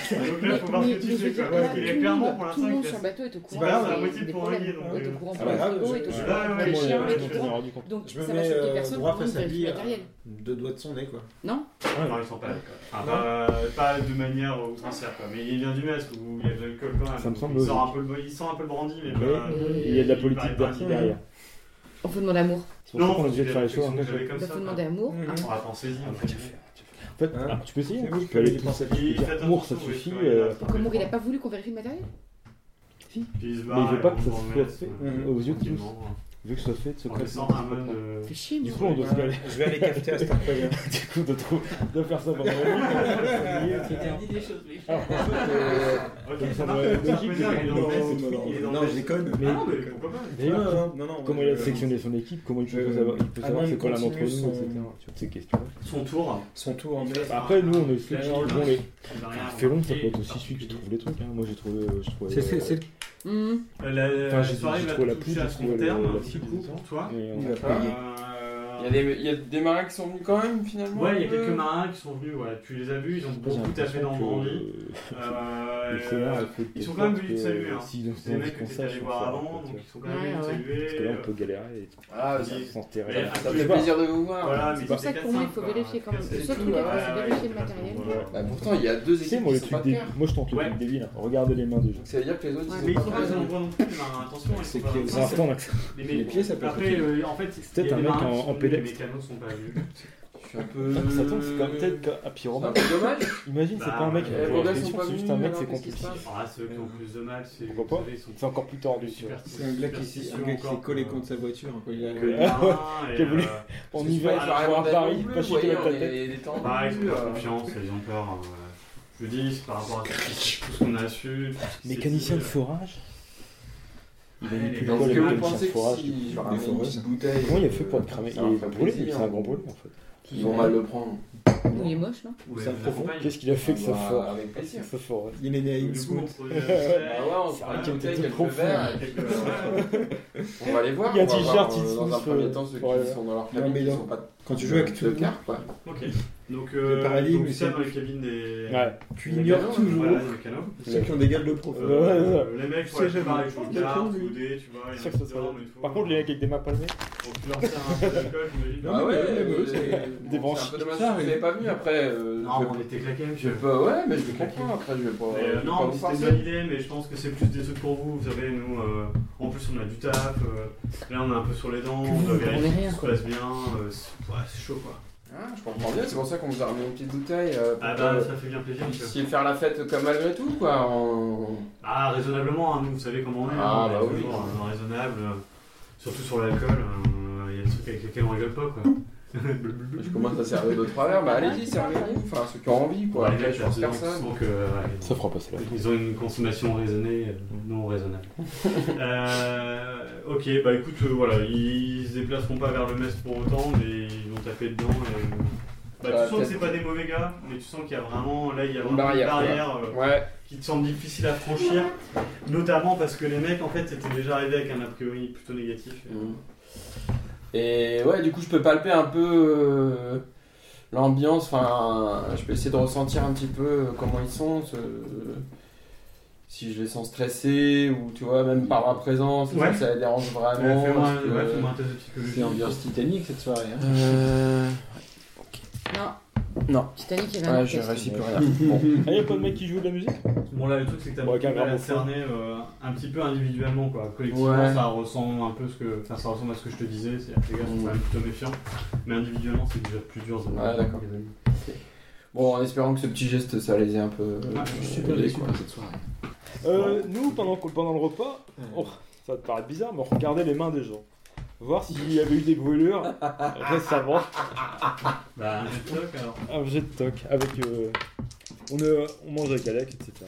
Speaker 3: Mais,
Speaker 1: faut voir ce
Speaker 3: mais
Speaker 1: que
Speaker 3: je
Speaker 1: tu
Speaker 3: veux
Speaker 1: fais.
Speaker 3: dire,
Speaker 1: quoi.
Speaker 3: que là,
Speaker 1: Parce
Speaker 3: tout
Speaker 1: qu'il
Speaker 3: le
Speaker 1: est clairement pour
Speaker 3: monde, tout
Speaker 1: l'instant.
Speaker 3: le monde
Speaker 1: il
Speaker 3: sur le
Speaker 1: classe-
Speaker 3: bateau est au
Speaker 1: C'est pas
Speaker 3: courant.
Speaker 1: grave,
Speaker 3: des-
Speaker 1: c'est un motif
Speaker 3: des
Speaker 1: pour
Speaker 3: problèmes.
Speaker 1: un guide, donc,
Speaker 3: est au
Speaker 1: euh,
Speaker 3: courant
Speaker 2: Ah
Speaker 3: pour
Speaker 2: ouais,
Speaker 3: le frigo,
Speaker 1: ouais, ouais,
Speaker 3: est au courant pour
Speaker 1: ouais,
Speaker 3: les
Speaker 1: ouais,
Speaker 3: chiens,
Speaker 1: ouais,
Speaker 3: est au
Speaker 1: ouais,
Speaker 3: courant.
Speaker 2: rendu compte.
Speaker 3: Donc
Speaker 5: Je me
Speaker 3: ça va
Speaker 5: mets,
Speaker 3: sur
Speaker 5: euh,
Speaker 3: des personnes
Speaker 5: droit
Speaker 3: pour le
Speaker 5: face à lui, euh,
Speaker 3: matériel.
Speaker 6: Deux doigts de son nez, quoi.
Speaker 3: Non
Speaker 1: Non, ils sont pas d'accord. Ah, pas, pas de manière outrancière, quoi. Mais il vient du Mest où il y a de l'alcool quand même.
Speaker 2: Ça me
Speaker 1: Donc,
Speaker 2: semble
Speaker 1: il, sort
Speaker 2: logique.
Speaker 1: un peu le, il sent un peu le brandy, mais
Speaker 2: Mais
Speaker 1: pas- euh,
Speaker 2: Il y a de la politique
Speaker 1: paraît pas
Speaker 2: partie
Speaker 1: bien.
Speaker 2: derrière.
Speaker 3: On faut demander à Moore.
Speaker 2: C'est pour ça
Speaker 1: Non,
Speaker 2: qu'on est obligé de faire les choses hein. Ah, bah, en
Speaker 1: réflexions que j'avais
Speaker 2: cachet.
Speaker 1: comme
Speaker 3: Il
Speaker 1: ça. Ah,
Speaker 3: faut demander à Moore.
Speaker 5: Mhm.
Speaker 1: On va penser y
Speaker 2: En fait,
Speaker 5: Hein
Speaker 2: alors, tu peux essayer,
Speaker 5: C'est
Speaker 2: hein,
Speaker 5: vous
Speaker 2: tu
Speaker 5: qui
Speaker 2: peux aller
Speaker 5: avez
Speaker 2: tout
Speaker 5: pensé.
Speaker 2: seul. Tu peux dire, Moore, ça suffit. euh,
Speaker 3: Comment il a pas voulu qu'on vérifie le matériel
Speaker 2: Mais il veut pas que ça se fasse
Speaker 5: Mhm.
Speaker 2: aux yeux de tous. Vu que ça fait
Speaker 1: euh,
Speaker 2: de
Speaker 1: On
Speaker 2: secret.
Speaker 1: descend un mode. euh,
Speaker 3: Fais chier,
Speaker 2: Du
Speaker 3: Moore.
Speaker 2: coup, on doit se galer.
Speaker 5: Je vais aller cafeter à Starfire.
Speaker 2: Du coup, de, trou- de faire ça pendant la nuit.
Speaker 1: Ok, ça marche.
Speaker 2: Ouais,
Speaker 1: Donc,
Speaker 2: logique,
Speaker 1: Sarkozy, il est dans le
Speaker 5: non,
Speaker 1: Mest,
Speaker 5: non,
Speaker 1: il est dans
Speaker 5: non,
Speaker 1: le
Speaker 6: je déconne.
Speaker 2: Mais-
Speaker 1: Ah non, mais pourquoi pas
Speaker 2: D'ailleurs,
Speaker 6: non, non.
Speaker 2: Comment il a sélectionné son équipe, comment il peut
Speaker 6: Euh,
Speaker 2: savoir, il peut savoir
Speaker 6: Amand
Speaker 2: c'est quoi l'un d'entre
Speaker 6: continue
Speaker 2: nous,
Speaker 6: son-
Speaker 2: etc. Tu vois, ces questions.
Speaker 1: Son tour.
Speaker 6: Son tour hein. en mai.
Speaker 2: Bah, Après, nous, on est aussi
Speaker 1: Alors,
Speaker 2: bon, les
Speaker 1: il va rien
Speaker 2: félons, ça peut
Speaker 1: remarquer,
Speaker 2: être aussi
Speaker 1: parce
Speaker 2: celui qui
Speaker 1: que-
Speaker 2: trouve les trucs. Hein. Moi, j'ai trouvé. euh, je trouvais,
Speaker 5: C'est- c'est-
Speaker 2: euh,
Speaker 5: c'est-
Speaker 3: Hum.
Speaker 1: Euh, La,
Speaker 2: Enfin,
Speaker 1: la
Speaker 2: j'ai-
Speaker 1: soirée
Speaker 2: j'ai
Speaker 1: va
Speaker 2: trouvé la
Speaker 1: toucher
Speaker 2: poudre,
Speaker 1: à
Speaker 2: j'ai
Speaker 1: son
Speaker 2: trouvé le-
Speaker 1: terme,
Speaker 2: la
Speaker 1: du
Speaker 2: poudre,
Speaker 1: coup,
Speaker 2: j'ai
Speaker 1: pour toi.
Speaker 2: et on-
Speaker 6: Il va pas-
Speaker 1: Euh,
Speaker 4: Il y, a des, il y a des marins qui sont venus quand même finalement.
Speaker 1: Ouais, il y
Speaker 4: un
Speaker 1: a
Speaker 4: peu.
Speaker 1: quelques marins qui sont venus, ouais. tu les as vus, ils ont
Speaker 2: J'ai
Speaker 1: beaucoup tapé dans le
Speaker 2: l'impression que,
Speaker 1: brandy.
Speaker 2: euh, le
Speaker 1: Euh,
Speaker 2: Sénat a fait
Speaker 1: ils sont
Speaker 2: des
Speaker 1: quand même
Speaker 2: efforts
Speaker 1: venus te
Speaker 2: que,
Speaker 1: saluer, hein.
Speaker 2: s'ils nous
Speaker 1: C'est des
Speaker 2: font
Speaker 1: mecs que
Speaker 2: qu'on
Speaker 1: t'étais
Speaker 2: sache,
Speaker 1: allé
Speaker 2: on
Speaker 1: voir
Speaker 2: saura,
Speaker 1: avant,
Speaker 2: quoi, tu
Speaker 1: donc
Speaker 2: vois.
Speaker 1: ils sont quand même
Speaker 3: Ouais,
Speaker 1: venus te saluer.
Speaker 3: ouais.
Speaker 2: Parce que là, on peut galérer et
Speaker 4: Ah,
Speaker 1: vas-y.
Speaker 4: c'est-
Speaker 2: s'enterrer.
Speaker 1: Mais-
Speaker 4: ça
Speaker 1: Je
Speaker 4: fait
Speaker 1: sais
Speaker 4: plaisir de vous voir.
Speaker 1: Voilà, mais
Speaker 3: C'est pour ça que pour moi, il faut vérifier quand même. Le seul truc à faire, c'est vérifier le matériel.
Speaker 4: Bah, pourtant, il y a deux
Speaker 2: Tu sais,
Speaker 4: équipes
Speaker 2: moi,
Speaker 4: qui
Speaker 2: le truc
Speaker 4: sont pas de
Speaker 2: débile.
Speaker 4: cœur.
Speaker 2: Moi, je tente le
Speaker 1: Ouais.
Speaker 2: truc débile. hein. Regardez les mains des gens.
Speaker 4: Donc ça veut dire que les
Speaker 1: Mais
Speaker 4: autres, ils
Speaker 1: ils
Speaker 4: sont
Speaker 1: sont
Speaker 4: pas
Speaker 1: pas
Speaker 4: de
Speaker 1: très
Speaker 4: cœur.
Speaker 1: nombreux non plus, les marins, attention, ils
Speaker 6: C'est
Speaker 1: sont pas
Speaker 6: qu'il y a-
Speaker 2: Pour l'instant, on a-
Speaker 1: Les,
Speaker 6: les pieds, ça peut être
Speaker 1: Après,
Speaker 6: utile.
Speaker 1: euh, en fait,
Speaker 2: C'est peut-être
Speaker 1: il y a
Speaker 2: un
Speaker 1: des
Speaker 2: mec
Speaker 1: marins
Speaker 2: en-
Speaker 1: qui
Speaker 2: en
Speaker 1: sont venus, Les
Speaker 2: pédex.
Speaker 1: mécanos sont pas venus.
Speaker 4: Je suis un peu.
Speaker 2: Ça tombe, c'est quand même peut-être qu'à
Speaker 4: C'est un
Speaker 2: Pyromane.
Speaker 4: peu dommage.
Speaker 2: Imagine, c'est
Speaker 1: Bah,
Speaker 2: pas un mec qui
Speaker 1: les
Speaker 2: a fait la
Speaker 4: Bordelais
Speaker 2: réflexion,
Speaker 4: sont pas
Speaker 2: c'est juste un mec,
Speaker 4: venus, hein,
Speaker 2: c'est
Speaker 4: alors, qu'est-ce qui se
Speaker 2: compliqué.
Speaker 4: passe
Speaker 1: Alors là, ceux qui ont plus de mal, c'est
Speaker 2: Pourquoi pas
Speaker 1: vous savez, ils sont
Speaker 2: C'est encore plus tordu. tu vois.
Speaker 1: super.
Speaker 6: C'est un gars qui s'est un gars qui s'est collé contre sa voiture. hein. quoi. Il a-
Speaker 1: Que les
Speaker 2: Ouais.
Speaker 1: marins, et,
Speaker 2: Qui a voulu-
Speaker 1: euh,
Speaker 2: On
Speaker 4: Parce que
Speaker 2: y
Speaker 4: tu vois,
Speaker 2: va,
Speaker 4: ils arrivent
Speaker 2: on va à
Speaker 4: en
Speaker 2: Paris,
Speaker 4: bleu,
Speaker 2: Ah, pas
Speaker 4: vous
Speaker 2: chier
Speaker 4: voyez,
Speaker 2: la
Speaker 4: on est-
Speaker 2: tête.
Speaker 4: les temps
Speaker 1: Bah, ils ont
Speaker 4: bleus,
Speaker 1: pas
Speaker 4: euh,
Speaker 1: confiance, ils ont peur. euh, Je le dis, par rapport à tout ce qu'on a su. tout ce qui s'est
Speaker 2: Mécanicien de
Speaker 1: dit,
Speaker 2: forage Il
Speaker 1: Ouais,
Speaker 2: manipule
Speaker 1: les
Speaker 2: quoi
Speaker 1: gars,
Speaker 4: Est-ce
Speaker 2: les
Speaker 4: que vous
Speaker 1: mécanicien
Speaker 2: mécaniciens de
Speaker 4: pensez que
Speaker 2: forage
Speaker 4: si je
Speaker 6: des
Speaker 4: ramène une
Speaker 6: foreuses.
Speaker 4: petite bouteille.
Speaker 2: Comment il a fait
Speaker 4: euh,
Speaker 2: pour être cramé
Speaker 4: ça
Speaker 2: Il
Speaker 4: va
Speaker 2: est
Speaker 4: faire
Speaker 2: brûlé,
Speaker 4: plaisir. hein.
Speaker 2: c'est un grand brûlé en fait.
Speaker 4: Ils vont mal le prendre.
Speaker 3: Il est moche, là.
Speaker 1: ou
Speaker 6: C'est
Speaker 1: elle
Speaker 6: un
Speaker 1: vous
Speaker 6: profond.
Speaker 1: accompagne.
Speaker 2: Qu'est-ce qu'il a fait que ça
Speaker 4: Bah,
Speaker 2: forage
Speaker 4: Avec plaisir.
Speaker 2: Ça forage.
Speaker 6: Il est né à
Speaker 1: Du coup, on
Speaker 6: Innsbruck.
Speaker 1: prenait un
Speaker 4: Bah
Speaker 1: verre,
Speaker 4: ouais, on
Speaker 1: C'est
Speaker 4: prend
Speaker 1: vrai
Speaker 4: une
Speaker 1: qu'il
Speaker 4: bouteille,
Speaker 2: était
Speaker 4: quelques
Speaker 2: profond.
Speaker 4: verres. et quelques- On va les voir.
Speaker 2: Il y a
Speaker 4: on va
Speaker 2: t-shirt,
Speaker 4: voir,
Speaker 2: il
Speaker 4: euh,
Speaker 2: se
Speaker 4: Dans un
Speaker 2: fout,
Speaker 4: premier
Speaker 2: euh,
Speaker 4: temps, ceux
Speaker 2: ouais.
Speaker 4: qui sont dans leur
Speaker 6: Non, mais
Speaker 4: famille, qui
Speaker 6: non.
Speaker 4: sont pas
Speaker 6: Quand tu joues avec tout
Speaker 4: de
Speaker 6: le monde,
Speaker 4: carte, quoi.
Speaker 1: Ok. Donc, euh,
Speaker 6: Le paradigme,
Speaker 1: donc ça
Speaker 6: c'est-
Speaker 1: dans les cabines des.
Speaker 2: Ouais.
Speaker 6: tu
Speaker 4: Les
Speaker 6: ignores
Speaker 4: canons,
Speaker 6: toujours
Speaker 1: Voilà, les canons.
Speaker 6: ceux qui ont des gars de l'eau prof.
Speaker 2: Ouais, ouais, ouais.
Speaker 1: Les mecs,
Speaker 6: Tu
Speaker 1: voilà,
Speaker 6: sais jamais.
Speaker 1: pareil, ils jouent aux
Speaker 6: Quelqu'un
Speaker 1: cartes,
Speaker 6: dit-
Speaker 1: aux dés, tu vois, il y en a
Speaker 2: Sûr que
Speaker 1: qui
Speaker 2: ça serait
Speaker 1: dorment et tout.
Speaker 2: Par contre, les mecs avec des mains palmées,
Speaker 1: Donc, tu leur sers un peu d'alcool, j'imagine.
Speaker 6: Ah ouais, mais
Speaker 4: euh,
Speaker 6: c'est-
Speaker 4: c'est
Speaker 2: des branches.
Speaker 4: un peu dommage
Speaker 6: Ça
Speaker 4: que vous
Speaker 6: arrive.
Speaker 4: n'avez pas venu après. euh,
Speaker 1: Non,
Speaker 4: je-
Speaker 1: mais on était claqués,
Speaker 4: Je
Speaker 1: monsieur.
Speaker 4: vais pas, ouais, mais je le comprends après, je vais pas.
Speaker 1: Mais,
Speaker 4: je
Speaker 1: euh,
Speaker 4: vais pas
Speaker 1: non, c'était une
Speaker 4: vous forcer.
Speaker 1: bonne idée, mais je pense que c'est plus des trucs pour vous. Vous savez, nous, euh, en plus, on a du taf. euh, là, on est un peu sur les dents. On doit vérifier que tout se passe bien. euh, c'est ouais, c'est chaud, quoi.
Speaker 4: Ah, je comprends bien, c'est pour ça qu'on vous a remis une petite bouteille. euh, pour
Speaker 1: Ah
Speaker 4: que
Speaker 1: bah,
Speaker 4: vous
Speaker 1: ça fait bien plaisir, monsieur.
Speaker 4: puissiez faire la fête comme malgré tout, quoi. en-
Speaker 1: Ah, raisonnablement, hein, nous, vous savez comment on est.
Speaker 4: Ah,
Speaker 1: hein, on est
Speaker 4: bah oui.
Speaker 1: toujours, euh, raisonnable. euh, surtout sur l'alcool, euh, il y a des trucs avec lesquels on rigole pas, quoi.
Speaker 4: Je commence à servir deux trois verres, bah allez-y, servez-vous, enfin ceux qui ont envie, quoi.
Speaker 1: les
Speaker 4: Après,
Speaker 1: mecs,
Speaker 4: je
Speaker 1: là,
Speaker 4: force
Speaker 1: dedans, ils
Speaker 4: personne.
Speaker 1: sont que, euh, ouais,
Speaker 2: ça fera passer la
Speaker 1: Ils ont une consommation raisonnée, euh, non raisonnable. Euh, ok, bah écoute, euh, voilà, ils, ils se déplaceront pas vers le mess pour autant, mais ils vont taper dedans. Et... Bah,
Speaker 4: Ah,
Speaker 1: tu sens que c'est
Speaker 4: peut-être.
Speaker 1: pas des mauvais gars, mais tu sens qu'il y a vraiment, là, il y a
Speaker 4: Une
Speaker 1: vraiment
Speaker 4: barrière,
Speaker 1: une barrière euh,
Speaker 4: Ouais,
Speaker 1: qui te semble difficile à franchir, notamment parce que les mecs, en fait, étaient déjà arrivés avec un a priori plutôt négatif. Et,
Speaker 4: Mm.
Speaker 1: euh,
Speaker 4: Mmh. Et ouais, du coup, je peux palper un peu euh, l'ambiance. Enfin, je peux essayer de ressentir un petit peu euh, comment ils sont. ce- Si je les sens stressés ou tu vois, même par ma présence, est-ce
Speaker 1: Ouais.
Speaker 4: que ça les dérange vraiment.
Speaker 1: Fais-moi
Speaker 4: est-ce que-
Speaker 1: ouais, fais-moi un test de psychologie.
Speaker 6: C'est ambiance titanique cette soirée. hein.
Speaker 4: Euh,
Speaker 3: Non.
Speaker 4: Non.
Speaker 3: Titanic, il y avait un
Speaker 4: Ouais, je
Speaker 3: test.
Speaker 4: réussis plus rien. Bon.
Speaker 2: Ah, y'a pas de mec qui joue de la musique
Speaker 1: Bon là le truc c'est que t'as
Speaker 2: Bon,
Speaker 1: beaucoup
Speaker 2: avec un
Speaker 1: de mal à
Speaker 2: gramme au fond.
Speaker 1: cerner euh, un petit peu individuellement quoi. Collectivement
Speaker 4: Ouais.
Speaker 1: ça ressemble un peu ce que. Enfin ça ressemble à ce que je te disais, c'est les gars sont quand
Speaker 4: Ouais.
Speaker 1: même plutôt méfiants. Mais individuellement c'est déjà plus dur de
Speaker 4: Ouais, d'accord. Bon, en espérant que ce petit geste, ça les ait un peu. euh,
Speaker 1: Ouais, Ah, je
Speaker 6: Je suis super
Speaker 4: aidés,
Speaker 6: déçu
Speaker 4: quoi.
Speaker 6: par cette soirée.
Speaker 2: Euh, nous, pendant, pendant le repas,
Speaker 6: Ouais.
Speaker 2: on- ça va te paraître bizarre, mais on regardait les mains des gens. Voir s'il y avait eu des brûlures récemment.
Speaker 1: Bah un petit truc alors.
Speaker 2: Un jet de toc avec. euh, on, euh, on mange avec Alec, etc.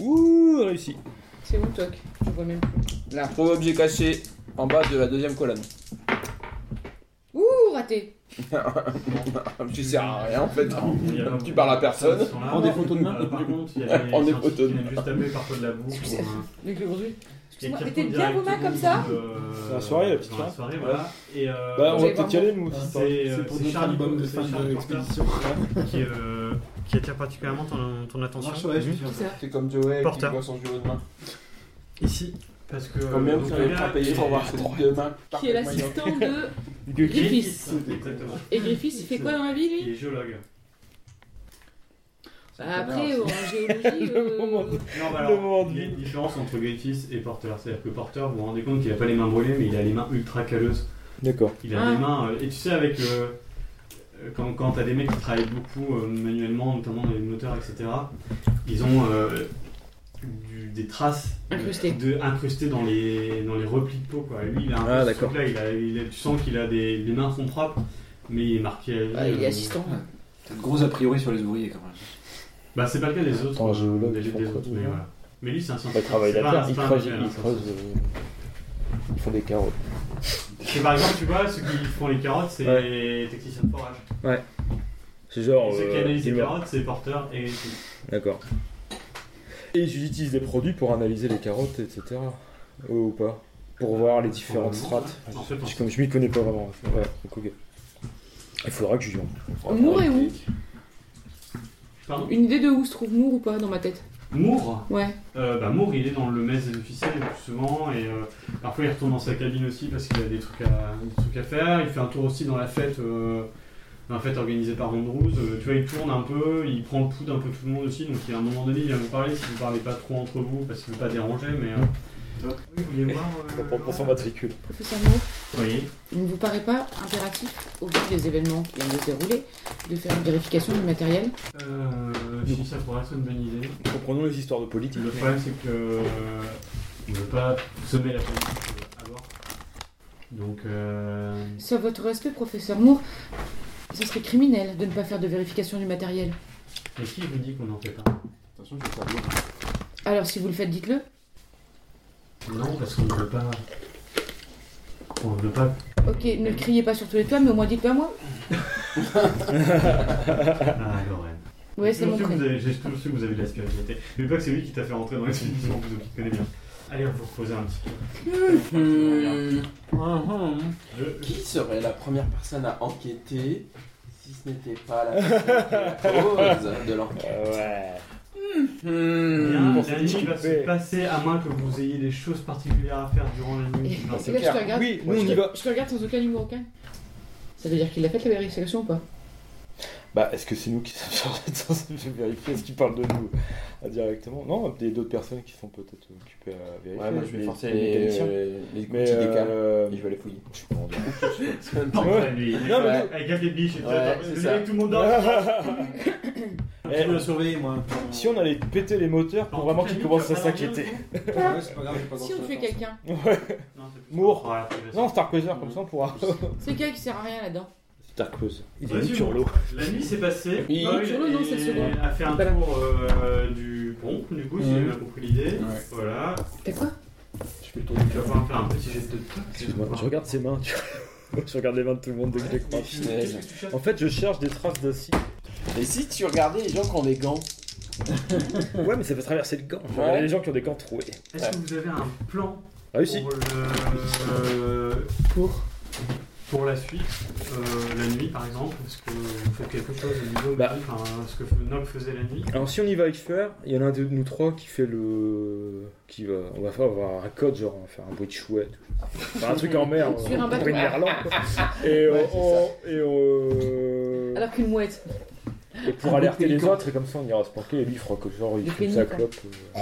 Speaker 2: Ouh, réussi.
Speaker 3: C'est où, Toc Je vois même plus.
Speaker 4: Là, trois objets cachés en bas de la deuxième colonne.
Speaker 3: Ouh, raté
Speaker 4: tu sers à rien en fait.
Speaker 1: Non, il y a pas
Speaker 4: Tu
Speaker 1: beaucoup
Speaker 4: parles à
Speaker 1: de
Speaker 4: personne.
Speaker 1: personnes qui sont là.
Speaker 5: Prends des photos de main.
Speaker 1: Euh, par contre, il y a des
Speaker 4: Prends des
Speaker 1: scientifiques
Speaker 4: photos de
Speaker 1: qui viennent
Speaker 4: main.
Speaker 1: juste taper parfois de la boue.
Speaker 3: Excusez- Luc Le Bourgeois. Excusez-moi, mettez
Speaker 1: Mettez
Speaker 3: bien vos mains comme ça.
Speaker 2: C'est la soirée, la petite
Speaker 1: La
Speaker 2: soirée.
Speaker 1: soirée, voilà. Et euh,
Speaker 2: Bah, on
Speaker 3: Vous
Speaker 2: va
Speaker 3: allez
Speaker 2: peut-être y
Speaker 3: voir
Speaker 2: aller, nous aussi.
Speaker 1: c'est euh,
Speaker 6: C'est pour
Speaker 1: c'est
Speaker 6: notre
Speaker 1: Charlie
Speaker 6: album de
Speaker 1: c'est
Speaker 6: fin de
Speaker 1: Charlie Porter
Speaker 6: l'expédition.
Speaker 1: qui, euh, qui attire particulièrement ton, ton attention. Mhm.
Speaker 6: Marche, ouais, je suis sûr.
Speaker 3: Qui ça
Speaker 4: C'est comme Joey qui
Speaker 1: Porter.
Speaker 4: voit son jeu de main.
Speaker 1: Ici. Parce que. euh,
Speaker 4: Combien
Speaker 1: donc,
Speaker 4: vous
Speaker 1: le
Speaker 4: avez
Speaker 1: gars
Speaker 4: pas payé pour
Speaker 1: est-
Speaker 4: voir ce jeu de main
Speaker 3: Qui est l'assistant de
Speaker 2: De qui
Speaker 3: Griffiths.
Speaker 1: Exactement.
Speaker 3: Et Griffiths, il fait quoi dans la vie,
Speaker 1: Il
Speaker 3: lui
Speaker 1: est géologue.
Speaker 3: Bah, Après, euh, en géologie...
Speaker 2: Le moment
Speaker 3: euh,
Speaker 1: Non, mais
Speaker 2: Le
Speaker 1: alors,
Speaker 2: monde.
Speaker 1: il y a une différence entre Griffiths et Porter. C'est-à-dire que Porter, vous vous rendez compte qu'il a pas les mains brûlées, mais il a les mains ultra calleuses.
Speaker 2: D'accord.
Speaker 1: Il a
Speaker 3: Ah.
Speaker 1: les mains. euh, et tu sais, avec. euh, euh, quand quand t'as des mecs qui travaillent beaucoup euh, manuellement, notamment dans les moteurs, etc., ils ont euh, du- des traces
Speaker 3: Incrusté.
Speaker 1: de, incrustées dans les, dans les replis de peau. Quoi. Et Lui, il a un
Speaker 4: Ah,
Speaker 1: peu ce
Speaker 4: d'accord.
Speaker 1: truc-là. Il a- il a- Tu sens qu'il a des. Les mains sont propres, mais il est marqué. à vie,
Speaker 3: Ah, il est
Speaker 1: euh,
Speaker 3: assistant.
Speaker 6: T'as de gros a priori sur les ouvriers quand même.
Speaker 1: Bah, c'est pas le cas des autres.
Speaker 2: Attends, je
Speaker 1: euh,
Speaker 2: le
Speaker 1: des,
Speaker 2: lève,
Speaker 1: des
Speaker 2: je comprends.
Speaker 1: autres, mais voilà. Mais lui, c'est un
Speaker 8: Bah,
Speaker 1: scientifique.
Speaker 8: ils travaillent
Speaker 1: c'est
Speaker 8: la
Speaker 1: pas un-
Speaker 8: terre,
Speaker 1: c'est
Speaker 8: ils
Speaker 1: pas un
Speaker 8: creusent,
Speaker 1: manuel,
Speaker 8: ils
Speaker 1: hein,
Speaker 8: creusent, euh, ils font des carreaux.
Speaker 1: Et par exemple, tu vois, ceux qui font les carottes, c'est les techniciens de forage.
Speaker 8: C'est
Speaker 2: Oh,
Speaker 8: genre.
Speaker 1: Et ceux qui
Speaker 8: euh,
Speaker 1: analysent les
Speaker 8: dis-moi.
Speaker 1: carottes, c'est les porteurs et
Speaker 8: D'accord. Et ils utilisent des produits pour analyser les carottes, etc.
Speaker 2: Euh,
Speaker 8: Ou pas Pour voir les différentes strates.
Speaker 1: en fait, on-
Speaker 8: Je, comme je m'y connais pas vraiment. Ouais, donc, ok. Il faudra que je lui en-
Speaker 3: Moore et où Ah.
Speaker 1: Pardon
Speaker 3: Une idée de où se trouve Moore ou pas dans ma tête
Speaker 1: Moore,
Speaker 3: Ouais.
Speaker 1: euh, bah, Moore, il est dans le mess des officiels le plus souvent, et euh, parfois il retourne dans sa cabine aussi parce qu'il a des trucs, à, des trucs à faire. Il fait un tour aussi dans la fête, euh, dans la fête organisée par Andrews. Euh, tu vois, il tourne un peu, il prend le coude un peu tout le monde aussi, donc il, à un moment donné, il vient vous parler si vous parlez pas trop entre vous parce qu'il veut pas déranger, mais. euh, Oui, vous voulez voir euh,
Speaker 2: Pour prendre pour son matricule.
Speaker 3: Professeur Moore,
Speaker 1: Oui.
Speaker 3: il ne vous paraît pas impératif, au vu des événements qui viennent de se dérouler, de faire une vérification du matériel
Speaker 1: Euh, si ça pourrait être une bonne idée.
Speaker 2: Comprenons les histoires de politique.
Speaker 1: Le problème, c'est que euh, on ne veut pas semer la politique euh, à bord. Donc, euh,
Speaker 3: Sur votre respect, professeur Moore, ce serait criminel de ne pas faire de vérification du matériel.
Speaker 1: et qui vous dit qu'on n'en fait pas
Speaker 6: Attention, je vais faire lourd.
Speaker 3: Alors si vous le faites, dites-le.
Speaker 1: Non, parce qu'on ne veut pas. On ne veut pas.
Speaker 3: Ok, ne le criez pas sur tous les toits, mais au moins dites-le à moi.
Speaker 1: Ah, Lorraine.
Speaker 3: Ouais, c'est
Speaker 1: J'ai
Speaker 3: mon
Speaker 1: toujours su que vous
Speaker 3: prénom.
Speaker 1: avez- J'ai toujours su que vous avez de la spiritualité. Mais pas que c'est lui qui t'a fait rentrer dans l'expédition, vous qui connaissez bien. Allez, vous reposez un petit peu.
Speaker 2: Hmm.
Speaker 1: Je-
Speaker 4: Qui serait la première personne à enquêter si ce n'était pas la, personne qui est la cause de l'enquête
Speaker 2: Ah ouais.
Speaker 1: Bien, bah,
Speaker 2: Pour
Speaker 1: la
Speaker 2: se
Speaker 1: nuit va
Speaker 2: couper.
Speaker 1: se passer à moins que vous ayez des choses particulières à faire durant la nuit. du
Speaker 3: Et-
Speaker 1: 27.
Speaker 3: et là, je te regarde.
Speaker 2: Oui, nous on y va.
Speaker 3: Je te regarde sans aucun humour aucun. Ça veut dire qu'il a fait la vérification ou pas
Speaker 2: Bah, est-ce que c'est nous qui sommes chargés de ça Je vais vérifier. Est-ce qu'ils parlent de nous ah, directement Non, des d'autres personnes qui sont peut-être occupées à vérifier.
Speaker 4: Ouais, moi je vais
Speaker 2: Mais-
Speaker 4: forcer
Speaker 2: mais- euh,
Speaker 4: les, les, les
Speaker 2: Mais
Speaker 4: petits décales
Speaker 2: euh,
Speaker 4: et je vais aller fouiller.
Speaker 2: je suis pas en dehors.
Speaker 1: Non,
Speaker 2: Ouais.
Speaker 1: pas lui.
Speaker 2: Non, mais
Speaker 4: Ouais.
Speaker 1: Avec un des biches, et tout,
Speaker 4: Ouais,
Speaker 1: attends,
Speaker 4: c'est
Speaker 1: vous
Speaker 4: ça.
Speaker 1: avez tout le monde hein. dort.
Speaker 2: Eh,
Speaker 5: Je vais le surveiller, moi.
Speaker 2: Si on allait péter les moteurs pour
Speaker 1: En
Speaker 2: vraiment
Speaker 1: toute la
Speaker 2: qu'ils
Speaker 1: nuit,
Speaker 2: commencent
Speaker 1: tu
Speaker 2: à
Speaker 1: vas pas
Speaker 2: s'inquiéter.
Speaker 1: dormir,
Speaker 5: Ouais, c'est pas grave, j'ai pas
Speaker 3: Si on
Speaker 5: grand-chose à
Speaker 3: fait
Speaker 5: faire.
Speaker 3: quelqu'un,
Speaker 2: Ouais.
Speaker 1: Non, c'est plus-
Speaker 2: Moore.
Speaker 1: Ouais, c'est-
Speaker 2: Non, Starquazer, comme ça on pourra.
Speaker 3: c'est quelqu'un qui sert à rien là-dedans.
Speaker 8: Starqueuse.
Speaker 1: Il est Vas-y, sur l'eau. La nuit s'est passée.
Speaker 4: Oui.
Speaker 1: Paul
Speaker 3: Sur l'eau, non, c'est le second.
Speaker 1: a fait un
Speaker 3: Pas la-
Speaker 1: tour euh, du pont, du coup, si j'ai bien compris l'idée.
Speaker 6: Ouais.
Speaker 1: Voilà.
Speaker 3: T'as quoi
Speaker 6: Je fais le tour du
Speaker 1: Tu vas pouvoir faire un petit jet de
Speaker 2: Excuse-moi, je regarde ses mains, tu vois. Je regarde les mains de tout le monde dès que je les croise.
Speaker 1: Qu'est-ce que tu cherches
Speaker 2: En fait, je cherche des traces d'acides.
Speaker 4: Et si tu regardais les gens qui ont des gants
Speaker 2: Ouais, mais ça peut traverser le gant. Je
Speaker 4: Ouais.
Speaker 2: regarde les gens qui ont des gants troués. Ah
Speaker 1: Est-ce que vous avez un plan
Speaker 2: Réussi.
Speaker 1: pour le. Pour pour la suite, euh, la nuit par exemple, parce qu'il faut quelque chose au niveau
Speaker 2: Bah.
Speaker 1: enfin, ce que Nob faisait la nuit.
Speaker 2: Alors si on y va avec Fer, il y en a un de nous trois qui fait le... qui va... On va faire avoir un code, genre on va faire un bruit de chouette. ou- Enfin, un truc en mer,
Speaker 3: Sur un
Speaker 2: on
Speaker 3: bateau.
Speaker 2: une merlan. quoi. Et, euh, on- et, euh,
Speaker 3: Alors qu'une mouette.
Speaker 2: et pour alerter les autres, et comme ça on ira se planquer, et lui il fera que genre il
Speaker 3: Le
Speaker 2: fume sa
Speaker 3: pénible.
Speaker 2: clope. euh.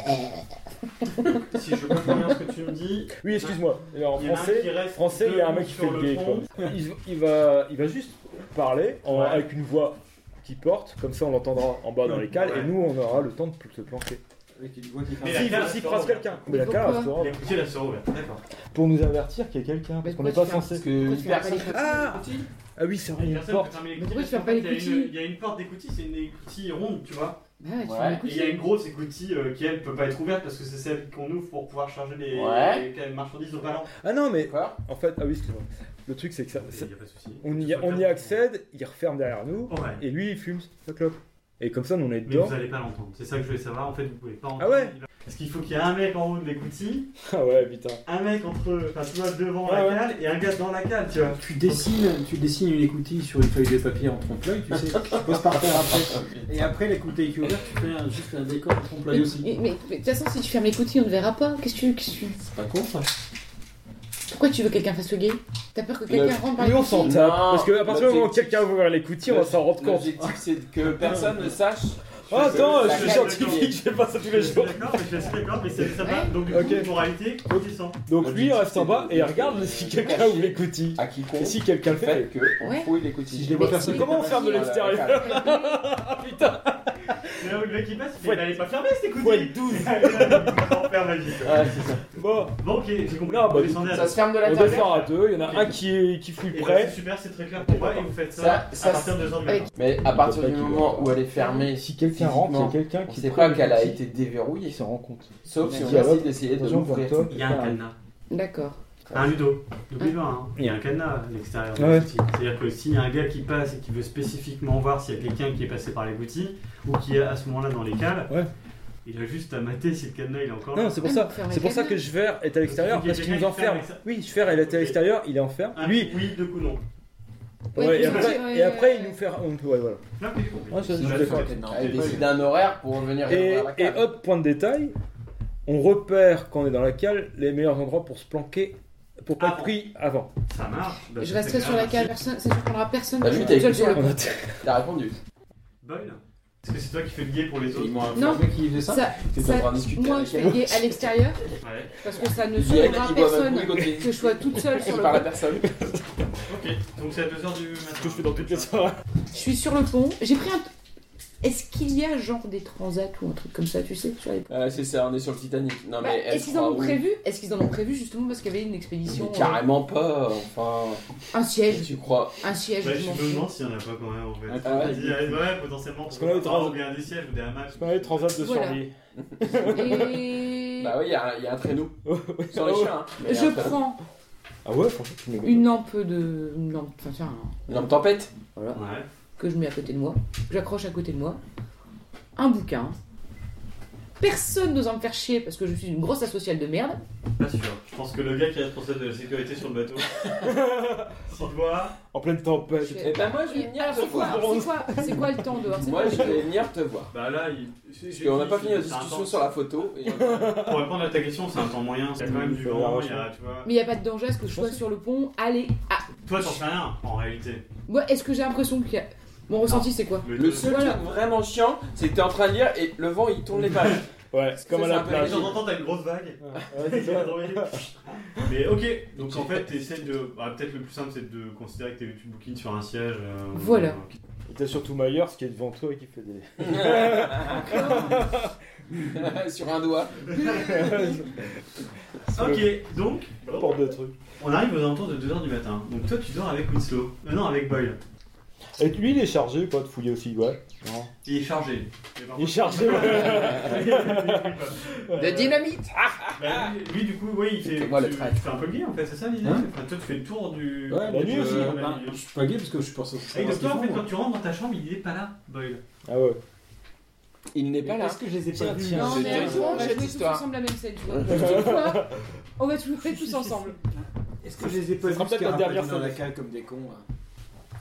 Speaker 1: Si je comprends bien ce que tu me dis,
Speaker 2: Oui, excuse-moi. Et En
Speaker 1: il y en a un
Speaker 2: français,
Speaker 1: qui reste
Speaker 2: français, il y a un mec qui fait
Speaker 1: debout
Speaker 2: le
Speaker 1: sur
Speaker 2: gay,
Speaker 1: pont.
Speaker 2: quoi. Il, il va, il va juste parler en-
Speaker 1: Ouais.
Speaker 2: avec une voix qui porte, comme ça on l'entendra en bas dans les cales, et nous on aura le temps de se planquer.
Speaker 5: Avec une voix qui fait un-
Speaker 1: Mais la
Speaker 2: Si,
Speaker 1: cale
Speaker 2: si
Speaker 1: restera
Speaker 2: croise
Speaker 1: ouverte.
Speaker 2: quelqu'un, mais la
Speaker 3: Pourquoi
Speaker 2: cale restera
Speaker 1: Il a poussé la sœur ouverte, d'accord.
Speaker 2: pour nous avertir qu'il y a quelqu'un,
Speaker 3: Mais
Speaker 2: parce qu'on n'est
Speaker 3: pourquoi
Speaker 2: pas
Speaker 3: tu
Speaker 2: censé.
Speaker 3: fais un-
Speaker 4: Parce que
Speaker 3: Pourquoi tu fais pas
Speaker 4: personne.
Speaker 3: les
Speaker 2: Ah
Speaker 4: Petit.
Speaker 2: Ah oui, c'est vrai, il y a une
Speaker 1: Personne peut
Speaker 2: porte.
Speaker 1: fermer les
Speaker 3: Mais pourquoi
Speaker 1: coutilles,
Speaker 3: tu fermes
Speaker 1: parce
Speaker 3: pas
Speaker 1: qu'en fait, il y a
Speaker 3: les coutilles
Speaker 1: une- Il y a une porte d'écoutille, c'est une écoutille ronde, tu vois.
Speaker 3: Bah, ouais, tu
Speaker 4: Ouais.
Speaker 3: fais un
Speaker 1: Et
Speaker 3: coup de
Speaker 1: il y a
Speaker 3: pied.
Speaker 1: une grosse écoutille euh, qui elle peut pas être ouverte parce que c'est celle qu'on ouvre pour pouvoir charger les,
Speaker 4: Ouais.
Speaker 1: les marchandises au ballon.
Speaker 2: Ah non, mais
Speaker 4: D'accord
Speaker 2: en fait, ah oui, excuse-moi. Le truc, c'est que ça, ça-
Speaker 1: a pas de souci.
Speaker 2: on, y, on y accède, il referme derrière nous,
Speaker 1: Ouais.
Speaker 2: et lui il fume sa clope. Et comme ça, nous on
Speaker 1: Mais
Speaker 2: est dedans.
Speaker 1: vous allez pas l'entendre, c'est ça que je voulais savoir. En fait, vous pouvez pas entendre.
Speaker 2: ouais
Speaker 1: Parce qu'il faut qu'il y ait un mec en haut de l'écoutille,
Speaker 2: Ah ouais, putain.
Speaker 1: un mec entre, enfin, tu vois, devant
Speaker 2: Ah
Speaker 1: la
Speaker 2: ouais.
Speaker 1: cale et un gars dans la cale, tu vois.
Speaker 5: Tu dessines, tu dessines une écoutille sur une feuille de papier en trompe-l'œil, tu sais, tu poses par terre après. Et après, l'écoutille qui est ouverte, tu fais un- juste un décor en trompe-l'œil
Speaker 3: Mais-
Speaker 5: aussi.
Speaker 3: mais- mais- mais de toute façon, si tu fermes les coutilles, on ne verra pas. Qu'est-ce que tu- qu'est-ce que tu.
Speaker 4: C'est pas con ça.
Speaker 3: Pourquoi tu veux que quelqu'un fasse le gay T'as peur que quelqu'un rentre par les
Speaker 2: Mais on s'en
Speaker 3: coutilles
Speaker 2: tape,
Speaker 4: Non,
Speaker 2: parce qu'à partir du moment où
Speaker 4: l'objectif-
Speaker 2: quelqu'un va ouvrir les coutilles, on va s'en rendre compte.
Speaker 4: L'objectif c'est que personne ne sache.
Speaker 2: Oh, attends,
Speaker 4: La
Speaker 2: je suis
Speaker 4: cale-
Speaker 2: scientifique, je fais pas ça tous les
Speaker 1: Je suis
Speaker 2: jours.
Speaker 1: D'accord, mais je suis assez d'accord, mais c'est ça va. Donc, du coup,
Speaker 2: Ok.
Speaker 1: moralité, on descend.
Speaker 2: Donc lui, il reste en bas et il regarde si quelqu'un ouvre les coutilles.
Speaker 4: À qui
Speaker 2: Et
Speaker 4: compte
Speaker 2: si quelqu'un le
Speaker 4: le
Speaker 2: fait.
Speaker 4: fait qu'on
Speaker 3: Ouais.
Speaker 4: fouille les coutilles.
Speaker 5: Si je les vois
Speaker 3: Mais
Speaker 5: faire ce
Speaker 3: si-
Speaker 2: Comment on ferme de l'extérieur
Speaker 3: Mais-
Speaker 2: Putain
Speaker 1: Le mec qui passe, il fait,
Speaker 2: Faut
Speaker 1: bah, elle est pas fermée cette
Speaker 2: Faut
Speaker 1: écoutille
Speaker 2: être 12
Speaker 1: Enfer magique.
Speaker 4: Ouais, c'est ça.
Speaker 2: Bon,
Speaker 1: Bon, ok, j'ai compris.
Speaker 2: Non, bah,
Speaker 1: Vous descendez à
Speaker 4: Ça se ferme de la
Speaker 2: on
Speaker 4: table.
Speaker 2: descend à deux, il y en a un qui, est, qui fouille
Speaker 1: Et bah,
Speaker 2: près.
Speaker 1: C'est super, c'est très clair pour moi et vous faites ça,
Speaker 4: Ça- ça,
Speaker 1: à partir de 2 ans de
Speaker 3: avec-
Speaker 1: maintenant.
Speaker 4: Mais à partir
Speaker 8: pas
Speaker 4: du
Speaker 8: qu'il
Speaker 4: moment
Speaker 8: voit.
Speaker 4: où elle est fermée,
Speaker 8: Si quelqu'un rentre, il y a quelqu'un
Speaker 4: on
Speaker 8: qui.
Speaker 4: sait pas
Speaker 8: prend
Speaker 4: qu'elle a
Speaker 8: le
Speaker 4: été
Speaker 8: qui
Speaker 4: déverrouillée.
Speaker 8: se rend compte.
Speaker 4: Sauf si on
Speaker 8: Dialogue.
Speaker 4: décide d'essayer de
Speaker 8: Attention,
Speaker 4: l'ouvrir.
Speaker 8: toi,
Speaker 1: Il y a un cadenas.
Speaker 3: D'accord.
Speaker 1: Un ludo. N'oublie pas, hein. il y a un cadenas à l'extérieur. de
Speaker 8: Ouais.
Speaker 1: la boutique. C'est-à-dire que s'il y a un gars qui passe et qui veut spécifiquement voir s'il y a quelqu'un qui est passé par les boutiques ou qui est à ce moment-là dans les cales,
Speaker 8: Ouais.
Speaker 1: il a juste à mater si le cadenas il est encore là.
Speaker 2: Non, c'est pour
Speaker 3: Ah,
Speaker 2: ça.
Speaker 3: non, ferme
Speaker 2: C'est pour
Speaker 3: la
Speaker 2: ça
Speaker 3: cadenas.
Speaker 2: que Jver est à
Speaker 1: Parce
Speaker 2: l'extérieur
Speaker 1: qu'il y a
Speaker 2: parce qu'il nous
Speaker 1: quelqu'un qui ferme
Speaker 2: enferme. Oui, Jver, il était à l'extérieur, il est enfermé.
Speaker 1: Un,
Speaker 2: Lui.
Speaker 1: Oui, deux coups non.
Speaker 3: Ouais,
Speaker 2: Ouais,
Speaker 3: tout
Speaker 2: et,
Speaker 3: ça,
Speaker 2: après,
Speaker 3: ouais,
Speaker 2: et après, il
Speaker 3: ouais.
Speaker 2: nous fait. on- ouais, voilà.
Speaker 1: Non, mais j'ai compris.
Speaker 2: Ouais, ça,
Speaker 1: Tu
Speaker 2: je
Speaker 1: l'as
Speaker 2: suis
Speaker 1: fait.
Speaker 2: d'accord.
Speaker 4: Elle décide d'un horaire pour venir
Speaker 2: Et,
Speaker 4: ouvrir la
Speaker 2: et
Speaker 4: cave.
Speaker 2: hop, point de détail, on repère quand on est dans la cale les meilleurs endroits pour se planquer, pour pas être
Speaker 1: Avant.
Speaker 2: pris avant.
Speaker 1: Ça marche. Bah,
Speaker 3: Je
Speaker 1: c'est
Speaker 3: resterai
Speaker 1: très
Speaker 3: sur la
Speaker 1: grave.
Speaker 3: cale, personne, ça surprendra personne.
Speaker 4: Bah,
Speaker 3: je
Speaker 4: lui,
Speaker 3: suis
Speaker 4: t'as
Speaker 3: seule sur le
Speaker 4: écouté,
Speaker 2: On
Speaker 3: pont.
Speaker 2: a-
Speaker 4: T'as répondu.
Speaker 1: Boyle Est-ce que c'est toi qui fais le guet pour les autres
Speaker 6: Ils m'ont
Speaker 3: Non.
Speaker 6: informé qu'ils faisaient ça.
Speaker 3: Ça,
Speaker 4: T'es
Speaker 3: ça-
Speaker 4: en train de discuter
Speaker 3: moi,
Speaker 4: avec
Speaker 3: je
Speaker 4: elle.
Speaker 3: vais à l'extérieur
Speaker 1: Ouais.
Speaker 3: parce que ça ne
Speaker 4: Il y en a
Speaker 3: surprendra
Speaker 4: qui boivent un
Speaker 3: personne
Speaker 4: coup et continuent.
Speaker 3: que je sois toute seule sur
Speaker 4: Il
Speaker 3: le
Speaker 4: parle à
Speaker 3: pont.
Speaker 4: personne.
Speaker 1: Ok, donc c'est à 2h du matin.
Speaker 2: Ce que je fais dans toutes les soirées.
Speaker 3: Je suis sur le pont. J'ai pris un. Est-ce qu'il y a genre des transats ou un truc comme ça, tu sais sur les-
Speaker 4: Euh, c'est ça, on est sur le Titanic. Non,
Speaker 3: Bah,
Speaker 4: mais elle
Speaker 3: Est-ce qu'ils en
Speaker 4: croit,
Speaker 3: ont
Speaker 4: oui.
Speaker 3: prévu Est-ce qu'ils en ont prévu justement parce qu'il y avait une
Speaker 4: Mais
Speaker 3: expédition euh,
Speaker 4: carrément pas, enfin.
Speaker 3: Un siège,
Speaker 4: Tu crois.
Speaker 3: un siège.
Speaker 1: Bah,
Speaker 3: je
Speaker 1: je
Speaker 3: m'en
Speaker 1: me
Speaker 3: fous.
Speaker 1: demande s'il n'y en a pas quand même en fait.
Speaker 4: Ah ouais.
Speaker 1: Il y a- ouais, potentiellement.
Speaker 2: qu'on a eu trans-
Speaker 1: Ou bien des sièges ou des hamacs.
Speaker 2: On a les transats de
Speaker 3: Voilà.
Speaker 2: survie.
Speaker 3: Et
Speaker 4: Bah oui, il y, a un- il y a un traîneau. Sans
Speaker 2: Ah
Speaker 4: les
Speaker 2: ouais.
Speaker 4: chiens, hein. Mais il y a un
Speaker 3: je
Speaker 4: traîneau.
Speaker 3: prends
Speaker 2: Ah ouais, franchement, tu me
Speaker 3: une lampe de, une lampe, enfin, tiens,
Speaker 4: Une lampe tempête
Speaker 3: voilà,
Speaker 1: Ouais.
Speaker 3: que je mets à côté de moi, j'accroche à côté de moi, un bouquin. Personne n'osant me faire chier parce que je suis une grosse asociale de merde.
Speaker 1: Pas sûr. Je pense que le gars qui est responsable de la sécurité sur le bateau, s'il te voit,
Speaker 2: En pleine tempête.
Speaker 4: Eh ben moi, je vais venir
Speaker 3: Alors,
Speaker 4: te
Speaker 3: c'est quoi,
Speaker 4: voir.
Speaker 3: c'est quoi, c'est quoi le temps dehors C'est
Speaker 4: Moi,
Speaker 3: quoi
Speaker 4: je vais venir te voir.
Speaker 1: bah là, il.
Speaker 4: Parce qu'on n'a pas fini la discussion sur la photo. et-
Speaker 1: Pour répondre à ta question, c'est un temps moyen. Il y a quand même du vent, il y a, tu vois.
Speaker 3: Mais il n'y a pas de danger à ce que je sois sur le pont. Allez, ah,
Speaker 1: Toi, t'en sais rien en réalité.
Speaker 3: moi, est-ce que j'ai l'impression qu'il y a. Mon ressenti, c'est quoi
Speaker 4: Le seul
Speaker 3: Voilà.
Speaker 4: truc vraiment chiant, c'est que t'es en train de lire et le vent il tourne les pages.
Speaker 2: Ouais, c'est comme à
Speaker 4: Ça,
Speaker 2: la
Speaker 4: c'est un peu
Speaker 2: plage.
Speaker 1: De temps en temps, t'as une grosse vague.
Speaker 2: Ouais, c'est ça.
Speaker 1: Mais ok, donc en fait, t'essayes de. bah, Peut-être le plus simple, c'est de considérer que tu bouquines sur un siège. euh,
Speaker 3: Voilà.
Speaker 2: Et T'as surtout Myers qui est devant toi et qui fait des.
Speaker 4: Sur un doigt.
Speaker 1: Ok, donc.
Speaker 2: porte de trucs.
Speaker 1: On arrive aux alentours de 2h du matin. Donc toi, tu dors avec Winslow. Euh, non, avec Boyle.
Speaker 2: Et lui, il est chargé, quoi, de fouiller aussi, ouais.
Speaker 1: Il est chargé. Mais par
Speaker 2: Il est
Speaker 1: contre-
Speaker 2: chargé, ouais.
Speaker 4: De dynamite
Speaker 1: Bah, lui, lui, du coup, oui, il fait.
Speaker 4: C'était moi, le
Speaker 1: tu,
Speaker 4: traître.
Speaker 1: tu fais un peu le guet en fait, c'est ça l'idée
Speaker 5: Hein
Speaker 1: Enfin, Toi, tu fais le tour du.
Speaker 5: Ouais,
Speaker 2: La
Speaker 5: donc,
Speaker 2: nuit
Speaker 5: euh,
Speaker 2: aussi, Bah,
Speaker 1: la
Speaker 5: ben,
Speaker 1: nuit.
Speaker 5: je suis pas gay parce que je pense
Speaker 1: Et donc, toi, en fait, quand
Speaker 2: hein.
Speaker 5: que
Speaker 1: tu rentres dans ta chambre, il est pas là, Boyle.
Speaker 2: Ah ouais.
Speaker 4: Il n'est pas là.
Speaker 5: que je les ai
Speaker 2: Tiens,
Speaker 5: pas vus
Speaker 2: tiens,
Speaker 3: Non,
Speaker 4: c'est
Speaker 3: mais un
Speaker 4: une
Speaker 3: jour, on va
Speaker 4: vraie
Speaker 3: jouer tous
Speaker 4: histoire.
Speaker 3: ensemble la même scène, tu vois. Une fois, on va tous jouer tous ensemble.
Speaker 5: Est-ce que je les ai
Speaker 2: Ça
Speaker 5: pas vus
Speaker 2: sera
Speaker 5: parce
Speaker 2: peut-être la
Speaker 5: qu'il y a un
Speaker 2: dernière
Speaker 5: peu dans la
Speaker 2: fois.
Speaker 5: cale comme des cons hein.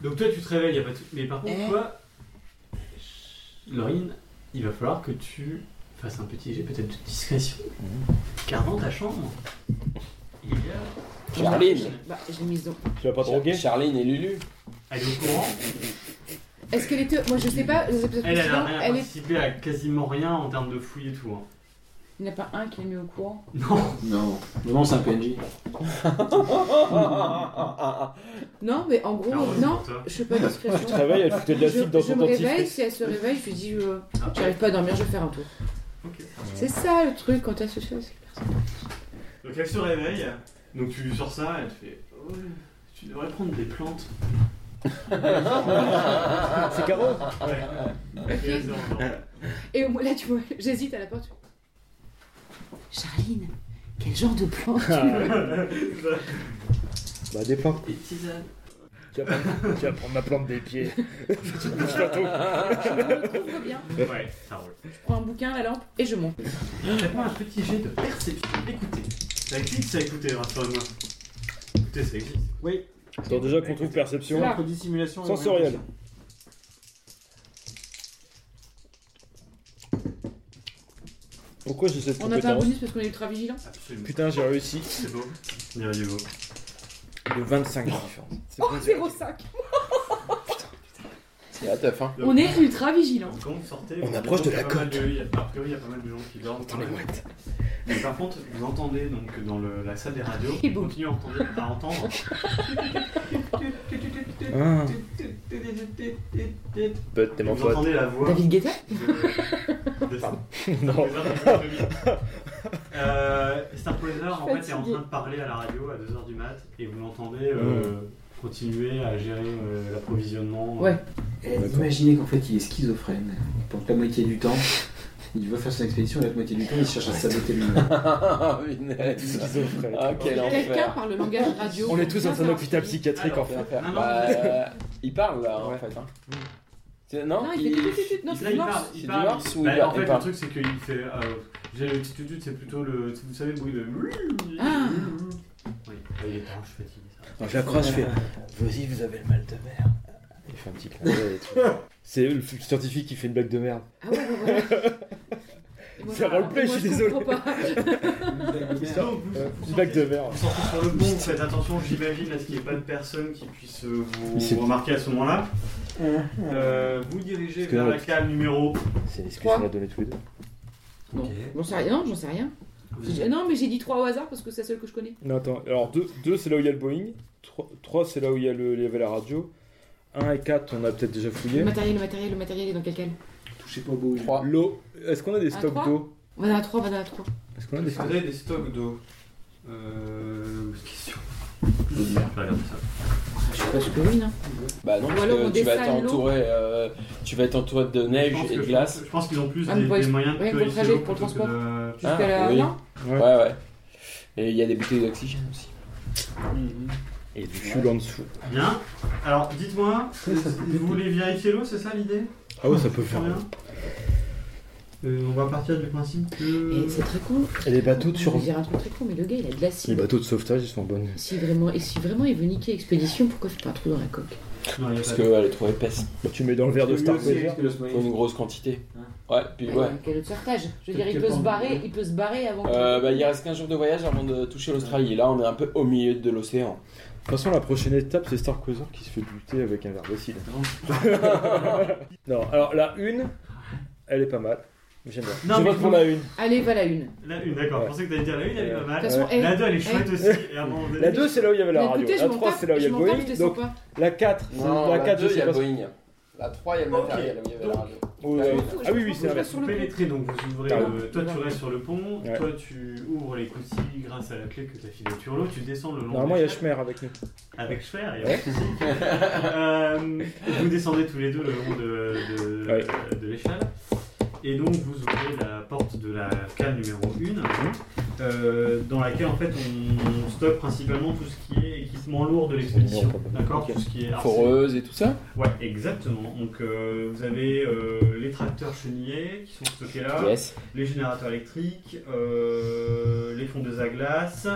Speaker 1: Donc, toi, tu te réveilles, y a pas de... Mais par contre,
Speaker 3: Eh.
Speaker 1: toi. Laurine, il va falloir que tu fasses un petit jet peut-être de discrétion. Car dans ta chambre, il y a.
Speaker 4: Charline.
Speaker 3: Bah, je l'ai mise dans.
Speaker 2: Tu vas pas droguer
Speaker 4: Charline et Lulu.
Speaker 1: Elle est au courant.
Speaker 3: Est-ce qu'elle était. Moi, je sais pas, je sais peut-être
Speaker 1: Elle, elle
Speaker 3: plus
Speaker 1: a
Speaker 3: sinon,
Speaker 1: rien
Speaker 3: elle est-
Speaker 1: participé à quasiment rien en termes de fouilles et tout. hein.
Speaker 3: Il n'y en a pas un qui est mis au courant.
Speaker 1: Non.
Speaker 6: Non, non, non, c'est
Speaker 5: hein.
Speaker 6: un PNJ.
Speaker 3: Non, mais en gros,
Speaker 1: Heureuse
Speaker 3: Oh, non,
Speaker 1: pour toi.
Speaker 3: je suis pas discrétion.
Speaker 2: Tu te réveilles, elle foutait de la
Speaker 3: je,
Speaker 2: fibre dans
Speaker 3: je
Speaker 2: ton
Speaker 3: me réveille,
Speaker 2: dentifrice.
Speaker 3: si elle se réveille, je lui dis euh,
Speaker 1: Ah,
Speaker 3: j'arrive pas à dormir, je vais faire un tour.
Speaker 1: ok.
Speaker 3: C'est ça le truc quand t'as ce c'est que personne.
Speaker 1: Donc elle se réveille, donc tu sors ça, elle te fait Ouais, Tu devrais prendre des plantes.
Speaker 2: C'est carreau
Speaker 1: Ouais. Et elle se rendort.
Speaker 3: Et au moins, là, tu vois, j'hésite à la porte. Charline, quel genre de plan tu veux
Speaker 2: Ah. Bah, des plantes.
Speaker 1: Et tisane.
Speaker 2: Tu vas, prendre, tu vas prendre ma plante des pieds.
Speaker 3: Je me retrouve bien.
Speaker 1: Ouais, ça roule.
Speaker 3: Je prends un bouquin, la lampe et je monte.
Speaker 1: Faites-moi un petit jet de perception. Écoutez. Ça existe, ça écoutez, rassure-moi. Écoutez, ça existe.
Speaker 5: Oui,
Speaker 2: Attends, déjà qu'on trouve
Speaker 5: c'est
Speaker 2: perception.
Speaker 3: Là.
Speaker 5: entre dissimulation et
Speaker 2: Sensoriel.
Speaker 5: orientation.
Speaker 2: Pourquoi j'ai cette
Speaker 3: On n'a pas un
Speaker 2: compétence
Speaker 3: bonus parce qu'on est ultra vigilant.
Speaker 1: Absolument.
Speaker 2: Putain, j'ai réussi.
Speaker 1: C'est beau. Il y a du beau.
Speaker 2: De 25 de différence. C'est
Speaker 3: Oh,
Speaker 2: pas dur.
Speaker 3: 0,5
Speaker 4: C'est la teuf, hein.
Speaker 3: On est ultra vigilant.
Speaker 1: Donc quand vous sortez,
Speaker 2: On
Speaker 1: vous
Speaker 2: approche de
Speaker 1: voyez
Speaker 2: la
Speaker 1: pas mal de- il y a- A priori, il y a pas mal de gens qui dorment.
Speaker 2: Attends les mouettes.
Speaker 1: Mais par contre, vous entendez donc dans le- la salle des radios,
Speaker 3: Et
Speaker 1: vous
Speaker 3: boum.
Speaker 1: continuez à entendre. à entendre.
Speaker 2: Ah. Bah,
Speaker 4: Pote, t'es
Speaker 1: Et
Speaker 4: mon
Speaker 1: vous
Speaker 4: pote.
Speaker 1: entendez la voix
Speaker 3: David Guetta
Speaker 1: de- de-
Speaker 2: Non.
Speaker 1: des interprètes de vie. Euh, Starpoiser en
Speaker 3: Je suis
Speaker 1: fait est en
Speaker 3: fatiguée.
Speaker 1: train de parler à la radio à 2h du mat et vous l'entendez euh,
Speaker 4: Mm.
Speaker 1: continuer à gérer euh, l'approvisionnement.
Speaker 3: Ouais.
Speaker 5: Eh, Imaginez qu'en fait il est schizophrène. Pendant la moitié du temps, il veut faire son expédition, et la moitié du temps il cherche à saboter lui-même.
Speaker 4: Ah, punaise.
Speaker 2: Schizophrène.
Speaker 4: Ah, quel
Speaker 3: Quelqu'un
Speaker 4: enfer.
Speaker 3: parle le langage radio.
Speaker 2: On est tous
Speaker 3: Ça,
Speaker 2: dans
Speaker 3: c'est
Speaker 2: un
Speaker 3: un
Speaker 2: hôpital
Speaker 3: truc.
Speaker 2: psychiatrique en
Speaker 1: Alors,
Speaker 2: fait.
Speaker 4: Bah,
Speaker 1: Ah Non, Mm. non,
Speaker 4: euh, il parle là, en fait. hein. C'est- Non,
Speaker 3: Non, il fait tout,
Speaker 4: il...
Speaker 3: tout, tout, tout. Non,
Speaker 1: Là,
Speaker 3: c'est
Speaker 1: il
Speaker 3: mort.
Speaker 1: parle,
Speaker 4: C'est
Speaker 1: il
Speaker 4: du
Speaker 1: parle.
Speaker 4: morse ou
Speaker 1: Bah,
Speaker 4: il a-
Speaker 1: en
Speaker 4: il
Speaker 1: fait, le
Speaker 4: parle
Speaker 1: truc, c'est qu'il fait. euh, j'ai le petit tutut, c'est plutôt le. Vous savez, le bruit de.
Speaker 3: Ah.
Speaker 1: Oui, Ah, il est temps, je suis fatigué. ça va.
Speaker 5: je la croise, je fais
Speaker 2: Vas-y, vous avez le mal de mer. Il fait un petit clin d'œil et tout. C'est le f- scientifique qui fait une blague de merde.
Speaker 3: Ah ouais, ouais, ouais. Et moi,
Speaker 2: C'est
Speaker 3: voilà.
Speaker 2: roleplay,
Speaker 3: Moi,
Speaker 2: je suis
Speaker 3: comprends pas.
Speaker 1: Donc, vous,
Speaker 2: Euh,
Speaker 1: vous
Speaker 2: Une blague
Speaker 1: sortez-
Speaker 2: de merde.
Speaker 1: vous sortez sur le pont, vous faites attention, j'imagine, à ce qu'il n'y ait pas de personne qui puisse euh,
Speaker 2: Il s'est-
Speaker 1: vous remarquer à ce moment-là. Euh, vous dirigez
Speaker 2: Parce que
Speaker 1: vers
Speaker 2: non,
Speaker 1: la
Speaker 2: mais-
Speaker 1: cale numéro.
Speaker 2: C'est l'excuse
Speaker 3: Trois.
Speaker 2: qu'on a donnée tous les deux.
Speaker 3: Bon, j'en sais rien, non, j'en sais rien.
Speaker 1: Vous
Speaker 3: J'ai- Non, mais j'ai dit 3 au hasard parce que c'est la seule que je connais.
Speaker 2: Non, attends. Alors, 2, c'est là où il y a le Boeing. 3, c'est là où il y, a le, il y avait la radio. 1 et 4, on a peut-être déjà
Speaker 3: Le
Speaker 2: fouillé.
Speaker 3: matériel, le matériel, le matériel il est dans quel cale
Speaker 5: touchez pas au beau.
Speaker 4: Trois.
Speaker 2: L'eau. Est-ce qu'on a des
Speaker 3: Un
Speaker 2: stocks
Speaker 3: trois
Speaker 2: d'eau
Speaker 3: On va dans la 3, on va dans la 3.
Speaker 2: Est-ce qu'on a des
Speaker 1: Est-ce que
Speaker 2: stocks
Speaker 1: vous avez des stocks d'eau Euh. Question. Je vais regarder ça.
Speaker 3: Je sais pas, je peux oui, non
Speaker 4: Bah non, parce
Speaker 3: alors on
Speaker 4: que tu vas
Speaker 3: dessale l'eau.
Speaker 4: t'entourer, euh, tu vas t'entourer de
Speaker 1: Je
Speaker 4: neige
Speaker 1: pense
Speaker 4: et de
Speaker 1: que-
Speaker 4: glace.
Speaker 1: Je pense qu'ils ont plus
Speaker 3: Ah,
Speaker 1: des,
Speaker 3: mais pour
Speaker 1: des
Speaker 3: ex-
Speaker 1: moyens de
Speaker 3: ouais, pour le
Speaker 1: cueillir
Speaker 3: trajet,
Speaker 1: l'eau
Speaker 3: pour le
Speaker 1: plutôt que de-
Speaker 3: Jusqu'à
Speaker 4: Ah,
Speaker 3: la.
Speaker 4: oui.
Speaker 3: Non
Speaker 4: Ouais, ouais. Et il y a des bouteilles d'oxygène aussi.
Speaker 2: Et du fuel en dessous.
Speaker 1: Bien. Alors, dites-moi, vous voulez vérifier l'eau, c'est ça l'idée
Speaker 2: Ah ouais, ça peut faire.
Speaker 1: Rien Euh, on va partir du principe que.
Speaker 3: Et c'est très con.
Speaker 2: Et les
Speaker 3: Je
Speaker 2: bateaux de
Speaker 3: vais
Speaker 2: survie.
Speaker 3: dire un truc très con, mais le gars il a de
Speaker 2: Les
Speaker 3: l'acide.
Speaker 2: bateaux de sauvetage, ils sont bonnes.
Speaker 3: Si vraiment, et si vraiment il veut niquer Expédition, pourquoi fait pas un trou dans la coque
Speaker 1: Non, il y a
Speaker 4: Parce
Speaker 1: pas
Speaker 4: qu'elle est trop épaisse.
Speaker 2: Bah, Tu mets dans le verre de Star Wars.
Speaker 4: Pour une grosse quantité. Ouais, puis ouais.
Speaker 3: Ouais, Quel autre sortage Je veux dire, il
Speaker 5: Quel
Speaker 3: peut se
Speaker 5: temps
Speaker 3: barrer, il peut se barrer avant. que-
Speaker 4: Euh, bah, il reste 15 jours de voyage avant de toucher l'Australie. Là, on est un peu au milieu de l'océan.
Speaker 2: De toute façon, la prochaine étape, c'est Star Cruiser qui se fait buter avec un verre d'acide. non, alors la une, elle est pas mal. J'aime bien.
Speaker 1: Non,
Speaker 2: Je
Speaker 1: mais
Speaker 2: vote pour la une.
Speaker 3: Allez, va la une.
Speaker 1: de- La une, d'accord. Je pensais que t'allais dire la une, elle est pas
Speaker 3: De
Speaker 1: mal.
Speaker 3: toute façon,
Speaker 2: Ouais.
Speaker 3: eh,
Speaker 1: La deux, elle est chouette aussi. Et à un moment donné-
Speaker 2: La 2, c'est là où il y avait la
Speaker 3: mais
Speaker 2: radio.
Speaker 3: écoutez, je
Speaker 2: la
Speaker 3: m'en
Speaker 2: 3,
Speaker 3: tape,
Speaker 2: c'est là où il y
Speaker 3: je
Speaker 2: a le
Speaker 3: m'en tape, je
Speaker 2: Boeing.
Speaker 3: te sens
Speaker 2: Donc
Speaker 3: pas.
Speaker 2: la 4,
Speaker 4: Non,
Speaker 2: la
Speaker 4: la
Speaker 2: 4, je
Speaker 4: 2, il y
Speaker 2: sais
Speaker 4: a
Speaker 2: pas.
Speaker 4: le
Speaker 2: ce-
Speaker 4: Boeing. La 3, il y a le
Speaker 1: Ok.
Speaker 4: matériel. il y avait la
Speaker 1: Donc-
Speaker 4: radio.
Speaker 2: Oh,
Speaker 4: Je
Speaker 2: ouais.
Speaker 4: m'en
Speaker 3: fous, je
Speaker 2: Ah oui,
Speaker 3: m'en
Speaker 2: oui,
Speaker 3: fous,
Speaker 2: c'est
Speaker 3: je
Speaker 2: l'inverse.
Speaker 3: sur
Speaker 1: Vous
Speaker 3: le pont.
Speaker 1: pénétrez donc, vous ouvrez.
Speaker 2: T'as
Speaker 1: le- toi, tu
Speaker 3: Ouais.
Speaker 1: restes sur le pont.
Speaker 2: Ouais.
Speaker 1: Toi, tu ouvres les coutilles grâce à la clé que t'as filée sur l'eau. Tu descends le long.
Speaker 2: Normalement, il
Speaker 1: des
Speaker 2: y a
Speaker 1: chemins.
Speaker 2: Schmer avec nous.
Speaker 1: Avec Schwer, il y a
Speaker 2: Ouais.
Speaker 1: pas de souci. Euh, vous descendez tous les deux le long de, de-
Speaker 2: Ouais.
Speaker 1: de l'échelle. Et donc vous ouvrez la porte de la cale numéro
Speaker 2: Mmh.
Speaker 1: 1, euh, dans laquelle en fait on, stocke principalement tout ce qui est équipement lourd de l'expédition. D'accord Tout ce qui est arsenal.
Speaker 4: Foreuse et tout ça.
Speaker 1: Ouais, exactement. Donc euh, vous avez euh, les tracteurs chenillés qui sont stockés là
Speaker 4: Yes.
Speaker 1: les générateurs électriques, euh, les fondeuses à glace,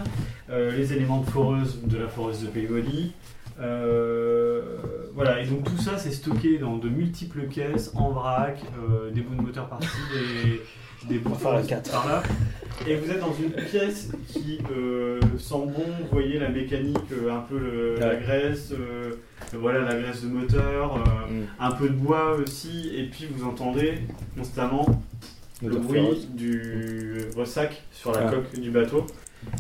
Speaker 1: euh, les éléments de foreuse de la foreuse de Pégoli. Euh, voilà, et donc tout ça c'est stocké dans de multiples caisses, en vrac, euh, des bouts de moteur par-ci, des, des bouts de foreuse par-là. Et vous êtes dans une pièce qui euh, sent bon, vous voyez la mécanique, euh, un peu le- la
Speaker 2: Ouais.
Speaker 1: graisse, euh, voilà la graisse de moteur, euh,
Speaker 2: Mm.
Speaker 1: un peu de bois aussi, et puis vous entendez constamment le bruit du ressac sur la
Speaker 2: Ah.
Speaker 1: coque du bateau.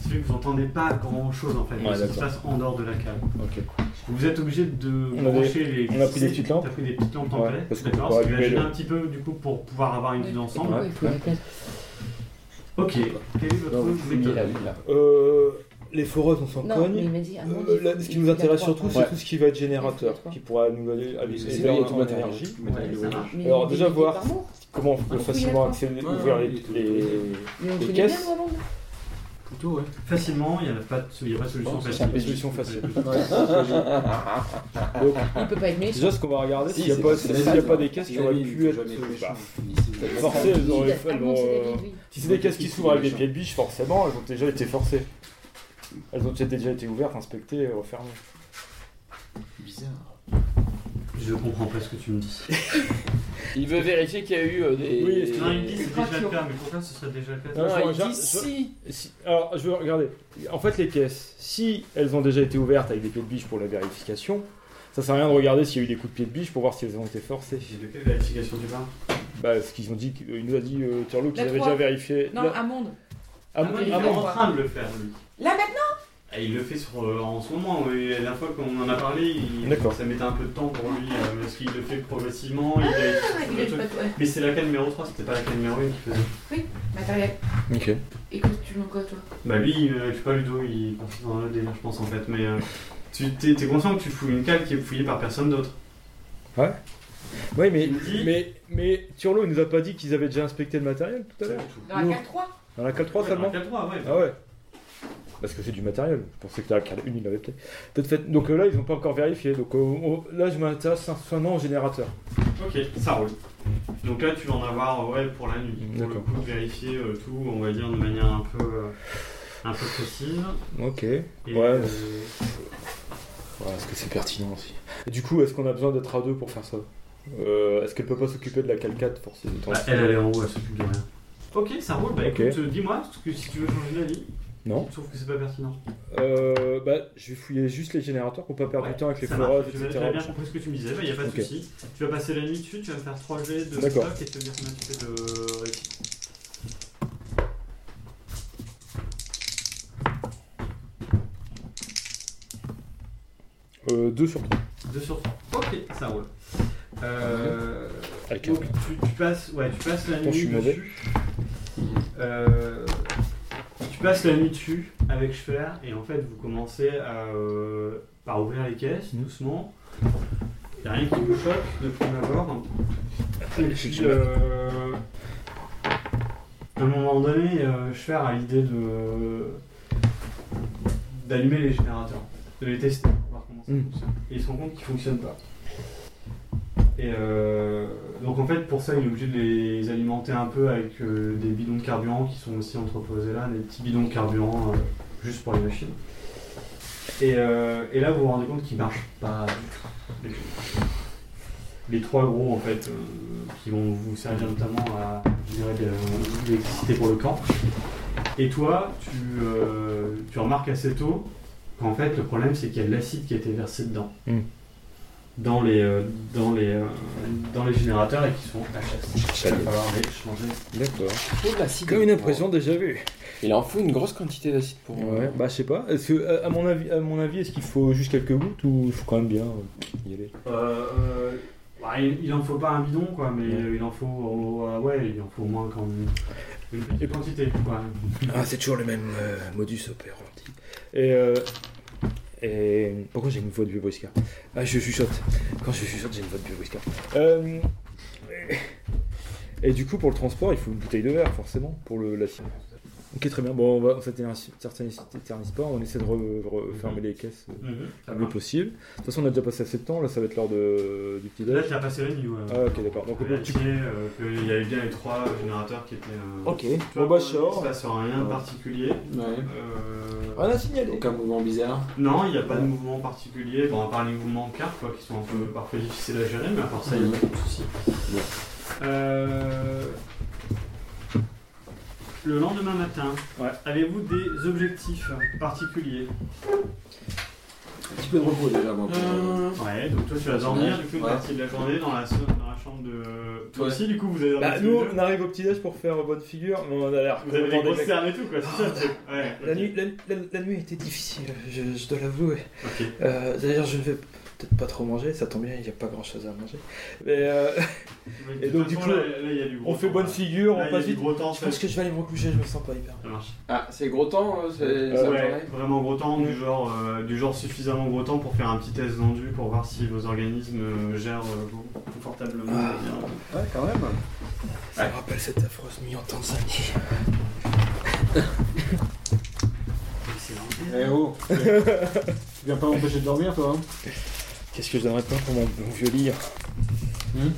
Speaker 1: C'est que vous n'entendez pas grand chose en fait,
Speaker 2: Ouais,
Speaker 1: de ce qui se
Speaker 2: d'accord.
Speaker 1: passe en dehors de la cale.
Speaker 2: Ok.
Speaker 1: Vous êtes obligé de
Speaker 2: On avait-
Speaker 1: brancher les.
Speaker 2: on a pris des petites lampes.
Speaker 1: T'as pris des petites lampes en
Speaker 2: Ouais,
Speaker 1: place,
Speaker 2: parce qu'on
Speaker 1: D'accord,
Speaker 2: peut
Speaker 1: ça
Speaker 2: pas
Speaker 1: va
Speaker 2: allumer
Speaker 1: gêner
Speaker 2: le-
Speaker 1: un petit peu du coup pour pouvoir avoir une vue d'ensemble.
Speaker 3: Pourquoi il faut la place
Speaker 1: Ok, quel est votre
Speaker 4: Non, vous fumiez
Speaker 1: méthode
Speaker 4: la ville là.
Speaker 2: Euh, les foreuses, on s'en
Speaker 3: Non, mais
Speaker 2: cogne.
Speaker 3: il m'a dit. ah, non,
Speaker 2: Euh,
Speaker 3: il
Speaker 2: là,
Speaker 3: faut-
Speaker 2: ce qui
Speaker 3: il
Speaker 2: nous
Speaker 3: faut la
Speaker 2: intéresse
Speaker 3: trois,
Speaker 2: surtout,
Speaker 3: quoi.
Speaker 2: c'est
Speaker 4: Ouais.
Speaker 2: tout ce qui va être
Speaker 3: Il
Speaker 2: générateur,
Speaker 3: faut la
Speaker 2: qui pourra nous aller aller-
Speaker 5: C'est
Speaker 2: aider
Speaker 5: là, il y a
Speaker 2: en
Speaker 5: tout
Speaker 2: en
Speaker 4: matériel.
Speaker 2: énergie.
Speaker 1: Ouais, ça marche.
Speaker 3: Mais
Speaker 2: Alors,
Speaker 3: on
Speaker 2: déjà,
Speaker 3: est
Speaker 2: voir-
Speaker 3: par mort.
Speaker 2: Comment on
Speaker 3: On
Speaker 2: peut
Speaker 3: fouille
Speaker 2: facilement
Speaker 3: la
Speaker 2: accéder,
Speaker 4: porte.
Speaker 2: ouvrir
Speaker 5: Ouais,
Speaker 2: les,
Speaker 5: ouais.
Speaker 2: les-
Speaker 3: Mais on
Speaker 2: Les
Speaker 3: connaît
Speaker 2: caisses.
Speaker 3: bien avant. non
Speaker 9: Plutôt, ouais.
Speaker 1: Facilement, il n'y a, pas de- il y a pas de solution
Speaker 2: Non, Oh, ça,
Speaker 1: facile.
Speaker 2: c'est une solution facile.
Speaker 3: Il peut pas être méchant.
Speaker 2: Déjà, ce qu'on va regarder,
Speaker 4: Si,
Speaker 2: s'il n'y a,
Speaker 4: c'est
Speaker 2: pas-
Speaker 4: pas-
Speaker 2: s'il y a pas des caisses qui auraient pu être. bah, forcées, elles auraient
Speaker 3: Ah,
Speaker 2: elles
Speaker 3: bon,
Speaker 2: auraient-
Speaker 3: c'est David, oui.
Speaker 2: Si c'est des caisses qui s'ouvrent avec des pieds de biche, forcément, elles ont déjà été forcées. Elles ont peut-être déjà été ouvertes, inspectées, euh, refermées.
Speaker 5: Bizarre.
Speaker 1: Je comprends pas ce que tu me dis.
Speaker 4: Il veut vérifier qu'il y a eu euh, des.
Speaker 2: Oui, est-ce qu'il y
Speaker 1: Non, il me dit
Speaker 4: des.
Speaker 1: c'est
Speaker 3: Trois
Speaker 1: déjà le
Speaker 3: kilos.
Speaker 1: cas, mais pourquoi ce serait déjà le cas
Speaker 2: Non,
Speaker 4: Non,
Speaker 2: je-
Speaker 4: il dit
Speaker 2: je-
Speaker 4: si.
Speaker 2: Si- alors, je veux regarder. En fait, les caisses, si elles ont déjà été ouvertes avec des pieds de biche pour la vérification, ça sert à rien de regarder s'il y a eu des coups de pied de biche pour voir si elles ont été forcées.
Speaker 1: J'ai de quelle vérification tu parles
Speaker 2: Bah, ce qu'ils ont dit, il nous a dit, euh, Turlot, qu'ils
Speaker 3: La
Speaker 2: avaient
Speaker 3: trois.
Speaker 2: déjà vérifié.
Speaker 3: Non,
Speaker 2: la-
Speaker 3: Amande.
Speaker 2: À mon-
Speaker 1: Ah, il est
Speaker 2: à mon-
Speaker 1: en train de le faire, lui.
Speaker 3: Là maintenant
Speaker 1: Ah, il le fait sur, euh, en ce moment. oui. La dernière fois qu'on en a parlé, il-
Speaker 2: D'accord.
Speaker 1: ça mettait un peu de temps pour lui, euh, parce qu'il le fait progressivement. il a-
Speaker 3: Ah, Il est pas ouais.
Speaker 1: Mais c'est la cale numéro 3, c'était pas la cale numéro 1 qui faisait.
Speaker 3: Matériel.
Speaker 4: Ok.
Speaker 3: Et que tu joues en quoi toi
Speaker 1: Bah lui, euh, je sais pas, Ludo, il est parti dans le délire, je pense, en fait. Mais euh, tu t'es t'es conscient que tu fouilles une cale qui est fouillée par personne d'autre.
Speaker 2: Oui, mais,
Speaker 1: Il me dit-
Speaker 2: mais, mais Turlo, il nous a pas dit qu'ils avaient déjà inspecté le matériel tout à l'heure
Speaker 3: Dans la
Speaker 2: Non.
Speaker 3: carte 3
Speaker 2: Dans la cale 3 seulement
Speaker 1: Cale 3, ouais.
Speaker 2: Ah ouais Parce que c'est du matériel. Je pensais que t'as la cale 1, il l'avait peut-être. Peut-être fait. Donc euh, là, ils n'ont pas encore vérifié. Donc euh, on- là, je m'intéresse maintenant au générateur.
Speaker 1: Ok, ça roule. Donc là, tu vas en avoir ouais, pour la nuit. Pour le
Speaker 2: D'accord.
Speaker 1: coup, de vérifier euh, tout, on va dire, de manière un peu, euh, un peu précise.
Speaker 2: Ok.
Speaker 1: Et,
Speaker 2: Ouais.
Speaker 1: euh,
Speaker 4: Est-ce que c'est pertinent aussi
Speaker 2: Et du coup, est-ce qu'on a besoin d'être à deux pour faire ça Euh, Est-ce qu'elle peut pas s'occuper de la cale 4 forcément
Speaker 1: bah, elle, elle est en haut, elle s'occupe de rien. Ok, ça roule. Bah
Speaker 2: Ok.
Speaker 1: écoute, euh, dis-moi, parce que si tu veux changer d'avis.
Speaker 2: Non.
Speaker 1: Je trouve que c'est pas pertinent.
Speaker 2: Euh, bah, je vais fouiller juste les générateurs pour pas perdre
Speaker 1: Ouais,
Speaker 2: du temps avec les
Speaker 1: ça marche.
Speaker 2: forages,
Speaker 1: Tu m'as- J'avais bien
Speaker 2: etc.
Speaker 1: compris ce que tu me disais, bah, y a pas de
Speaker 2: Ok.
Speaker 1: soucis. Tu vas passer la nuit dessus, tu vas me faire 3 jets de
Speaker 2: D'accord.
Speaker 1: stock et te dire combien tu fais de réussite.
Speaker 2: Euh, deux sur trois.
Speaker 1: 2 sur 3. Ok, ça roule. Euh.
Speaker 2: Avec un.
Speaker 1: Donc tu, tu passes, ouais, tu passes la
Speaker 2: Pourtant, je
Speaker 1: nuit
Speaker 2: suis mauvais.
Speaker 1: dessus. Euh, tu passes la nuit dessus avec Schfer et en fait vous commencez à, euh, par ouvrir les caisses
Speaker 2: Mhm.
Speaker 1: doucement. Il n'y a rien qui vous choque de prime abord. Et puis,
Speaker 2: Effectivement.
Speaker 1: euh, à un moment donné, euh, Schfer a l'idée de d'allumer les générateurs, de les tester, voir comment ça
Speaker 2: Mhm.
Speaker 1: fonctionne. Et il se rend compte qu'ils fonctionnent pas. Et euh, donc en fait pour ça il est obligé de les alimenter un peu avec euh, des bidons de carburant qui sont aussi entreposés là, des petits bidons de carburant euh, juste pour les machines. Et, euh, et là vous vous rendez compte qu'ils marchent pas du tout. Les trois gros en fait euh, qui vont vous servir notamment à générer de, de l'électricité pour le camp. Et toi tu, euh, tu remarques assez tôt qu'en fait le problème c'est qu'il y a de l'acide qui a été versé dedans dans les, euh, dans les, euh, dans les générateurs et qui sont HS. Il va falloir les changer.
Speaker 2: D'accord.
Speaker 5: Faut de l'acide.
Speaker 2: Comme une impression déjà vue.
Speaker 4: Oh. Il en faut une grosse quantité d'acide pour.
Speaker 2: Ouais, bah je sais pas. Est-ce que, à- à mon avis, à mon avis, est-ce qu'il faut juste quelques gouttes ou il faut quand même bien euh, y aller
Speaker 1: Euh, euh, bah, il, il en faut pas un bidon, quoi, mais
Speaker 2: Ouais.
Speaker 1: euh, il en faut, euh, ouais, il en faut au moins quand même une petite quantité. Quoi.
Speaker 4: Ah, c'est toujours le même euh, modus operandi.
Speaker 2: Et euh, et pourquoi j'ai une voix de vieux briscard
Speaker 4: Ah, je chuchote. Quand je chuchote, j'ai une voix de vieux whisky.
Speaker 2: Euh, Et du coup, pour le transport, il faut une bouteille de verre, forcément, pour le, la cible. Ok, très bien. Bon, on va, on s'éternise pas. On essaie de re- refermer
Speaker 4: Mhm.
Speaker 2: les caisses euh, le possible. De toute façon, on a déjà passé assez de temps. Là, ça va être l'heure de, du petit
Speaker 1: Là,
Speaker 2: déj.
Speaker 1: tu as passé la nuit, euh. ouais.
Speaker 2: Ah, ok, d'accord. Donc,
Speaker 1: Vérifier,
Speaker 2: tu-
Speaker 1: euh, qu'il y avait bien les trois générateurs qui étaient. euh,
Speaker 5: Ok.
Speaker 1: tu vois,
Speaker 2: bon, bah, je
Speaker 1: il se
Speaker 2: sors.
Speaker 1: passe rien de particulier.
Speaker 10: Ouais.
Speaker 1: Euh,
Speaker 2: Rien à signaler.
Speaker 10: Aucun mouvement bizarre.
Speaker 1: Non, il n'y a pas de mouvement particulier. Bon, à part les mouvements de cartes, quoi, qui sont un peu parfois difficiles à gérer, mais à part ça, il n'y a pas de souci. Euh, Le lendemain matin,
Speaker 2: Ouais.
Speaker 1: avez-vous des objectifs particuliers
Speaker 10: Un petit peu de repos déjà avant.
Speaker 4: Euh.
Speaker 1: Ouais, donc toi tu vas dormir du coup une
Speaker 10: Ouais.
Speaker 1: partie de la journée dans la, dans la chambre de. Toi
Speaker 10: Ouais.
Speaker 1: aussi, du coup, vous avez
Speaker 2: Bah,
Speaker 1: dormi tous
Speaker 2: nous,
Speaker 1: les deux
Speaker 2: on arrive au petit déj pour faire bonne figure, mais on a l'air
Speaker 1: Vous avez des
Speaker 2: complètement
Speaker 1: grosses
Speaker 2: mecs.
Speaker 1: cernes et tout, quoi, c'est ça le truc. Ouais,
Speaker 4: La
Speaker 1: ok.
Speaker 4: nuit, la, la- la nuit a été difficile, je, je dois l'avouer.
Speaker 1: Ok.
Speaker 4: Euh, D'ailleurs, je ne vais peut-être pas trop manger, ça tombe bien, il n'y a pas grand-chose à manger. Mais euh,
Speaker 1: De
Speaker 2: Et
Speaker 1: toute
Speaker 2: donc, du
Speaker 1: façon,
Speaker 2: coup,
Speaker 1: là, là, il y a du gros
Speaker 2: On fait
Speaker 1: temps,
Speaker 2: bonne
Speaker 1: là.
Speaker 2: figure,
Speaker 1: Là, il
Speaker 2: on
Speaker 1: y a
Speaker 2: passe
Speaker 1: du
Speaker 2: vite.
Speaker 1: gros temps,
Speaker 4: je pense que je vais aller me recoucher, je me sens pas hyper.
Speaker 1: ça marche.
Speaker 4: Ah, c'est gros temps, c'est
Speaker 2: ça
Speaker 1: Ouais, vraiment gros temps, du genre, euh, du genre suffisamment gros temps pour faire un petit test d'enduit pour voir si vos organismes euh, gèrent euh, con- confortablement.
Speaker 4: Ah.
Speaker 1: bien.
Speaker 10: Ouais, quand même.
Speaker 4: Ça me rappelle cette affreuse nuit en Tanzanie.
Speaker 1: Excellent.
Speaker 5: Eh oh Tu viens pas m'empêcher de dormir, toi hein
Speaker 2: Qu'est-ce que je donnerais pas pour mon bon vieux lit hein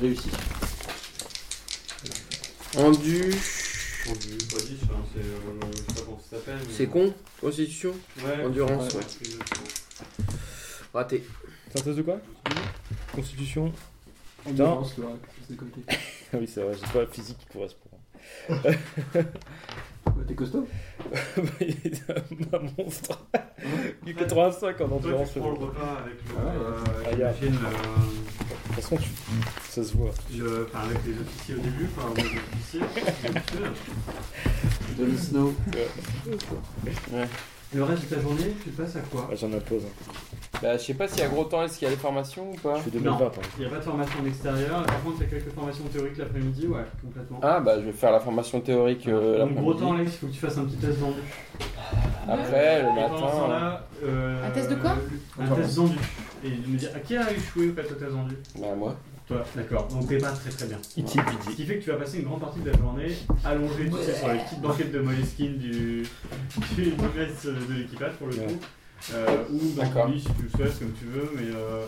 Speaker 10: Réussi.
Speaker 4: Endu,
Speaker 1: Enduit, pas dit, enfin, c'est, euh, je sais pas comment ça s'appelle. mais- euh,
Speaker 4: c'est con, constitution,
Speaker 1: Ouais.
Speaker 4: endurance,
Speaker 1: Ouais.
Speaker 4: ouais. raté.
Speaker 2: C'est un test de quoi Constitution.
Speaker 5: Non. C'est comme t'es.
Speaker 2: Ah oui, c'est vrai, j'ai pas la physique qui correspond.
Speaker 5: Ouais, T'es costaud
Speaker 2: Il est un, un monstre. Il est 85 en
Speaker 1: Toi,
Speaker 2: endurance.
Speaker 1: tu prends le repas avec le.
Speaker 5: Ah ouais.
Speaker 1: euh, avec
Speaker 2: Ah, y a-
Speaker 1: le film, euh,
Speaker 2: De toute façon, tu...
Speaker 8: ça se voit.
Speaker 1: Le- enfin, avec les officiers au début, enfin, avec les officiers, habituel.
Speaker 4: Jon Snow.
Speaker 1: Le reste de ta journée, tu passes à quoi
Speaker 8: Ah, J'en impose. hein.
Speaker 4: Bah, je sais pas s'il y a gros temps, est-ce qu'il y a les formations ou pas
Speaker 8: Je fais des
Speaker 1: Non.
Speaker 8: mêmes vapes, hein.
Speaker 1: Il n'y a pas de formation en extérieur, par contre, il y a quelques formations théoriques l'après-midi, ouais, complètement.
Speaker 4: Ah, bah, je vais faire la formation théorique euh,
Speaker 1: Donc, gros
Speaker 4: l'après-midi.
Speaker 1: temps, Alex, il faut que tu fasses un petit test vendu.
Speaker 4: Après, le
Speaker 1: Et pendant ce
Speaker 4: matin.
Speaker 1: temps-là, euh,
Speaker 3: Un test de quoi
Speaker 1: Un test vendu. Et de me dire à qui a échoué ou pas ton test vendu
Speaker 4: Bah, moi.
Speaker 1: Toi, d'accord. Donc t'es pas très très bien.
Speaker 4: Iti,
Speaker 1: Ce qui fait que tu vas passer une grande partie de la journée allongé tu sais, sur les petites banquettes de Moleskine du, du, du reste de l'équipage pour le coup. Euh, ou dans ton
Speaker 4: D'accord.
Speaker 1: lit si tu le souhaites, comme tu veux, mais. Euh...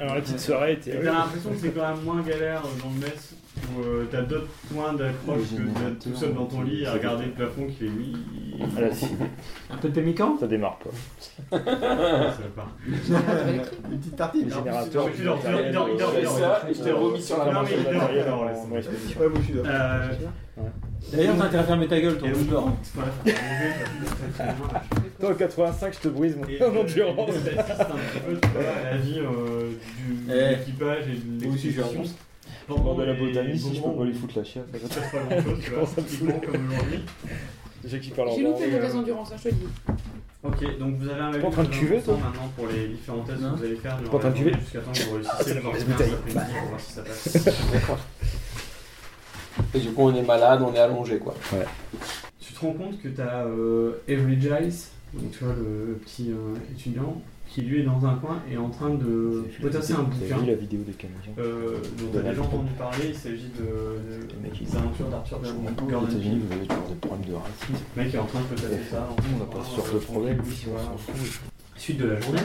Speaker 8: Alors la petite soirée
Speaker 1: et
Speaker 8: était.
Speaker 1: T'as l'impression que c'est quand même moins galère euh, dans le mess où euh, t'as d'autres points d'accroche
Speaker 6: Le
Speaker 1: que d'être tout seul dans ton lit à
Speaker 8: c'est
Speaker 1: regarder le plafond qui fait oui.
Speaker 8: Ah, là, si.
Speaker 5: Un peu de pémican
Speaker 8: Ça démarre pas.
Speaker 1: Ça va pas.
Speaker 6: Une petite tartine.
Speaker 8: Les générateurs.
Speaker 1: tu dors, tu dors, tu dors, tu dors, tu
Speaker 4: J'ai
Speaker 1: dors.
Speaker 4: ça et je t'ai remis sur la
Speaker 1: Non,
Speaker 4: marche.
Speaker 1: mais
Speaker 8: Euh,
Speaker 1: il dort, il dort, laisse.
Speaker 8: en expédition.
Speaker 6: Ouais, moi je suis d'accord.
Speaker 1: Euh,
Speaker 5: D'ailleurs, t'as intérêt à fermer ta gueule, toi.
Speaker 1: Et
Speaker 5: tu
Speaker 1: donc,
Speaker 5: dors.
Speaker 1: voilà, faut manger, faut-
Speaker 8: Toi, en 85, je te brise mon
Speaker 1: Et,
Speaker 8: Oh, mon endurance.
Speaker 1: euh, et t'assistes un petit peu, tu vois, à la vie euh, du, de
Speaker 6: Eh,
Speaker 1: l'équipage et de
Speaker 6: moi aussi, je suis
Speaker 1: l'expédition.
Speaker 8: Pendant de la
Speaker 1: les
Speaker 8: botaniste, si je peux
Speaker 1: moments
Speaker 8: pas lui
Speaker 1: où
Speaker 8: foutre la chiasse.
Speaker 1: il se passe pas grand-chose, tu vois,
Speaker 8: commence à me
Speaker 1: typiquement comme aujourd'hui.
Speaker 8: J'ai qui parle en
Speaker 3: J'ai
Speaker 8: bas.
Speaker 3: loupé mon test d'endurance, hein, je te le dis.
Speaker 1: Ok, donc vous avez un
Speaker 8: en train de cuver, toi
Speaker 1: maintenant pour les différents tests que
Speaker 5: Non.
Speaker 1: vous allez faire
Speaker 8: Pas en train de
Speaker 1: journée
Speaker 8: cuver
Speaker 1: jusqu'à temps que vous réussissiez à avoir
Speaker 8: mauvaise
Speaker 1: bien
Speaker 8: bouteille.
Speaker 1: cet après-midi pour voir si ça passe.
Speaker 4: Et du coup, on est malade, on est allongé, quoi.
Speaker 1: Tu te rends compte que t'as euh, Avery Giles, donc tu vois le petit euh, étudiant, qui lui est dans un coin et est en train
Speaker 5: Euh,
Speaker 1: de potasser
Speaker 5: hein,
Speaker 1: un
Speaker 8: T'as
Speaker 1: bouquin.
Speaker 8: vu la vidéo des Canadiens
Speaker 1: Euh, dont t'as déjà entendu parler, il s'agit de,
Speaker 8: Le mec,
Speaker 1: de,
Speaker 8: il-
Speaker 1: des aventures d'Arthur
Speaker 8: Je
Speaker 1: Gordon
Speaker 8: comprends pas, aux
Speaker 1: Gordon
Speaker 8: États-Unis,
Speaker 1: Pym.
Speaker 8: vous avez toujours des problèmes de racisme.
Speaker 1: Le mec est en train de potasser
Speaker 8: Et
Speaker 1: ça.
Speaker 8: Eh, Nous, on n'a pas sur le problème,
Speaker 1: Oui,
Speaker 8: on s'en fout.
Speaker 1: Suite de la journée,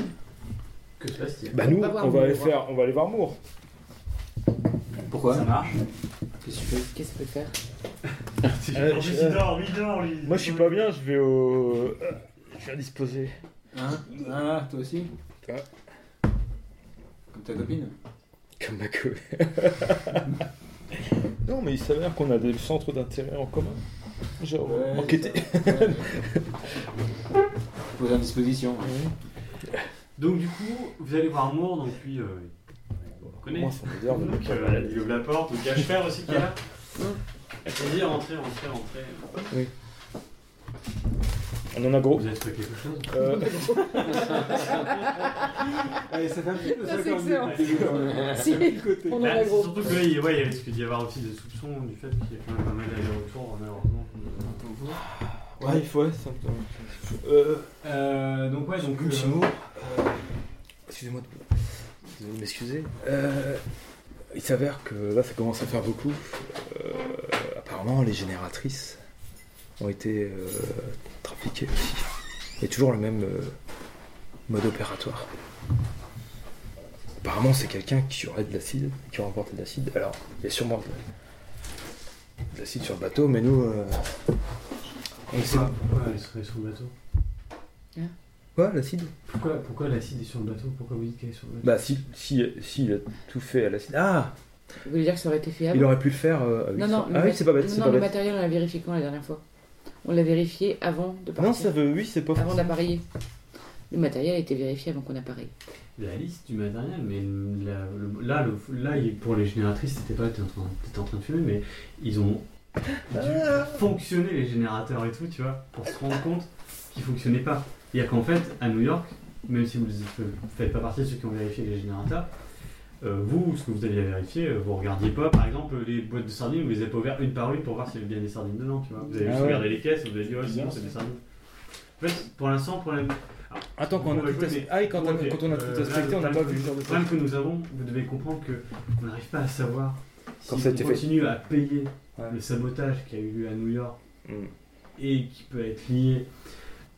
Speaker 1: que se passe-t-il
Speaker 8: Bah, nous,
Speaker 3: On va voir
Speaker 8: on va aller
Speaker 3: Moore.
Speaker 8: faire, on va aller voir Moore.
Speaker 6: Pourquoi
Speaker 1: Ça marche
Speaker 6: Qu'est-ce que tu fais
Speaker 3: Qu'est-ce que ça peut faire
Speaker 8: Euh,
Speaker 1: Lui,
Speaker 8: je-
Speaker 1: il dort, lui, il dort, lui.
Speaker 8: Moi, je suis pas bien, je vais au. Je suis indisposé.
Speaker 5: Hein Voilà, toi aussi
Speaker 8: Toi.
Speaker 5: Comme ta copine
Speaker 8: Comme ma queue. non, mais il s'avère qu'on a des centres d'intérêt en commun. Genre,
Speaker 5: Ouais,
Speaker 8: enquêter.
Speaker 5: c'est ça. Ouais. Pose à disposition.
Speaker 1: Donc, du coup, vous allez voir Moore, donc lui, euh, on le connaît.
Speaker 8: Moi, ça me dire,
Speaker 1: Donc, euh, elle ouvre la porte, donc il y a Schwer aussi qui est là. Vas-y, rentrez, rentrez, rentrez.
Speaker 8: On en a gros.
Speaker 1: Oh. Vous avez trouvé quelque chose
Speaker 8: Euh,
Speaker 5: Allez, ça fait un petit peu
Speaker 3: Ça,
Speaker 5: ça
Speaker 3: c'est
Speaker 5: quand même.
Speaker 3: Si, on en
Speaker 1: Bah,
Speaker 3: a
Speaker 1: c'est
Speaker 3: gros.
Speaker 1: Surtout que là, il, ouais, il risque d'y avoir aussi des soupçons du fait qu'il y a quand même pas mal d'allers-retours, malheureusement. comme, euh,
Speaker 8: Ouais, il faut, ouais, ça me- Euh.
Speaker 1: Euh, donc ouais, donc
Speaker 8: Monsieur
Speaker 1: euh,
Speaker 8: Moore, euh, excusez-moi de désolé de m'excuser. Euh, il s'avère que là, ça commence à faire beaucoup. Euh, apparemment, les génératrices ont été euh, trafiquées aussi. Il y a toujours le même euh, mode opératoire. Apparemment, c'est quelqu'un qui aurait de l'acide, qui aurait emporté de l'acide. Alors, il y a sûrement de- de l'acide sur le bateau, mais nous, euh, on essaie.
Speaker 1: pourquoi, pourquoi elle serait sur le bateau
Speaker 8: Ouais, l'acide.
Speaker 1: Pourquoi, pourquoi l'acide est sur le bateau Pourquoi vous dites qu'elle est sur le bateau
Speaker 8: Bah, si, si, si, il a tout fait à l'acide. Ah
Speaker 3: Vous voulez dire que ça aurait été fait
Speaker 8: Il
Speaker 3: avant
Speaker 8: aurait pu le faire. euh, à
Speaker 3: Ah Non,
Speaker 8: 800.
Speaker 3: non, le
Speaker 8: ah oui,
Speaker 3: mat-
Speaker 8: c'est pas bête,
Speaker 3: non,
Speaker 8: c'est pas
Speaker 3: non, le
Speaker 8: bête.
Speaker 3: matériel, on l'a vérifié quand la dernière fois On l'a vérifié avant de partir.
Speaker 8: Non, ça veut, oui, c'est pas
Speaker 3: Avant
Speaker 8: forcément.
Speaker 3: d'appareiller. Le matériel a été vérifié avant qu'on appareille.
Speaker 1: La liste du matériel, mais la- le- là, le- là, il- pour les génératrices, c'était pas t'étais en, train- t'étais en train de fumer, mais ils ont dû fonctionner les générateurs et tout, tu vois, pour se rendre compte qu'ils fonctionnaient pas. C'est-à-dire qu'en fait, à New York, même si vous ne faites pas partie de ceux qui ont vérifié les générateurs, euh, vous, ce que vous aviez vérifié, euh, vous regardiez pas, par exemple, les boîtes de sardines, vous les avez pas ouvertes une par une pour voir s'il y avait bien des sardines dedans, tu vois. Vous avez
Speaker 8: Ah
Speaker 1: juste
Speaker 8: ouais.
Speaker 1: regardé les caisses, et vous avez dit, ouais, c'est
Speaker 8: Bizarre,
Speaker 1: bon, c'est des sardines. En fait, pour l'instant, pour la-
Speaker 8: Attends, quand on a
Speaker 1: Ouais,
Speaker 8: tout
Speaker 1: mais-
Speaker 8: aspecté. Ah, et quand, on a-
Speaker 1: Ok,
Speaker 8: quand on a
Speaker 1: euh,
Speaker 8: tout
Speaker 1: là,
Speaker 8: aspecté, on n'a
Speaker 1: le
Speaker 8: pas
Speaker 1: problème
Speaker 8: vu le
Speaker 1: que-
Speaker 8: genre de
Speaker 1: Le problème
Speaker 8: truc.
Speaker 1: que nous avons, vous devez comprendre que on n'arrive pas à savoir
Speaker 8: Quand
Speaker 1: si
Speaker 8: ça a
Speaker 1: on
Speaker 8: été fait.
Speaker 1: continue à payer
Speaker 8: Ouais.
Speaker 1: le sabotage qui a eu lieu à New York
Speaker 8: Mm.
Speaker 1: et qui peut être lié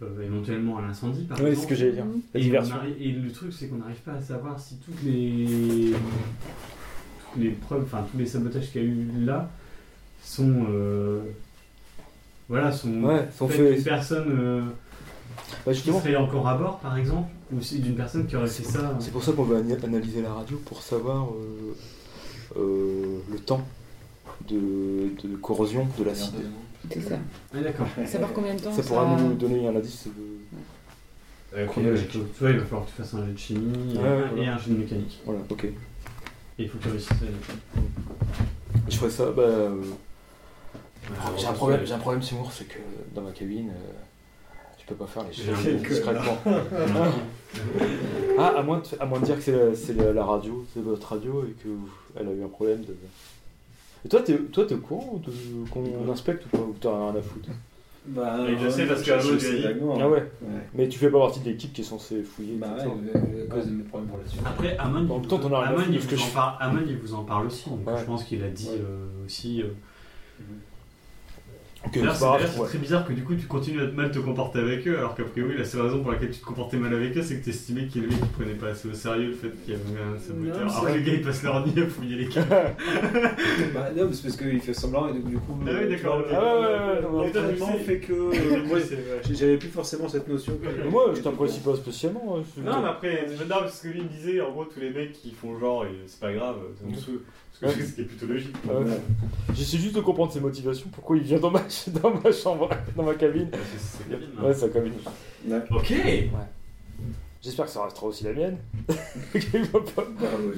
Speaker 1: euh, éventuellement à l'incendie, par
Speaker 8: Oui, c'est ce
Speaker 1: exemple.
Speaker 8: que j'allais dire. La
Speaker 1: et, on
Speaker 8: diversion.
Speaker 1: arri- et le truc, c'est qu'on n'arrive pas à savoir si toutes les, toutes les preuves, enfin tous les sabotages qu'il y a eu là sont. euh, voilà, sont.
Speaker 8: Ouais, sont
Speaker 1: faits
Speaker 8: faits.
Speaker 1: d'une personne. euh,
Speaker 8: Bah,
Speaker 1: qui
Speaker 8: justement,
Speaker 1: serait encore à bord, par exemple, ou si- d'une personne qui aurait fait ça.
Speaker 8: c'est pour ça qu'on va ana- analyser la radio pour savoir euh, euh, le temps de, de corrosion de l'acide.
Speaker 3: C'est ça.
Speaker 1: Ouais, Ah, d'accord.
Speaker 3: Savoir combien de temps
Speaker 8: Ça pourra nous donner un indice. de-
Speaker 1: Euh, ok,
Speaker 8: Chronologique.
Speaker 1: donc, tu vois, il va falloir que tu fasses un jet de chimie euh,
Speaker 8: Ouais,
Speaker 1: et,
Speaker 8: voilà.
Speaker 1: et un jet de mécanique.
Speaker 8: Voilà, ok.
Speaker 1: Et il faut que tu réussisses.
Speaker 2: Je ferais ça, bah. euh, J'ai un problème, j'ai un problème, Seymour, c'est que dans ma cabine, euh, je peux pas faire les
Speaker 1: J'ai
Speaker 2: choses
Speaker 1: un bon
Speaker 2: discrètement. ah, à moins, de, à moins de dire que c'est la- c'est la, la radio, c'est votre radio et que vous- elle a eu un problème de. Et toi, t'es toi, t'es au courant de- qu'on inspecte ou pas Ou t'as rien à foutre
Speaker 5: Bah,
Speaker 1: Et je sais parce que Arnaud lui a dit.
Speaker 2: Ah ouais
Speaker 5: Ouais.
Speaker 2: Mais tu fais pas partie de l'équipe qui est censée fouiller.
Speaker 5: Bah
Speaker 2: tout
Speaker 5: ouais,
Speaker 2: ça.
Speaker 5: euh, à cause de mes problèmes pour la suite.
Speaker 1: Après, Amon,
Speaker 2: En
Speaker 1: il
Speaker 2: même temps,
Speaker 1: vous-
Speaker 2: t'en as rien à
Speaker 1: Amon,
Speaker 2: foutre
Speaker 1: il
Speaker 2: de ce que
Speaker 1: vous en
Speaker 2: je-
Speaker 1: parle- Amon, il vous en parle aussi. donc
Speaker 2: Ouais.
Speaker 1: Je pense qu'il a dit
Speaker 2: Ouais.
Speaker 1: euh, aussi. euh,
Speaker 2: Ok,
Speaker 1: D'ailleurs,
Speaker 2: c'est
Speaker 1: c'est
Speaker 2: pas
Speaker 1: d'ailleurs,
Speaker 2: grave,
Speaker 1: c'est
Speaker 2: bah, ouais.
Speaker 1: très bizarre que du coup tu continues à te- mal te comporter avec eux, alors qu'a priori la seule raison pour laquelle tu te comportais mal avec eux, c'est que t'estimais qu'ils ne prenaient pas assez au sérieux le fait qu'il y avait un saboteur.
Speaker 5: Non, c'est
Speaker 1: Alors que
Speaker 5: vrai.
Speaker 1: les gars ils passent leur nuit à fouiller les caves.
Speaker 5: Bah non, mais c'est parce qu'il fait semblant et donc du coup.
Speaker 1: Ah oui,
Speaker 5: euh,
Speaker 1: d'accord. Ah
Speaker 5: tu vois,
Speaker 2: Ah ouais, ouais, ouais,
Speaker 5: le-
Speaker 1: ouais.
Speaker 5: le traitement fait que. euh, moi, J'avais plus forcément cette notion. que-
Speaker 2: Mais Moi, je t'apprécie pas spécialement. hein, je-
Speaker 1: Non, mais après, non, parce que lui il me disait en gros tous les mecs qui font genre, et c'est pas grave, ça me saoule. Parce que c'est ce qui est plutôt logique.
Speaker 2: Ah ouais. J'essaie juste de comprendre ses motivations, pourquoi il vient dans ma, dans ma chambre, dans ma cabine.
Speaker 1: Parce que c'est quand même, hein.
Speaker 2: Ouais, ça cabine.
Speaker 1: Ok
Speaker 2: J'espère que ça restera aussi la mienne. Qu'il va pas,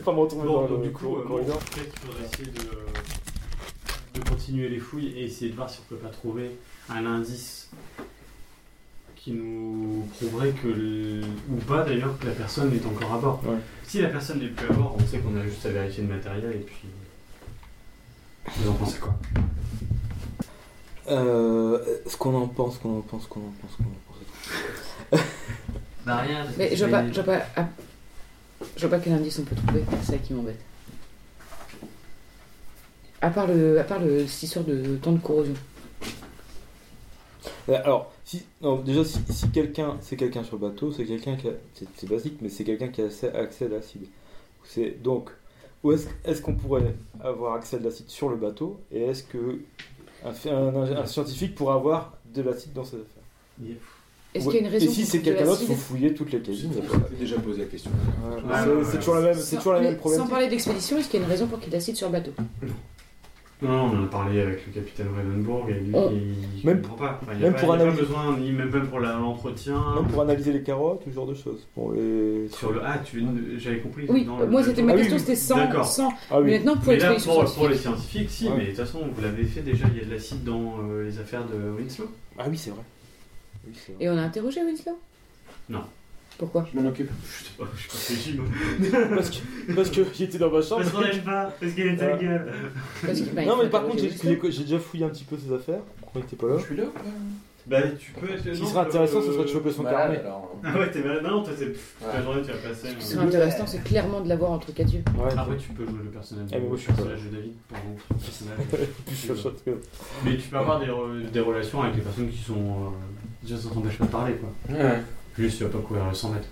Speaker 2: pas me retrouver
Speaker 1: Bon,
Speaker 2: dans
Speaker 1: Ah donc
Speaker 2: le
Speaker 1: du coup,
Speaker 2: cor-
Speaker 1: euh, bon,
Speaker 2: corridor.
Speaker 1: peut-être qu'il faudrait essayer de, de continuer les fouilles et essayer de voir si on peut pas trouver un indice qui nous prouverait que, le- ou pas d'ailleurs, que la personne est encore à bord.
Speaker 2: Ouais.
Speaker 1: Si la personne n'est plus à bord, on sait qu'on a juste à vérifier le matériel et puis. Vous en pensez quoi
Speaker 2: Euh, ce qu'on en pense, ce qu'on en pense, ce qu'on en pense, ce qu'on en pense.
Speaker 1: Bah rien, parce que
Speaker 3: Mais
Speaker 1: c'est
Speaker 3: je vois pas,
Speaker 1: des-
Speaker 3: je vois pas, ah. je vois pas quel indice on peut trouver, c'est ça qui m'embête. À part le, à part le, cette histoire de temps de corrosion.
Speaker 2: Euh, Alors, si, non, déjà, si, si quelqu'un, c'est quelqu'un sur le bateau, c'est quelqu'un qui a, c'est, c'est basique, mais c'est quelqu'un qui a accès, accès à l'acide. C'est donc, où est-ce, est-ce qu'on pourrait avoir accès à de l'acide sur le bateau, et est-ce que un, fi- un ingé- un scientifique pourrait avoir de l'acide dans ses affaires
Speaker 3: Est-ce
Speaker 2: Ouais.
Speaker 3: qu'il y a une raison
Speaker 2: Et si
Speaker 3: pour
Speaker 2: c'est
Speaker 3: que de
Speaker 2: quelqu'un d'autre,
Speaker 3: l'acide-
Speaker 2: faut fouiller toutes les
Speaker 5: J'ai
Speaker 2: cabines.
Speaker 5: déjà posé la question.
Speaker 2: Ouais,
Speaker 1: Ouais,
Speaker 2: c'est,
Speaker 1: ouais,
Speaker 2: c'est
Speaker 1: ouais.
Speaker 2: toujours la même, c'est
Speaker 3: Sans-
Speaker 2: toujours la
Speaker 3: mais
Speaker 2: même
Speaker 3: Sans
Speaker 2: problématique.
Speaker 3: parler d'expédition, est-ce qu'il y a une raison pour qu'il y ait de l'acide sur le bateau
Speaker 1: Non, on en a parlé avec le capitaine Ravenbourg et lui,
Speaker 3: Oh.
Speaker 1: il- il
Speaker 2: Même-
Speaker 1: comprend pas. Enfin, il y a
Speaker 2: même
Speaker 1: pas,
Speaker 2: pour
Speaker 1: il y a pas
Speaker 2: analyser.
Speaker 1: besoin, ni même pas pour la- l'entretien.
Speaker 2: Même pour analyser les carottes, ce genre de choses. Bon, les...
Speaker 1: Sur le ah, tu j'avais compris.
Speaker 3: Oui,
Speaker 1: dans le-
Speaker 3: moi c'était ma
Speaker 2: Ah oui,
Speaker 3: question,
Speaker 2: oui,
Speaker 3: c'était sans,
Speaker 1: d'accord.
Speaker 3: sans.
Speaker 2: Ah
Speaker 3: Mais
Speaker 2: oui,
Speaker 3: maintenant pour
Speaker 1: Mais là,
Speaker 3: l'expédition
Speaker 1: pour, pour les scientifiques,
Speaker 3: scientifique.
Speaker 1: si,
Speaker 2: Ouais.
Speaker 1: mais de toute façon, vous l'avez fait déjà, il y a de l'acide dans euh, les affaires de Winslow.
Speaker 2: ah oui, c'est vrai. Oui, c'est vrai.
Speaker 3: Et on a interrogé Winslow
Speaker 1: Non.
Speaker 3: Pourquoi
Speaker 5: Je m'en occupe.
Speaker 1: Je sais pas, je suis pas fait Jim.
Speaker 2: Parce que, parce que j'étais dans ma chambre.
Speaker 1: Parce qu'on l'aime pas, parce qu'il est ta
Speaker 2: Ah.
Speaker 1: gueule.
Speaker 3: Parce bah, qu'il m'a
Speaker 2: Non, mais
Speaker 3: interrogé
Speaker 2: par contre, j'ai,
Speaker 3: Winslow.
Speaker 2: j'ai- j'ai déjà fouillé un petit peu ses affaires. Pourquoi il était pas là
Speaker 5: suis là.
Speaker 1: Bah, tu peux. Ce
Speaker 2: Ce qui serait intéressant, ce serait de choper son carnet.
Speaker 1: Ah ouais, t'es malade. Non, toi, c'est. pff,
Speaker 5: Ouais.
Speaker 1: La journée, tu vas passer.
Speaker 3: Ce qui
Speaker 1: mais-
Speaker 3: serait intéressant, c'est clairement de l'avoir en truc à Dieu.
Speaker 2: Ouais,
Speaker 1: Après, tu peux jouer le personnage
Speaker 2: Eh, mais moi, je suis
Speaker 1: le personnage de David pour montrer le personnage.
Speaker 2: plus je chope que.
Speaker 1: Mais tu peux avoir des, re- des relations avec les personnes qui sont. euh, Déjà, ça t'empêche pas de parler, quoi.
Speaker 11: hein.
Speaker 1: Juste, tu vas pas courir le 100 mètres.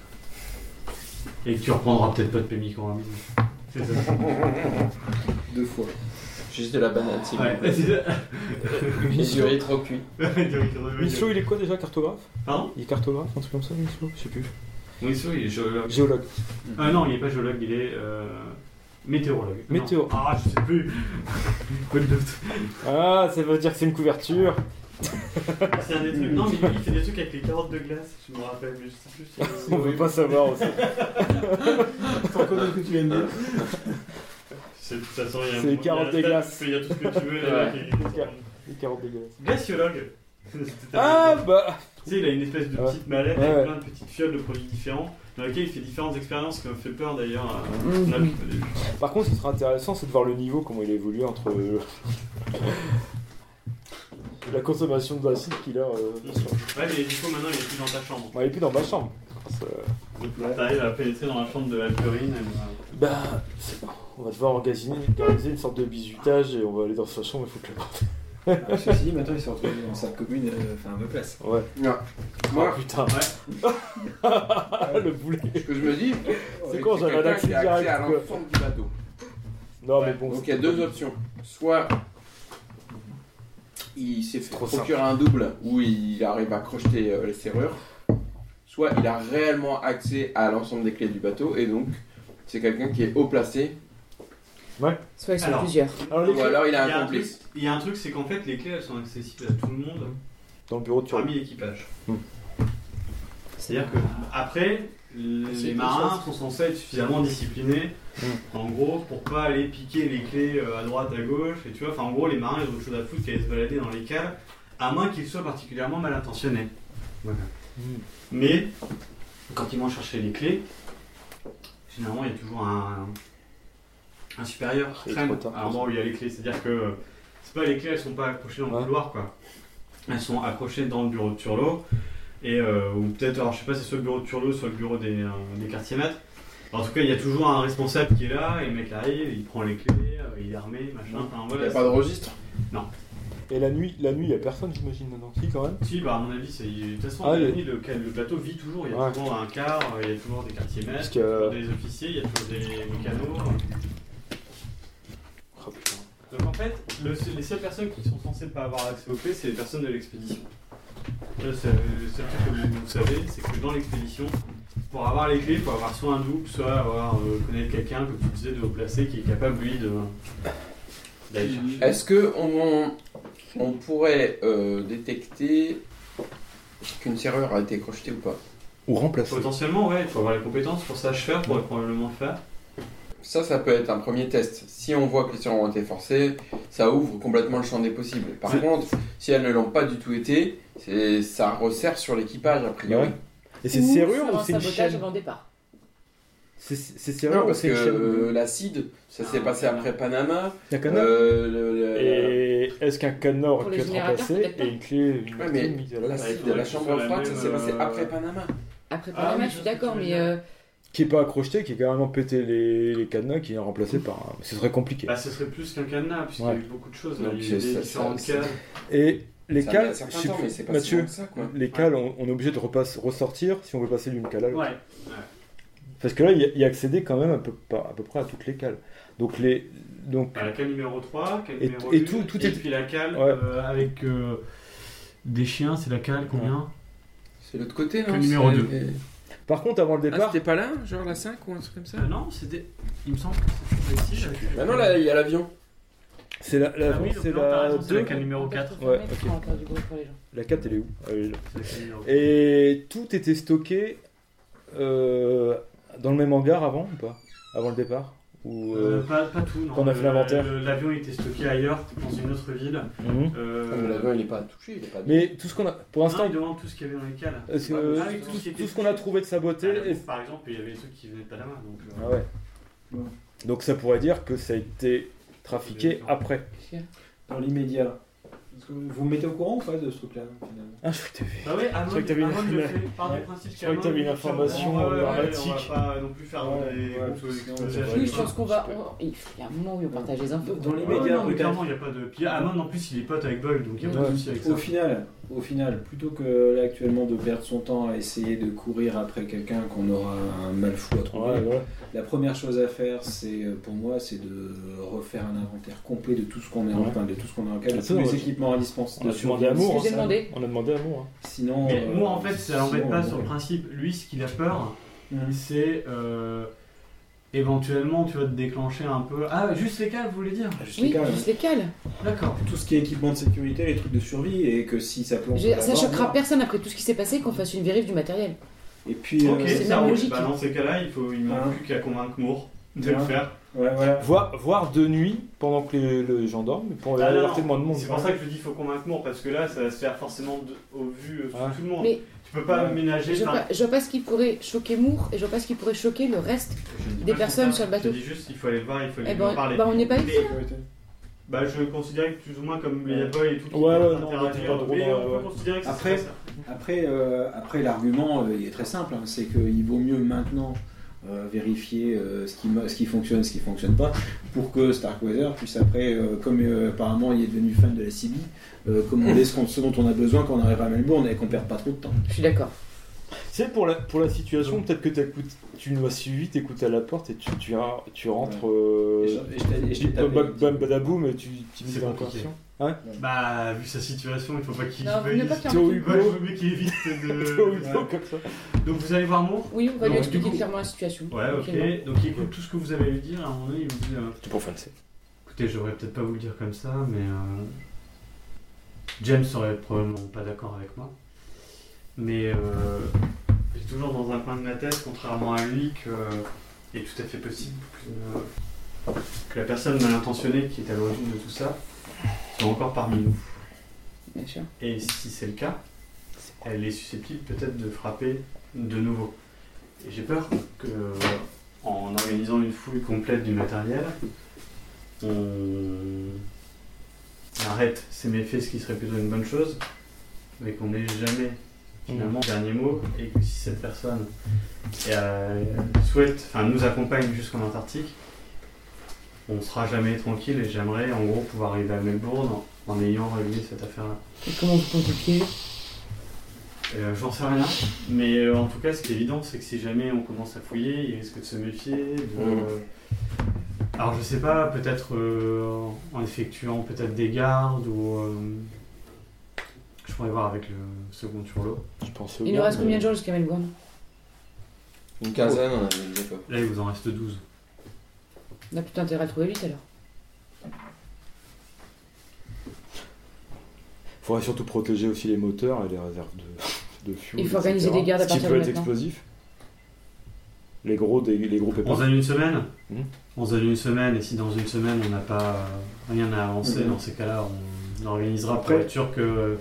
Speaker 1: Et que tu reprendras peut-être pas de PMI quand même. C'est ça.
Speaker 5: Deux fois.
Speaker 11: Juste de la banane, c'est
Speaker 1: Ouais,
Speaker 11: bon.
Speaker 1: c'est ça.
Speaker 11: Et du riz trop cuit.
Speaker 2: Michlo, il est quoi déjà Cartographe
Speaker 1: Pardon
Speaker 2: Il est cartographe, un truc comme ça, Michlo Je sais plus.
Speaker 1: Winslow, il est géologue.
Speaker 2: Géologue.
Speaker 1: Ah non, il est pas géologue, il est euh, météorologue. Non.
Speaker 2: Météo.
Speaker 1: Ah, je sais plus. Quoi de doute.
Speaker 2: Ah, ça veut dire que c'est une couverture.
Speaker 1: C'est un des trucs. Non, mais lui, il fait des trucs avec les carottes de glace, je me rappelle, mais je sais plus. si-
Speaker 2: On veut pas savoir aussi.
Speaker 5: Sans connaître que tu viens de dire.
Speaker 1: C'est- De toute façon, il y a un
Speaker 2: C'est les
Speaker 1: il y a
Speaker 2: carottes
Speaker 1: un
Speaker 2: de
Speaker 1: stade,
Speaker 2: glace.
Speaker 1: Il y a tout ce que tu veux. là,
Speaker 11: Ouais.
Speaker 1: qui-
Speaker 2: Les carottes dégueulasses.
Speaker 1: Glaciologue. C'était un-
Speaker 2: Ah bah
Speaker 1: Tu sais, il a une espèce de
Speaker 2: Ouais.
Speaker 1: petite mallette
Speaker 2: Ouais, ouais.
Speaker 1: avec plein de petites fioles de produits différents, dans lesquelles il fait différentes expériences qui me fait peur d'ailleurs.
Speaker 2: Mm.
Speaker 1: euh, on a-
Speaker 3: Mhm.
Speaker 2: Par contre, ce qui serait intéressant, c'est de voir le niveau, comment il évolue entre. euh, La consommation d'acide qu'il a. euh,
Speaker 1: Ouais, mais du coup, maintenant, il est plus dans ta chambre.
Speaker 2: Bon, il est plus dans ma chambre. Ça-
Speaker 1: T'arrives à pénétrer dans la chambre de Alperine. et
Speaker 2: Bah, c'est bon. On va devoir organiser, organiser une sorte de bizutage et on va aller dans sa chambre et foutre le bordel.
Speaker 5: Ceci dit, maintenant il s'est retrouvé dans sa commune, euh, enfin à ma place.
Speaker 2: Ouais.
Speaker 4: Moi,
Speaker 2: Ah, putain. le boulet.
Speaker 4: ce que je me dis,
Speaker 2: C'est con, j'avais un
Speaker 4: quelqu'un
Speaker 2: accès
Speaker 4: qui a accès
Speaker 2: direct,
Speaker 4: à
Speaker 2: quoi.
Speaker 4: l'ensemble du bateau.
Speaker 2: Non, mais bon.
Speaker 4: Donc il
Speaker 2: c'est-
Speaker 4: y a deux options. Soit il s'est fait
Speaker 2: Trop
Speaker 4: procurer un double où il arrive à crocheter euh, les serrures, soit il a réellement accès à l'ensemble des clés du bateau et donc c'est quelqu'un qui est haut placé
Speaker 3: Soit ils sont
Speaker 1: Alors.
Speaker 3: plusieurs.
Speaker 2: Alors, les
Speaker 4: ou
Speaker 2: clés
Speaker 4: alors il a
Speaker 1: Il y a
Speaker 4: un
Speaker 1: un
Speaker 4: complice.
Speaker 1: Il y a un truc, c'est qu'en fait, les clés, elles sont accessibles à tout le monde,
Speaker 2: dans le bureau de Turin.
Speaker 1: parmi l'équipage.
Speaker 3: C'est
Speaker 1: C'est-à-dire que après, les marins sont censés être suffisamment disciplinés, en gros, pour pas aller piquer les clés euh, à droite, à gauche, et tu vois, enfin en gros, les marins, ils ont autre chose à foutre qu'à aller se balader dans les caves, à moins qu'ils soient particulièrement mal intentionnés. Voilà. Mais quand ils vont chercher les clés, généralement, il y a toujours un, un supérieur qui
Speaker 12: Il est
Speaker 1: traîne
Speaker 12: Ah, trop tard.
Speaker 1: à l'endroit où il y a les clés. C'est-à-dire que euh, c'est pas les clés, elles sont pas accrochées dans le
Speaker 12: Ouais.
Speaker 1: couloir, quoi. Elles sont accrochées dans le bureau de Turlot. Et euh, ou peut-être, alors je sais pas si c'est soit le bureau de Turlot, soit le bureau des, euh, des quartiers maîtres. En tout cas, il y a toujours un responsable qui est là, et le mec arrive, il prend les clés, euh, il est armé, machin. Enfin,
Speaker 4: Il
Speaker 1: voilà,
Speaker 4: n'y a pas de registre
Speaker 12: Et la nuit, la nuit, il y a personne, j'imagine, dedans. Si, quand même.
Speaker 1: Si, bah, à mon avis, c'est. De toute façon,
Speaker 12: Ah,
Speaker 1: à la
Speaker 12: il-
Speaker 1: nuit, le, ca- le bateau vit toujours. Il y a
Speaker 12: Ouais.
Speaker 1: toujours un quart, euh, il y a toujours des quartiers maîtres,
Speaker 12: Parce
Speaker 1: il y a
Speaker 12: que-
Speaker 1: toujours des officiers, il y a toujours des mécanos.
Speaker 12: Oh, putain.
Speaker 1: Donc en fait, le seul- les seules personnes qui sont censées pas avoir accès aux clés, c'est les personnes de l'expédition. Le seul le seul truc que vous, vous savez, c'est que dans l'expédition, pour avoir les clés, il faut avoir soit un double, soit avoir, euh, connaître quelqu'un, comme tu disais, de haut placé, qui est capable, lui, de- d'aller chercher.
Speaker 4: Est-ce que on, on pourrait euh, détecter qu'une serrure a été crochetée ou pas
Speaker 2: Ou remplacer.
Speaker 1: Potentiellement, ouais, il faut avoir les compétences pour ça, faire, pour probablement le faire.
Speaker 4: Ça, ça peut être un premier test. Si on voit que les serrures ont été forcées, ça ouvre complètement le champ des possibles. Par contre, si elles ne l'ont pas du tout été, c'est- ça resserre sur l'équipage, a priori.
Speaker 2: Ouais. Et c'est serrure
Speaker 3: faire
Speaker 2: ou
Speaker 3: un
Speaker 2: c'est une
Speaker 3: sabotage
Speaker 2: chaîne
Speaker 3: avant le départ.
Speaker 2: C'est c'est
Speaker 4: Non,
Speaker 2: serrure ou
Speaker 4: parce
Speaker 2: c'est
Speaker 4: que
Speaker 2: une chaîne
Speaker 4: euh, l'acide, ça s'est
Speaker 3: Ah,
Speaker 4: passé
Speaker 3: Panama.
Speaker 4: après Panama.
Speaker 2: Y'a qu'un homme
Speaker 4: Euh, le- le-
Speaker 13: Et est-ce qu'un cadenas
Speaker 3: Pour
Speaker 13: aurait
Speaker 3: les
Speaker 13: pu être
Speaker 3: générateurs,
Speaker 13: remplacé
Speaker 3: peut-être pas.
Speaker 13: et une clé une
Speaker 4: Ouais,
Speaker 13: clé
Speaker 4: mais
Speaker 13: mise à
Speaker 2: bah,
Speaker 13: la-
Speaker 4: L'acide de la chambre froide, ça s'est passé après Panama.
Speaker 3: Après,
Speaker 1: Ah,
Speaker 3: par
Speaker 1: oui,
Speaker 3: match,
Speaker 1: je
Speaker 3: je suis
Speaker 1: vois ce que
Speaker 3: d'accord,
Speaker 1: tu veux
Speaker 3: mais
Speaker 1: dire.
Speaker 3: euh,
Speaker 2: qui est pas accrocheté, qui est carrément pété les, les cadenas, qui est remplacé par un. Ce serait compliqué.
Speaker 1: Bah, ce serait plus qu'un cadenas, puisqu'il y a eu beaucoup de choses. là.
Speaker 4: Donc,
Speaker 1: Il y a eu
Speaker 4: c'est-
Speaker 1: des
Speaker 4: ça-
Speaker 1: différentes
Speaker 4: ça-
Speaker 1: cases.
Speaker 2: Et les
Speaker 4: Ça met un
Speaker 2: cales,
Speaker 4: certain
Speaker 2: je sais
Speaker 4: temps,
Speaker 2: plus,
Speaker 4: mais c'est pas si
Speaker 2: Mathieu,
Speaker 4: long que ça, quoi.
Speaker 2: les cales, on, on est obligé de repasse- ressortir si on veut passer d'une cale à l'autre.
Speaker 1: Ouais.
Speaker 2: Parce que là, il y, a- il y a accédé quand même à peu, pas- à peu près à toutes les cales. Donc les. Donc,
Speaker 1: Bah, la cale numéro 3, cale
Speaker 2: Et-
Speaker 1: numéro
Speaker 2: et
Speaker 1: 1,
Speaker 2: tout- tout
Speaker 1: et
Speaker 2: est-
Speaker 1: puis la cale
Speaker 2: Ouais.
Speaker 1: euh, avec euh, des chiens, c'est la cale combien
Speaker 4: C'est l'autre côté, non
Speaker 1: Que numéro
Speaker 4: C'est-
Speaker 1: deux.
Speaker 2: par contre, avant le
Speaker 14: Ah,
Speaker 2: départ,
Speaker 14: c'était pas là Genre la 5 ou un truc comme ça
Speaker 1: Euh, Non, c'était. Il me semble que c'était ici.
Speaker 4: Bah non, là, il y a l'avion.
Speaker 2: c'est la, la,
Speaker 1: Ah oui, donc
Speaker 2: c'est
Speaker 1: non, t'as
Speaker 2: la,
Speaker 1: raison, c'est la
Speaker 2: deux-
Speaker 1: cale numéro
Speaker 3: on peut
Speaker 1: 4.
Speaker 3: se
Speaker 2: ouais,
Speaker 3: permettre
Speaker 2: ok.
Speaker 3: de faire encore du bruit pour les gens.
Speaker 2: la 4, elle est où Ah, elle est là. Et tout était stocké euh, dans le même hangar avant ou pas Avant le départ Ou, euh,
Speaker 1: pas, pas tout, non.
Speaker 2: Qu'on a fait
Speaker 1: Le-
Speaker 2: l'inventaire.
Speaker 1: le- L'avion était stocké ailleurs, dans une autre ville.
Speaker 2: mhm.
Speaker 1: Euh,
Speaker 4: L'avion, il n'est pas touché, il est pas
Speaker 2: Mais tout ce qu'on a. Pour
Speaker 1: non,
Speaker 2: l'instant,
Speaker 1: il demande tout ce qu'il y avait dans les cales.
Speaker 2: parce que,
Speaker 1: Ah,
Speaker 2: euh,
Speaker 1: oui,
Speaker 2: tout,
Speaker 1: tout ce qui était
Speaker 2: tout ce qu'on a trouvé de
Speaker 1: Ah, la
Speaker 2: saboté.
Speaker 1: bouffe, par exemple, il y avait des trucs qui venaient de Panama. Donc, euh,
Speaker 2: Ah ouais. Donc ça pourrait dire que ça a été trafiqué après.
Speaker 5: Dans l'immédiat. Parce que Vous me mettez au courant ou pas de ce truc-là finalement
Speaker 2: Ah, je crois que t'avais-
Speaker 1: Bah ouais, Amon,
Speaker 13: Je crois que t'avais une-
Speaker 1: Amon le fait par du principe
Speaker 13: Je crois que t'avais une
Speaker 1: qu'Amon-
Speaker 13: information
Speaker 1: Ouais, ouais, ouais,
Speaker 13: dramatique.
Speaker 1: On va pas non plus faire
Speaker 5: Ouais,
Speaker 1: des euh,
Speaker 5: ouais,
Speaker 1: groupes
Speaker 5: sinon,
Speaker 1: explosés à
Speaker 5: ouais.
Speaker 1: chaque
Speaker 3: Oui, je
Speaker 1: fois.
Speaker 3: pense qu'on va. on- Il y a un moment où on partage les infos.
Speaker 5: Dans les
Speaker 1: Ouais,
Speaker 5: médias,
Speaker 1: non, mais
Speaker 5: peut-être.
Speaker 1: clairement, il n'y a pas de. Puis Amon, en plus, il est pote avec Bug, donc il n'y a pas de
Speaker 2: Ouais.
Speaker 1: souci avec ça.
Speaker 5: Au final, au final, plutôt que là actuellement de perdre son temps à essayer de courir après quelqu'un qu'on aura un mal fou à trouver,
Speaker 2: Ouais, voilà.
Speaker 5: la première chose à faire, c'est euh, pour moi, c'est de refaire un inventaire complet de tout ce qu'on est en
Speaker 2: Ouais.
Speaker 5: enfin, de tout ce qu'on a en cas, de
Speaker 2: Ah, ça,
Speaker 5: tous les
Speaker 2: ouais.
Speaker 5: équipements indispensables.
Speaker 2: On a
Speaker 5: de
Speaker 2: demandé à
Speaker 5: survie
Speaker 2: Moore,
Speaker 3: hein. J'ai demandé.
Speaker 2: On a demandé à Moore. hein.
Speaker 5: Sinon,
Speaker 1: Mais
Speaker 5: euh,
Speaker 1: moi, en fait, ça l'embête
Speaker 5: sinon, euh,
Speaker 1: pas
Speaker 5: bon.
Speaker 1: sur le principe. Lui, ce qu'il a peur,
Speaker 5: Mhm.
Speaker 1: c'est euh, éventuellement, tu vas te déclencher un peu. Ah, juste les câbles, vous voulez dire
Speaker 5: Juste les
Speaker 3: Oui,
Speaker 5: cas,
Speaker 3: juste les cales.
Speaker 1: D'accord.
Speaker 5: tout ce qui est équipement de sécurité, les trucs de survie, et que si ça plonge.
Speaker 3: J'ai-
Speaker 5: dans la
Speaker 3: Ça
Speaker 5: mort,
Speaker 3: choquera
Speaker 5: mort.
Speaker 3: personne après tout ce qui s'est passé qu'on fasse une vérif du matériel.
Speaker 5: Et puis,
Speaker 1: ok,
Speaker 5: euh,
Speaker 3: c'est
Speaker 1: ça
Speaker 3: même
Speaker 1: roule.
Speaker 3: logique.
Speaker 1: Bah, dans ces cas-là, il faut, il manque
Speaker 5: Hein.
Speaker 1: plus qu'à convaincre Moore de le
Speaker 5: Hein.
Speaker 1: faire.
Speaker 5: ouais, voilà.
Speaker 2: Voir, voir de nuit pendant que les, les gens dorment, pour
Speaker 1: Ah, non,
Speaker 2: alerter moins de monde.
Speaker 1: C'est pour ça que je dis faut convaincre Moore, parce que là, ça va se faire forcément de- au vu euh, sous
Speaker 2: Ouais.
Speaker 1: tout le monde.
Speaker 3: Mais-
Speaker 1: Tu peux pas
Speaker 5: Ouais.
Speaker 1: ménager.
Speaker 3: Je vois,
Speaker 1: enfin,
Speaker 3: pas, je vois pas ce qui pourrait choquer Moore et je vois pas ce qui pourrait choquer le reste.
Speaker 1: Ah, je dis pas
Speaker 3: Des
Speaker 1: que
Speaker 3: personnes
Speaker 1: c'est ça.
Speaker 3: sur le bateau.
Speaker 1: Je dis juste, il faut aller voir, il faut aller
Speaker 3: Eh ben,
Speaker 1: en parler.
Speaker 3: bah, on n'est pas
Speaker 1: Mais-
Speaker 3: ici.
Speaker 1: Bah, je le considérais que plus ou moins comme les Apple et tout. qui
Speaker 2: Ouais, ouais,
Speaker 1: peuvent
Speaker 2: non,
Speaker 1: interagir,
Speaker 2: t'es pas drôle,
Speaker 1: mais
Speaker 2: ouais,
Speaker 1: on peut
Speaker 2: ouais.
Speaker 1: considérer que c'est
Speaker 5: Après,
Speaker 1: ça.
Speaker 5: Après, euh, après l'argument, euh, il est très simple, hein, c'est qu'il vaut mieux maintenant euh, vérifier euh, ce, qui, mo- ce qui fonctionne, ce qui fonctionne pas, pour que Starkweather puisse après, euh, comme euh, apparemment il est devenu fan de la CB, euh, commander ce, qu'on- ce dont on a besoin quand on arrive à Melbourne et qu'on perde pas trop de temps.
Speaker 3: Je suis d'accord.
Speaker 2: C'est pour la, pour la situation, peut-être que t'écoutes- tu nous as suivi, t'écoutes à la porte et tu, tu, as- tu rentres.
Speaker 5: Et
Speaker 2: euh,
Speaker 5: je- et je t'ai- et je
Speaker 2: tu
Speaker 5: t'ai
Speaker 2: dis
Speaker 5: tapé.
Speaker 2: bam, bam, badaboum et tu tu dis
Speaker 1: C'est
Speaker 2: dans
Speaker 1: compliqué.
Speaker 2: l'inconscient.
Speaker 1: Bah, vu sa situation, il faut pas qu'il
Speaker 3: Non, ne
Speaker 1: veuille.
Speaker 3: pas qu'il y
Speaker 2: Théo
Speaker 3: en ait qui-
Speaker 2: Hugo.
Speaker 1: Ouais, je veux mieux qu'il évite
Speaker 2: Toi, oui,
Speaker 1: de.
Speaker 2: toi, comme ça.
Speaker 1: Donc vous allez voir Moore
Speaker 3: Oui, on va lui
Speaker 1: Non,
Speaker 3: expliquer
Speaker 1: du coup-
Speaker 3: clairement la situation.
Speaker 1: Ouais,
Speaker 3: Tranquillement.
Speaker 1: ok. Donc il écoute tout ce que vous avez à lui dire. À un moment donné, il me dit euh,
Speaker 2: C'est pour fancer.
Speaker 1: écoutez, j'aurais peut-être pas vous le dire comme ça, mais. euh, James serait probablement pas d'accord avec moi. Mais euh, J'ai toujours dans un coin de ma tête, contrairement à lui, que euh, il est tout à fait possible qu'une- que la personne mal intentionnée qui est à l'origine de tout ça soit encore parmi nous.
Speaker 3: Bien sûr.
Speaker 1: Et si c'est le cas, elle est susceptible peut-être de frapper de nouveau. Et j'ai peur que, en organisant une fouille complète du matériel, on arrête ces méfaits, ce qui serait plutôt une bonne chose, mais qu'on n'ait jamais finalement le dernier mot, et que si cette personne euh, souhaite, enfin nous accompagne jusqu'en Antarctique, on ne sera jamais tranquille et j'aimerais en gros pouvoir arriver à Melbourne en, en ayant réglé cette affaire-là.
Speaker 3: Et comment vous comptez le piéger
Speaker 1: Euh, J'en sais rien, mais euh, en tout cas, ce qui est évident, c'est que si jamais on commence à fouiller, il risque de se méfier. de-
Speaker 15: Mhm.
Speaker 1: Alors, je sais pas, peut-être euh, en effectuant peut-être des gardes ou. euh, Je pourrais voir avec le second turlot.
Speaker 16: Je pense
Speaker 3: Il nous reste combien de jours jusqu'à Melbourne
Speaker 15: Une quinzaine, on avait déjà pas.
Speaker 1: Là, il vous en reste 12.
Speaker 3: On a plutôt intérêt à le trouver vite alors.
Speaker 16: faudrait surtout protéger aussi les moteurs et les réserves de, de fuel.
Speaker 3: Il faut organiser des gardes à
Speaker 16: Ce qui
Speaker 3: partir
Speaker 16: peut
Speaker 3: de
Speaker 16: être
Speaker 3: maintenant.
Speaker 16: explosif. Les gros, des, les gros
Speaker 1: On
Speaker 16: pépins.
Speaker 1: se donne une semaine
Speaker 16: Mhm.
Speaker 1: On se donne une semaine, et si dans une semaine on n'a pas euh, rien à avancer, dans ces cas-là, on organisera pour
Speaker 5: Après-
Speaker 1: être sûr que.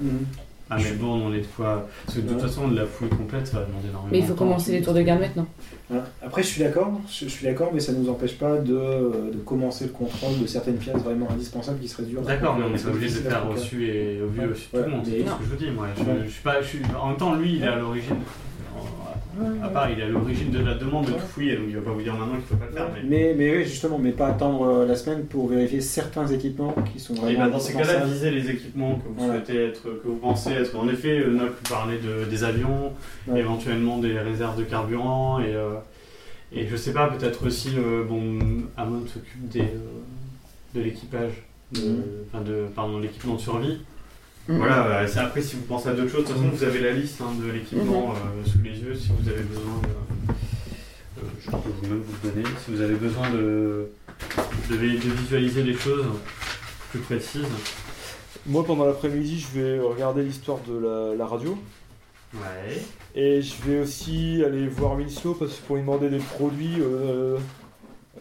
Speaker 1: À Melbourne, on est de quoi. Parce que de toute façon, de la fouille complète, ça va demander énormément
Speaker 3: Mais il
Speaker 1: de
Speaker 3: faut
Speaker 1: temps.
Speaker 3: commencer les tours de garde maintenant.
Speaker 5: Voilà. Après, je suis d'accord, je, je suis d'accord, mais ça ne nous empêche pas de, de commencer le contrôle de certaines pièces vraiment indispensables qui seraient dures.
Speaker 1: D'accord, mais on est
Speaker 5: Parce que
Speaker 1: obligé de
Speaker 5: c'est
Speaker 1: faire
Speaker 5: l'Afrique.
Speaker 1: reçu et au vu
Speaker 5: Ouais,
Speaker 1: au su de
Speaker 5: ouais,
Speaker 1: tout le monde, c'est
Speaker 5: mais-
Speaker 1: tout ce que je vous dis. Moi, je, je suis pas, je suis... En même temps, lui, il est à l'origine. en- À part, il est à l'origine de la demande de tout fouiller, donc il va pas vous dire maintenant qu'il faut pas le faire. Mais,
Speaker 5: Mais, mais oui, justement, mais pas attendre euh, la semaine pour vérifier certains équipements qui sont
Speaker 1: Et
Speaker 5: vraiment
Speaker 1: bah, dans ces cas-là,
Speaker 5: indispensables.
Speaker 1: visez les équipements que vous
Speaker 5: Voilà.
Speaker 1: souhaitez être, que vous pensez être. En effet, euh, Noc vous parlait de, des avions,
Speaker 5: Ouais.
Speaker 1: éventuellement des réserves de carburant et. euh, et je sais pas, peut-être aussi, euh, bon, Amon s'occupe des, euh, de l'équipage, de-
Speaker 5: Mhm.
Speaker 1: enfin de, pardon, de l'équipement de survie.
Speaker 4: Mhm.
Speaker 1: Voilà, euh, c'est après si vous pensez à d'autres choses, de toute façon vous avez la liste hein, de
Speaker 16: Mhm.
Speaker 1: l'équipement euh, sous les yeux si vous avez besoin. de- euh, je peux vous-même vous le donner. Si vous avez besoin de, de, de visualiser les choses plus précises.
Speaker 2: Moi, pendant l'après-midi, je vais regarder l'histoire de la, la radio.
Speaker 1: Ouais.
Speaker 2: Et je vais aussi aller voir Winslow parce que pour lui demander des produits euh,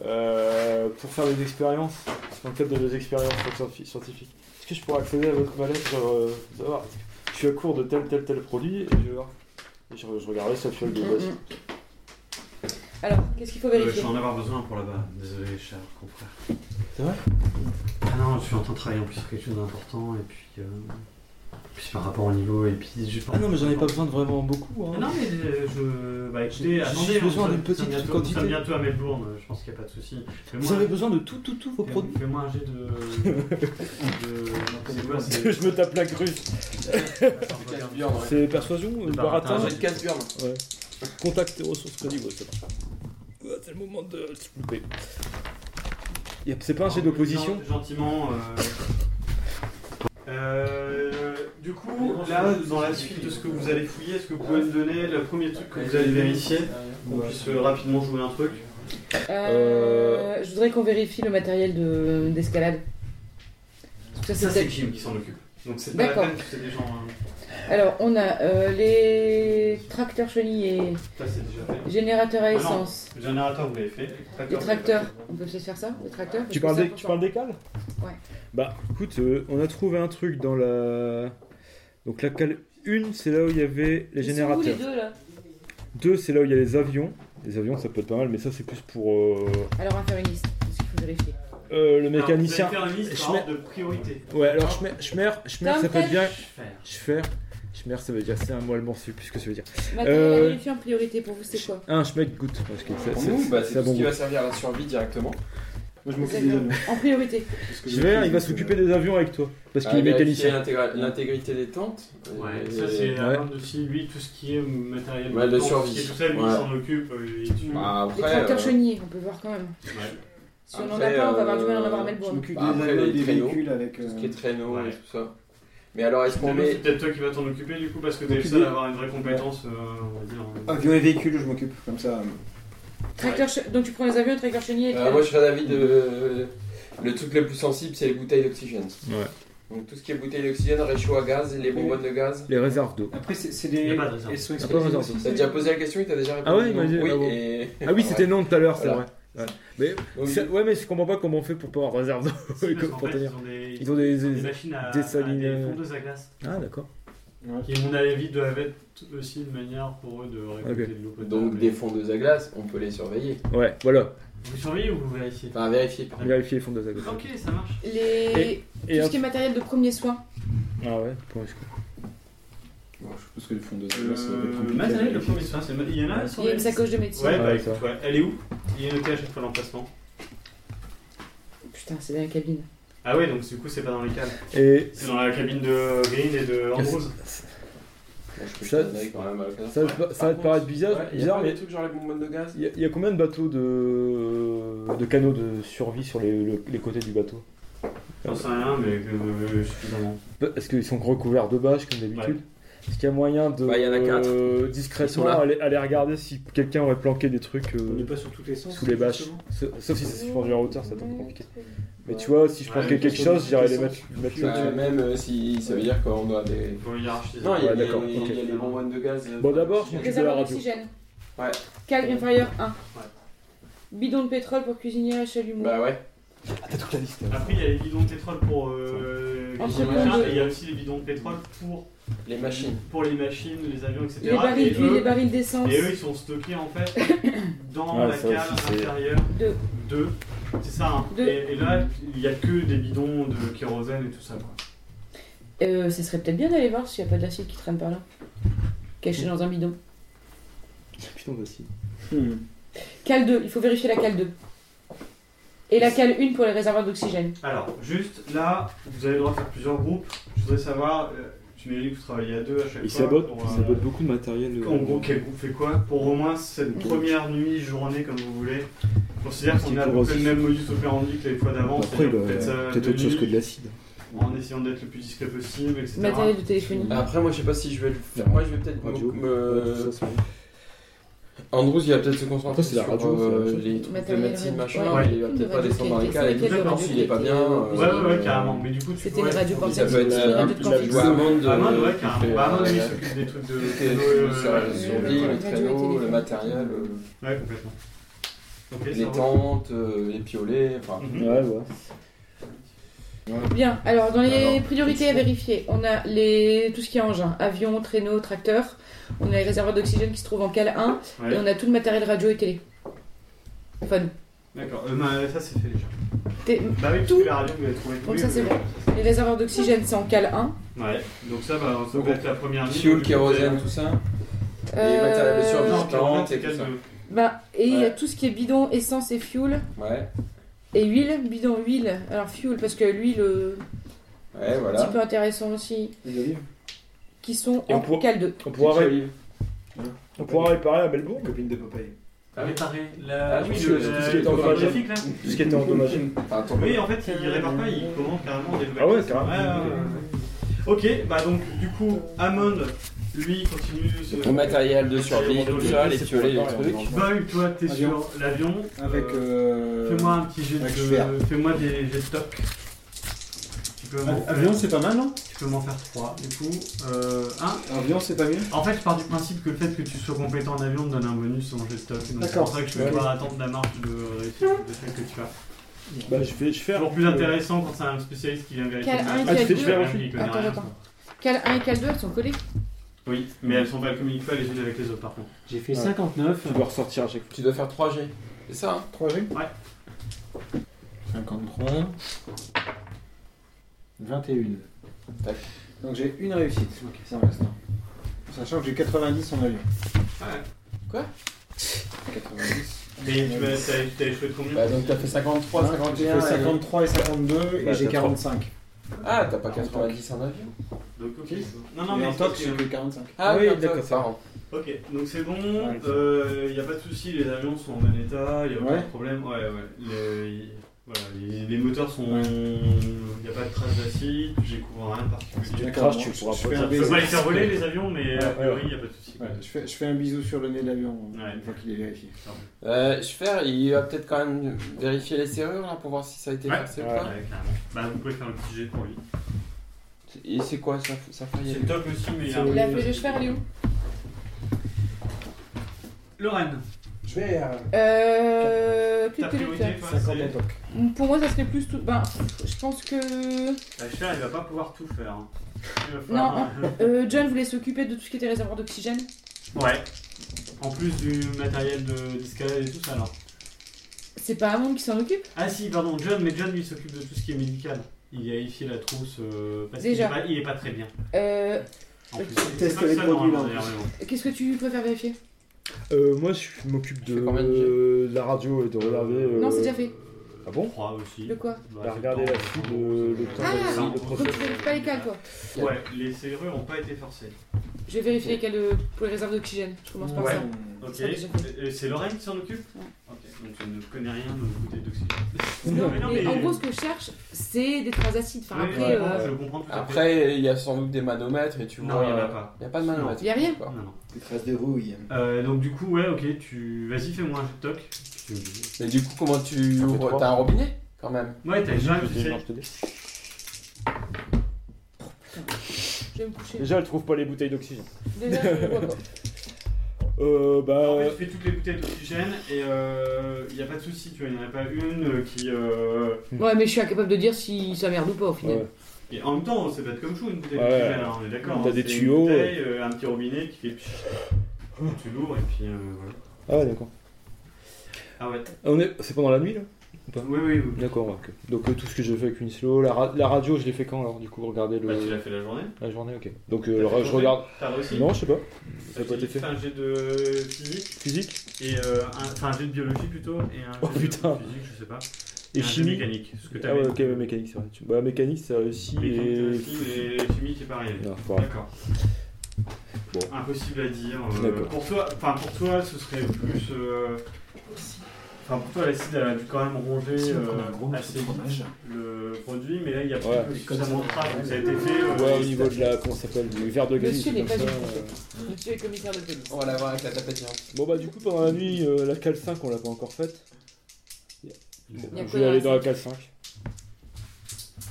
Speaker 2: euh, pour faire des expériences. C'est dans le cadre de mes expériences scientif- scientifiques. Est-ce que je pourrais accéder à votre mallette genre, euh, savoir, est-ce que Je suis à court de tel, tel, tel produit et je vais voir. Et je, je regardais sa fiole de base.
Speaker 3: Mm, mm. Alors, qu'est-ce qu'il faut
Speaker 1: Euh, je
Speaker 3: vérifier
Speaker 1: vais en avoir besoin pour là-bas. Désolé, cher confrère.
Speaker 16: C'est vrai
Speaker 1: Ah non, je suis en train de travailler en plus sur quelque chose d'important et puis. euh, puis par rapport au niveau et puis j'ai
Speaker 16: Ah non, mais j'en ai pas besoin de vraiment beaucoup. hein.
Speaker 1: Ah Non, mais euh, je. Bah écoutez,
Speaker 16: J'ai- j'ai
Speaker 1: attendez,
Speaker 16: juste
Speaker 1: on
Speaker 16: besoin
Speaker 1: sera-
Speaker 16: d'une petite
Speaker 1: on sera bientôt,
Speaker 16: quantité.
Speaker 1: on sera bientôt à Melbourne, euh, je pense qu'il n'y a pas de souci.
Speaker 16: Vous avez besoin de tout, tout, tout vos produits.
Speaker 1: Fais-moi un jet de. de... C'est quoi C'est.
Speaker 2: je me tape la gruche.
Speaker 1: Attends, je regarde.
Speaker 15: Bien, ouais.
Speaker 2: C'est persuasion, euh,
Speaker 1: Le
Speaker 2: baratin,
Speaker 1: baratin,
Speaker 15: J'ai de 4
Speaker 4: hein.
Speaker 15: burnes.
Speaker 2: contact et ressources crédit. Ouais, c'est bon. Ouais, c'est le moment de se louper. Y a- C'est pas un jet d'opposition
Speaker 1: Gen- Gentiment. euh, euh, du coup, là, dans la suite de ce que vous allez fouiller, est-ce que vous pouvez me donner le premier truc que vous allez vérifier Qu'on puisse euh, rapidement jouer un truc
Speaker 3: Euh, Je voudrais qu'on vérifie le matériel de- d'escalade. Parce que
Speaker 1: Ça,
Speaker 3: ça,
Speaker 1: c'est
Speaker 3: c'est
Speaker 1: Kim qui s'en occupe. Donc, c'est pas la
Speaker 3: D'accord.
Speaker 1: peine que c'est des gens. hein.
Speaker 3: Alors, on a euh, les tracteurs chenilles et
Speaker 1: Ça, c'est déjà fait.
Speaker 3: générateurs à
Speaker 1: Ah non.
Speaker 3: essence.
Speaker 1: Le générateur, vous l'avez fait.
Speaker 3: Les
Speaker 1: tracteur, vous l'avez
Speaker 3: tracteurs,
Speaker 1: pas
Speaker 3: on peut peut-être faire ça Les tracteurs
Speaker 2: Tu
Speaker 3: parce
Speaker 2: parles,
Speaker 3: que
Speaker 2: des,
Speaker 3: c'est
Speaker 2: tu parles des cales
Speaker 3: Ouais.
Speaker 2: Bah écoute, euh, on a trouvé un truc dans la. Donc la cale 1, c'est là où il y avait les
Speaker 3: Ils sont où, les
Speaker 2: générateurs.
Speaker 3: deux là
Speaker 2: 2, c'est là où il y a les avions. Les avions, ça peut être pas mal, mais ça, c'est plus pour euh,
Speaker 3: Alors, on va faire une liste. Parce qu'il faut vérifier.
Speaker 2: euh,
Speaker 15: Ah,
Speaker 2: le
Speaker 1: Alors, vous allez
Speaker 2: mécanicien.
Speaker 1: faire une liste par
Speaker 2: Schmer-
Speaker 1: ordre de priorité.
Speaker 2: Ouais, alors Schmer, Schmer, Schmer, ça peut être bien.
Speaker 1: Faire.
Speaker 2: Schmer, Schmer, ça veut dire, c'est un mot allemand, je sais plus ce que ça veut dire.
Speaker 3: Matériel à
Speaker 2: Euh,
Speaker 3: vérifier en priorité pour vous, c'est quoi
Speaker 2: Un Schmeck goûte. Parce que ça-
Speaker 15: Pour
Speaker 2: ça-
Speaker 15: nous, bah, c'est
Speaker 2: ça
Speaker 15: tout
Speaker 2: bon
Speaker 15: ce qui
Speaker 2: goût.
Speaker 15: va servir à la survie directement.
Speaker 5: Moi, je m'occupe des avions.
Speaker 3: En priorité.
Speaker 5: parce que
Speaker 2: Je vais, il va
Speaker 5: euh,
Speaker 2: s'occuper des avions avec toi. Parce
Speaker 4: Ah,
Speaker 2: qu'il est
Speaker 15: À vérifier
Speaker 2: mécanicien.
Speaker 15: l'intégra- L'intégrité des tentes.
Speaker 4: euh,
Speaker 1: Ouais,
Speaker 15: Et-
Speaker 1: ça c'est euh,
Speaker 2: Ouais.
Speaker 1: Arnold aussi, lui, tout ce qui est matériel
Speaker 15: Ouais, de
Speaker 1: temps,
Speaker 15: survie.
Speaker 1: tout ce qui est tout ça, lui,
Speaker 15: Ouais.
Speaker 1: il s'en occupe. euh, il tue.
Speaker 15: Bah,
Speaker 3: Les
Speaker 15: après,
Speaker 3: tracteurs
Speaker 15: euh,
Speaker 3: chenilles, on peut voir quand même.
Speaker 1: Ouais.
Speaker 3: Si on n'en a
Speaker 15: Après,
Speaker 3: pas, on va avoir du mal à en
Speaker 15: euh,
Speaker 3: avoir à
Speaker 5: Je
Speaker 3: Melbourne.
Speaker 5: m'occupe
Speaker 15: Bah,
Speaker 5: des
Speaker 15: après,
Speaker 5: avions,
Speaker 15: les
Speaker 5: des
Speaker 15: traîneaux.
Speaker 5: véhicules avec. euh,
Speaker 15: tout ce qui est traîneau
Speaker 1: Ouais.
Speaker 15: et tout ça. Mais alors, est-ce qu'on
Speaker 1: Théo,
Speaker 15: met.
Speaker 1: C'est peut-être toi qui vas t'en occuper du coup parce que t'es le
Speaker 5: Occuper.
Speaker 1: seul à avoir une vraie compétence, euh, on va dire.
Speaker 5: Avions et véhicules, je m'occupe comme ça.
Speaker 3: Tracteur che- Donc, tu prends les avions,
Speaker 4: Euh,
Speaker 3: tracteurs chenilles et
Speaker 15: Euh, moi, je serais d'avis de. Le truc le plus sensible, c'est les bouteilles d'oxygène.
Speaker 4: Donc tout ce qui est bouteille d'oxygène, réchaud à gaz, les bonbonnes de gaz.
Speaker 2: Les réserves d'eau.
Speaker 5: Après, c'est c'est
Speaker 1: Il y
Speaker 5: des.
Speaker 1: a pas de réserve.
Speaker 5: Elles sont
Speaker 2: Ah, pas de réserve.
Speaker 4: T'as déjà posé la question, il t'a déjà répondu.
Speaker 2: Ah ouais, il m'a
Speaker 4: non
Speaker 2: dit-
Speaker 4: oui,
Speaker 2: ah bon.
Speaker 4: et-
Speaker 2: Ah oui, c'était non tout à l'heure, c'est
Speaker 4: Voilà.
Speaker 2: vrai. Ouais. Mais,
Speaker 4: Oui.
Speaker 2: ça- ouais, mais je comprends pas comment on fait pour pas avoir réserve
Speaker 1: Si,
Speaker 2: d'eau.
Speaker 1: parce
Speaker 2: et
Speaker 1: qu'en
Speaker 2: pour
Speaker 1: fait,
Speaker 2: tenir.
Speaker 1: ils ont des,
Speaker 2: Ils ont des-
Speaker 1: ils ont
Speaker 2: des
Speaker 1: machines à, à
Speaker 2: dessalines-
Speaker 1: des fondeuses à glace.
Speaker 2: Ah, d'accord.
Speaker 1: Qui, à mon avis, doivent être aussi une manière pour eux de récolter
Speaker 2: Ok.
Speaker 1: de l'eau potable.
Speaker 4: Donc des fondeuses à glace, on peut les surveiller.
Speaker 2: Ouais, voilà.
Speaker 1: Vous surveillez ou vous vérifiez
Speaker 4: Enfin, vérifier. pardon.
Speaker 2: Vérifier les fonds de gaz.
Speaker 1: Ok, ça marche.
Speaker 3: Les...
Speaker 2: Et
Speaker 3: tout ce
Speaker 2: hop.
Speaker 3: qui est matériel de premier soin.
Speaker 2: Ah ouais, pour risquer.
Speaker 5: Bon, je pense que les fonds de
Speaker 1: Euh,
Speaker 5: ça va être
Speaker 1: le
Speaker 5: compliqué.
Speaker 1: matériel de premier soin, c'est ma- il y en a sur
Speaker 3: Il y a
Speaker 1: la
Speaker 3: une
Speaker 1: liste
Speaker 3: sacoche de médecine.
Speaker 1: Ouais, bah
Speaker 2: Ouais,
Speaker 1: écoute,
Speaker 2: ça.
Speaker 1: ouais. Elle est où Il est noté à chaque fois l'emplacement.
Speaker 3: Putain, c'est dans la cabine.
Speaker 1: Ah ouais, donc du coup, c'est pas dans les caves.
Speaker 2: Et
Speaker 1: C'est dans la cabine de Green et de Ambrose.
Speaker 4: Bon, je peux
Speaker 2: Ça-
Speaker 4: te donner quand même, euh,
Speaker 2: ça, va te- ça va te paraître bizarre,
Speaker 4: Ouais, y a
Speaker 2: bizarre
Speaker 4: pas
Speaker 2: mais
Speaker 4: des trucs genre les bonbonnes de gaz
Speaker 2: il y, a- il y a combien de bateaux de, de canaux de survie sur les, le- les côtés du bateau
Speaker 1: J'en sais rien, mais euh, suffisamment.
Speaker 2: Est-ce qu'ils sont recouverts de bâches comme d'habitude Est-ce qu'il y a moyen de
Speaker 4: Bah, il y en a quatre.
Speaker 2: euh,
Speaker 4: Ils sont
Speaker 2: discrètement
Speaker 4: là.
Speaker 2: aller, aller regarder si quelqu'un aurait planqué des trucs euh,
Speaker 17: On n'est pas sur toutes les sens.
Speaker 2: sous les bâches
Speaker 17: justement.
Speaker 2: Sa- Sauf si c'est suspendu en hauteur, ça va être compliqué. Mais tu vois, si je
Speaker 1: Ouais,
Speaker 2: planquais
Speaker 1: mais
Speaker 2: quelque
Speaker 17: sur
Speaker 2: chose,
Speaker 17: des
Speaker 2: j'irais les mettre,
Speaker 17: descentes,
Speaker 2: mettre
Speaker 17: tu-
Speaker 2: là
Speaker 4: Ouais, Même euh, si ça veut dire qu'on doit des.
Speaker 1: Il faut hiérarchiser.
Speaker 4: Non, il y a
Speaker 2: Ouais,
Speaker 4: les-
Speaker 2: d'accord,
Speaker 4: il
Speaker 2: ok.
Speaker 4: y a les bonbonnes de gaz. euh,
Speaker 2: Bon, d'abord, je
Speaker 4: d'oxygène.
Speaker 2: m'occupe
Speaker 3: Des
Speaker 2: de la
Speaker 3: amas
Speaker 2: radio.
Speaker 3: d'oxygène.
Speaker 4: Ouais.
Speaker 3: Cal Greenfire 1.
Speaker 1: Ouais.
Speaker 3: Bidon de pétrole pour cuisinière et chalumeau.
Speaker 4: Bah ouais.
Speaker 1: Après, il y a les bidons de pétrole pour euh, les
Speaker 3: En
Speaker 1: machins,
Speaker 3: seconde.
Speaker 1: et il y a aussi les bidons de pétrole pour,
Speaker 4: Les machines.
Speaker 1: pour les machines, les avions, etc.
Speaker 3: les barils
Speaker 1: et,
Speaker 3: d'huile, les
Speaker 1: eux,
Speaker 3: barils d'essence.
Speaker 1: et eux, ils sont stockés en fait dans
Speaker 2: Ouais,
Speaker 1: la
Speaker 2: Ah, ça
Speaker 1: cale
Speaker 2: aussi, c'est-
Speaker 1: intérieure
Speaker 3: Deux.
Speaker 1: de. C'est ça, hein.
Speaker 3: Deux.
Speaker 1: Et, et là, il n'y a que des bidons de kérosène et tout ça. Quoi.
Speaker 3: Euh, ça serait peut-être bien d'aller voir s'il n'y a pas d'acide qui traîne par là. Caché dans un bidon.
Speaker 18: Putain, d'acide.
Speaker 5: Hmm.
Speaker 3: Cale 2, il faut vérifier la cale 2. Et la cale 1 pour les réservoirs d'oxygène.
Speaker 1: Alors, juste là, vous avez le droit de faire plusieurs groupes. Je voudrais savoir, euh, tu m'as dit que vous travaillez à deux à chaque
Speaker 18: Il
Speaker 1: fois.
Speaker 18: sabote,
Speaker 1: pour,
Speaker 18: il
Speaker 1: euh,
Speaker 18: sabote beaucoup de matériel. euh,
Speaker 1: En gros, quel groupe fait quoi Pour au moins cette première nuit, journée, comme vous voulez. Je Considère qu'on
Speaker 18: C'est
Speaker 1: a à peu
Speaker 18: pour
Speaker 1: près le
Speaker 18: aussi.
Speaker 1: même modus operandi que les fois d'avant.
Speaker 18: Après,
Speaker 1: c'est-à-dire
Speaker 18: bah,
Speaker 1: peut-être
Speaker 2: euh,
Speaker 1: ça
Speaker 18: peut-être
Speaker 1: de
Speaker 18: autre chose
Speaker 1: nuit,
Speaker 18: que de l'acide.
Speaker 1: En essayant d'être le plus discret possible, etc.
Speaker 3: Matériel de téléphonie.
Speaker 4: Après, moi, je sais pas si je vais le faire.
Speaker 18: La
Speaker 4: Moi, je vais peut-être
Speaker 18: radio.
Speaker 4: me.
Speaker 2: Euh,
Speaker 4: me-
Speaker 18: Ouais, tout ça, c'est-
Speaker 4: Andrews, il va peut-être se concentrer
Speaker 18: Après, c'est la
Speaker 4: sur
Speaker 18: radio, c'est la
Speaker 4: euh,
Speaker 18: même chose.
Speaker 4: les trucs de
Speaker 3: Matériel
Speaker 4: médecine,
Speaker 3: radio.
Speaker 4: machin.
Speaker 3: Ouais.
Speaker 4: Il va
Speaker 3: Une
Speaker 4: peut-être pas
Speaker 3: radio
Speaker 4: descendre dans les
Speaker 3: qui
Speaker 4: cales.
Speaker 3: a
Speaker 4: Et
Speaker 3: été
Speaker 4: tout
Speaker 3: faite
Speaker 4: d'accord,
Speaker 3: avec
Speaker 4: s'il est pas
Speaker 3: des-
Speaker 4: bien. euh,
Speaker 1: Ouais, ouais, ouais, carrément. Mais du coup, tu
Speaker 3: C'était
Speaker 1: ouais,
Speaker 3: une radio
Speaker 1: tu-
Speaker 3: portable.
Speaker 4: Ça peut être
Speaker 3: C'était une
Speaker 4: euh,
Speaker 3: radio
Speaker 4: un-
Speaker 3: de
Speaker 4: la
Speaker 3: conférence.
Speaker 4: joue amende.
Speaker 1: Amand,
Speaker 4: euh,
Speaker 1: ouais,
Speaker 4: qui
Speaker 1: carrément.
Speaker 4: fait,
Speaker 1: Bah, Amand, lui, il
Speaker 4: euh,
Speaker 1: s'occupe des trucs de.
Speaker 4: Sur la survie, le traîneau, le matériel, euh,
Speaker 1: Ouais, complètement. Ok, ça
Speaker 4: les
Speaker 1: va.
Speaker 4: tentes, euh, les piolets, enfin.
Speaker 5: Mmh.
Speaker 1: Mhm.
Speaker 2: Ouais, ouais.
Speaker 3: Bien, alors dans les
Speaker 4: Alors,
Speaker 3: priorités à vérifier, on a les... tout ce qui est engin, avion, traîneau, tracteur, on a les réservoirs d'oxygène qui se trouvent en cale 1,
Speaker 1: Ouais.
Speaker 3: et on a tout le matériel radio et télé. Fun.
Speaker 1: D'accord, Euh, bah, ça c'est fait déjà.
Speaker 3: Té-
Speaker 1: Bah oui,
Speaker 3: Tout.
Speaker 1: tout. la radio, vous l'avez trouvé.
Speaker 3: Donc ça, c'est bon. Les réservoirs d'oxygène, c'est en cale 1.
Speaker 1: Ouais, donc ça, bah, ça
Speaker 4: Donc,
Speaker 1: peut être la première ligne.
Speaker 4: Fioul, kérosène, tout ça.
Speaker 3: Euh,
Speaker 4: Les matériels de survie,
Speaker 1: Non, kérosène,
Speaker 4: tentes
Speaker 1: c'est
Speaker 4: et tout
Speaker 1: cale
Speaker 4: ça.
Speaker 1: deux.
Speaker 3: bah, et il y a
Speaker 4: Ouais.
Speaker 3: tout ce qui est bidon, essence et fuel.
Speaker 4: Ouais,
Speaker 3: Et huile, bidon huile. Alors fuel, parce que l'huile, euh,
Speaker 4: ouais,
Speaker 3: un
Speaker 4: voilà.
Speaker 3: petit peu intéressant aussi,
Speaker 5: Les olives
Speaker 3: qui sont
Speaker 2: Et on
Speaker 3: en
Speaker 2: pour-
Speaker 3: cale 2.
Speaker 2: On pourra, ré- on pourra réparer à Melbourne.
Speaker 5: Copine de Popeye.
Speaker 1: Ah, réparer la.
Speaker 4: Ah,
Speaker 1: oui,
Speaker 4: je
Speaker 1: le,
Speaker 4: pense que
Speaker 1: la-
Speaker 4: tout ce qui est
Speaker 1: le
Speaker 4: en
Speaker 1: programme
Speaker 4: phase.
Speaker 1: graphique, là.
Speaker 2: Tout ce qui était endommagé.
Speaker 4: Enfin, attends,
Speaker 1: Oui, en fait, il répare pas, il commande carrément des nouvelles
Speaker 2: Ah ouais,
Speaker 1: pièces.
Speaker 2: carrément.
Speaker 1: ouais, ouais. Ok, bah donc, du coup, Amon, lui, continue. Ce...
Speaker 4: Le matériel de survie, tout ça, les piolets, les trucs.
Speaker 1: Bah oui, toi, t'es
Speaker 5: Avion.
Speaker 1: sur l'avion.
Speaker 5: Avec.
Speaker 1: Euh,
Speaker 5: euh,
Speaker 1: Fais-moi un petit jet
Speaker 5: avec
Speaker 1: de.
Speaker 5: fer.
Speaker 1: Fais-moi des jets de stock. Tu peux m'en
Speaker 5: av-
Speaker 1: faire,
Speaker 5: Avion, c'est pas mal, non
Speaker 1: tu peux m'en faire trois. Du coup, euh, un.
Speaker 5: Avion, c'est pas mieux
Speaker 1: En fait, je pars du principe que le fait que tu sois compétent en avion te donne un bonus en jet de stock. Donc c'est
Speaker 5: D'accord.
Speaker 1: pour ça que je vais
Speaker 5: Ouais.
Speaker 1: pas attendre la marche de réussite de celle que tu as.
Speaker 2: Bah, je vais je
Speaker 1: C'est
Speaker 2: fais un-
Speaker 1: toujours plus intéressant quand c'est un spécialiste qui vient vérifier.
Speaker 3: Cale
Speaker 1: le
Speaker 3: un,
Speaker 1: matériel.
Speaker 3: cale Ah, tu fais
Speaker 2: deux. faire un
Speaker 1: Il connaît
Speaker 3: Attends,
Speaker 1: rien.
Speaker 3: attends. Cale 1 et cale 2, elles sont collées.
Speaker 1: Oui, mais elles sont pas, elles communiquent pas les unes avec les autres par contre.
Speaker 17: J'ai fait 59.
Speaker 2: Tu dois ressortir à chaque fois.
Speaker 4: Tu dois faire 3G. C'est ça, hein
Speaker 5: 3G
Speaker 1: Ouais.
Speaker 5: 53. 21.
Speaker 4: Tac.
Speaker 5: Donc j'ai une réussite. Ok, ça reste. Sachant que j'ai 90 en avion.
Speaker 4: Quoi
Speaker 5: 90.
Speaker 1: Mais tu m'as- t'as t'as échoué de combien
Speaker 4: Bah, donc t'as fait 53, 51.
Speaker 5: J'ai fait 53 et 52
Speaker 4: Bah,
Speaker 5: et j'ai
Speaker 4: t'as
Speaker 5: 45.
Speaker 4: Ah, t'as pas 90 en avion
Speaker 1: Donc ok.
Speaker 5: Oui.
Speaker 1: Non, non,
Speaker 5: et
Speaker 1: mais
Speaker 5: en
Speaker 1: c'est
Speaker 5: top,
Speaker 1: parce
Speaker 5: j'ai
Speaker 1: que-
Speaker 5: que 45.
Speaker 4: Ah
Speaker 2: oui,
Speaker 4: oui, d'accord,
Speaker 2: d'accord.
Speaker 4: ça rend.
Speaker 1: Ok, donc c'est bon,
Speaker 5: Ouais.
Speaker 1: il n'y a pas de souci, les avions sont en bon état, il n'y a aucun
Speaker 5: Ouais.
Speaker 1: problème. Ouais, ouais. Le- y- voilà, les, les moteurs sont. Il
Speaker 5: Ouais.
Speaker 1: n'y a pas de traces d'acide, j'ai couvert rien de particulier.
Speaker 5: D'accord,
Speaker 2: crash, tu
Speaker 5: je-
Speaker 2: pourras
Speaker 5: je
Speaker 2: pas-
Speaker 5: fais un
Speaker 1: Je peux
Speaker 5: baiser.
Speaker 1: pas les faire voler les avions, mais euh, a
Speaker 5: Ouais,
Speaker 1: priori,
Speaker 5: ouais.
Speaker 1: il n'y a pas de souci.
Speaker 5: Ouais, je, fais, je fais un bisou sur le nez de l'avion
Speaker 1: Ouais.
Speaker 5: une fois qu'il est vérifié.
Speaker 4: Euh, je fais, il va peut-être quand même vérifier les serrures là pour voir si ça a été
Speaker 1: Ouais.
Speaker 4: percé ou
Speaker 1: Ouais,
Speaker 4: pas.
Speaker 1: carrément. Bah, vous pouvez faire le petit jet pour lui.
Speaker 19: Et c'est quoi ça, ça faille
Speaker 1: C'est top aussi, mais euh, il y a
Speaker 20: C'est-
Speaker 1: un-
Speaker 3: La flèche de cheval, elle est où
Speaker 1: Lorraine,
Speaker 21: Je vais à
Speaker 3: Euh. plus
Speaker 1: ta
Speaker 3: de
Speaker 1: priorité,
Speaker 3: lutte.
Speaker 1: toi,
Speaker 21: 50
Speaker 1: c'est.
Speaker 21: attaques.
Speaker 3: Pour moi, ça serait plus tout. Ben, je pense que.
Speaker 1: La chair, il va pas pouvoir tout faire. hein. Il va
Speaker 3: Non,
Speaker 1: falloir-
Speaker 3: euh, John voulait s'occuper de tout ce qui était réservoir d'oxygène.
Speaker 1: euh, Ouais. En plus du matériel de d'escalade et tout ça, alors.
Speaker 3: C'est pas Amon qui s'en occupe
Speaker 1: Ah si, pardon, John, mais John lui s'occupe de tout ce qui est médical. Il vérifie la trousse euh, parce qu'il
Speaker 3: Déjà.
Speaker 1: est, pas- il est pas très bien.
Speaker 3: Euh.
Speaker 1: En plus.
Speaker 3: Teste
Speaker 1: C'est pas hein,
Speaker 5: les
Speaker 1: ça,
Speaker 5: produits,
Speaker 1: normalement,
Speaker 5: là, en
Speaker 1: d'ailleurs, mais
Speaker 3: Qu'est-ce que tu préfères vérifier
Speaker 2: Euh, moi, je m'occupe de,
Speaker 4: fais combien de
Speaker 2: de la radio et de regarder. euh,
Speaker 3: Non, c'est déjà fait.
Speaker 2: Ah bon
Speaker 1: bon. Trois aussi.
Speaker 3: Le quoi
Speaker 1: Bah,
Speaker 2: Bah,
Speaker 1: c'est
Speaker 2: regardez
Speaker 1: temps,
Speaker 2: la
Speaker 1: c'est
Speaker 2: suite
Speaker 1: temps,
Speaker 2: de-
Speaker 1: c'est
Speaker 2: le
Speaker 1: temps.
Speaker 2: temps de-
Speaker 3: Ah,
Speaker 2: le
Speaker 3: Donc tu vérifies pas les cales, quoi.
Speaker 1: Ouais, les serrures n'ont pas été forcées.
Speaker 3: Je vais vérifier les cales euh, pour les réserves d'oxygène. Je commence par
Speaker 1: Ouais.
Speaker 3: ça.
Speaker 1: Ok.
Speaker 3: Ça, déjà fait.
Speaker 1: Et C'est Lorraine qui s'en occupe
Speaker 3: Ouais.
Speaker 1: Ok, donc je ne connais rien de bouteille d'oxygène.
Speaker 2: Non,
Speaker 1: mais non,
Speaker 3: Mais
Speaker 1: mais-
Speaker 3: en gros, ce que je cherche, c'est des traces acides. Enfin,
Speaker 1: Ouais,
Speaker 3: après,
Speaker 1: non,
Speaker 3: euh,
Speaker 1: je comprends tout à fait.
Speaker 4: Après, il y a sans doute des manomètres et tu
Speaker 1: Non,
Speaker 4: vois. euh,
Speaker 1: il y en a pas.
Speaker 4: Il n'y a pas de manomètre.
Speaker 3: Il y a
Speaker 2: euh,
Speaker 3: rien.
Speaker 4: D'accord.
Speaker 1: Non,
Speaker 2: bah.
Speaker 1: non.
Speaker 5: Des traces de rouille.
Speaker 1: Euh, donc du coup, ouais, ok, tu... Vas-y, fais-moi un jet de toc. Tu-
Speaker 4: Mais du coup, comment tu
Speaker 2: Ça fait
Speaker 4: ouvres
Speaker 2: trois.
Speaker 4: T'as un robinet quand même
Speaker 1: Ouais, t'as une
Speaker 2: Vas-y,
Speaker 1: lame,
Speaker 2: je
Speaker 1: tu
Speaker 2: te dis,
Speaker 1: sais.
Speaker 2: non, je te dis.
Speaker 3: je vais me coucher.
Speaker 2: Déjà, elle trouve pas les bouteilles d'oxygène.
Speaker 3: Déjà, je le vois pas.
Speaker 2: Euh,
Speaker 1: En
Speaker 2: bah.
Speaker 1: fait, tu fais toutes les bouteilles d'oxygène et il n'y a pas de souci, tu vois, il n'y en a pas une euh, qui... euh,
Speaker 3: Ouais, mais je suis incapable de dire si ça merde ou pas au final.
Speaker 2: Ouais.
Speaker 1: Et en même temps, ça peut être comme chou, une bouteille
Speaker 2: Ouais.
Speaker 1: d'oxygène, hein, on est d'accord.
Speaker 2: T'as
Speaker 1: hein,
Speaker 2: des
Speaker 1: c'est une
Speaker 2: tuyaux,
Speaker 1: bouteille, euh, un petit robinet qui fait... pchit. tu l'ouvres et puis euh, voilà.
Speaker 2: Ah ouais, d'accord.
Speaker 1: Ah ouais.
Speaker 2: Ah, on est... C'est pendant la nuit là
Speaker 1: Oui, oui, oui.
Speaker 2: D'accord, ouais, ok. Donc euh, tout ce que j'ai fait avec Winslow, la, ra- la radio, je l'ai fait quand alors Du coup, regardez
Speaker 1: Bah, tu
Speaker 2: le...
Speaker 1: l'as fait la journée.
Speaker 2: la journée, ok. Donc euh,
Speaker 1: T'as
Speaker 2: alors,
Speaker 1: fait
Speaker 2: je
Speaker 1: ton
Speaker 2: regarde.
Speaker 1: jet T'as réussi
Speaker 2: Non, je sais pas. Ça
Speaker 1: T'as
Speaker 2: a pas été fait.
Speaker 1: fait un jet de physique
Speaker 2: Physique
Speaker 1: et euh, un... Enfin, un jet de biologie plutôt et un jet
Speaker 2: Oh,
Speaker 1: de
Speaker 2: putain.
Speaker 1: physique, je sais pas.
Speaker 2: et
Speaker 1: un jet
Speaker 2: chimie.
Speaker 1: mécanique, ce que
Speaker 2: Ah
Speaker 1: t'avais.
Speaker 2: ouais, ok, ouais, mécanique, c'est vrai. Tu- Bah, mécanique, ça réussi
Speaker 1: Mécanique,
Speaker 2: et.
Speaker 1: aussi, et chimie qui est pareil.
Speaker 2: Ah, faut voir.
Speaker 1: D'accord.
Speaker 2: Bon.
Speaker 1: Impossible à dire. euh,
Speaker 2: D'accord.
Speaker 1: pour toi, enfin pour toi, ce serait plus. euh, Enfin pour toi, l'acide elle a dû quand même ronger
Speaker 21: Si on
Speaker 1: euh,
Speaker 21: prend un gros morceau
Speaker 1: assez
Speaker 21: de
Speaker 1: vite
Speaker 21: fromage.
Speaker 1: le produit, mais là il y a
Speaker 2: Ouais.
Speaker 1: plus que ça montra, donc ça a été fait. euh,
Speaker 2: Ouais, au niveau de la. Comment ça s'appelle Du verre de gris. c'est
Speaker 3: Monsieur n'est
Speaker 2: comme
Speaker 3: pas
Speaker 2: ça,
Speaker 3: du tout
Speaker 2: euh.
Speaker 3: Monsieur est commissaire de police.
Speaker 4: On va l'avoir avec la tapette
Speaker 2: Bon, bah, du coup, pendant la nuit, euh, la cale 5, on l'a pas encore faite.
Speaker 1: je sais
Speaker 3: Y a
Speaker 2: Bon, je
Speaker 3: quoi
Speaker 2: vais
Speaker 3: dans
Speaker 2: aller
Speaker 3: la
Speaker 2: dans la cale 5.
Speaker 1: pas.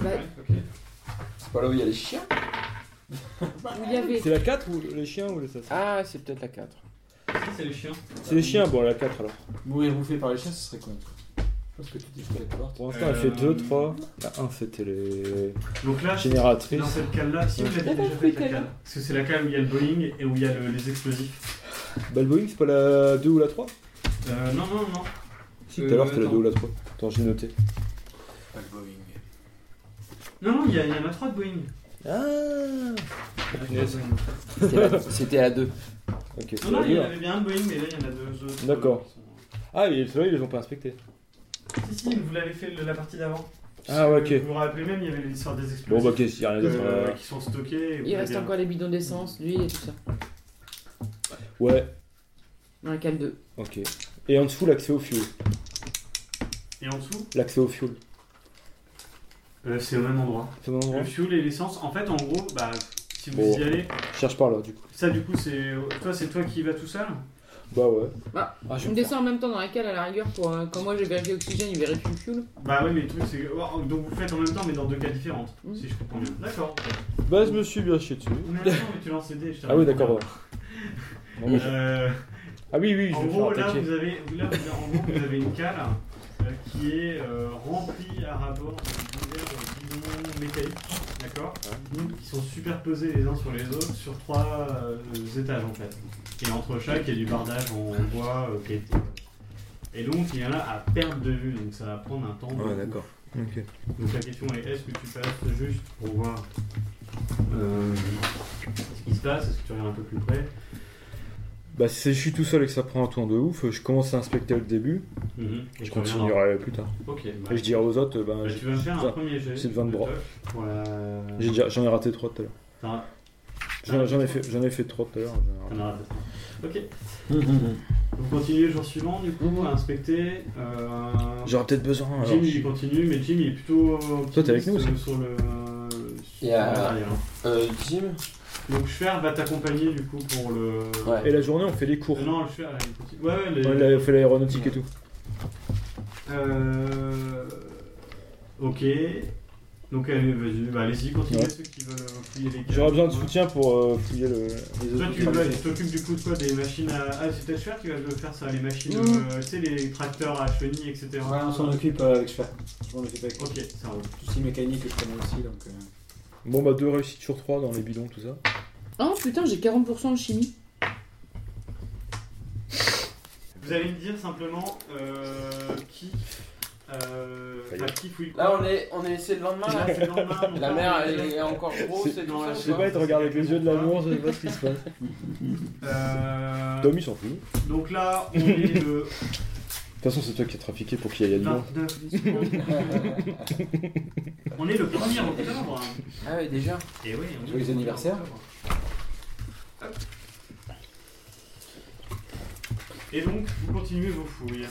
Speaker 3: Bah,
Speaker 1: Ouais, ok.
Speaker 4: C'est pas là où il y a les chiens
Speaker 3: où il y avait.
Speaker 2: C'est la 4 ou les chiens ou les assassins
Speaker 4: Ah, c'est peut-être la 4.
Speaker 1: Si, c'est les chiens.
Speaker 2: C'est les chiens, bon, la 4 alors.
Speaker 5: Mourir bouffé par les chiens, ce serait con. Parce que tu dis que d'accord.
Speaker 2: Pour l'instant, elle fait
Speaker 1: Euh,
Speaker 2: 2, 3. La 1, c'était les
Speaker 1: Donc là, dans
Speaker 2: génératrices.
Speaker 1: cette cale là, si vous
Speaker 3: Eh ben,
Speaker 1: l'avez déjà fait la cale, parce que c'est la cale où il y a le Boeing et où il y a le- les explosifs.
Speaker 2: Balboing, c'est pas la 2 ou la 3
Speaker 1: Euh, non, non, non.
Speaker 2: Si,
Speaker 5: Euh,
Speaker 2: tout à l'heure, c'était la
Speaker 5: attends.
Speaker 2: 2 ou la 3. Attends, j'ai noté.
Speaker 5: Pas le Boeing.
Speaker 1: Non, non, il y, a- il y en a trois de Boeing. Il
Speaker 2: Ah
Speaker 1: y en a trois de
Speaker 2: punaise.
Speaker 1: Boeing.
Speaker 4: C'était la 2.
Speaker 2: Ok, c'est
Speaker 1: Non, non,
Speaker 2: la
Speaker 1: il y
Speaker 2: 2.
Speaker 1: en avait bien un de Boeing, mais là il y en a deux autres.
Speaker 2: D'accord.
Speaker 1: euh, qui sont-
Speaker 2: Ah, et ceux-là, ils les ont pas inspectés.
Speaker 1: Si, si, vous l'avez fait le- la partie d'avant.
Speaker 2: Ah, ouais, ok.
Speaker 1: Vous vous rappelez même, il y avait l'histoire des
Speaker 2: Bon,
Speaker 1: explosifs
Speaker 2: bah, ok, il y a rien d'autre.
Speaker 1: euh,
Speaker 2: euh,
Speaker 1: qui sont stockés. et vous
Speaker 3: Il reste
Speaker 1: l'avez-
Speaker 3: encore les bidons
Speaker 2: Mm.
Speaker 3: d'essence, d'huile et tout ça.
Speaker 2: Ouais,
Speaker 3: Dans la cale 2.
Speaker 2: ok. Et en dessous, l'accès au fuel.
Speaker 1: Et en dessous,
Speaker 2: L'accès au fuel.
Speaker 1: euh, c'est au même endroit.
Speaker 2: C'est bon,
Speaker 1: Le fuel et l'essence, en fait, en gros, bah, si vous
Speaker 2: Bon.
Speaker 1: y allez,
Speaker 2: Je cherche par là, du coup.
Speaker 1: ça du coup, c'est toi, c'est toi qui y vas tout seul.
Speaker 2: Bah, ouais.
Speaker 3: Bah,
Speaker 2: ah,
Speaker 3: Je me descends en même temps dans la cale à la rigueur pour. euh, quand moi j'ai vérifié l'oxygène, il vérifie le fuel.
Speaker 1: Bah oui, mais le truc, c'est que- oh, donc vous le faites en même temps, mais dans deux cas différentes,
Speaker 3: Mhm.
Speaker 1: si je comprends bien. D'accord.
Speaker 2: Bah, je me suis bien chié dessus.
Speaker 1: Mais attends, mais tu lances les dés. je te
Speaker 2: Ah oui,
Speaker 1: raconte.
Speaker 2: d'accord. Non, mais je-
Speaker 1: Euh,
Speaker 2: Ah oui, oui, je
Speaker 1: En
Speaker 2: vais me faire
Speaker 1: gros, là,
Speaker 2: attaquer.
Speaker 1: vous avez, là, vous- en gros, vous avez une cale euh, qui est euh, remplie à rabord de divers bidons métalliques, d'accord Mm. Qui sont superposés les uns sur les autres sur trois euh, étages, en fait. Et entre chaque, il y a du bardage en bois euh, qui est- Et donc, il y en a à perte de vue, donc ça va prendre un temps. de fou.
Speaker 2: Ok.
Speaker 1: Donc la question est est-ce que tu passes juste pour voir euh, ce qui se passe Est-ce que tu regardes un peu plus près
Speaker 2: Bah, si je suis tout seul et que ça prend un tour de ouf, je commence à inspecter le début,
Speaker 1: Mhm. Et
Speaker 2: Mm-hmm. je
Speaker 1: tu regarderas.
Speaker 2: continuerai plus tard.
Speaker 1: Ok, bah,
Speaker 2: Et je dirai aux autres, euh, ben,
Speaker 1: Bah,
Speaker 2: j'ai-
Speaker 1: tu vas me faire un
Speaker 2: ça,
Speaker 1: premier jet.
Speaker 2: c'est de 20 de bras.
Speaker 1: toc Pour la...
Speaker 2: j'ai déjà- j'en ai raté 3 tout à l'heure.
Speaker 1: T'en Ah,
Speaker 2: J'en- J'en ai fait, j'en ai fait 3 tout à l'heure. j'en ai raté.
Speaker 1: t'en as raté. Ok. Vous continuez le jour suivant, du coup, à inspecter. Euh...
Speaker 2: J'aurais peut-être besoin. alors.
Speaker 1: Jim, il continue, mais Jim, il est plutôt. euh, optimiste
Speaker 2: Toi, t'es avec nous aussi
Speaker 1: Sur le.
Speaker 4: Et, euh,
Speaker 1: sur l'arrière.
Speaker 4: Euh, Jim
Speaker 1: Donc, Schwer va t'accompagner, du coup, pour le.
Speaker 4: Ouais.
Speaker 2: Et la journée, on fait les cours.
Speaker 1: Euh, non, le Schwer, il continue. Ouais, ouais, les-
Speaker 2: Ouais, là, on fait l'aéronautique et tout.
Speaker 1: Euh... Ok. Donc allez, vas-y, bah, allez-y, continuez ceux qui veulent fouiller les cases.
Speaker 2: J'aurais besoin de soutien pour euh, fouiller le. les
Speaker 1: Toi,
Speaker 2: autres
Speaker 1: tu
Speaker 2: traces.
Speaker 1: vas- tu t'occupes du coup de quoi Des machines à. Ah, c'est ta chère qui va le faire ça, les machines,
Speaker 5: Mmh.
Speaker 1: euh, tu sais, les tracteurs à chenilles, etc.
Speaker 5: Ouais, on s'en occupe euh, avec Sfer. Je m'en occupe avec
Speaker 1: Ok, ça roule.
Speaker 5: tout ce qui est mécanique que je connais aussi. Donc, euh,
Speaker 2: Bon, bah, deux réussites sur trois dans les bidons, tout ça.
Speaker 3: Oh putain, j'ai 40% de chimie.
Speaker 1: Vous allez me dire simplement euh, qui. Euh,
Speaker 2: Ça y est.
Speaker 1: enfin, qui fouille quoi.
Speaker 4: Là, on est, on est laissé le lendemain.
Speaker 1: Là,
Speaker 4: là.
Speaker 1: c'est le lendemain, mon
Speaker 4: La
Speaker 1: père,
Speaker 4: mer,
Speaker 1: il est
Speaker 4: elle
Speaker 1: là.
Speaker 4: est encore grosse. et
Speaker 1: Non,
Speaker 4: tout ça,
Speaker 1: je
Speaker 2: Je sais pas, il te regarde avec les yeux de l'amour, je sais pas ce qui se passe.
Speaker 1: Euh,
Speaker 2: Tom, il s'en fout. De
Speaker 1: donc là, on est le
Speaker 2: toute façon, c'est toi qui as trafiqué pour qu'il y ait du monde.
Speaker 1: 29 décembre. On est le 1er octobre.
Speaker 4: Ah ouais, déjà.
Speaker 1: Et Eh oui, on est
Speaker 22: Joyeux
Speaker 1: le 1er
Speaker 22: anniversaire.
Speaker 1: octobre. Hop. Et donc, vous continuez vos fouilles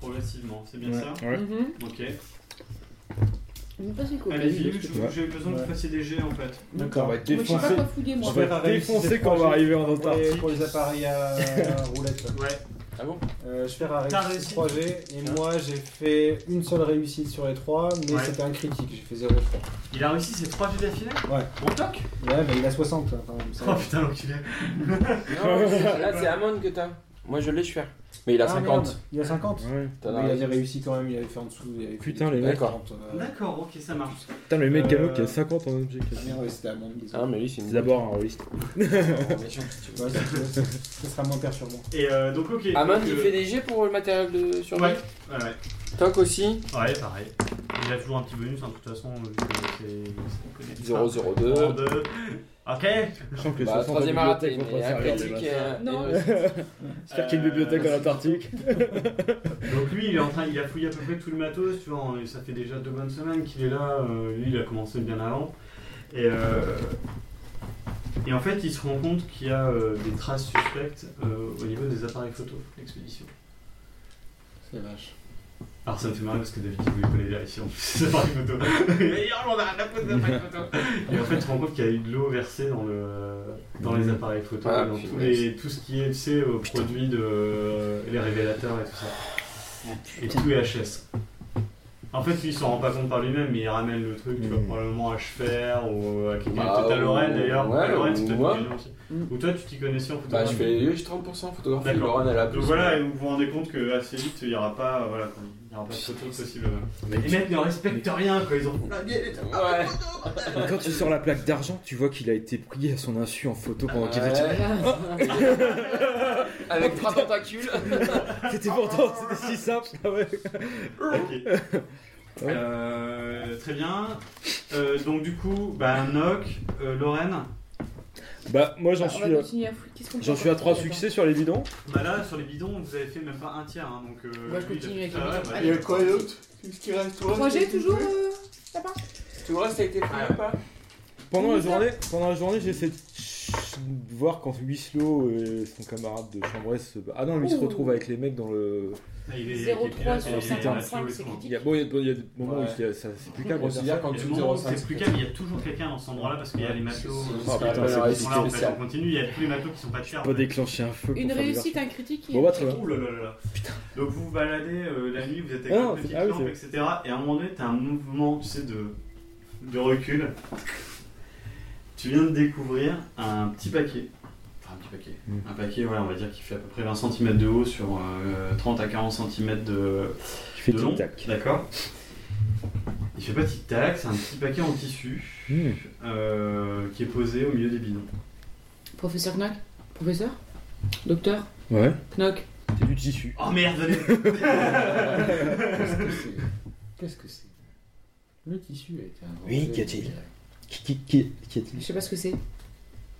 Speaker 1: progressivement, c'est bien ça
Speaker 2: Ouais.
Speaker 3: Mhm.
Speaker 1: Ok.
Speaker 3: Je sais pas c'est quoi.
Speaker 1: Allez-y,
Speaker 3: Moi,
Speaker 1: je- j'ai besoin que vous fassiez des jets en fait.
Speaker 5: D'accord.
Speaker 2: On va
Speaker 3: je sais pas
Speaker 2: défoncer.
Speaker 3: quoi fouiller
Speaker 2: On
Speaker 3: moi.
Speaker 2: va
Speaker 5: Faire
Speaker 2: être
Speaker 5: un
Speaker 2: défoncer
Speaker 5: réussite
Speaker 2: quand on va
Speaker 5: projet.
Speaker 2: arriver en
Speaker 5: Pour les-
Speaker 2: Antarctique.
Speaker 5: pour les appareils à à roulette.
Speaker 1: Ouais.
Speaker 4: Ah bon
Speaker 5: Euh, je fais la
Speaker 1: T'as
Speaker 5: réussite
Speaker 1: réussi.
Speaker 5: 3G et moi j'ai fait une seule réussite sur les 3, mais
Speaker 1: Ouais.
Speaker 5: c'était un critique, j'ai fait 0 je
Speaker 1: Il a réussi ses 3 jets d'affilée
Speaker 5: crois. Ouais,
Speaker 1: On toc
Speaker 5: ouais bah, il a 60 hein, quand même. ça
Speaker 1: Oh
Speaker 5: va.
Speaker 1: putain, l'enculé.
Speaker 4: Non, là, c'est Amon que t'as. Moi, je l'ai, je fais. Mais il a
Speaker 5: Ah,
Speaker 4: 50.
Speaker 5: merde, Il a 50
Speaker 2: Ouais.
Speaker 4: T'en
Speaker 5: Mais
Speaker 4: as
Speaker 5: Il
Speaker 4: raison.
Speaker 5: avait réussi quand même, il avait fait en dessous. Il avait fait
Speaker 2: Putain,
Speaker 5: des-
Speaker 2: les mecs.
Speaker 5: D'accord. Euh,
Speaker 1: D'accord, ok, ça marche.
Speaker 2: Putain, mais le mec,
Speaker 1: Euh,
Speaker 2: Camo, qui a 50 en objet.
Speaker 5: ah, merde, ouais, c'était à mon désolé.
Speaker 4: Ah, mais lui, c'est
Speaker 2: C'est
Speaker 4: une.
Speaker 2: d'abord un rôliste.
Speaker 5: Ouais, si tu veux, ça- ça sera moins perturbant.
Speaker 1: Et euh, donc, ok.
Speaker 4: Amon,
Speaker 1: donc,
Speaker 4: il
Speaker 1: euh,
Speaker 4: fait des jets pour le matériel de survie
Speaker 1: Ouais, ouais, ouais.
Speaker 4: Toc aussi.
Speaker 1: Ouais, pareil. Il a toujours un petit bonus, hein, de toute façon, vu que c'est- Euh, c'est.
Speaker 4: 002.
Speaker 1: 002. Ok
Speaker 2: Je sens que les
Speaker 4: Bah,
Speaker 2: 60
Speaker 4: troisième
Speaker 2: en bibliothèque
Speaker 4: raté,
Speaker 2: vont
Speaker 4: mais
Speaker 2: pas
Speaker 4: un
Speaker 2: servir, les
Speaker 4: critique Euh,
Speaker 2: mecs.
Speaker 4: et un.
Speaker 3: Non.
Speaker 4: et deux-
Speaker 2: J'espère qu'il y a une bibliothèque
Speaker 1: euh,
Speaker 2: en Antarctique.
Speaker 1: Donc lui, il est en train, il a fouillé à peu près tout le matos, tu vois, on- ça fait déjà deux bonnes semaines qu'il est là, euh, lui, il a commencé bien avant. Et, euh, et en fait, il se rend compte qu'il y a euh, des traces suspectes euh, au niveau des appareils photo, l'expédition.
Speaker 5: C'est vache.
Speaker 1: Alors ça me fait marrer parce que d'habitude, vous les vérifier en plus des appareils photo. Et hier, on a la photo des appareils photo. Et en fait, tu te rends compte qu'il y a eu de l'eau versée dans, le, dans les appareils photo,
Speaker 4: Ah,
Speaker 1: et dans
Speaker 4: puis
Speaker 1: tous
Speaker 4: ouais.
Speaker 1: les, tout ce qui est, tu sais, euh, produit de euh, les révélateurs et tout ça.
Speaker 4: Ah,
Speaker 1: Et tout est HS. En fait, lui, il s'en rend pas compte par lui-même, mais il ramène le truc, tu vois,
Speaker 2: Mm.
Speaker 1: probablement à Chefer ou à quelqu'un.
Speaker 4: Bah,
Speaker 1: Peut-être à Lorraine
Speaker 4: ou-
Speaker 1: d'ailleurs.
Speaker 4: ouais,
Speaker 1: à Lorraine, c'est
Speaker 4: ou
Speaker 1: peut-être
Speaker 4: moi.
Speaker 1: une aussi. Ou toi, tu t'y connaissais en
Speaker 4: Bah, je
Speaker 1: photographie.
Speaker 4: fais je suis 30% photographie.
Speaker 1: D'accord.
Speaker 4: Laurent, elle a plus.
Speaker 1: Donc voilà, et vous vous rendez compte que assez vite, il n'y aura pas, euh, voilà, quoi, il y aura pas de photo possible. Les mecs ne respectent rien, quoi. Ils ont flingué les trucs.
Speaker 4: Ouais.
Speaker 23: Mais quand tu sors la plaque d'argent, tu vois qu'il a été pris à son insu en photo pendant qu'il était.
Speaker 3: Ah,
Speaker 2: Ah,
Speaker 4: Ouais. Avec trois tentacules.
Speaker 23: C'était pourtant, c'était si simple. Ah ouais.
Speaker 1: Ok. Euh, très bien. Euh, donc du coup, bah, Noc, euh, Lorraine.
Speaker 2: Bah, moi, j'en
Speaker 3: Alors, on
Speaker 2: suis.
Speaker 4: Ah,
Speaker 3: va
Speaker 2: euh,
Speaker 3: continuer à fouiller. Qu'est-ce qu'on peut
Speaker 2: J'en suis à
Speaker 3: encore
Speaker 2: 3
Speaker 3: fouiller,
Speaker 2: succès sur les bidons.
Speaker 1: Bah là, sur les bidons, vous avez fait même pas un tiers, hein, donc. Euh,
Speaker 3: Bah, je
Speaker 1: lui,
Speaker 3: continue
Speaker 1: il a
Speaker 3: avec
Speaker 1: fait-
Speaker 3: les
Speaker 1: Ah ouais,
Speaker 3: bidons.
Speaker 1: bah,
Speaker 3: Allez,
Speaker 1: d'accord.
Speaker 4: quoi d'autre Qu'est-ce qui reste
Speaker 3: attends. Roger, toujours euh, là-bas
Speaker 4: Tout le reste avec tes frères ou pas
Speaker 2: Pendant
Speaker 3: Oui,
Speaker 2: la
Speaker 3: ça.
Speaker 2: journée, pendant la journée, j'essaie de ch- voir quand Huislo et son camarade de Chambrès se Ah non, lui il se
Speaker 3: Ouh.
Speaker 2: retrouve avec les mecs dans le.
Speaker 1: Ah, il est- il est-
Speaker 3: 0,3
Speaker 1: il est-
Speaker 3: sur
Speaker 1: il est- il est-
Speaker 3: 55,
Speaker 1: il est-
Speaker 3: c'est
Speaker 2: Il y
Speaker 3: critique.
Speaker 2: a, bon, il y a, il y a des moments
Speaker 22: Ouais.
Speaker 2: où c'est ça- c'est plus calme.
Speaker 22: Considère
Speaker 2: personne.
Speaker 22: qu'en
Speaker 1: Il y a
Speaker 22: dessous
Speaker 1: des
Speaker 22: de
Speaker 1: moments où C'est
Speaker 22: 0,5.
Speaker 1: plus calme, il y a toujours quelqu'un dans cet endroit-là parce qu'il y a les matelots.
Speaker 22: C'est-
Speaker 2: Ah,
Speaker 22: c'est-
Speaker 2: putain,
Speaker 22: c'est-
Speaker 2: c'est
Speaker 22: c'est-
Speaker 1: Ils sont là, en
Speaker 2: difficile.
Speaker 1: fait, on continue, il y a tous les matelots qui sont pas chers.
Speaker 2: Pas déclencher un feu.
Speaker 3: Une
Speaker 2: pour faire du
Speaker 3: réussite,
Speaker 2: vertige.
Speaker 3: un critique. et-
Speaker 2: Bon, bah très bien.
Speaker 1: Ouh là là là là. Donc vous vous baladez euh, la nuit, vous êtes avec
Speaker 2: Ah
Speaker 1: votre
Speaker 2: non,
Speaker 1: petite
Speaker 2: c'est- ah oui,
Speaker 1: lampe, etc. Et à un moment donné, t'as un mouvement, tu sais, de, de recul. Tu viens de découvrir un petit paquet. Enfin, un petit paquet.
Speaker 2: Mm.
Speaker 1: Un paquet, voilà, on va dire, qui fait à peu près 20 cm de haut sur euh, 30 à 40 cm de,
Speaker 2: Tu fais
Speaker 1: de
Speaker 2: du
Speaker 1: long.
Speaker 2: tac.
Speaker 1: D'accord Il fait pas tic-tac, c'est un petit paquet en tissu
Speaker 2: Hmm.
Speaker 1: euh, qui est posé au milieu des bidons.
Speaker 3: Professeur Knock Professeur Docteur
Speaker 2: Ouais.
Speaker 3: Knock
Speaker 2: C'est du tissu.
Speaker 1: Oh merde, venez
Speaker 22: Qu'est-ce que c'est Qu'est-ce que c'est Le tissu a été inventé.
Speaker 2: Oui, qu'y a-t-il Qui, qui, qui, qui
Speaker 3: Je
Speaker 2: est-il
Speaker 3: sais pas ce que c'est.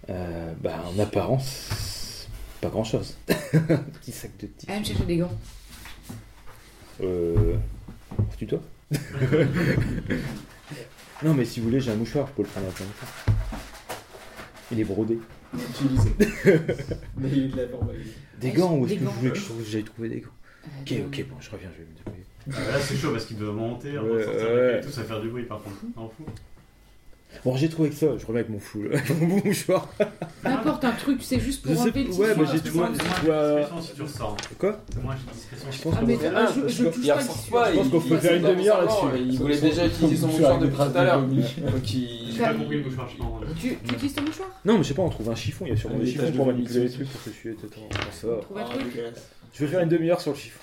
Speaker 2: euh, Bah, en apparence, pas grand-chose. Petit sac de tissu.
Speaker 3: Allez me chercher des gants.
Speaker 2: Euh. Tue-toi. non, mais si vous voulez, j'ai un mouchoir, je peux le prendre à plein de fois. Il est brodé.
Speaker 5: Utilisé. mais il y a eu de la formalité.
Speaker 2: Des
Speaker 3: Ah,
Speaker 2: gants,
Speaker 3: c'est-
Speaker 2: où est-ce
Speaker 3: des
Speaker 2: que vous
Speaker 3: gants.
Speaker 2: voulez que je trouve J'avais trouvé des gants. Ok,
Speaker 3: Euh,
Speaker 2: ok, bon, je reviens, je vais me débrouiller.
Speaker 1: Ah, Là c'est chaud parce qu'il doit monter,
Speaker 2: Ouais,
Speaker 1: sortir
Speaker 2: ouais.
Speaker 1: et tout, ça va faire du bruc par contre. T'en fous
Speaker 2: Bon, j'ai trouvé que ça, je reviens avec mon flou, là, mon mouchoir.
Speaker 3: N'importe un truc, c'est juste
Speaker 2: Je
Speaker 3: pour
Speaker 2: sais
Speaker 3: rappeler
Speaker 2: pas-
Speaker 3: le
Speaker 2: ouais,
Speaker 3: tissu. Ah,
Speaker 2: mais
Speaker 1: C'est
Speaker 2: j'ai
Speaker 1: moins
Speaker 2: trouvé-
Speaker 1: c'est moins
Speaker 2: Ouais.
Speaker 1: discrétion si tu ressors. hein.
Speaker 2: Quoi
Speaker 1: C'est moins discrétion si tu
Speaker 2: pense
Speaker 3: Ah,
Speaker 2: qu'on
Speaker 3: mais
Speaker 2: peut-
Speaker 3: ah, je, je touche
Speaker 4: Il
Speaker 3: pas le
Speaker 4: ressort
Speaker 3: tissu.
Speaker 4: pas,
Speaker 2: Je pense
Speaker 4: il-
Speaker 2: qu'on peut
Speaker 4: il-
Speaker 2: faire une
Speaker 4: c'est
Speaker 2: demi-heure
Speaker 4: vraiment,
Speaker 2: là-dessus.
Speaker 4: Il voulait déjà utiliser son mouchoir depuis tout à l'heure. Donc il.
Speaker 1: J'ai pas compris le bouchon, je t'en
Speaker 3: Tu, tu utilises ton mouchoir
Speaker 2: Non, mais je sais pas, on trouve un chiffon, il y a sûrement
Speaker 24: Un
Speaker 2: des
Speaker 24: étage
Speaker 2: chiffons
Speaker 24: de
Speaker 2: pour
Speaker 24: vanille,
Speaker 2: manipuler les
Speaker 24: c'est
Speaker 2: trucs pour s'essuyer, peut-être. Bon, ça va.
Speaker 3: Trouve un truc.
Speaker 2: Je vais faire une demi-heure sur le chiffon.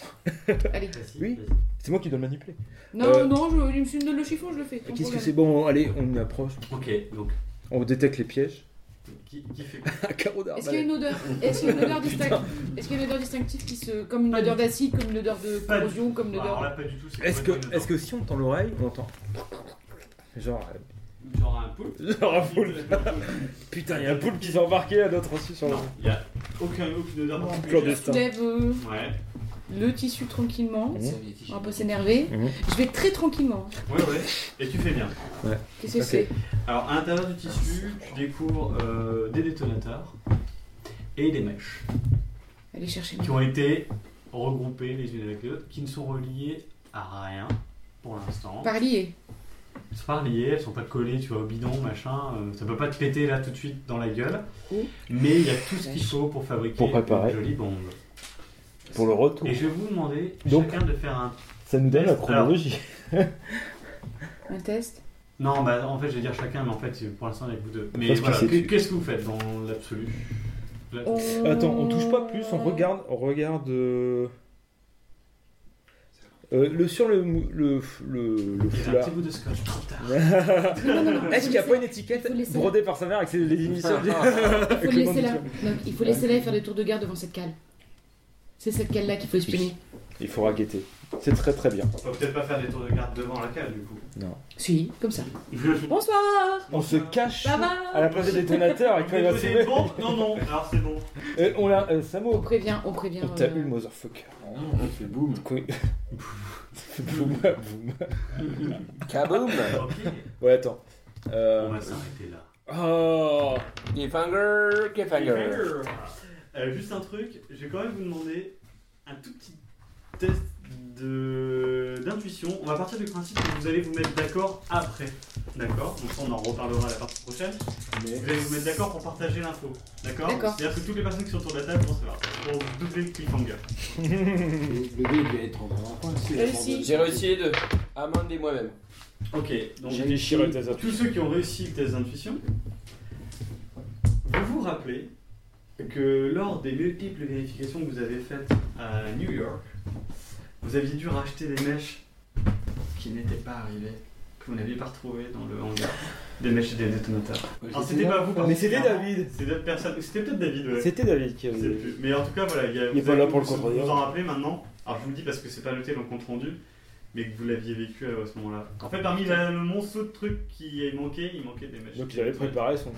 Speaker 3: Allez.
Speaker 1: Vas-y,
Speaker 2: Oui.
Speaker 1: vas-y.
Speaker 2: C'est moi qui dois le manipuler.
Speaker 3: Non,
Speaker 2: Euh,
Speaker 3: non, je, il me suis- me donne le chiffon, je le fais. sans
Speaker 2: Qu'est-ce que
Speaker 3: problème.
Speaker 2: c'est Bon, allez, on y approche.
Speaker 1: Ok, donc
Speaker 2: On détecte les pièges.
Speaker 1: qui, qui fait
Speaker 2: Un carreau
Speaker 3: Est-ce qu'il y
Speaker 2: d'arbalète.
Speaker 3: a une odeur Est-ce qu'il y a une odeur distinctive Est-ce qu'il y a une odeur distinctive qui se, comme une
Speaker 1: Pas
Speaker 3: odeur
Speaker 1: du
Speaker 3: d'acide, comme une odeur de
Speaker 1: Pas du
Speaker 3: corrosion, comme une
Speaker 1: Alors
Speaker 3: odeur
Speaker 1: là, pas du tout. c'est
Speaker 2: Est-ce que,
Speaker 1: complètement
Speaker 2: est ce que si on tend l'oreille, on entend. Genre. euh,
Speaker 1: innocent. Genre un poulpe
Speaker 2: Genre un poulpe. Putain, il y a un poulpe qui s'est embarqué, un autre aussi sur le.
Speaker 1: Non, il y a aucun, aucune odeur particulière.
Speaker 2: Clandestin.
Speaker 3: Soulève euh,
Speaker 1: Ouais,
Speaker 3: le tissu tranquillement.
Speaker 2: Mmh.
Speaker 3: On va pas s'énerver.
Speaker 2: Mmh.
Speaker 3: Je vais très tranquillement.
Speaker 1: ouais, ouais. Et tu fais bien.
Speaker 3: Qu'est-ce que
Speaker 2: Ok.
Speaker 3: c'est
Speaker 1: Alors, à l'intérieur du tissu, tu découvres euh, des détonateurs et des mèches
Speaker 3: Allez chercher.
Speaker 1: qui ont été regroupées les unes avec les autres, qui ne sont reliées à rien pour l'instant.
Speaker 3: Par lié.
Speaker 1: Elles sont pas reliées, elles sont pas collées, tu vois, au bidon, machin. euh, ça peut pas te péter là tout de suite dans la gueule.
Speaker 3: Oui.
Speaker 1: Mais il y a tout ce qu'il faut pour fabriquer
Speaker 2: Pour préparer.
Speaker 1: une jolie bombe.
Speaker 2: Pour le retour.
Speaker 1: Et je vais vous demander
Speaker 2: Donc-
Speaker 1: chacun de faire un.
Speaker 2: Ça nous donne la
Speaker 1: Alors-
Speaker 2: chronologie.
Speaker 3: Un test.
Speaker 1: Non, bah en fait, je vais dire chacun, mais en fait, c'est- pour l'instant, avec vous deux. Mais
Speaker 2: Parce que
Speaker 1: voilà,
Speaker 2: c'est-
Speaker 1: que- qu'est-ce que vous faites dans l'absolu Là-
Speaker 3: On-
Speaker 2: Euh, Attends, on touche pas plus, on regarde, on regarde. euh, euh, le sur le mou- le le, le
Speaker 1: Il y a un
Speaker 2: foulard.
Speaker 1: petit bout de scotch trop tard.
Speaker 3: Non, non, non, non,
Speaker 2: Est-ce qu'il n'y a
Speaker 3: faut
Speaker 2: pas une
Speaker 3: laisser-
Speaker 2: étiquette
Speaker 3: faut laisser-
Speaker 2: brodée par sa mère avec ses- les initiales du-
Speaker 3: Il faut
Speaker 2: avec
Speaker 3: le
Speaker 2: le nom
Speaker 3: laisser
Speaker 2: du
Speaker 3: là.
Speaker 2: film
Speaker 3: Donc, il faut laisser là et faire des tours de garde devant cette cale. C'est cette cale là qu'il faut espionner.
Speaker 2: Il faudra guetter. C'est très très bien.
Speaker 1: Faut peut-être pas faire des tours de garde devant la cale, du coup.
Speaker 3: Si, comme ça. Bonsoir
Speaker 2: On se cache
Speaker 3: Ça va
Speaker 2: à la place des détonateurs et quand il va
Speaker 1: Déposer une
Speaker 2: sauver.
Speaker 1: bombe Non, non, alors c'est bon.
Speaker 2: Euh, on l'a. euh,
Speaker 3: On
Speaker 2: Samo,
Speaker 3: prévient, on prévient.
Speaker 2: on t'a
Speaker 3: euh,
Speaker 2: eu le motherfucker.
Speaker 5: On fait boum.
Speaker 2: Quoi- Boum, boum.
Speaker 4: Kaboom
Speaker 1: Ok,
Speaker 2: Ouais, attends.
Speaker 1: on
Speaker 2: Euh...
Speaker 1: va s'arrêter là.
Speaker 2: Oh
Speaker 4: Cliffhanger, cliffhanger.
Speaker 1: Euh, juste un truc, je vais quand même vous demander un tout petit test de- d'intuition. On va partir du principe que vous allez vous mettre d'accord après. D'accord Donc ça, on en reparlera la partie prochaine.
Speaker 5: Mais-
Speaker 1: Vous allez vous mettre d'accord pour partager l'info. D'accord
Speaker 3: D'accord.
Speaker 1: C'est-à-dire que toutes les personnes qui sont autour de la table vont savoir. Pour doubler le cliffhanger.
Speaker 5: Le dé, il va être en grand coin. c'est-
Speaker 3: Réussi.
Speaker 4: J'ai réussi les deux. Amande et moi-même.
Speaker 1: Ok, donc
Speaker 2: J'ai déchiré le taser.
Speaker 1: tous ceux qui ont réussi le test d'intuition, vous vous rappelez que lors des multiples vérifications que vous avez faites à New York, vous aviez dû racheter des mèches qui n'étaient pas arrivées, que vous n'aviez pas retrouvées dans le hangar. Des mèches et des
Speaker 2: Euh,
Speaker 1: détonateurs. Alors Ah, c'était pas vous,
Speaker 2: Ah, Mais c'était
Speaker 1: particulièrement,
Speaker 2: David.
Speaker 1: C'est d'autres personnes. C'était peut-être David, ouais.
Speaker 2: C'était David qui
Speaker 1: Je sais
Speaker 2: avait.
Speaker 1: plus. Mais en tout cas, voilà, il y a,
Speaker 2: Il
Speaker 1: vous
Speaker 2: est pas
Speaker 1: avez-
Speaker 2: euh, là pour le
Speaker 1: vous-
Speaker 2: contredire.
Speaker 1: Vous en rappelez maintenant. Alors je vous le dis parce que c'est pas noté dans le compte rendu, mais que vous l'aviez vécu euh, à ce moment-là. En fait, parmi la- le monceau de trucs qui manquait, il manquait des machines.
Speaker 2: Donc il avait préparé son